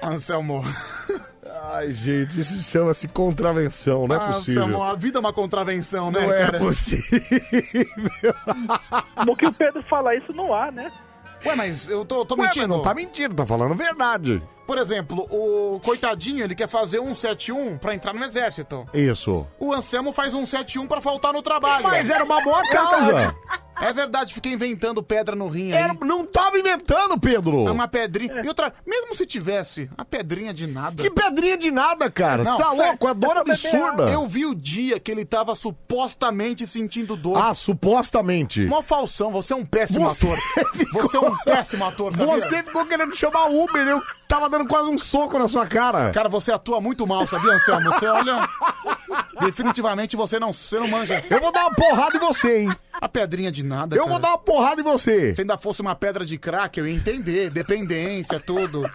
Ah, Anselmo. Ai, gente, isso chama-se contravenção, não é possível. Anselmo, a vida é uma contravenção, né, Não é cara? possível. No que o Pedro fala isso não há, né? Ué, mas eu tô, tô Ué, mentindo. mas não tá mentindo, tá falando verdade. Por exemplo, o coitadinho, ele quer fazer um 71 pra entrar no exército. Isso. O Anselmo faz um 71 pra faltar no trabalho. Mas era uma boa causa. É verdade, fiquei inventando pedra no rim aí. Era- não tava inventando, Pedro. É uma pedrinha. E outra, mesmo se tivesse, a pedrinha de nada. Que pedrinha de nada, cara. Você tá louco? A dor absurda. Eu vi o dia que ele tava supostamente sentindo dor. Ah, supostamente. Mó falsão, você é um péssimo Você ator. Você é um péssimo ator, sabia? Você ficou querendo chamar o Uber, eu tava dando quase um soco na sua cara. Cara, você atua muito mal, sabia, Anselmo? Você olha. Definitivamente você não, você não manja. Eu vou dar uma porrada em você, hein? A pedrinha de nada. Eu vou dar uma porrada em você. Se ainda fosse uma pedra de crack, eu ia entender. Dependência, tudo.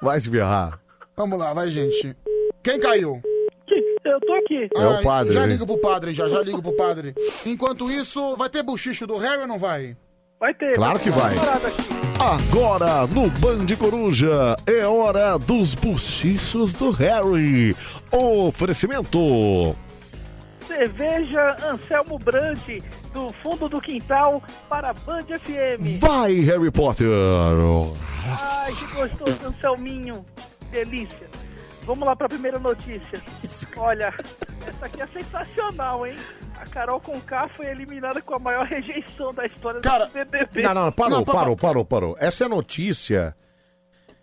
Vai se ferrar. Vamos lá, vai, gente. Quem caiu? Eu tô aqui. É o padre, Já né? ligo pro padre, já, já ligo pro padre. Enquanto isso, vai ter buchicho do Harry ou não vai? Vai ter. Claro que vai. Agora no Band Coruja é hora dos buchichos do Harry. Oferecimento. Cerveja Anselmo Brandi, do fundo do quintal para a Band FM. Vai, Harry Potter. Ai, que gostoso, Anselminho. Delícia. Vamos lá para a primeira notícia. Olha, essa aqui é sensacional, hein? A Carol Conká foi eliminada com a maior rejeição da história do BBB. Não, não, parou, parou, parou, parou. Essa é notícia.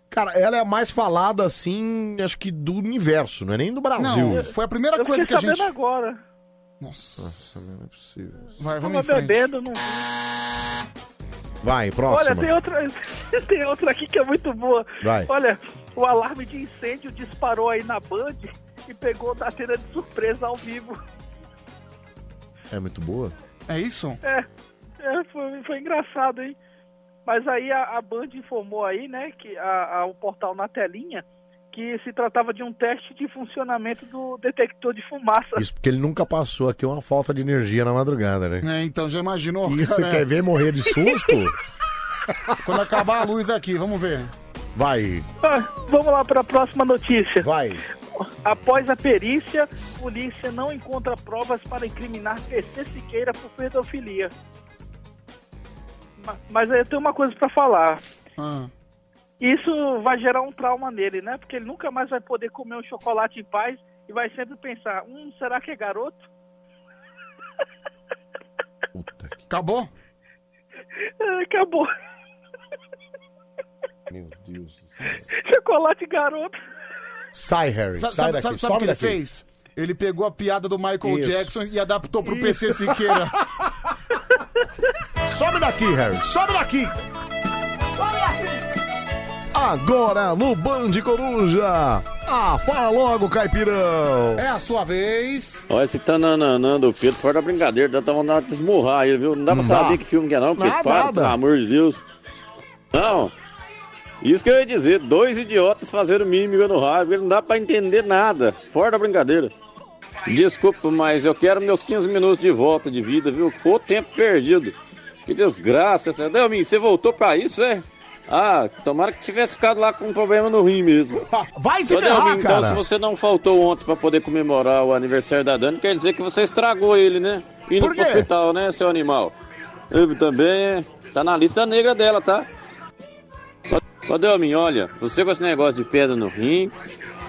Cara, ela é a mais falada, assim, acho que do universo, não é nem do Brasil. Não, foi a primeira Eu coisa que fiquei a gente. sabendo agora. Nossa, não é possível. Vai, vamos Tava em frente. bebendo, não Vai, próxima. Olha, tem outra, tem outra aqui que é muito boa. Vai. Olha, o alarme de incêndio disparou aí na Band e pegou da cena de surpresa ao vivo. É muito boa. É isso? É, é, foi, foi engraçado, hein? Mas aí a, a Band informou aí, né, que a, a- o portal na telinha, que se tratava de um teste de funcionamento do detector de fumaça. Isso porque ele nunca passou aqui uma falta de energia na madrugada, né? É, então já imaginou. Isso cara, é. quer ver morrer de susto? Quando acabar a luz aqui, vamos ver. Vai. Ah, vamos lá para a próxima notícia. Vai. Após a perícia, polícia não encontra provas para incriminar PC Siqueira por pedofilia. Ma- Mas aí eu tenho uma coisa para falar. Isso vai gerar um trauma nele, né? Porque ele nunca mais vai poder comer um chocolate em paz e vai sempre pensar: hum, será que é garoto? Acabou? Ah, Acabou. Meu Deus. Chocolate garoto. Sai, Harry. Sabe, sai sabe- daqui. sabe- sabe some o que ele daqui. fez? Ele pegou a piada do Michael Isso. Jackson e adaptou pro Isso. PC Siqueira. Sobe daqui, Harry. Sobe daqui. Agora no Band Coruja. Ah, fala logo, caipirão. É a sua vez. Olha esse tananã do Pedro, fora da brincadeira, dá até vontade de esmurrar ele, viu? Não dá pra saber que filme que é não, Pedro, Nada, para, nada. pelo amor de Deus. Não, isso que eu ia dizer, dois idiotas fazendo mímica no rádio, ele não dá pra entender nada, fora da brincadeira. Desculpa, mas eu quero meus 15 minutos de volta de vida, viu? Foi o tempo perdido. Que desgraça, essa. Delmin, você voltou pra isso, é? Ah, tomara que tivesse ficado lá com um problema no rim mesmo. Vai se Ô, ferrar, Delmin, então, cara. se você não faltou ontem pra poder comemorar o aniversário da Dani, quer dizer que você estragou ele, né? Indo Por pro quê? hospital, né, seu animal? Ele também tá na lista negra dela, tá? Ô, Delmin, olha, você com esse negócio de pedra no rim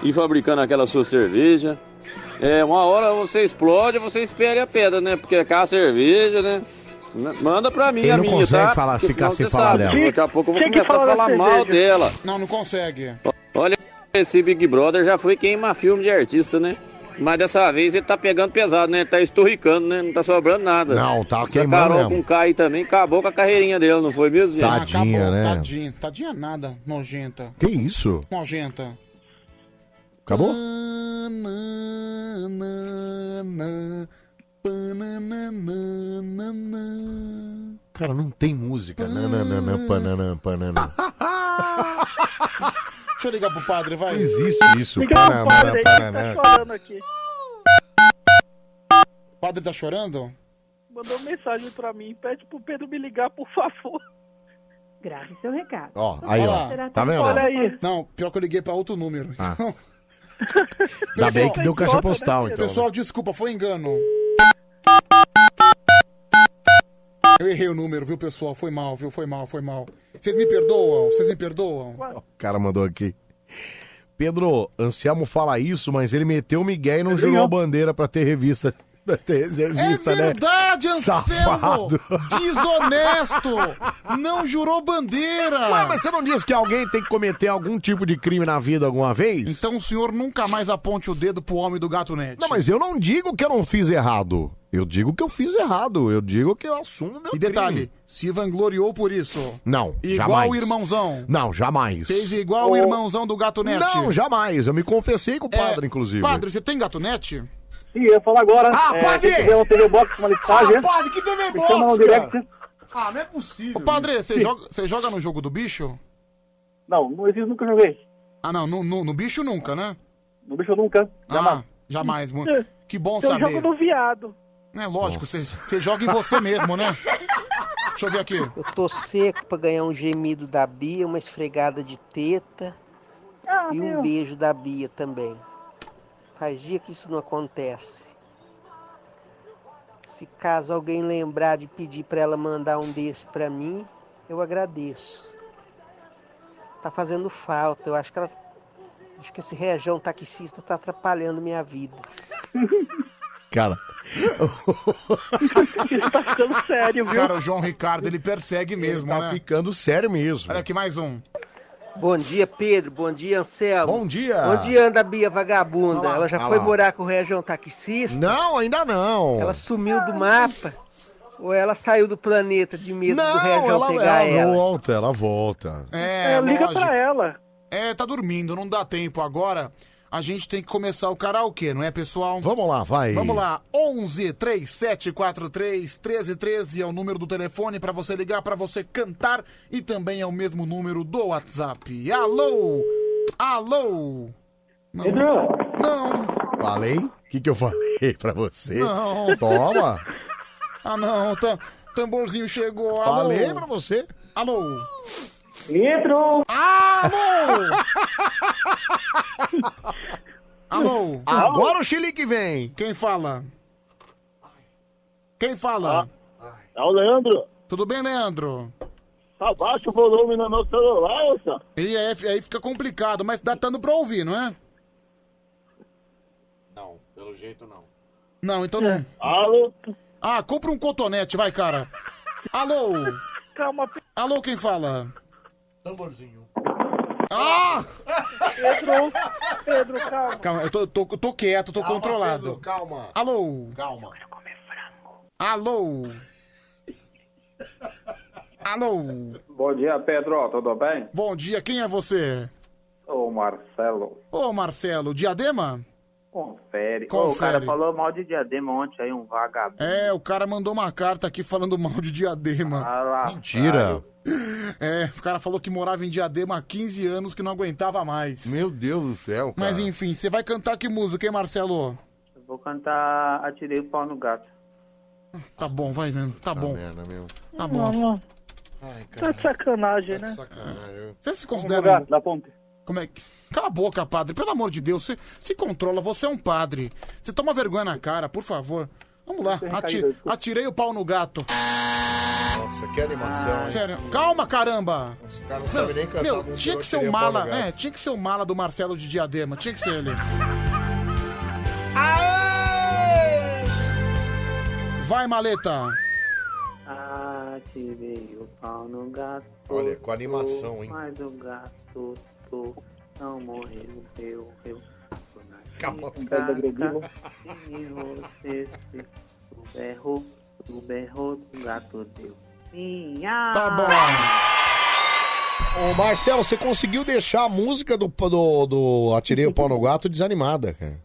e fabricando aquela sua cerveja, é, uma hora você explode, você espere a pedra, né? Porque é cá a cerveja, né? M- Manda pra mim, Ele a não minha, consegue tá? falar- Porque ficar senão sem você falar sabe, dela. Daqui a pouco eu vou Quem que começar a fala da falar mal cerveja? dela. Não, não É. consegue. Olha, esse Big Brother já foi queimar filme de artista, né? Mas dessa vez ele tá pegando pesado, né? Ele tá esturricando, né? Não tá sobrando nada. Não, tá Essa queimando Carol mesmo. com Kai também acabou com a carreirinha dele, não foi mesmo? gente? Tadinha, né? Tadinha, tadinha nada. Nojenta. Que isso? Nojenta. Acabou? Cara, não tem música. Nananana, pananã, pananã. Deixa eu ligar pro padre, vai. Não existe isso. Liga pro padre aí, Pananã, ele tá pananã. Falando aqui. O padre tá chorando? Mandou mensagem pra mim. Pede pro Pedro me ligar, por favor. Grave seu recado. Ó, aí, ó. Tá vendo? Olha aí. Não, pior que eu liguei pra outro número. Ah. Então, Tá Ainda bem que deu caixa postal, então. pessoal, desculpa, foi engano. Eu errei o número, viu, pessoal? Foi mal, viu? Foi mal, foi mal. Vocês me perdoam? Vocês me perdoam? O cara mandou aqui. Pedro, Anselmo fala isso, mas ele meteu o Miguel e não jurou a bandeira pra ter revista. Tem reservista, É né? verdade, Anselmo! Safado. Desonesto! Não jurou bandeira! Ué, mas você não disse que alguém tem que cometer algum tipo de crime na vida alguma vez? Então o senhor nunca mais aponte o dedo pro homem do gato net. Não, mas eu não digo que eu não fiz errado. Eu digo que eu fiz errado. Eu digo que eu assumo meu E detalhe, crime. se vangloriou por isso. Não, Igual jamais. o irmãozão. Não, jamais. Fez igual o irmãozão do gato net. É, Não, jamais. Eu me confessei com o padre, inclusive. Padre, você tem gato net? Sim, eu ia falar agora. Ah, É, padre! Se tiver uma TV Box, uma listagem. Ah, padre, que TV Me chama Box, no direct. cara? Ah, não é possível. Ô, padre, você Sim. joga, você joga no jogo do bicho? Não, não existe, nunca joguei. Ah, não, no, no- no bicho nunca, né? No bicho nunca. Ah, jamais. mu- Que bom Eu saber. jogo Então no viado. É lógico, você você joga em você mesmo, né? Deixa eu ver aqui. Eu tô seco pra ganhar um gemido da Bia, uma esfregada de teta e um Ah, meu. beijo da Bia também. Faz dia que isso não acontece. Se caso alguém lembrar de pedir pra ela mandar um desse pra mim, eu agradeço. Tá fazendo falta, eu acho que ela. Acho que esse região taxista tá atrapalhando minha vida. Cara. tá ficando sério, viu? Cara, o João Ricardo, ele persegue mesmo, tá né? ficando sério mesmo. Olha aqui mais um. Bom dia, Pedro. Bom dia, Anselmo. Bom dia. Bom dia, Ana Bia Vagabunda. Olha lá, Ela já olha foi lá. morar com o Região Taxista? Não, ainda não. Ela sumiu do mapa? Ou ela saiu do planeta de medo do Região ela, pegar ela ela? volta, ela volta. É, É, liga pra ela. É, tá dormindo, não dá tempo agora. A gente tem que começar o karaokê, não é, pessoal? Vamos lá, vai. Vamos lá, 11 3743 1313 é o número do telefone pra você ligar, pra você cantar e também é o mesmo número do WhatsApp. Alô? Alô? Não. Não. Falei? O que, que eu falei pra você? Não. Toma. Ah, não, tá. Tamborzinho chegou. Alô? Falei pra você. Alô? Pedro. Alô? Alô? Agora o Chilique vem. Quem fala? Quem fala? É o Leandro. Tudo bem, Leandro? Abaixa o volume no meu celular, Elsa. E aí, aí fica complicado, mas dá dando pra ouvir, não é? Não, pelo jeito não. Não, então É. não. Alô? Ah, compra um cotonete, vai, cara. Alô? Calma. Alô, quem fala? Tamborzinho. Ah! Pedro, Pedro, calma. Calma, eu tô, tô, tô quieto, tô Calma, controlado. Pedro, calma. Alô? Calma. Alô? Alô? Bom dia, Pedro. Tudo bem? Bom dia, quem é você? Ô, Marcelo. Ô, Marcelo, Diadema? Confere. Ô, Confere. o cara falou mal de diadema ontem aí, um vagabundo. É, o cara mandou uma carta aqui falando mal de Diadema. Mentira. É, o cara falou que morava em Diadema há 15 anos, que não aguentava mais. Meu Deus do céu, Mas enfim, você vai cantar que música, hein, Marcelo? Eu Vou cantar Atirei o Pau no Gato. Tá bom, vai vendo. Tá bom. Tá bom. Não, Tá de sacanagem, né? Tá, Você se considera. Vamos jogar, da ponte. Como é que. Cala a boca, padre. Pelo amor de Deus, você se controla. Você é um padre. Você toma vergonha na cara, por favor. Vamos lá. Ati- Atirei o pau no gato. Nossa, que animação, um, hein? Ah, Sério. Calma, caramba. O cara não sabe nem cantar. Meu, como tinha eu que ser tirei o a pau mala. do gato. É, tinha que ser o mala do Marcelo de Diadema. Tinha que ser ele. Vai, maleta. Ah, Atirei o pau no gato. Olha, com animação, hein? Mas o gato tô, não morreu, eu, eu. Calma, Gata, Pedro Grilo. se você se berrou, o berrou do gato deu. Minha. Tá bom. Ô, Marcelo, você conseguiu deixar a música do, do, do Atirei o Pau no Gato desanimada, cara.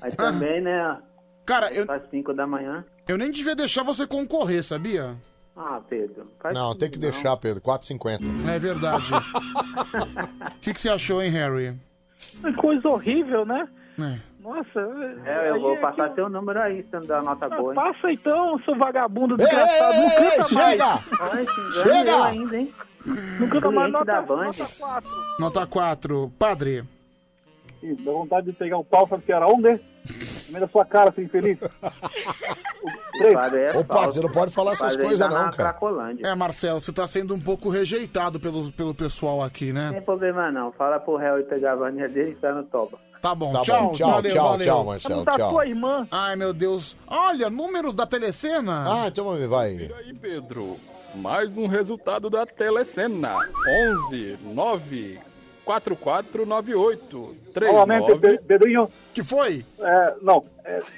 Mas também, né? Cara, eu. Às 5 da manhã. Eu nem devia deixar você concorrer, sabia? Ah, Pedro. faz Não, isso tem que deixar, Pedro. 4,50. É verdade. O que, que você achou, hein, Harry? Que Coisa horrível, né? É. Nossa. É, eu aí vou é passar que- seu número aí, se não dá nota Ah, boa, hein? Passa então, seu vagabundo Ei, desgraçado. ei, Não ei, canta ei, mais. Olha, esse engano Chega! eu ainda, hein? Não canta mais Cliente nota, da Band. nota 4. Nota 4. Padre. Ih, dá vontade de pegar um pau, sabe que era onde? No meio da sua cara, seu infeliz. Esse padre é Ô, falso. padre, você não pode falar essas Padre aí coisas, tá na não, cara. Cracolândia. É, Marcelo, você tá sendo um pouco rejeitado pelo, pelo pessoal aqui, Não tem É. né? problema não. Fala pro réu e pegar a varinha é dele e sai no toba. Tá bom, Tá bom, tchau, tchau, valeu, tchau, valeu. tchau, Marcelo, Da tchau. tua irmã. Ai, meu Deus. Olha, números da Telecena. Ah, então vai. E Pedro, mais um resultado da Telecena. 11, 9, 4, 4, 9, 8, 3, Novamente, 9... Pe- Pedrinho. Que foi? não. é,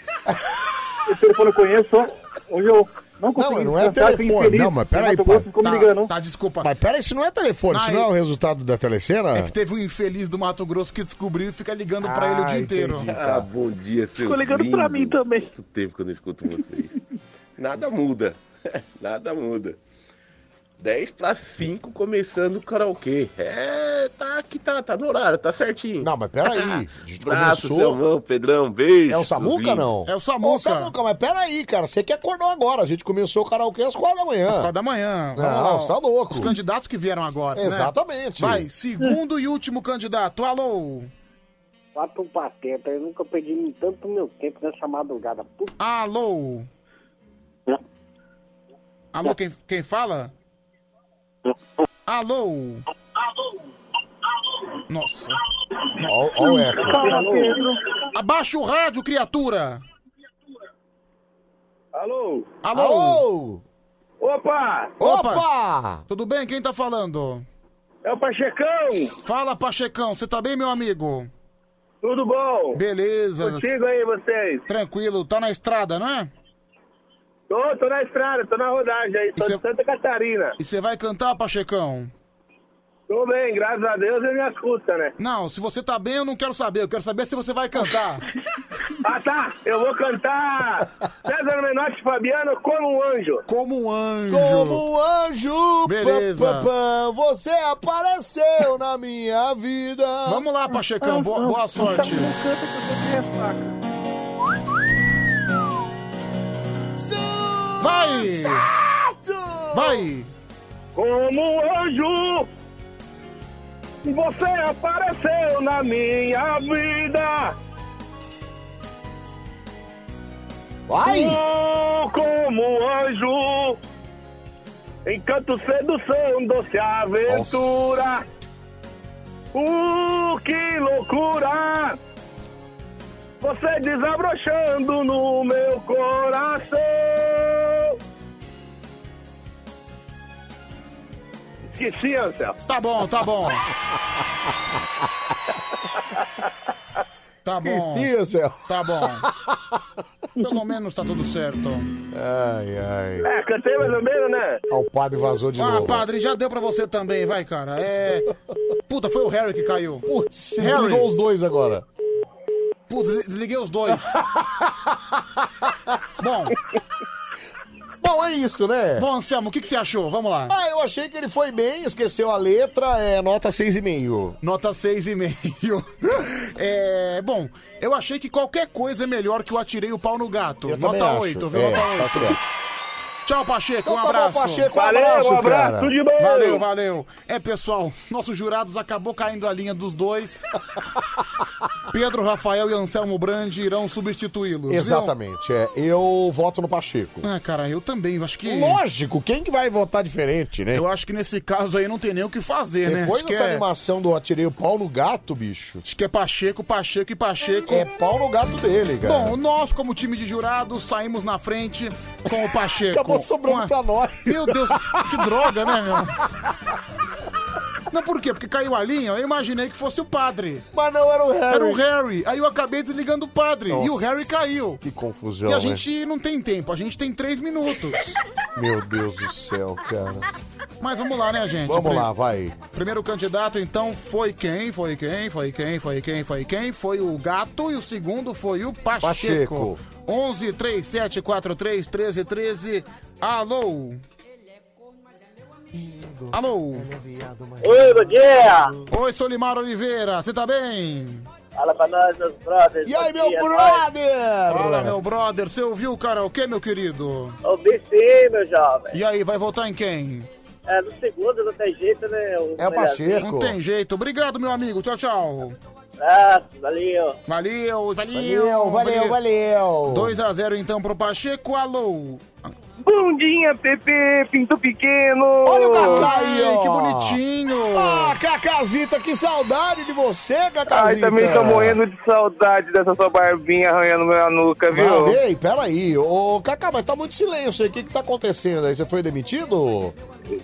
esse telefone eu conheço. Hoje eu não consegui. mas não é descansar, fui telefone, infeliz, não, mas em peraí, Mato pô. Grosso ficou me Tá. ligando. Tá, desculpa. Mas pera aí, isso não é telefone, isso Ai. não é o resultado da telecena? É que teve um infeliz do Mato Grosso que descobriu e fica ligando pra Ah, ele o dia inteiro. É. entendi, tá. Ah, bom dia, seu Ficou ligando pra mim também. Muito tempo que eu não escuto vocês. Nada muda. Nada muda. 10 para 5 começando o karaokê. É, tá aqui, tá, tá no horário, tá certinho. Não, mas peraí, a gente Braço, começou- seu mão, Pedrão, beijo. É o Samuca, não? o Samuca. Ô, Samuca, mas peraí, cara, você que acordou agora. A gente começou o karaokê às quatro da manhã. Às quatro da manhã. Não, lá, ó. você tá louco. Os candidatos que vieram agora. né? Exatamente. Vai, segundo e último candidato. Alô? Bota um pateta, eu nunca perdi tanto meu tempo nessa madrugada. Puta, Alô? Alô, quem, quem fala? Alô? Nossa. Ó o eco. Alô? Abaixa o rádio, criatura! É Alô? Alô? Opa! Opa! Tudo bem? Quem tá falando? É o Pachecão! Fala, Pachecão. Você tá bem, meu amigo? Tudo bom? Beleza. Contigo aí, vocês? Tranquilo. Tá na estrada, não é? Tô, tô na estrada, tô na rodagem aí, tô de Santa Catarina. E você vai cantar, Pachecão? Tô bem, graças a Deus ele me escuta, né? Não, se você tá bem, eu não quero saber. Eu quero saber se você vai cantar. Ah tá, eu vou cantar César Menotti e Fabiano como um anjo. Como um anjo. Como um anjo, Beleza. pam, pam, pam, você apareceu na minha vida. Vamos lá, Pachecão. Boa, boa sorte. Vai! Vai! Como um anjo, você apareceu na minha vida. Vai! Tu, como um anjo, encanto, sedução, doce aventura. Uh, que loucura! Você desabrochando no meu coração. Esqueci, Anselmo. Tá bom, tá bom. Tá bom. Esqueci, Anselmo. Tá bom. Pelo menos tá tudo certo. Ai, ai. É, cantei mais ou menos, né? Ah, o padre vazou de Ah, novo. padre, já deu pra você também, vai, cara. É. Puta, foi o Harry que caiu. Putz, Harry. desligou os dois agora. Putz, des- desliguei os dois. Bom. Bom, é isso, né? Bom, Anselmo, o que, que você achou? Vamos lá. Ah, eu achei que ele foi bem, esqueceu a letra, é nota 6,5. Nota 6,5. É, bom, eu achei que qualquer coisa é melhor que eu atirei o pau no gato. Eu também Nota acho. 8, viu? É, Nota tá 8. certo. Tchau, Pacheco. Então um tá bom, abraço. Pacheco, um Valeu, um abraço, abraço, cara. tudo de bom. Valeu, valeu. É, pessoal, nossos jurados acabou caindo a linha dos dois. Pedro, Rafael e Anselmo Brandi irão substituí-los. viu? Exatamente, é. Eu voto no Pacheco. Ah, cara, eu também. Acho que. Lógico, quem que vai votar diferente, né? Eu acho que nesse caso aí não tem nem o que fazer, né? Depois Acho que dessa é- animação do Atirei o Pau no Gato, bicho. Acho que é Pacheco, Pacheco e Pacheco. É pau no gato dele, cara. Bom, nós, como time de jurados, saímos na frente com o Pacheco. Acabou sobrando Com a- pra nós. Meu Deus, que droga, né, meu? Não, por quê? Porque caiu a linha, eu imaginei que fosse o padre. Mas não era o Harry. Era o Harry. Aí eu acabei desligando o padre. E o Nossa. Harry caiu. Que confusão, E a né? gente não tem tempo, a gente tem três minutos. Meu Deus do céu, cara. Mas vamos lá, né, gente? Vamos Pri- lá, vai. Primeiro candidato, então, foi quem? Foi quem? Foi quem? Foi quem? Foi quem? Foi o Gato e o segundo foi o Pacheco. Pacheco. 11 3743 1313. Alô? Alô? Oi, bom dia! Oi, Solimar Oliveira, você tá bem? Fala pra nós, meus brothers. E aí, Bom meu dia, brother? Fala, meu brother, você ouviu o karaokê, meu querido? nós. Ouvi sim, meu jovem. E aí, vai votar em quem? É, no segundo não tem jeito, né? É É Não tem jeito. Obrigado, meu amigo. Tchau, tchau. Ah, valeu. Valeu, valeu. Valeu, valeu, valeu. 2 a 0 então pro Pacheco. Alô. Bundinha, Pepe, pinto pequeno. Olha o Tá Cacá Tá aí, que bonitinho. Ah, Cacazita, que saudade de você, Cacazita. Ai, também tô morrendo de saudade dessa sua barbinha arranhando minha nuca, viu? Não, ei, peraí. Ô, Cacá, mas tá muito silêncio aí. O que que tá acontecendo aí? Você foi demitido?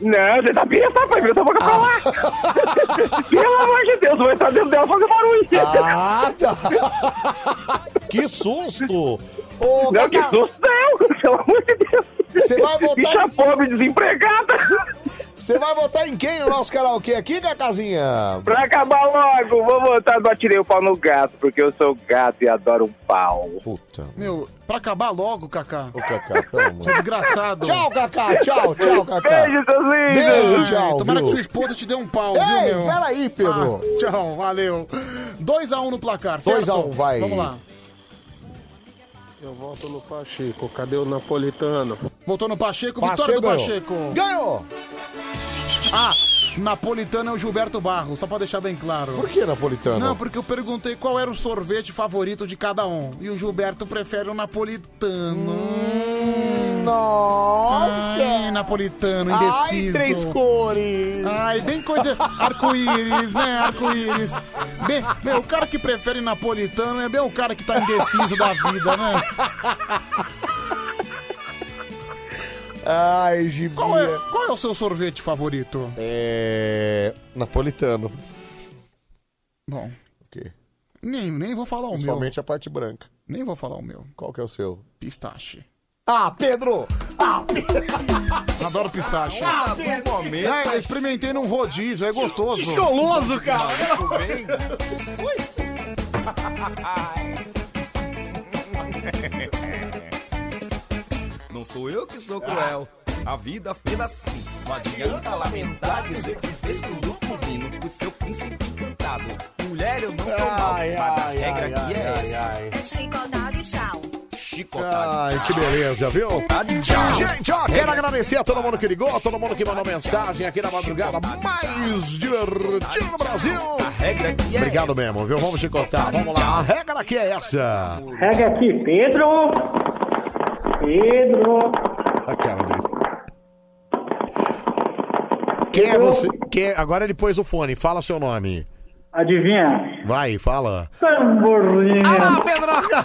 Não, você tá bem, rapaz. Meu boca pra Ah. lá. Pelo amor de Deus, vai estar dentro dela fazer barulho. Ah, tá. que susto. Ô, não, que Cacá, susto não, pelo amor de Deus. Você vai botar- Bicha pobre, desempregada. você vai votar em quem no nosso karaokê aqui, Cacazinha? Pra acabar logo, vou botar, só tirei o pau no gato, porque eu sou gato e adoro um pau. Puta. Meu, pra acabar logo, Cacá. Ô, Cacá, pelo amor Seu desgraçado. Tchau, Cacá, tchau, tchau, Cacá. Beijo, seus lindos. Beijo, tchau, Ai, Tomara viu? que sua esposa te dê um pau, Ei, viu, meu? peraí, Pedro. Ah, tchau, valeu. 2x1 no placar, certo? 2 a 1, vai. Vamos lá. Eu volto no Pacheco, cadê o Napolitano? Voltou no Pacheco, Pacheco vitória ganhou. do Pacheco. Ganhou! Ah, Napolitano é o Gilberto Barro, só pra deixar bem claro. Por que napolitano? Não, porque eu perguntei qual era o sorvete favorito de cada um. E o Gilberto prefere o napolitano. Hum, nossa! Ai, napolitano, Ai, indeciso. três cores! Ai, bem coisa... Arco-íris, né? Arco-íris. Bem, meu, o cara que prefere napolitano é bem o cara que tá indeciso da vida, né? Ai, Gibi. Qual é, qual é o seu sorvete favorito? É. Napolitano. Bom. Ok. Nem, nem vou falar o meu. Principalmente É a parte branca. Nem vou falar o meu. Qual que é o seu? Pistache. Ah, Pedro! Ah, Pedro! Adoro pistache. Ah, Pedro, que É, eu experimentei num rodízio, é gostoso. Que choloso, cara. Não sou eu que sou cruel. A vida fez assim. Não adianta lamentar dizer que fez tudo por mim. Não fui seu príncipe encantado. Mulher, eu não sou mal, Ai, mas a ai, regra ai, aqui é ai, essa. ai. Chicotada e tchau. Ai, que beleza, viu? Tá Gente, ó, quero agradecer a todo mundo que ligou, a Ah, todo mundo que mandou mensagem aqui na madrugada mais divertida do Brasil. é Obrigado mesmo, viu? Vamos Tá chicotar, vamos lá. A regra aqui é essa. Pega aqui, Pedro. Pedro. A cara dele. Quem é você? Quem é- Agora ele pôs o fone, fala seu nome. Adivinha? Vai, é fala. Tamborzinho. Pedroca!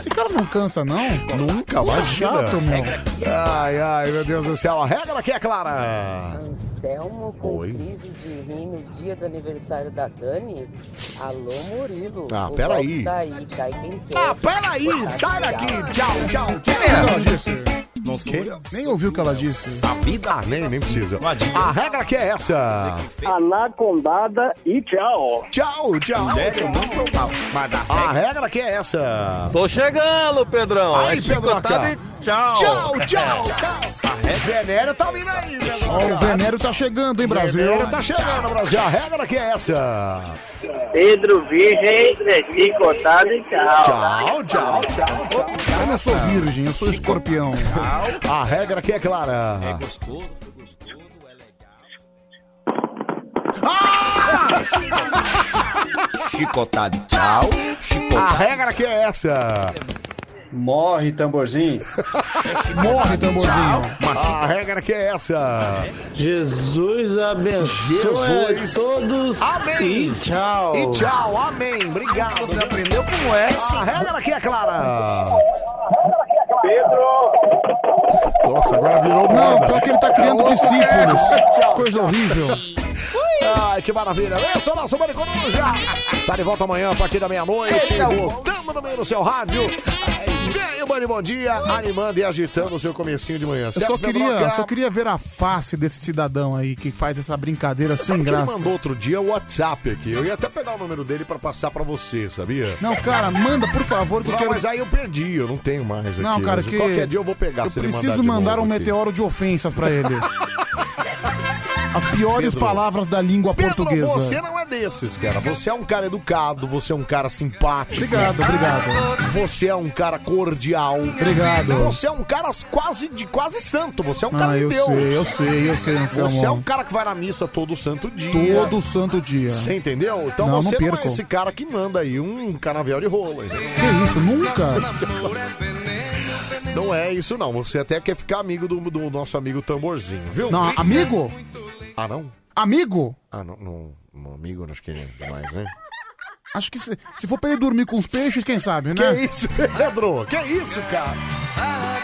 Esse cara não cansa, não? Nunca, imagina. Chato, meu. Ai, ai, meu Deus do céu. A regra aqui é clara. Anselmo com Oi. crise de rim no dia do aniversário da Dani. Alô, Murilo. Ah, O peraí. golpe Tá aí, cai quem quer. Ah, peraí, Boa sai tarde, daqui, galera. tchau, tchau, tchau. Não sou eu. Nem ouviu o que ela disse. A vida Ah, nem, nem precisa. A regra aqui é essa. Anacondada e tchau. Tchau, tchau. A regra aqui é essa. Tô chegando, Pedrão. Aí, é chicotada Pedroca. e tchau. É Tchau, tchau, tchau. Venério tá vindo aí, Ó, o Venério tá chegando, hein, Brasil? Venério tá chegando, Brasil. A regra aqui é essa. Pedro Virgem, chicotada e tchau. Tchau, tchau, tchau. Eu não sou virgem, eu sou escorpião. A regra aqui é clara. Ah! Chicotada e tchau. A regra que é essa. Morre, tamborzinho. Morre, tamborzinho. A regra que é essa. Ah. Jesus abençoe Jesus. a todos. Amém. E tchau. E tchau, amém. Obrigado. Você aprendeu como é. A regra aqui é clara. Pedro. Nossa, agora virou Não, moda. pior que ele tá criando discípulos. Tchau. Coisa horrível. Ai, que maravilha. Esse é o nosso Mari Coruja. Tá de volta amanhã a partir da meia-noite. Voltando no meio do seu rádio. Vem o Mani Bom Dia, animando e agitando o seu comecinho de manhã. Eu só Certo, queria, Pedroca? só queria ver a face desse cidadão aí que faz essa brincadeira Você sem sabe que ele graça. mandou outro dia o WhatsApp aqui. Eu ia até pegar o número dele pra passar pra você, sabia? Não, cara, manda, por favor, que eu Não, quero. mas aí eu perdi, eu não tenho mais aqui. Não, cara, hoje. que. Qualquer dia eu vou pegar Eu se ele mandar preciso de mandar novo um aqui. meteoro de ofensas pra ele. As piores Pedro. palavras da língua Pedro, portuguesa. você não é desses, cara. Você é um cara educado, você é um cara simpático. Obrigado, obrigado. Você é um cara cordial. Obrigado. Você é um cara quase de quase santo. Você é um Ah, cara de eu Deus. sei, eu sei, eu sei, Anselmo. Você é um cara que vai na missa todo santo dia. Todo santo dia. Você entendeu? Então Não, não você não, é perco. esse cara que manda aí um canavial de rola. Que isso, nunca. Não é isso não. Você até quer ficar amigo do, do nosso amigo Tamborzinho, viu? Não, amigo? Ah, não? Amigo? Ah, não, não, não amigo, não acho que é demais, né? Acho que se, se for pra ele dormir com os peixes, quem sabe, Que né? isso, Pedro? Que isso, cara? Ai,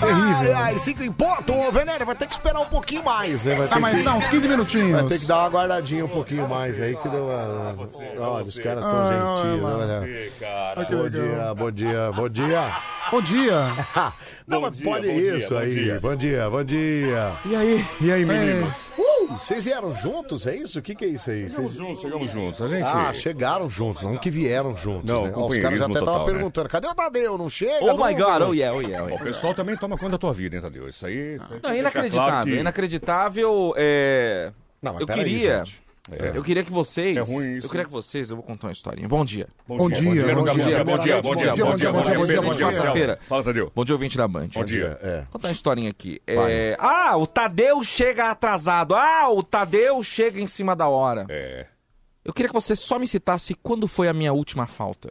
Terrível. ai, cinco em ponto. Ô, Venério, vai ter que esperar um pouquinho mais, né? Vai ter Ah, mas que... dá uns 15 minutinhos. Vai ter que dar uma guardadinha um pouquinho mais aí, que deu uma... Olha, os caras são Ah, gentis, olha lá. né? Você, velho? cara. Olha que Bom legal. dia, bom dia, bom dia. Bom dia. Não, mas pode isso aí. Bom dia, bom dia. E aí, e É. aí, meninos? Uh, vocês vieram juntos, é isso? O que, que é isso aí? Chegamos juntos, chegamos juntos. A gente- Ah, chegaram juntos, não que vieram juntos. Não, né? Ó, Os caras companheirismo já até estavam total, né? perguntando, cadê o Tadeu? Não chega? Oh Não- my god, oh yeah, oh yeah. O pessoal também toma conta da tua vida, hein, Tadeu? Isso aí. isso aí Não, é deixa inacreditável. claro que- é Inacreditável é. Não, mas eu peraí, queria. gente. Eu queria que vocês. É ruim isso, Eu queria hein? que vocês. Eu vou contar uma historinha. Bom dia. Bom Bom dia, dia, bom dia, bom dia, bom dia, bom dia, bom dia, bom dia, bom dia, bom dia, bom dia, Quarta-feira. Fala, Tadeu. Bom dia, ouvinte da Band. Bom dia. é. Vou contar uma historinha aqui. Vai. É, Ah, o Tadeu chega atrasado. Ah, o Tadeu chega em cima da hora. É. Eu queria que você só me citasse quando foi a minha última falta.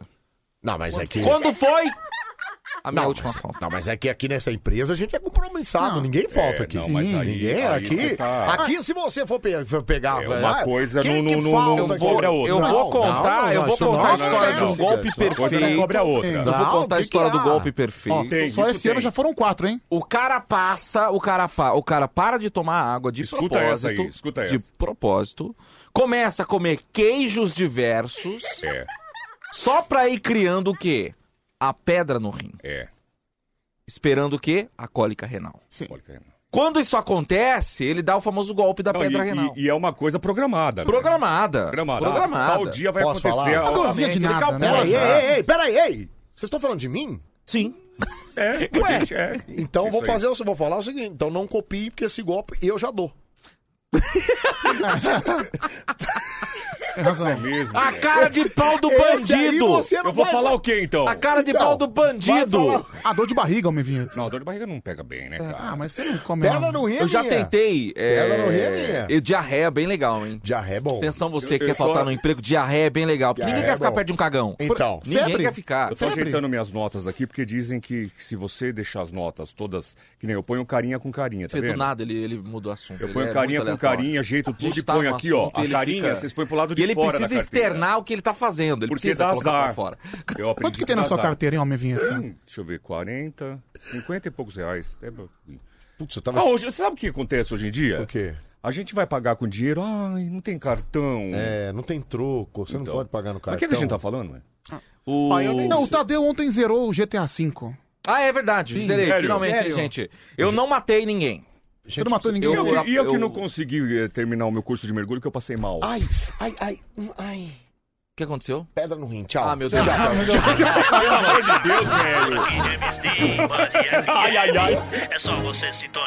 Não, mas é que... Quando foi? A minha Não, última mas- falta. Não, mas é que aqui nessa empresa a gente é compromissado, ninguém É, falta aqui. não, mas aí- ninguém é aí aqui. você tá- Aqui, se você for pe- for pegar. É, uma ah, coisa quem não- que não- não- falta não aqui? cobra a outra. Eu vou Não, contar, não, não, eu vou isso não, contar a não, história não, de um não, golpe isso não. Uma coisa perfeito. não cobre a outra. Eu Não, vou o que contar a que história do há? golpe Ó, perfeito. só esse ano já foram quatro, hein? O cara passa, o cara, pa, o cara para de tomar água de Escuta essa propósito. aí, escuta de essa. propósito. Começa a comer queijos diversos. É. Só pra ir criando o quê? A pedra no rim. É. Esperando o quê? A cólica renal. Sim. Quando isso acontece, ele dá o famoso golpe da Não, pedra e- renal. E, e é uma coisa programada. né? Programada. Programada. Ah, Programada. Tal Um dia vai Posso acontecer. falar? a- Não duvida de Tá Ele nada, né? calcula Peraí, já. ei, ei, ei, peraí, ei. Vocês estão falando de mim? Sim. É, Ué, gente, é. Então Isso vou aí. fazer, eu vou falar o seguinte, então não copie, porque esse golpe eu já dou. Isso é mesmo. A cara. cara de pau do bandido. Eu vou falar o né? quê então? A cara de pau do bandido. Ah, dor de barriga, homem vinha. Não, dor de barriga não pega bem, né, cara? Ah, mas você não come. Pedra não. no rim, Eu já minha. tentei. É... Pedra no rim, minha. E diarreia é bem legal, hein? Diarreia é bom. Atenção, você Eu- um que eu quer tô- faltar no emprego, diarreia é bem legal. Porque ninguém Diarreia quer é ficar bom. perto de um cagão. Então, Por- ninguém febre. quer ficar. Eu tô ajeitando minhas notas aqui, porque dizem que se você deixar as notas todas, que nem eu ponho carinha com carinha, tá Você, do vendo? nada ele, ele mudou o assunto. Eu ele ponho é carinha muito com aleatório. carinha, ajeito A tudo gente e tá ponho num aqui, ó. assunto, A ele carinha, fica- vocês põem pro lado de E ele fora da precisa carteira. externar o que ele tá fazendo. Ele Porque precisa dá colocar pra azar. fora. Eu aprendi Quanto que tem na dá sua azar. carteira, hein, homem vinheta? Hum, Deixa eu ver, 40, 50 e poucos reais. É, meu- Putz, eu Ah, hoje, você sabe o que acontece hoje em dia? O quê? A gente vai pagar com dinheiro, ai, não tem cartão. É, não tem troco, você não pode pagar no Mas o que, é que a cartão. gente tá falando, né? Ah. O... Não, tá, o Tadeu ontem zerou o GTA V. Ah, é verdade. Sim. Zerei, Sério? finalmente, Sério? gente. Eu não matei ninguém. Você não matou ninguém? E eu, que- e eu que não consegui eh, terminar o meu curso de mergulho, que eu passei mal. Ai, ai, ai, hum, ai. O que aconteceu? Pedra no rim, tchau. Ah, meu Deus do Tchau. céu. Pelo amor de Deus, velho. Ai, ai, ai. É só você sintonizar.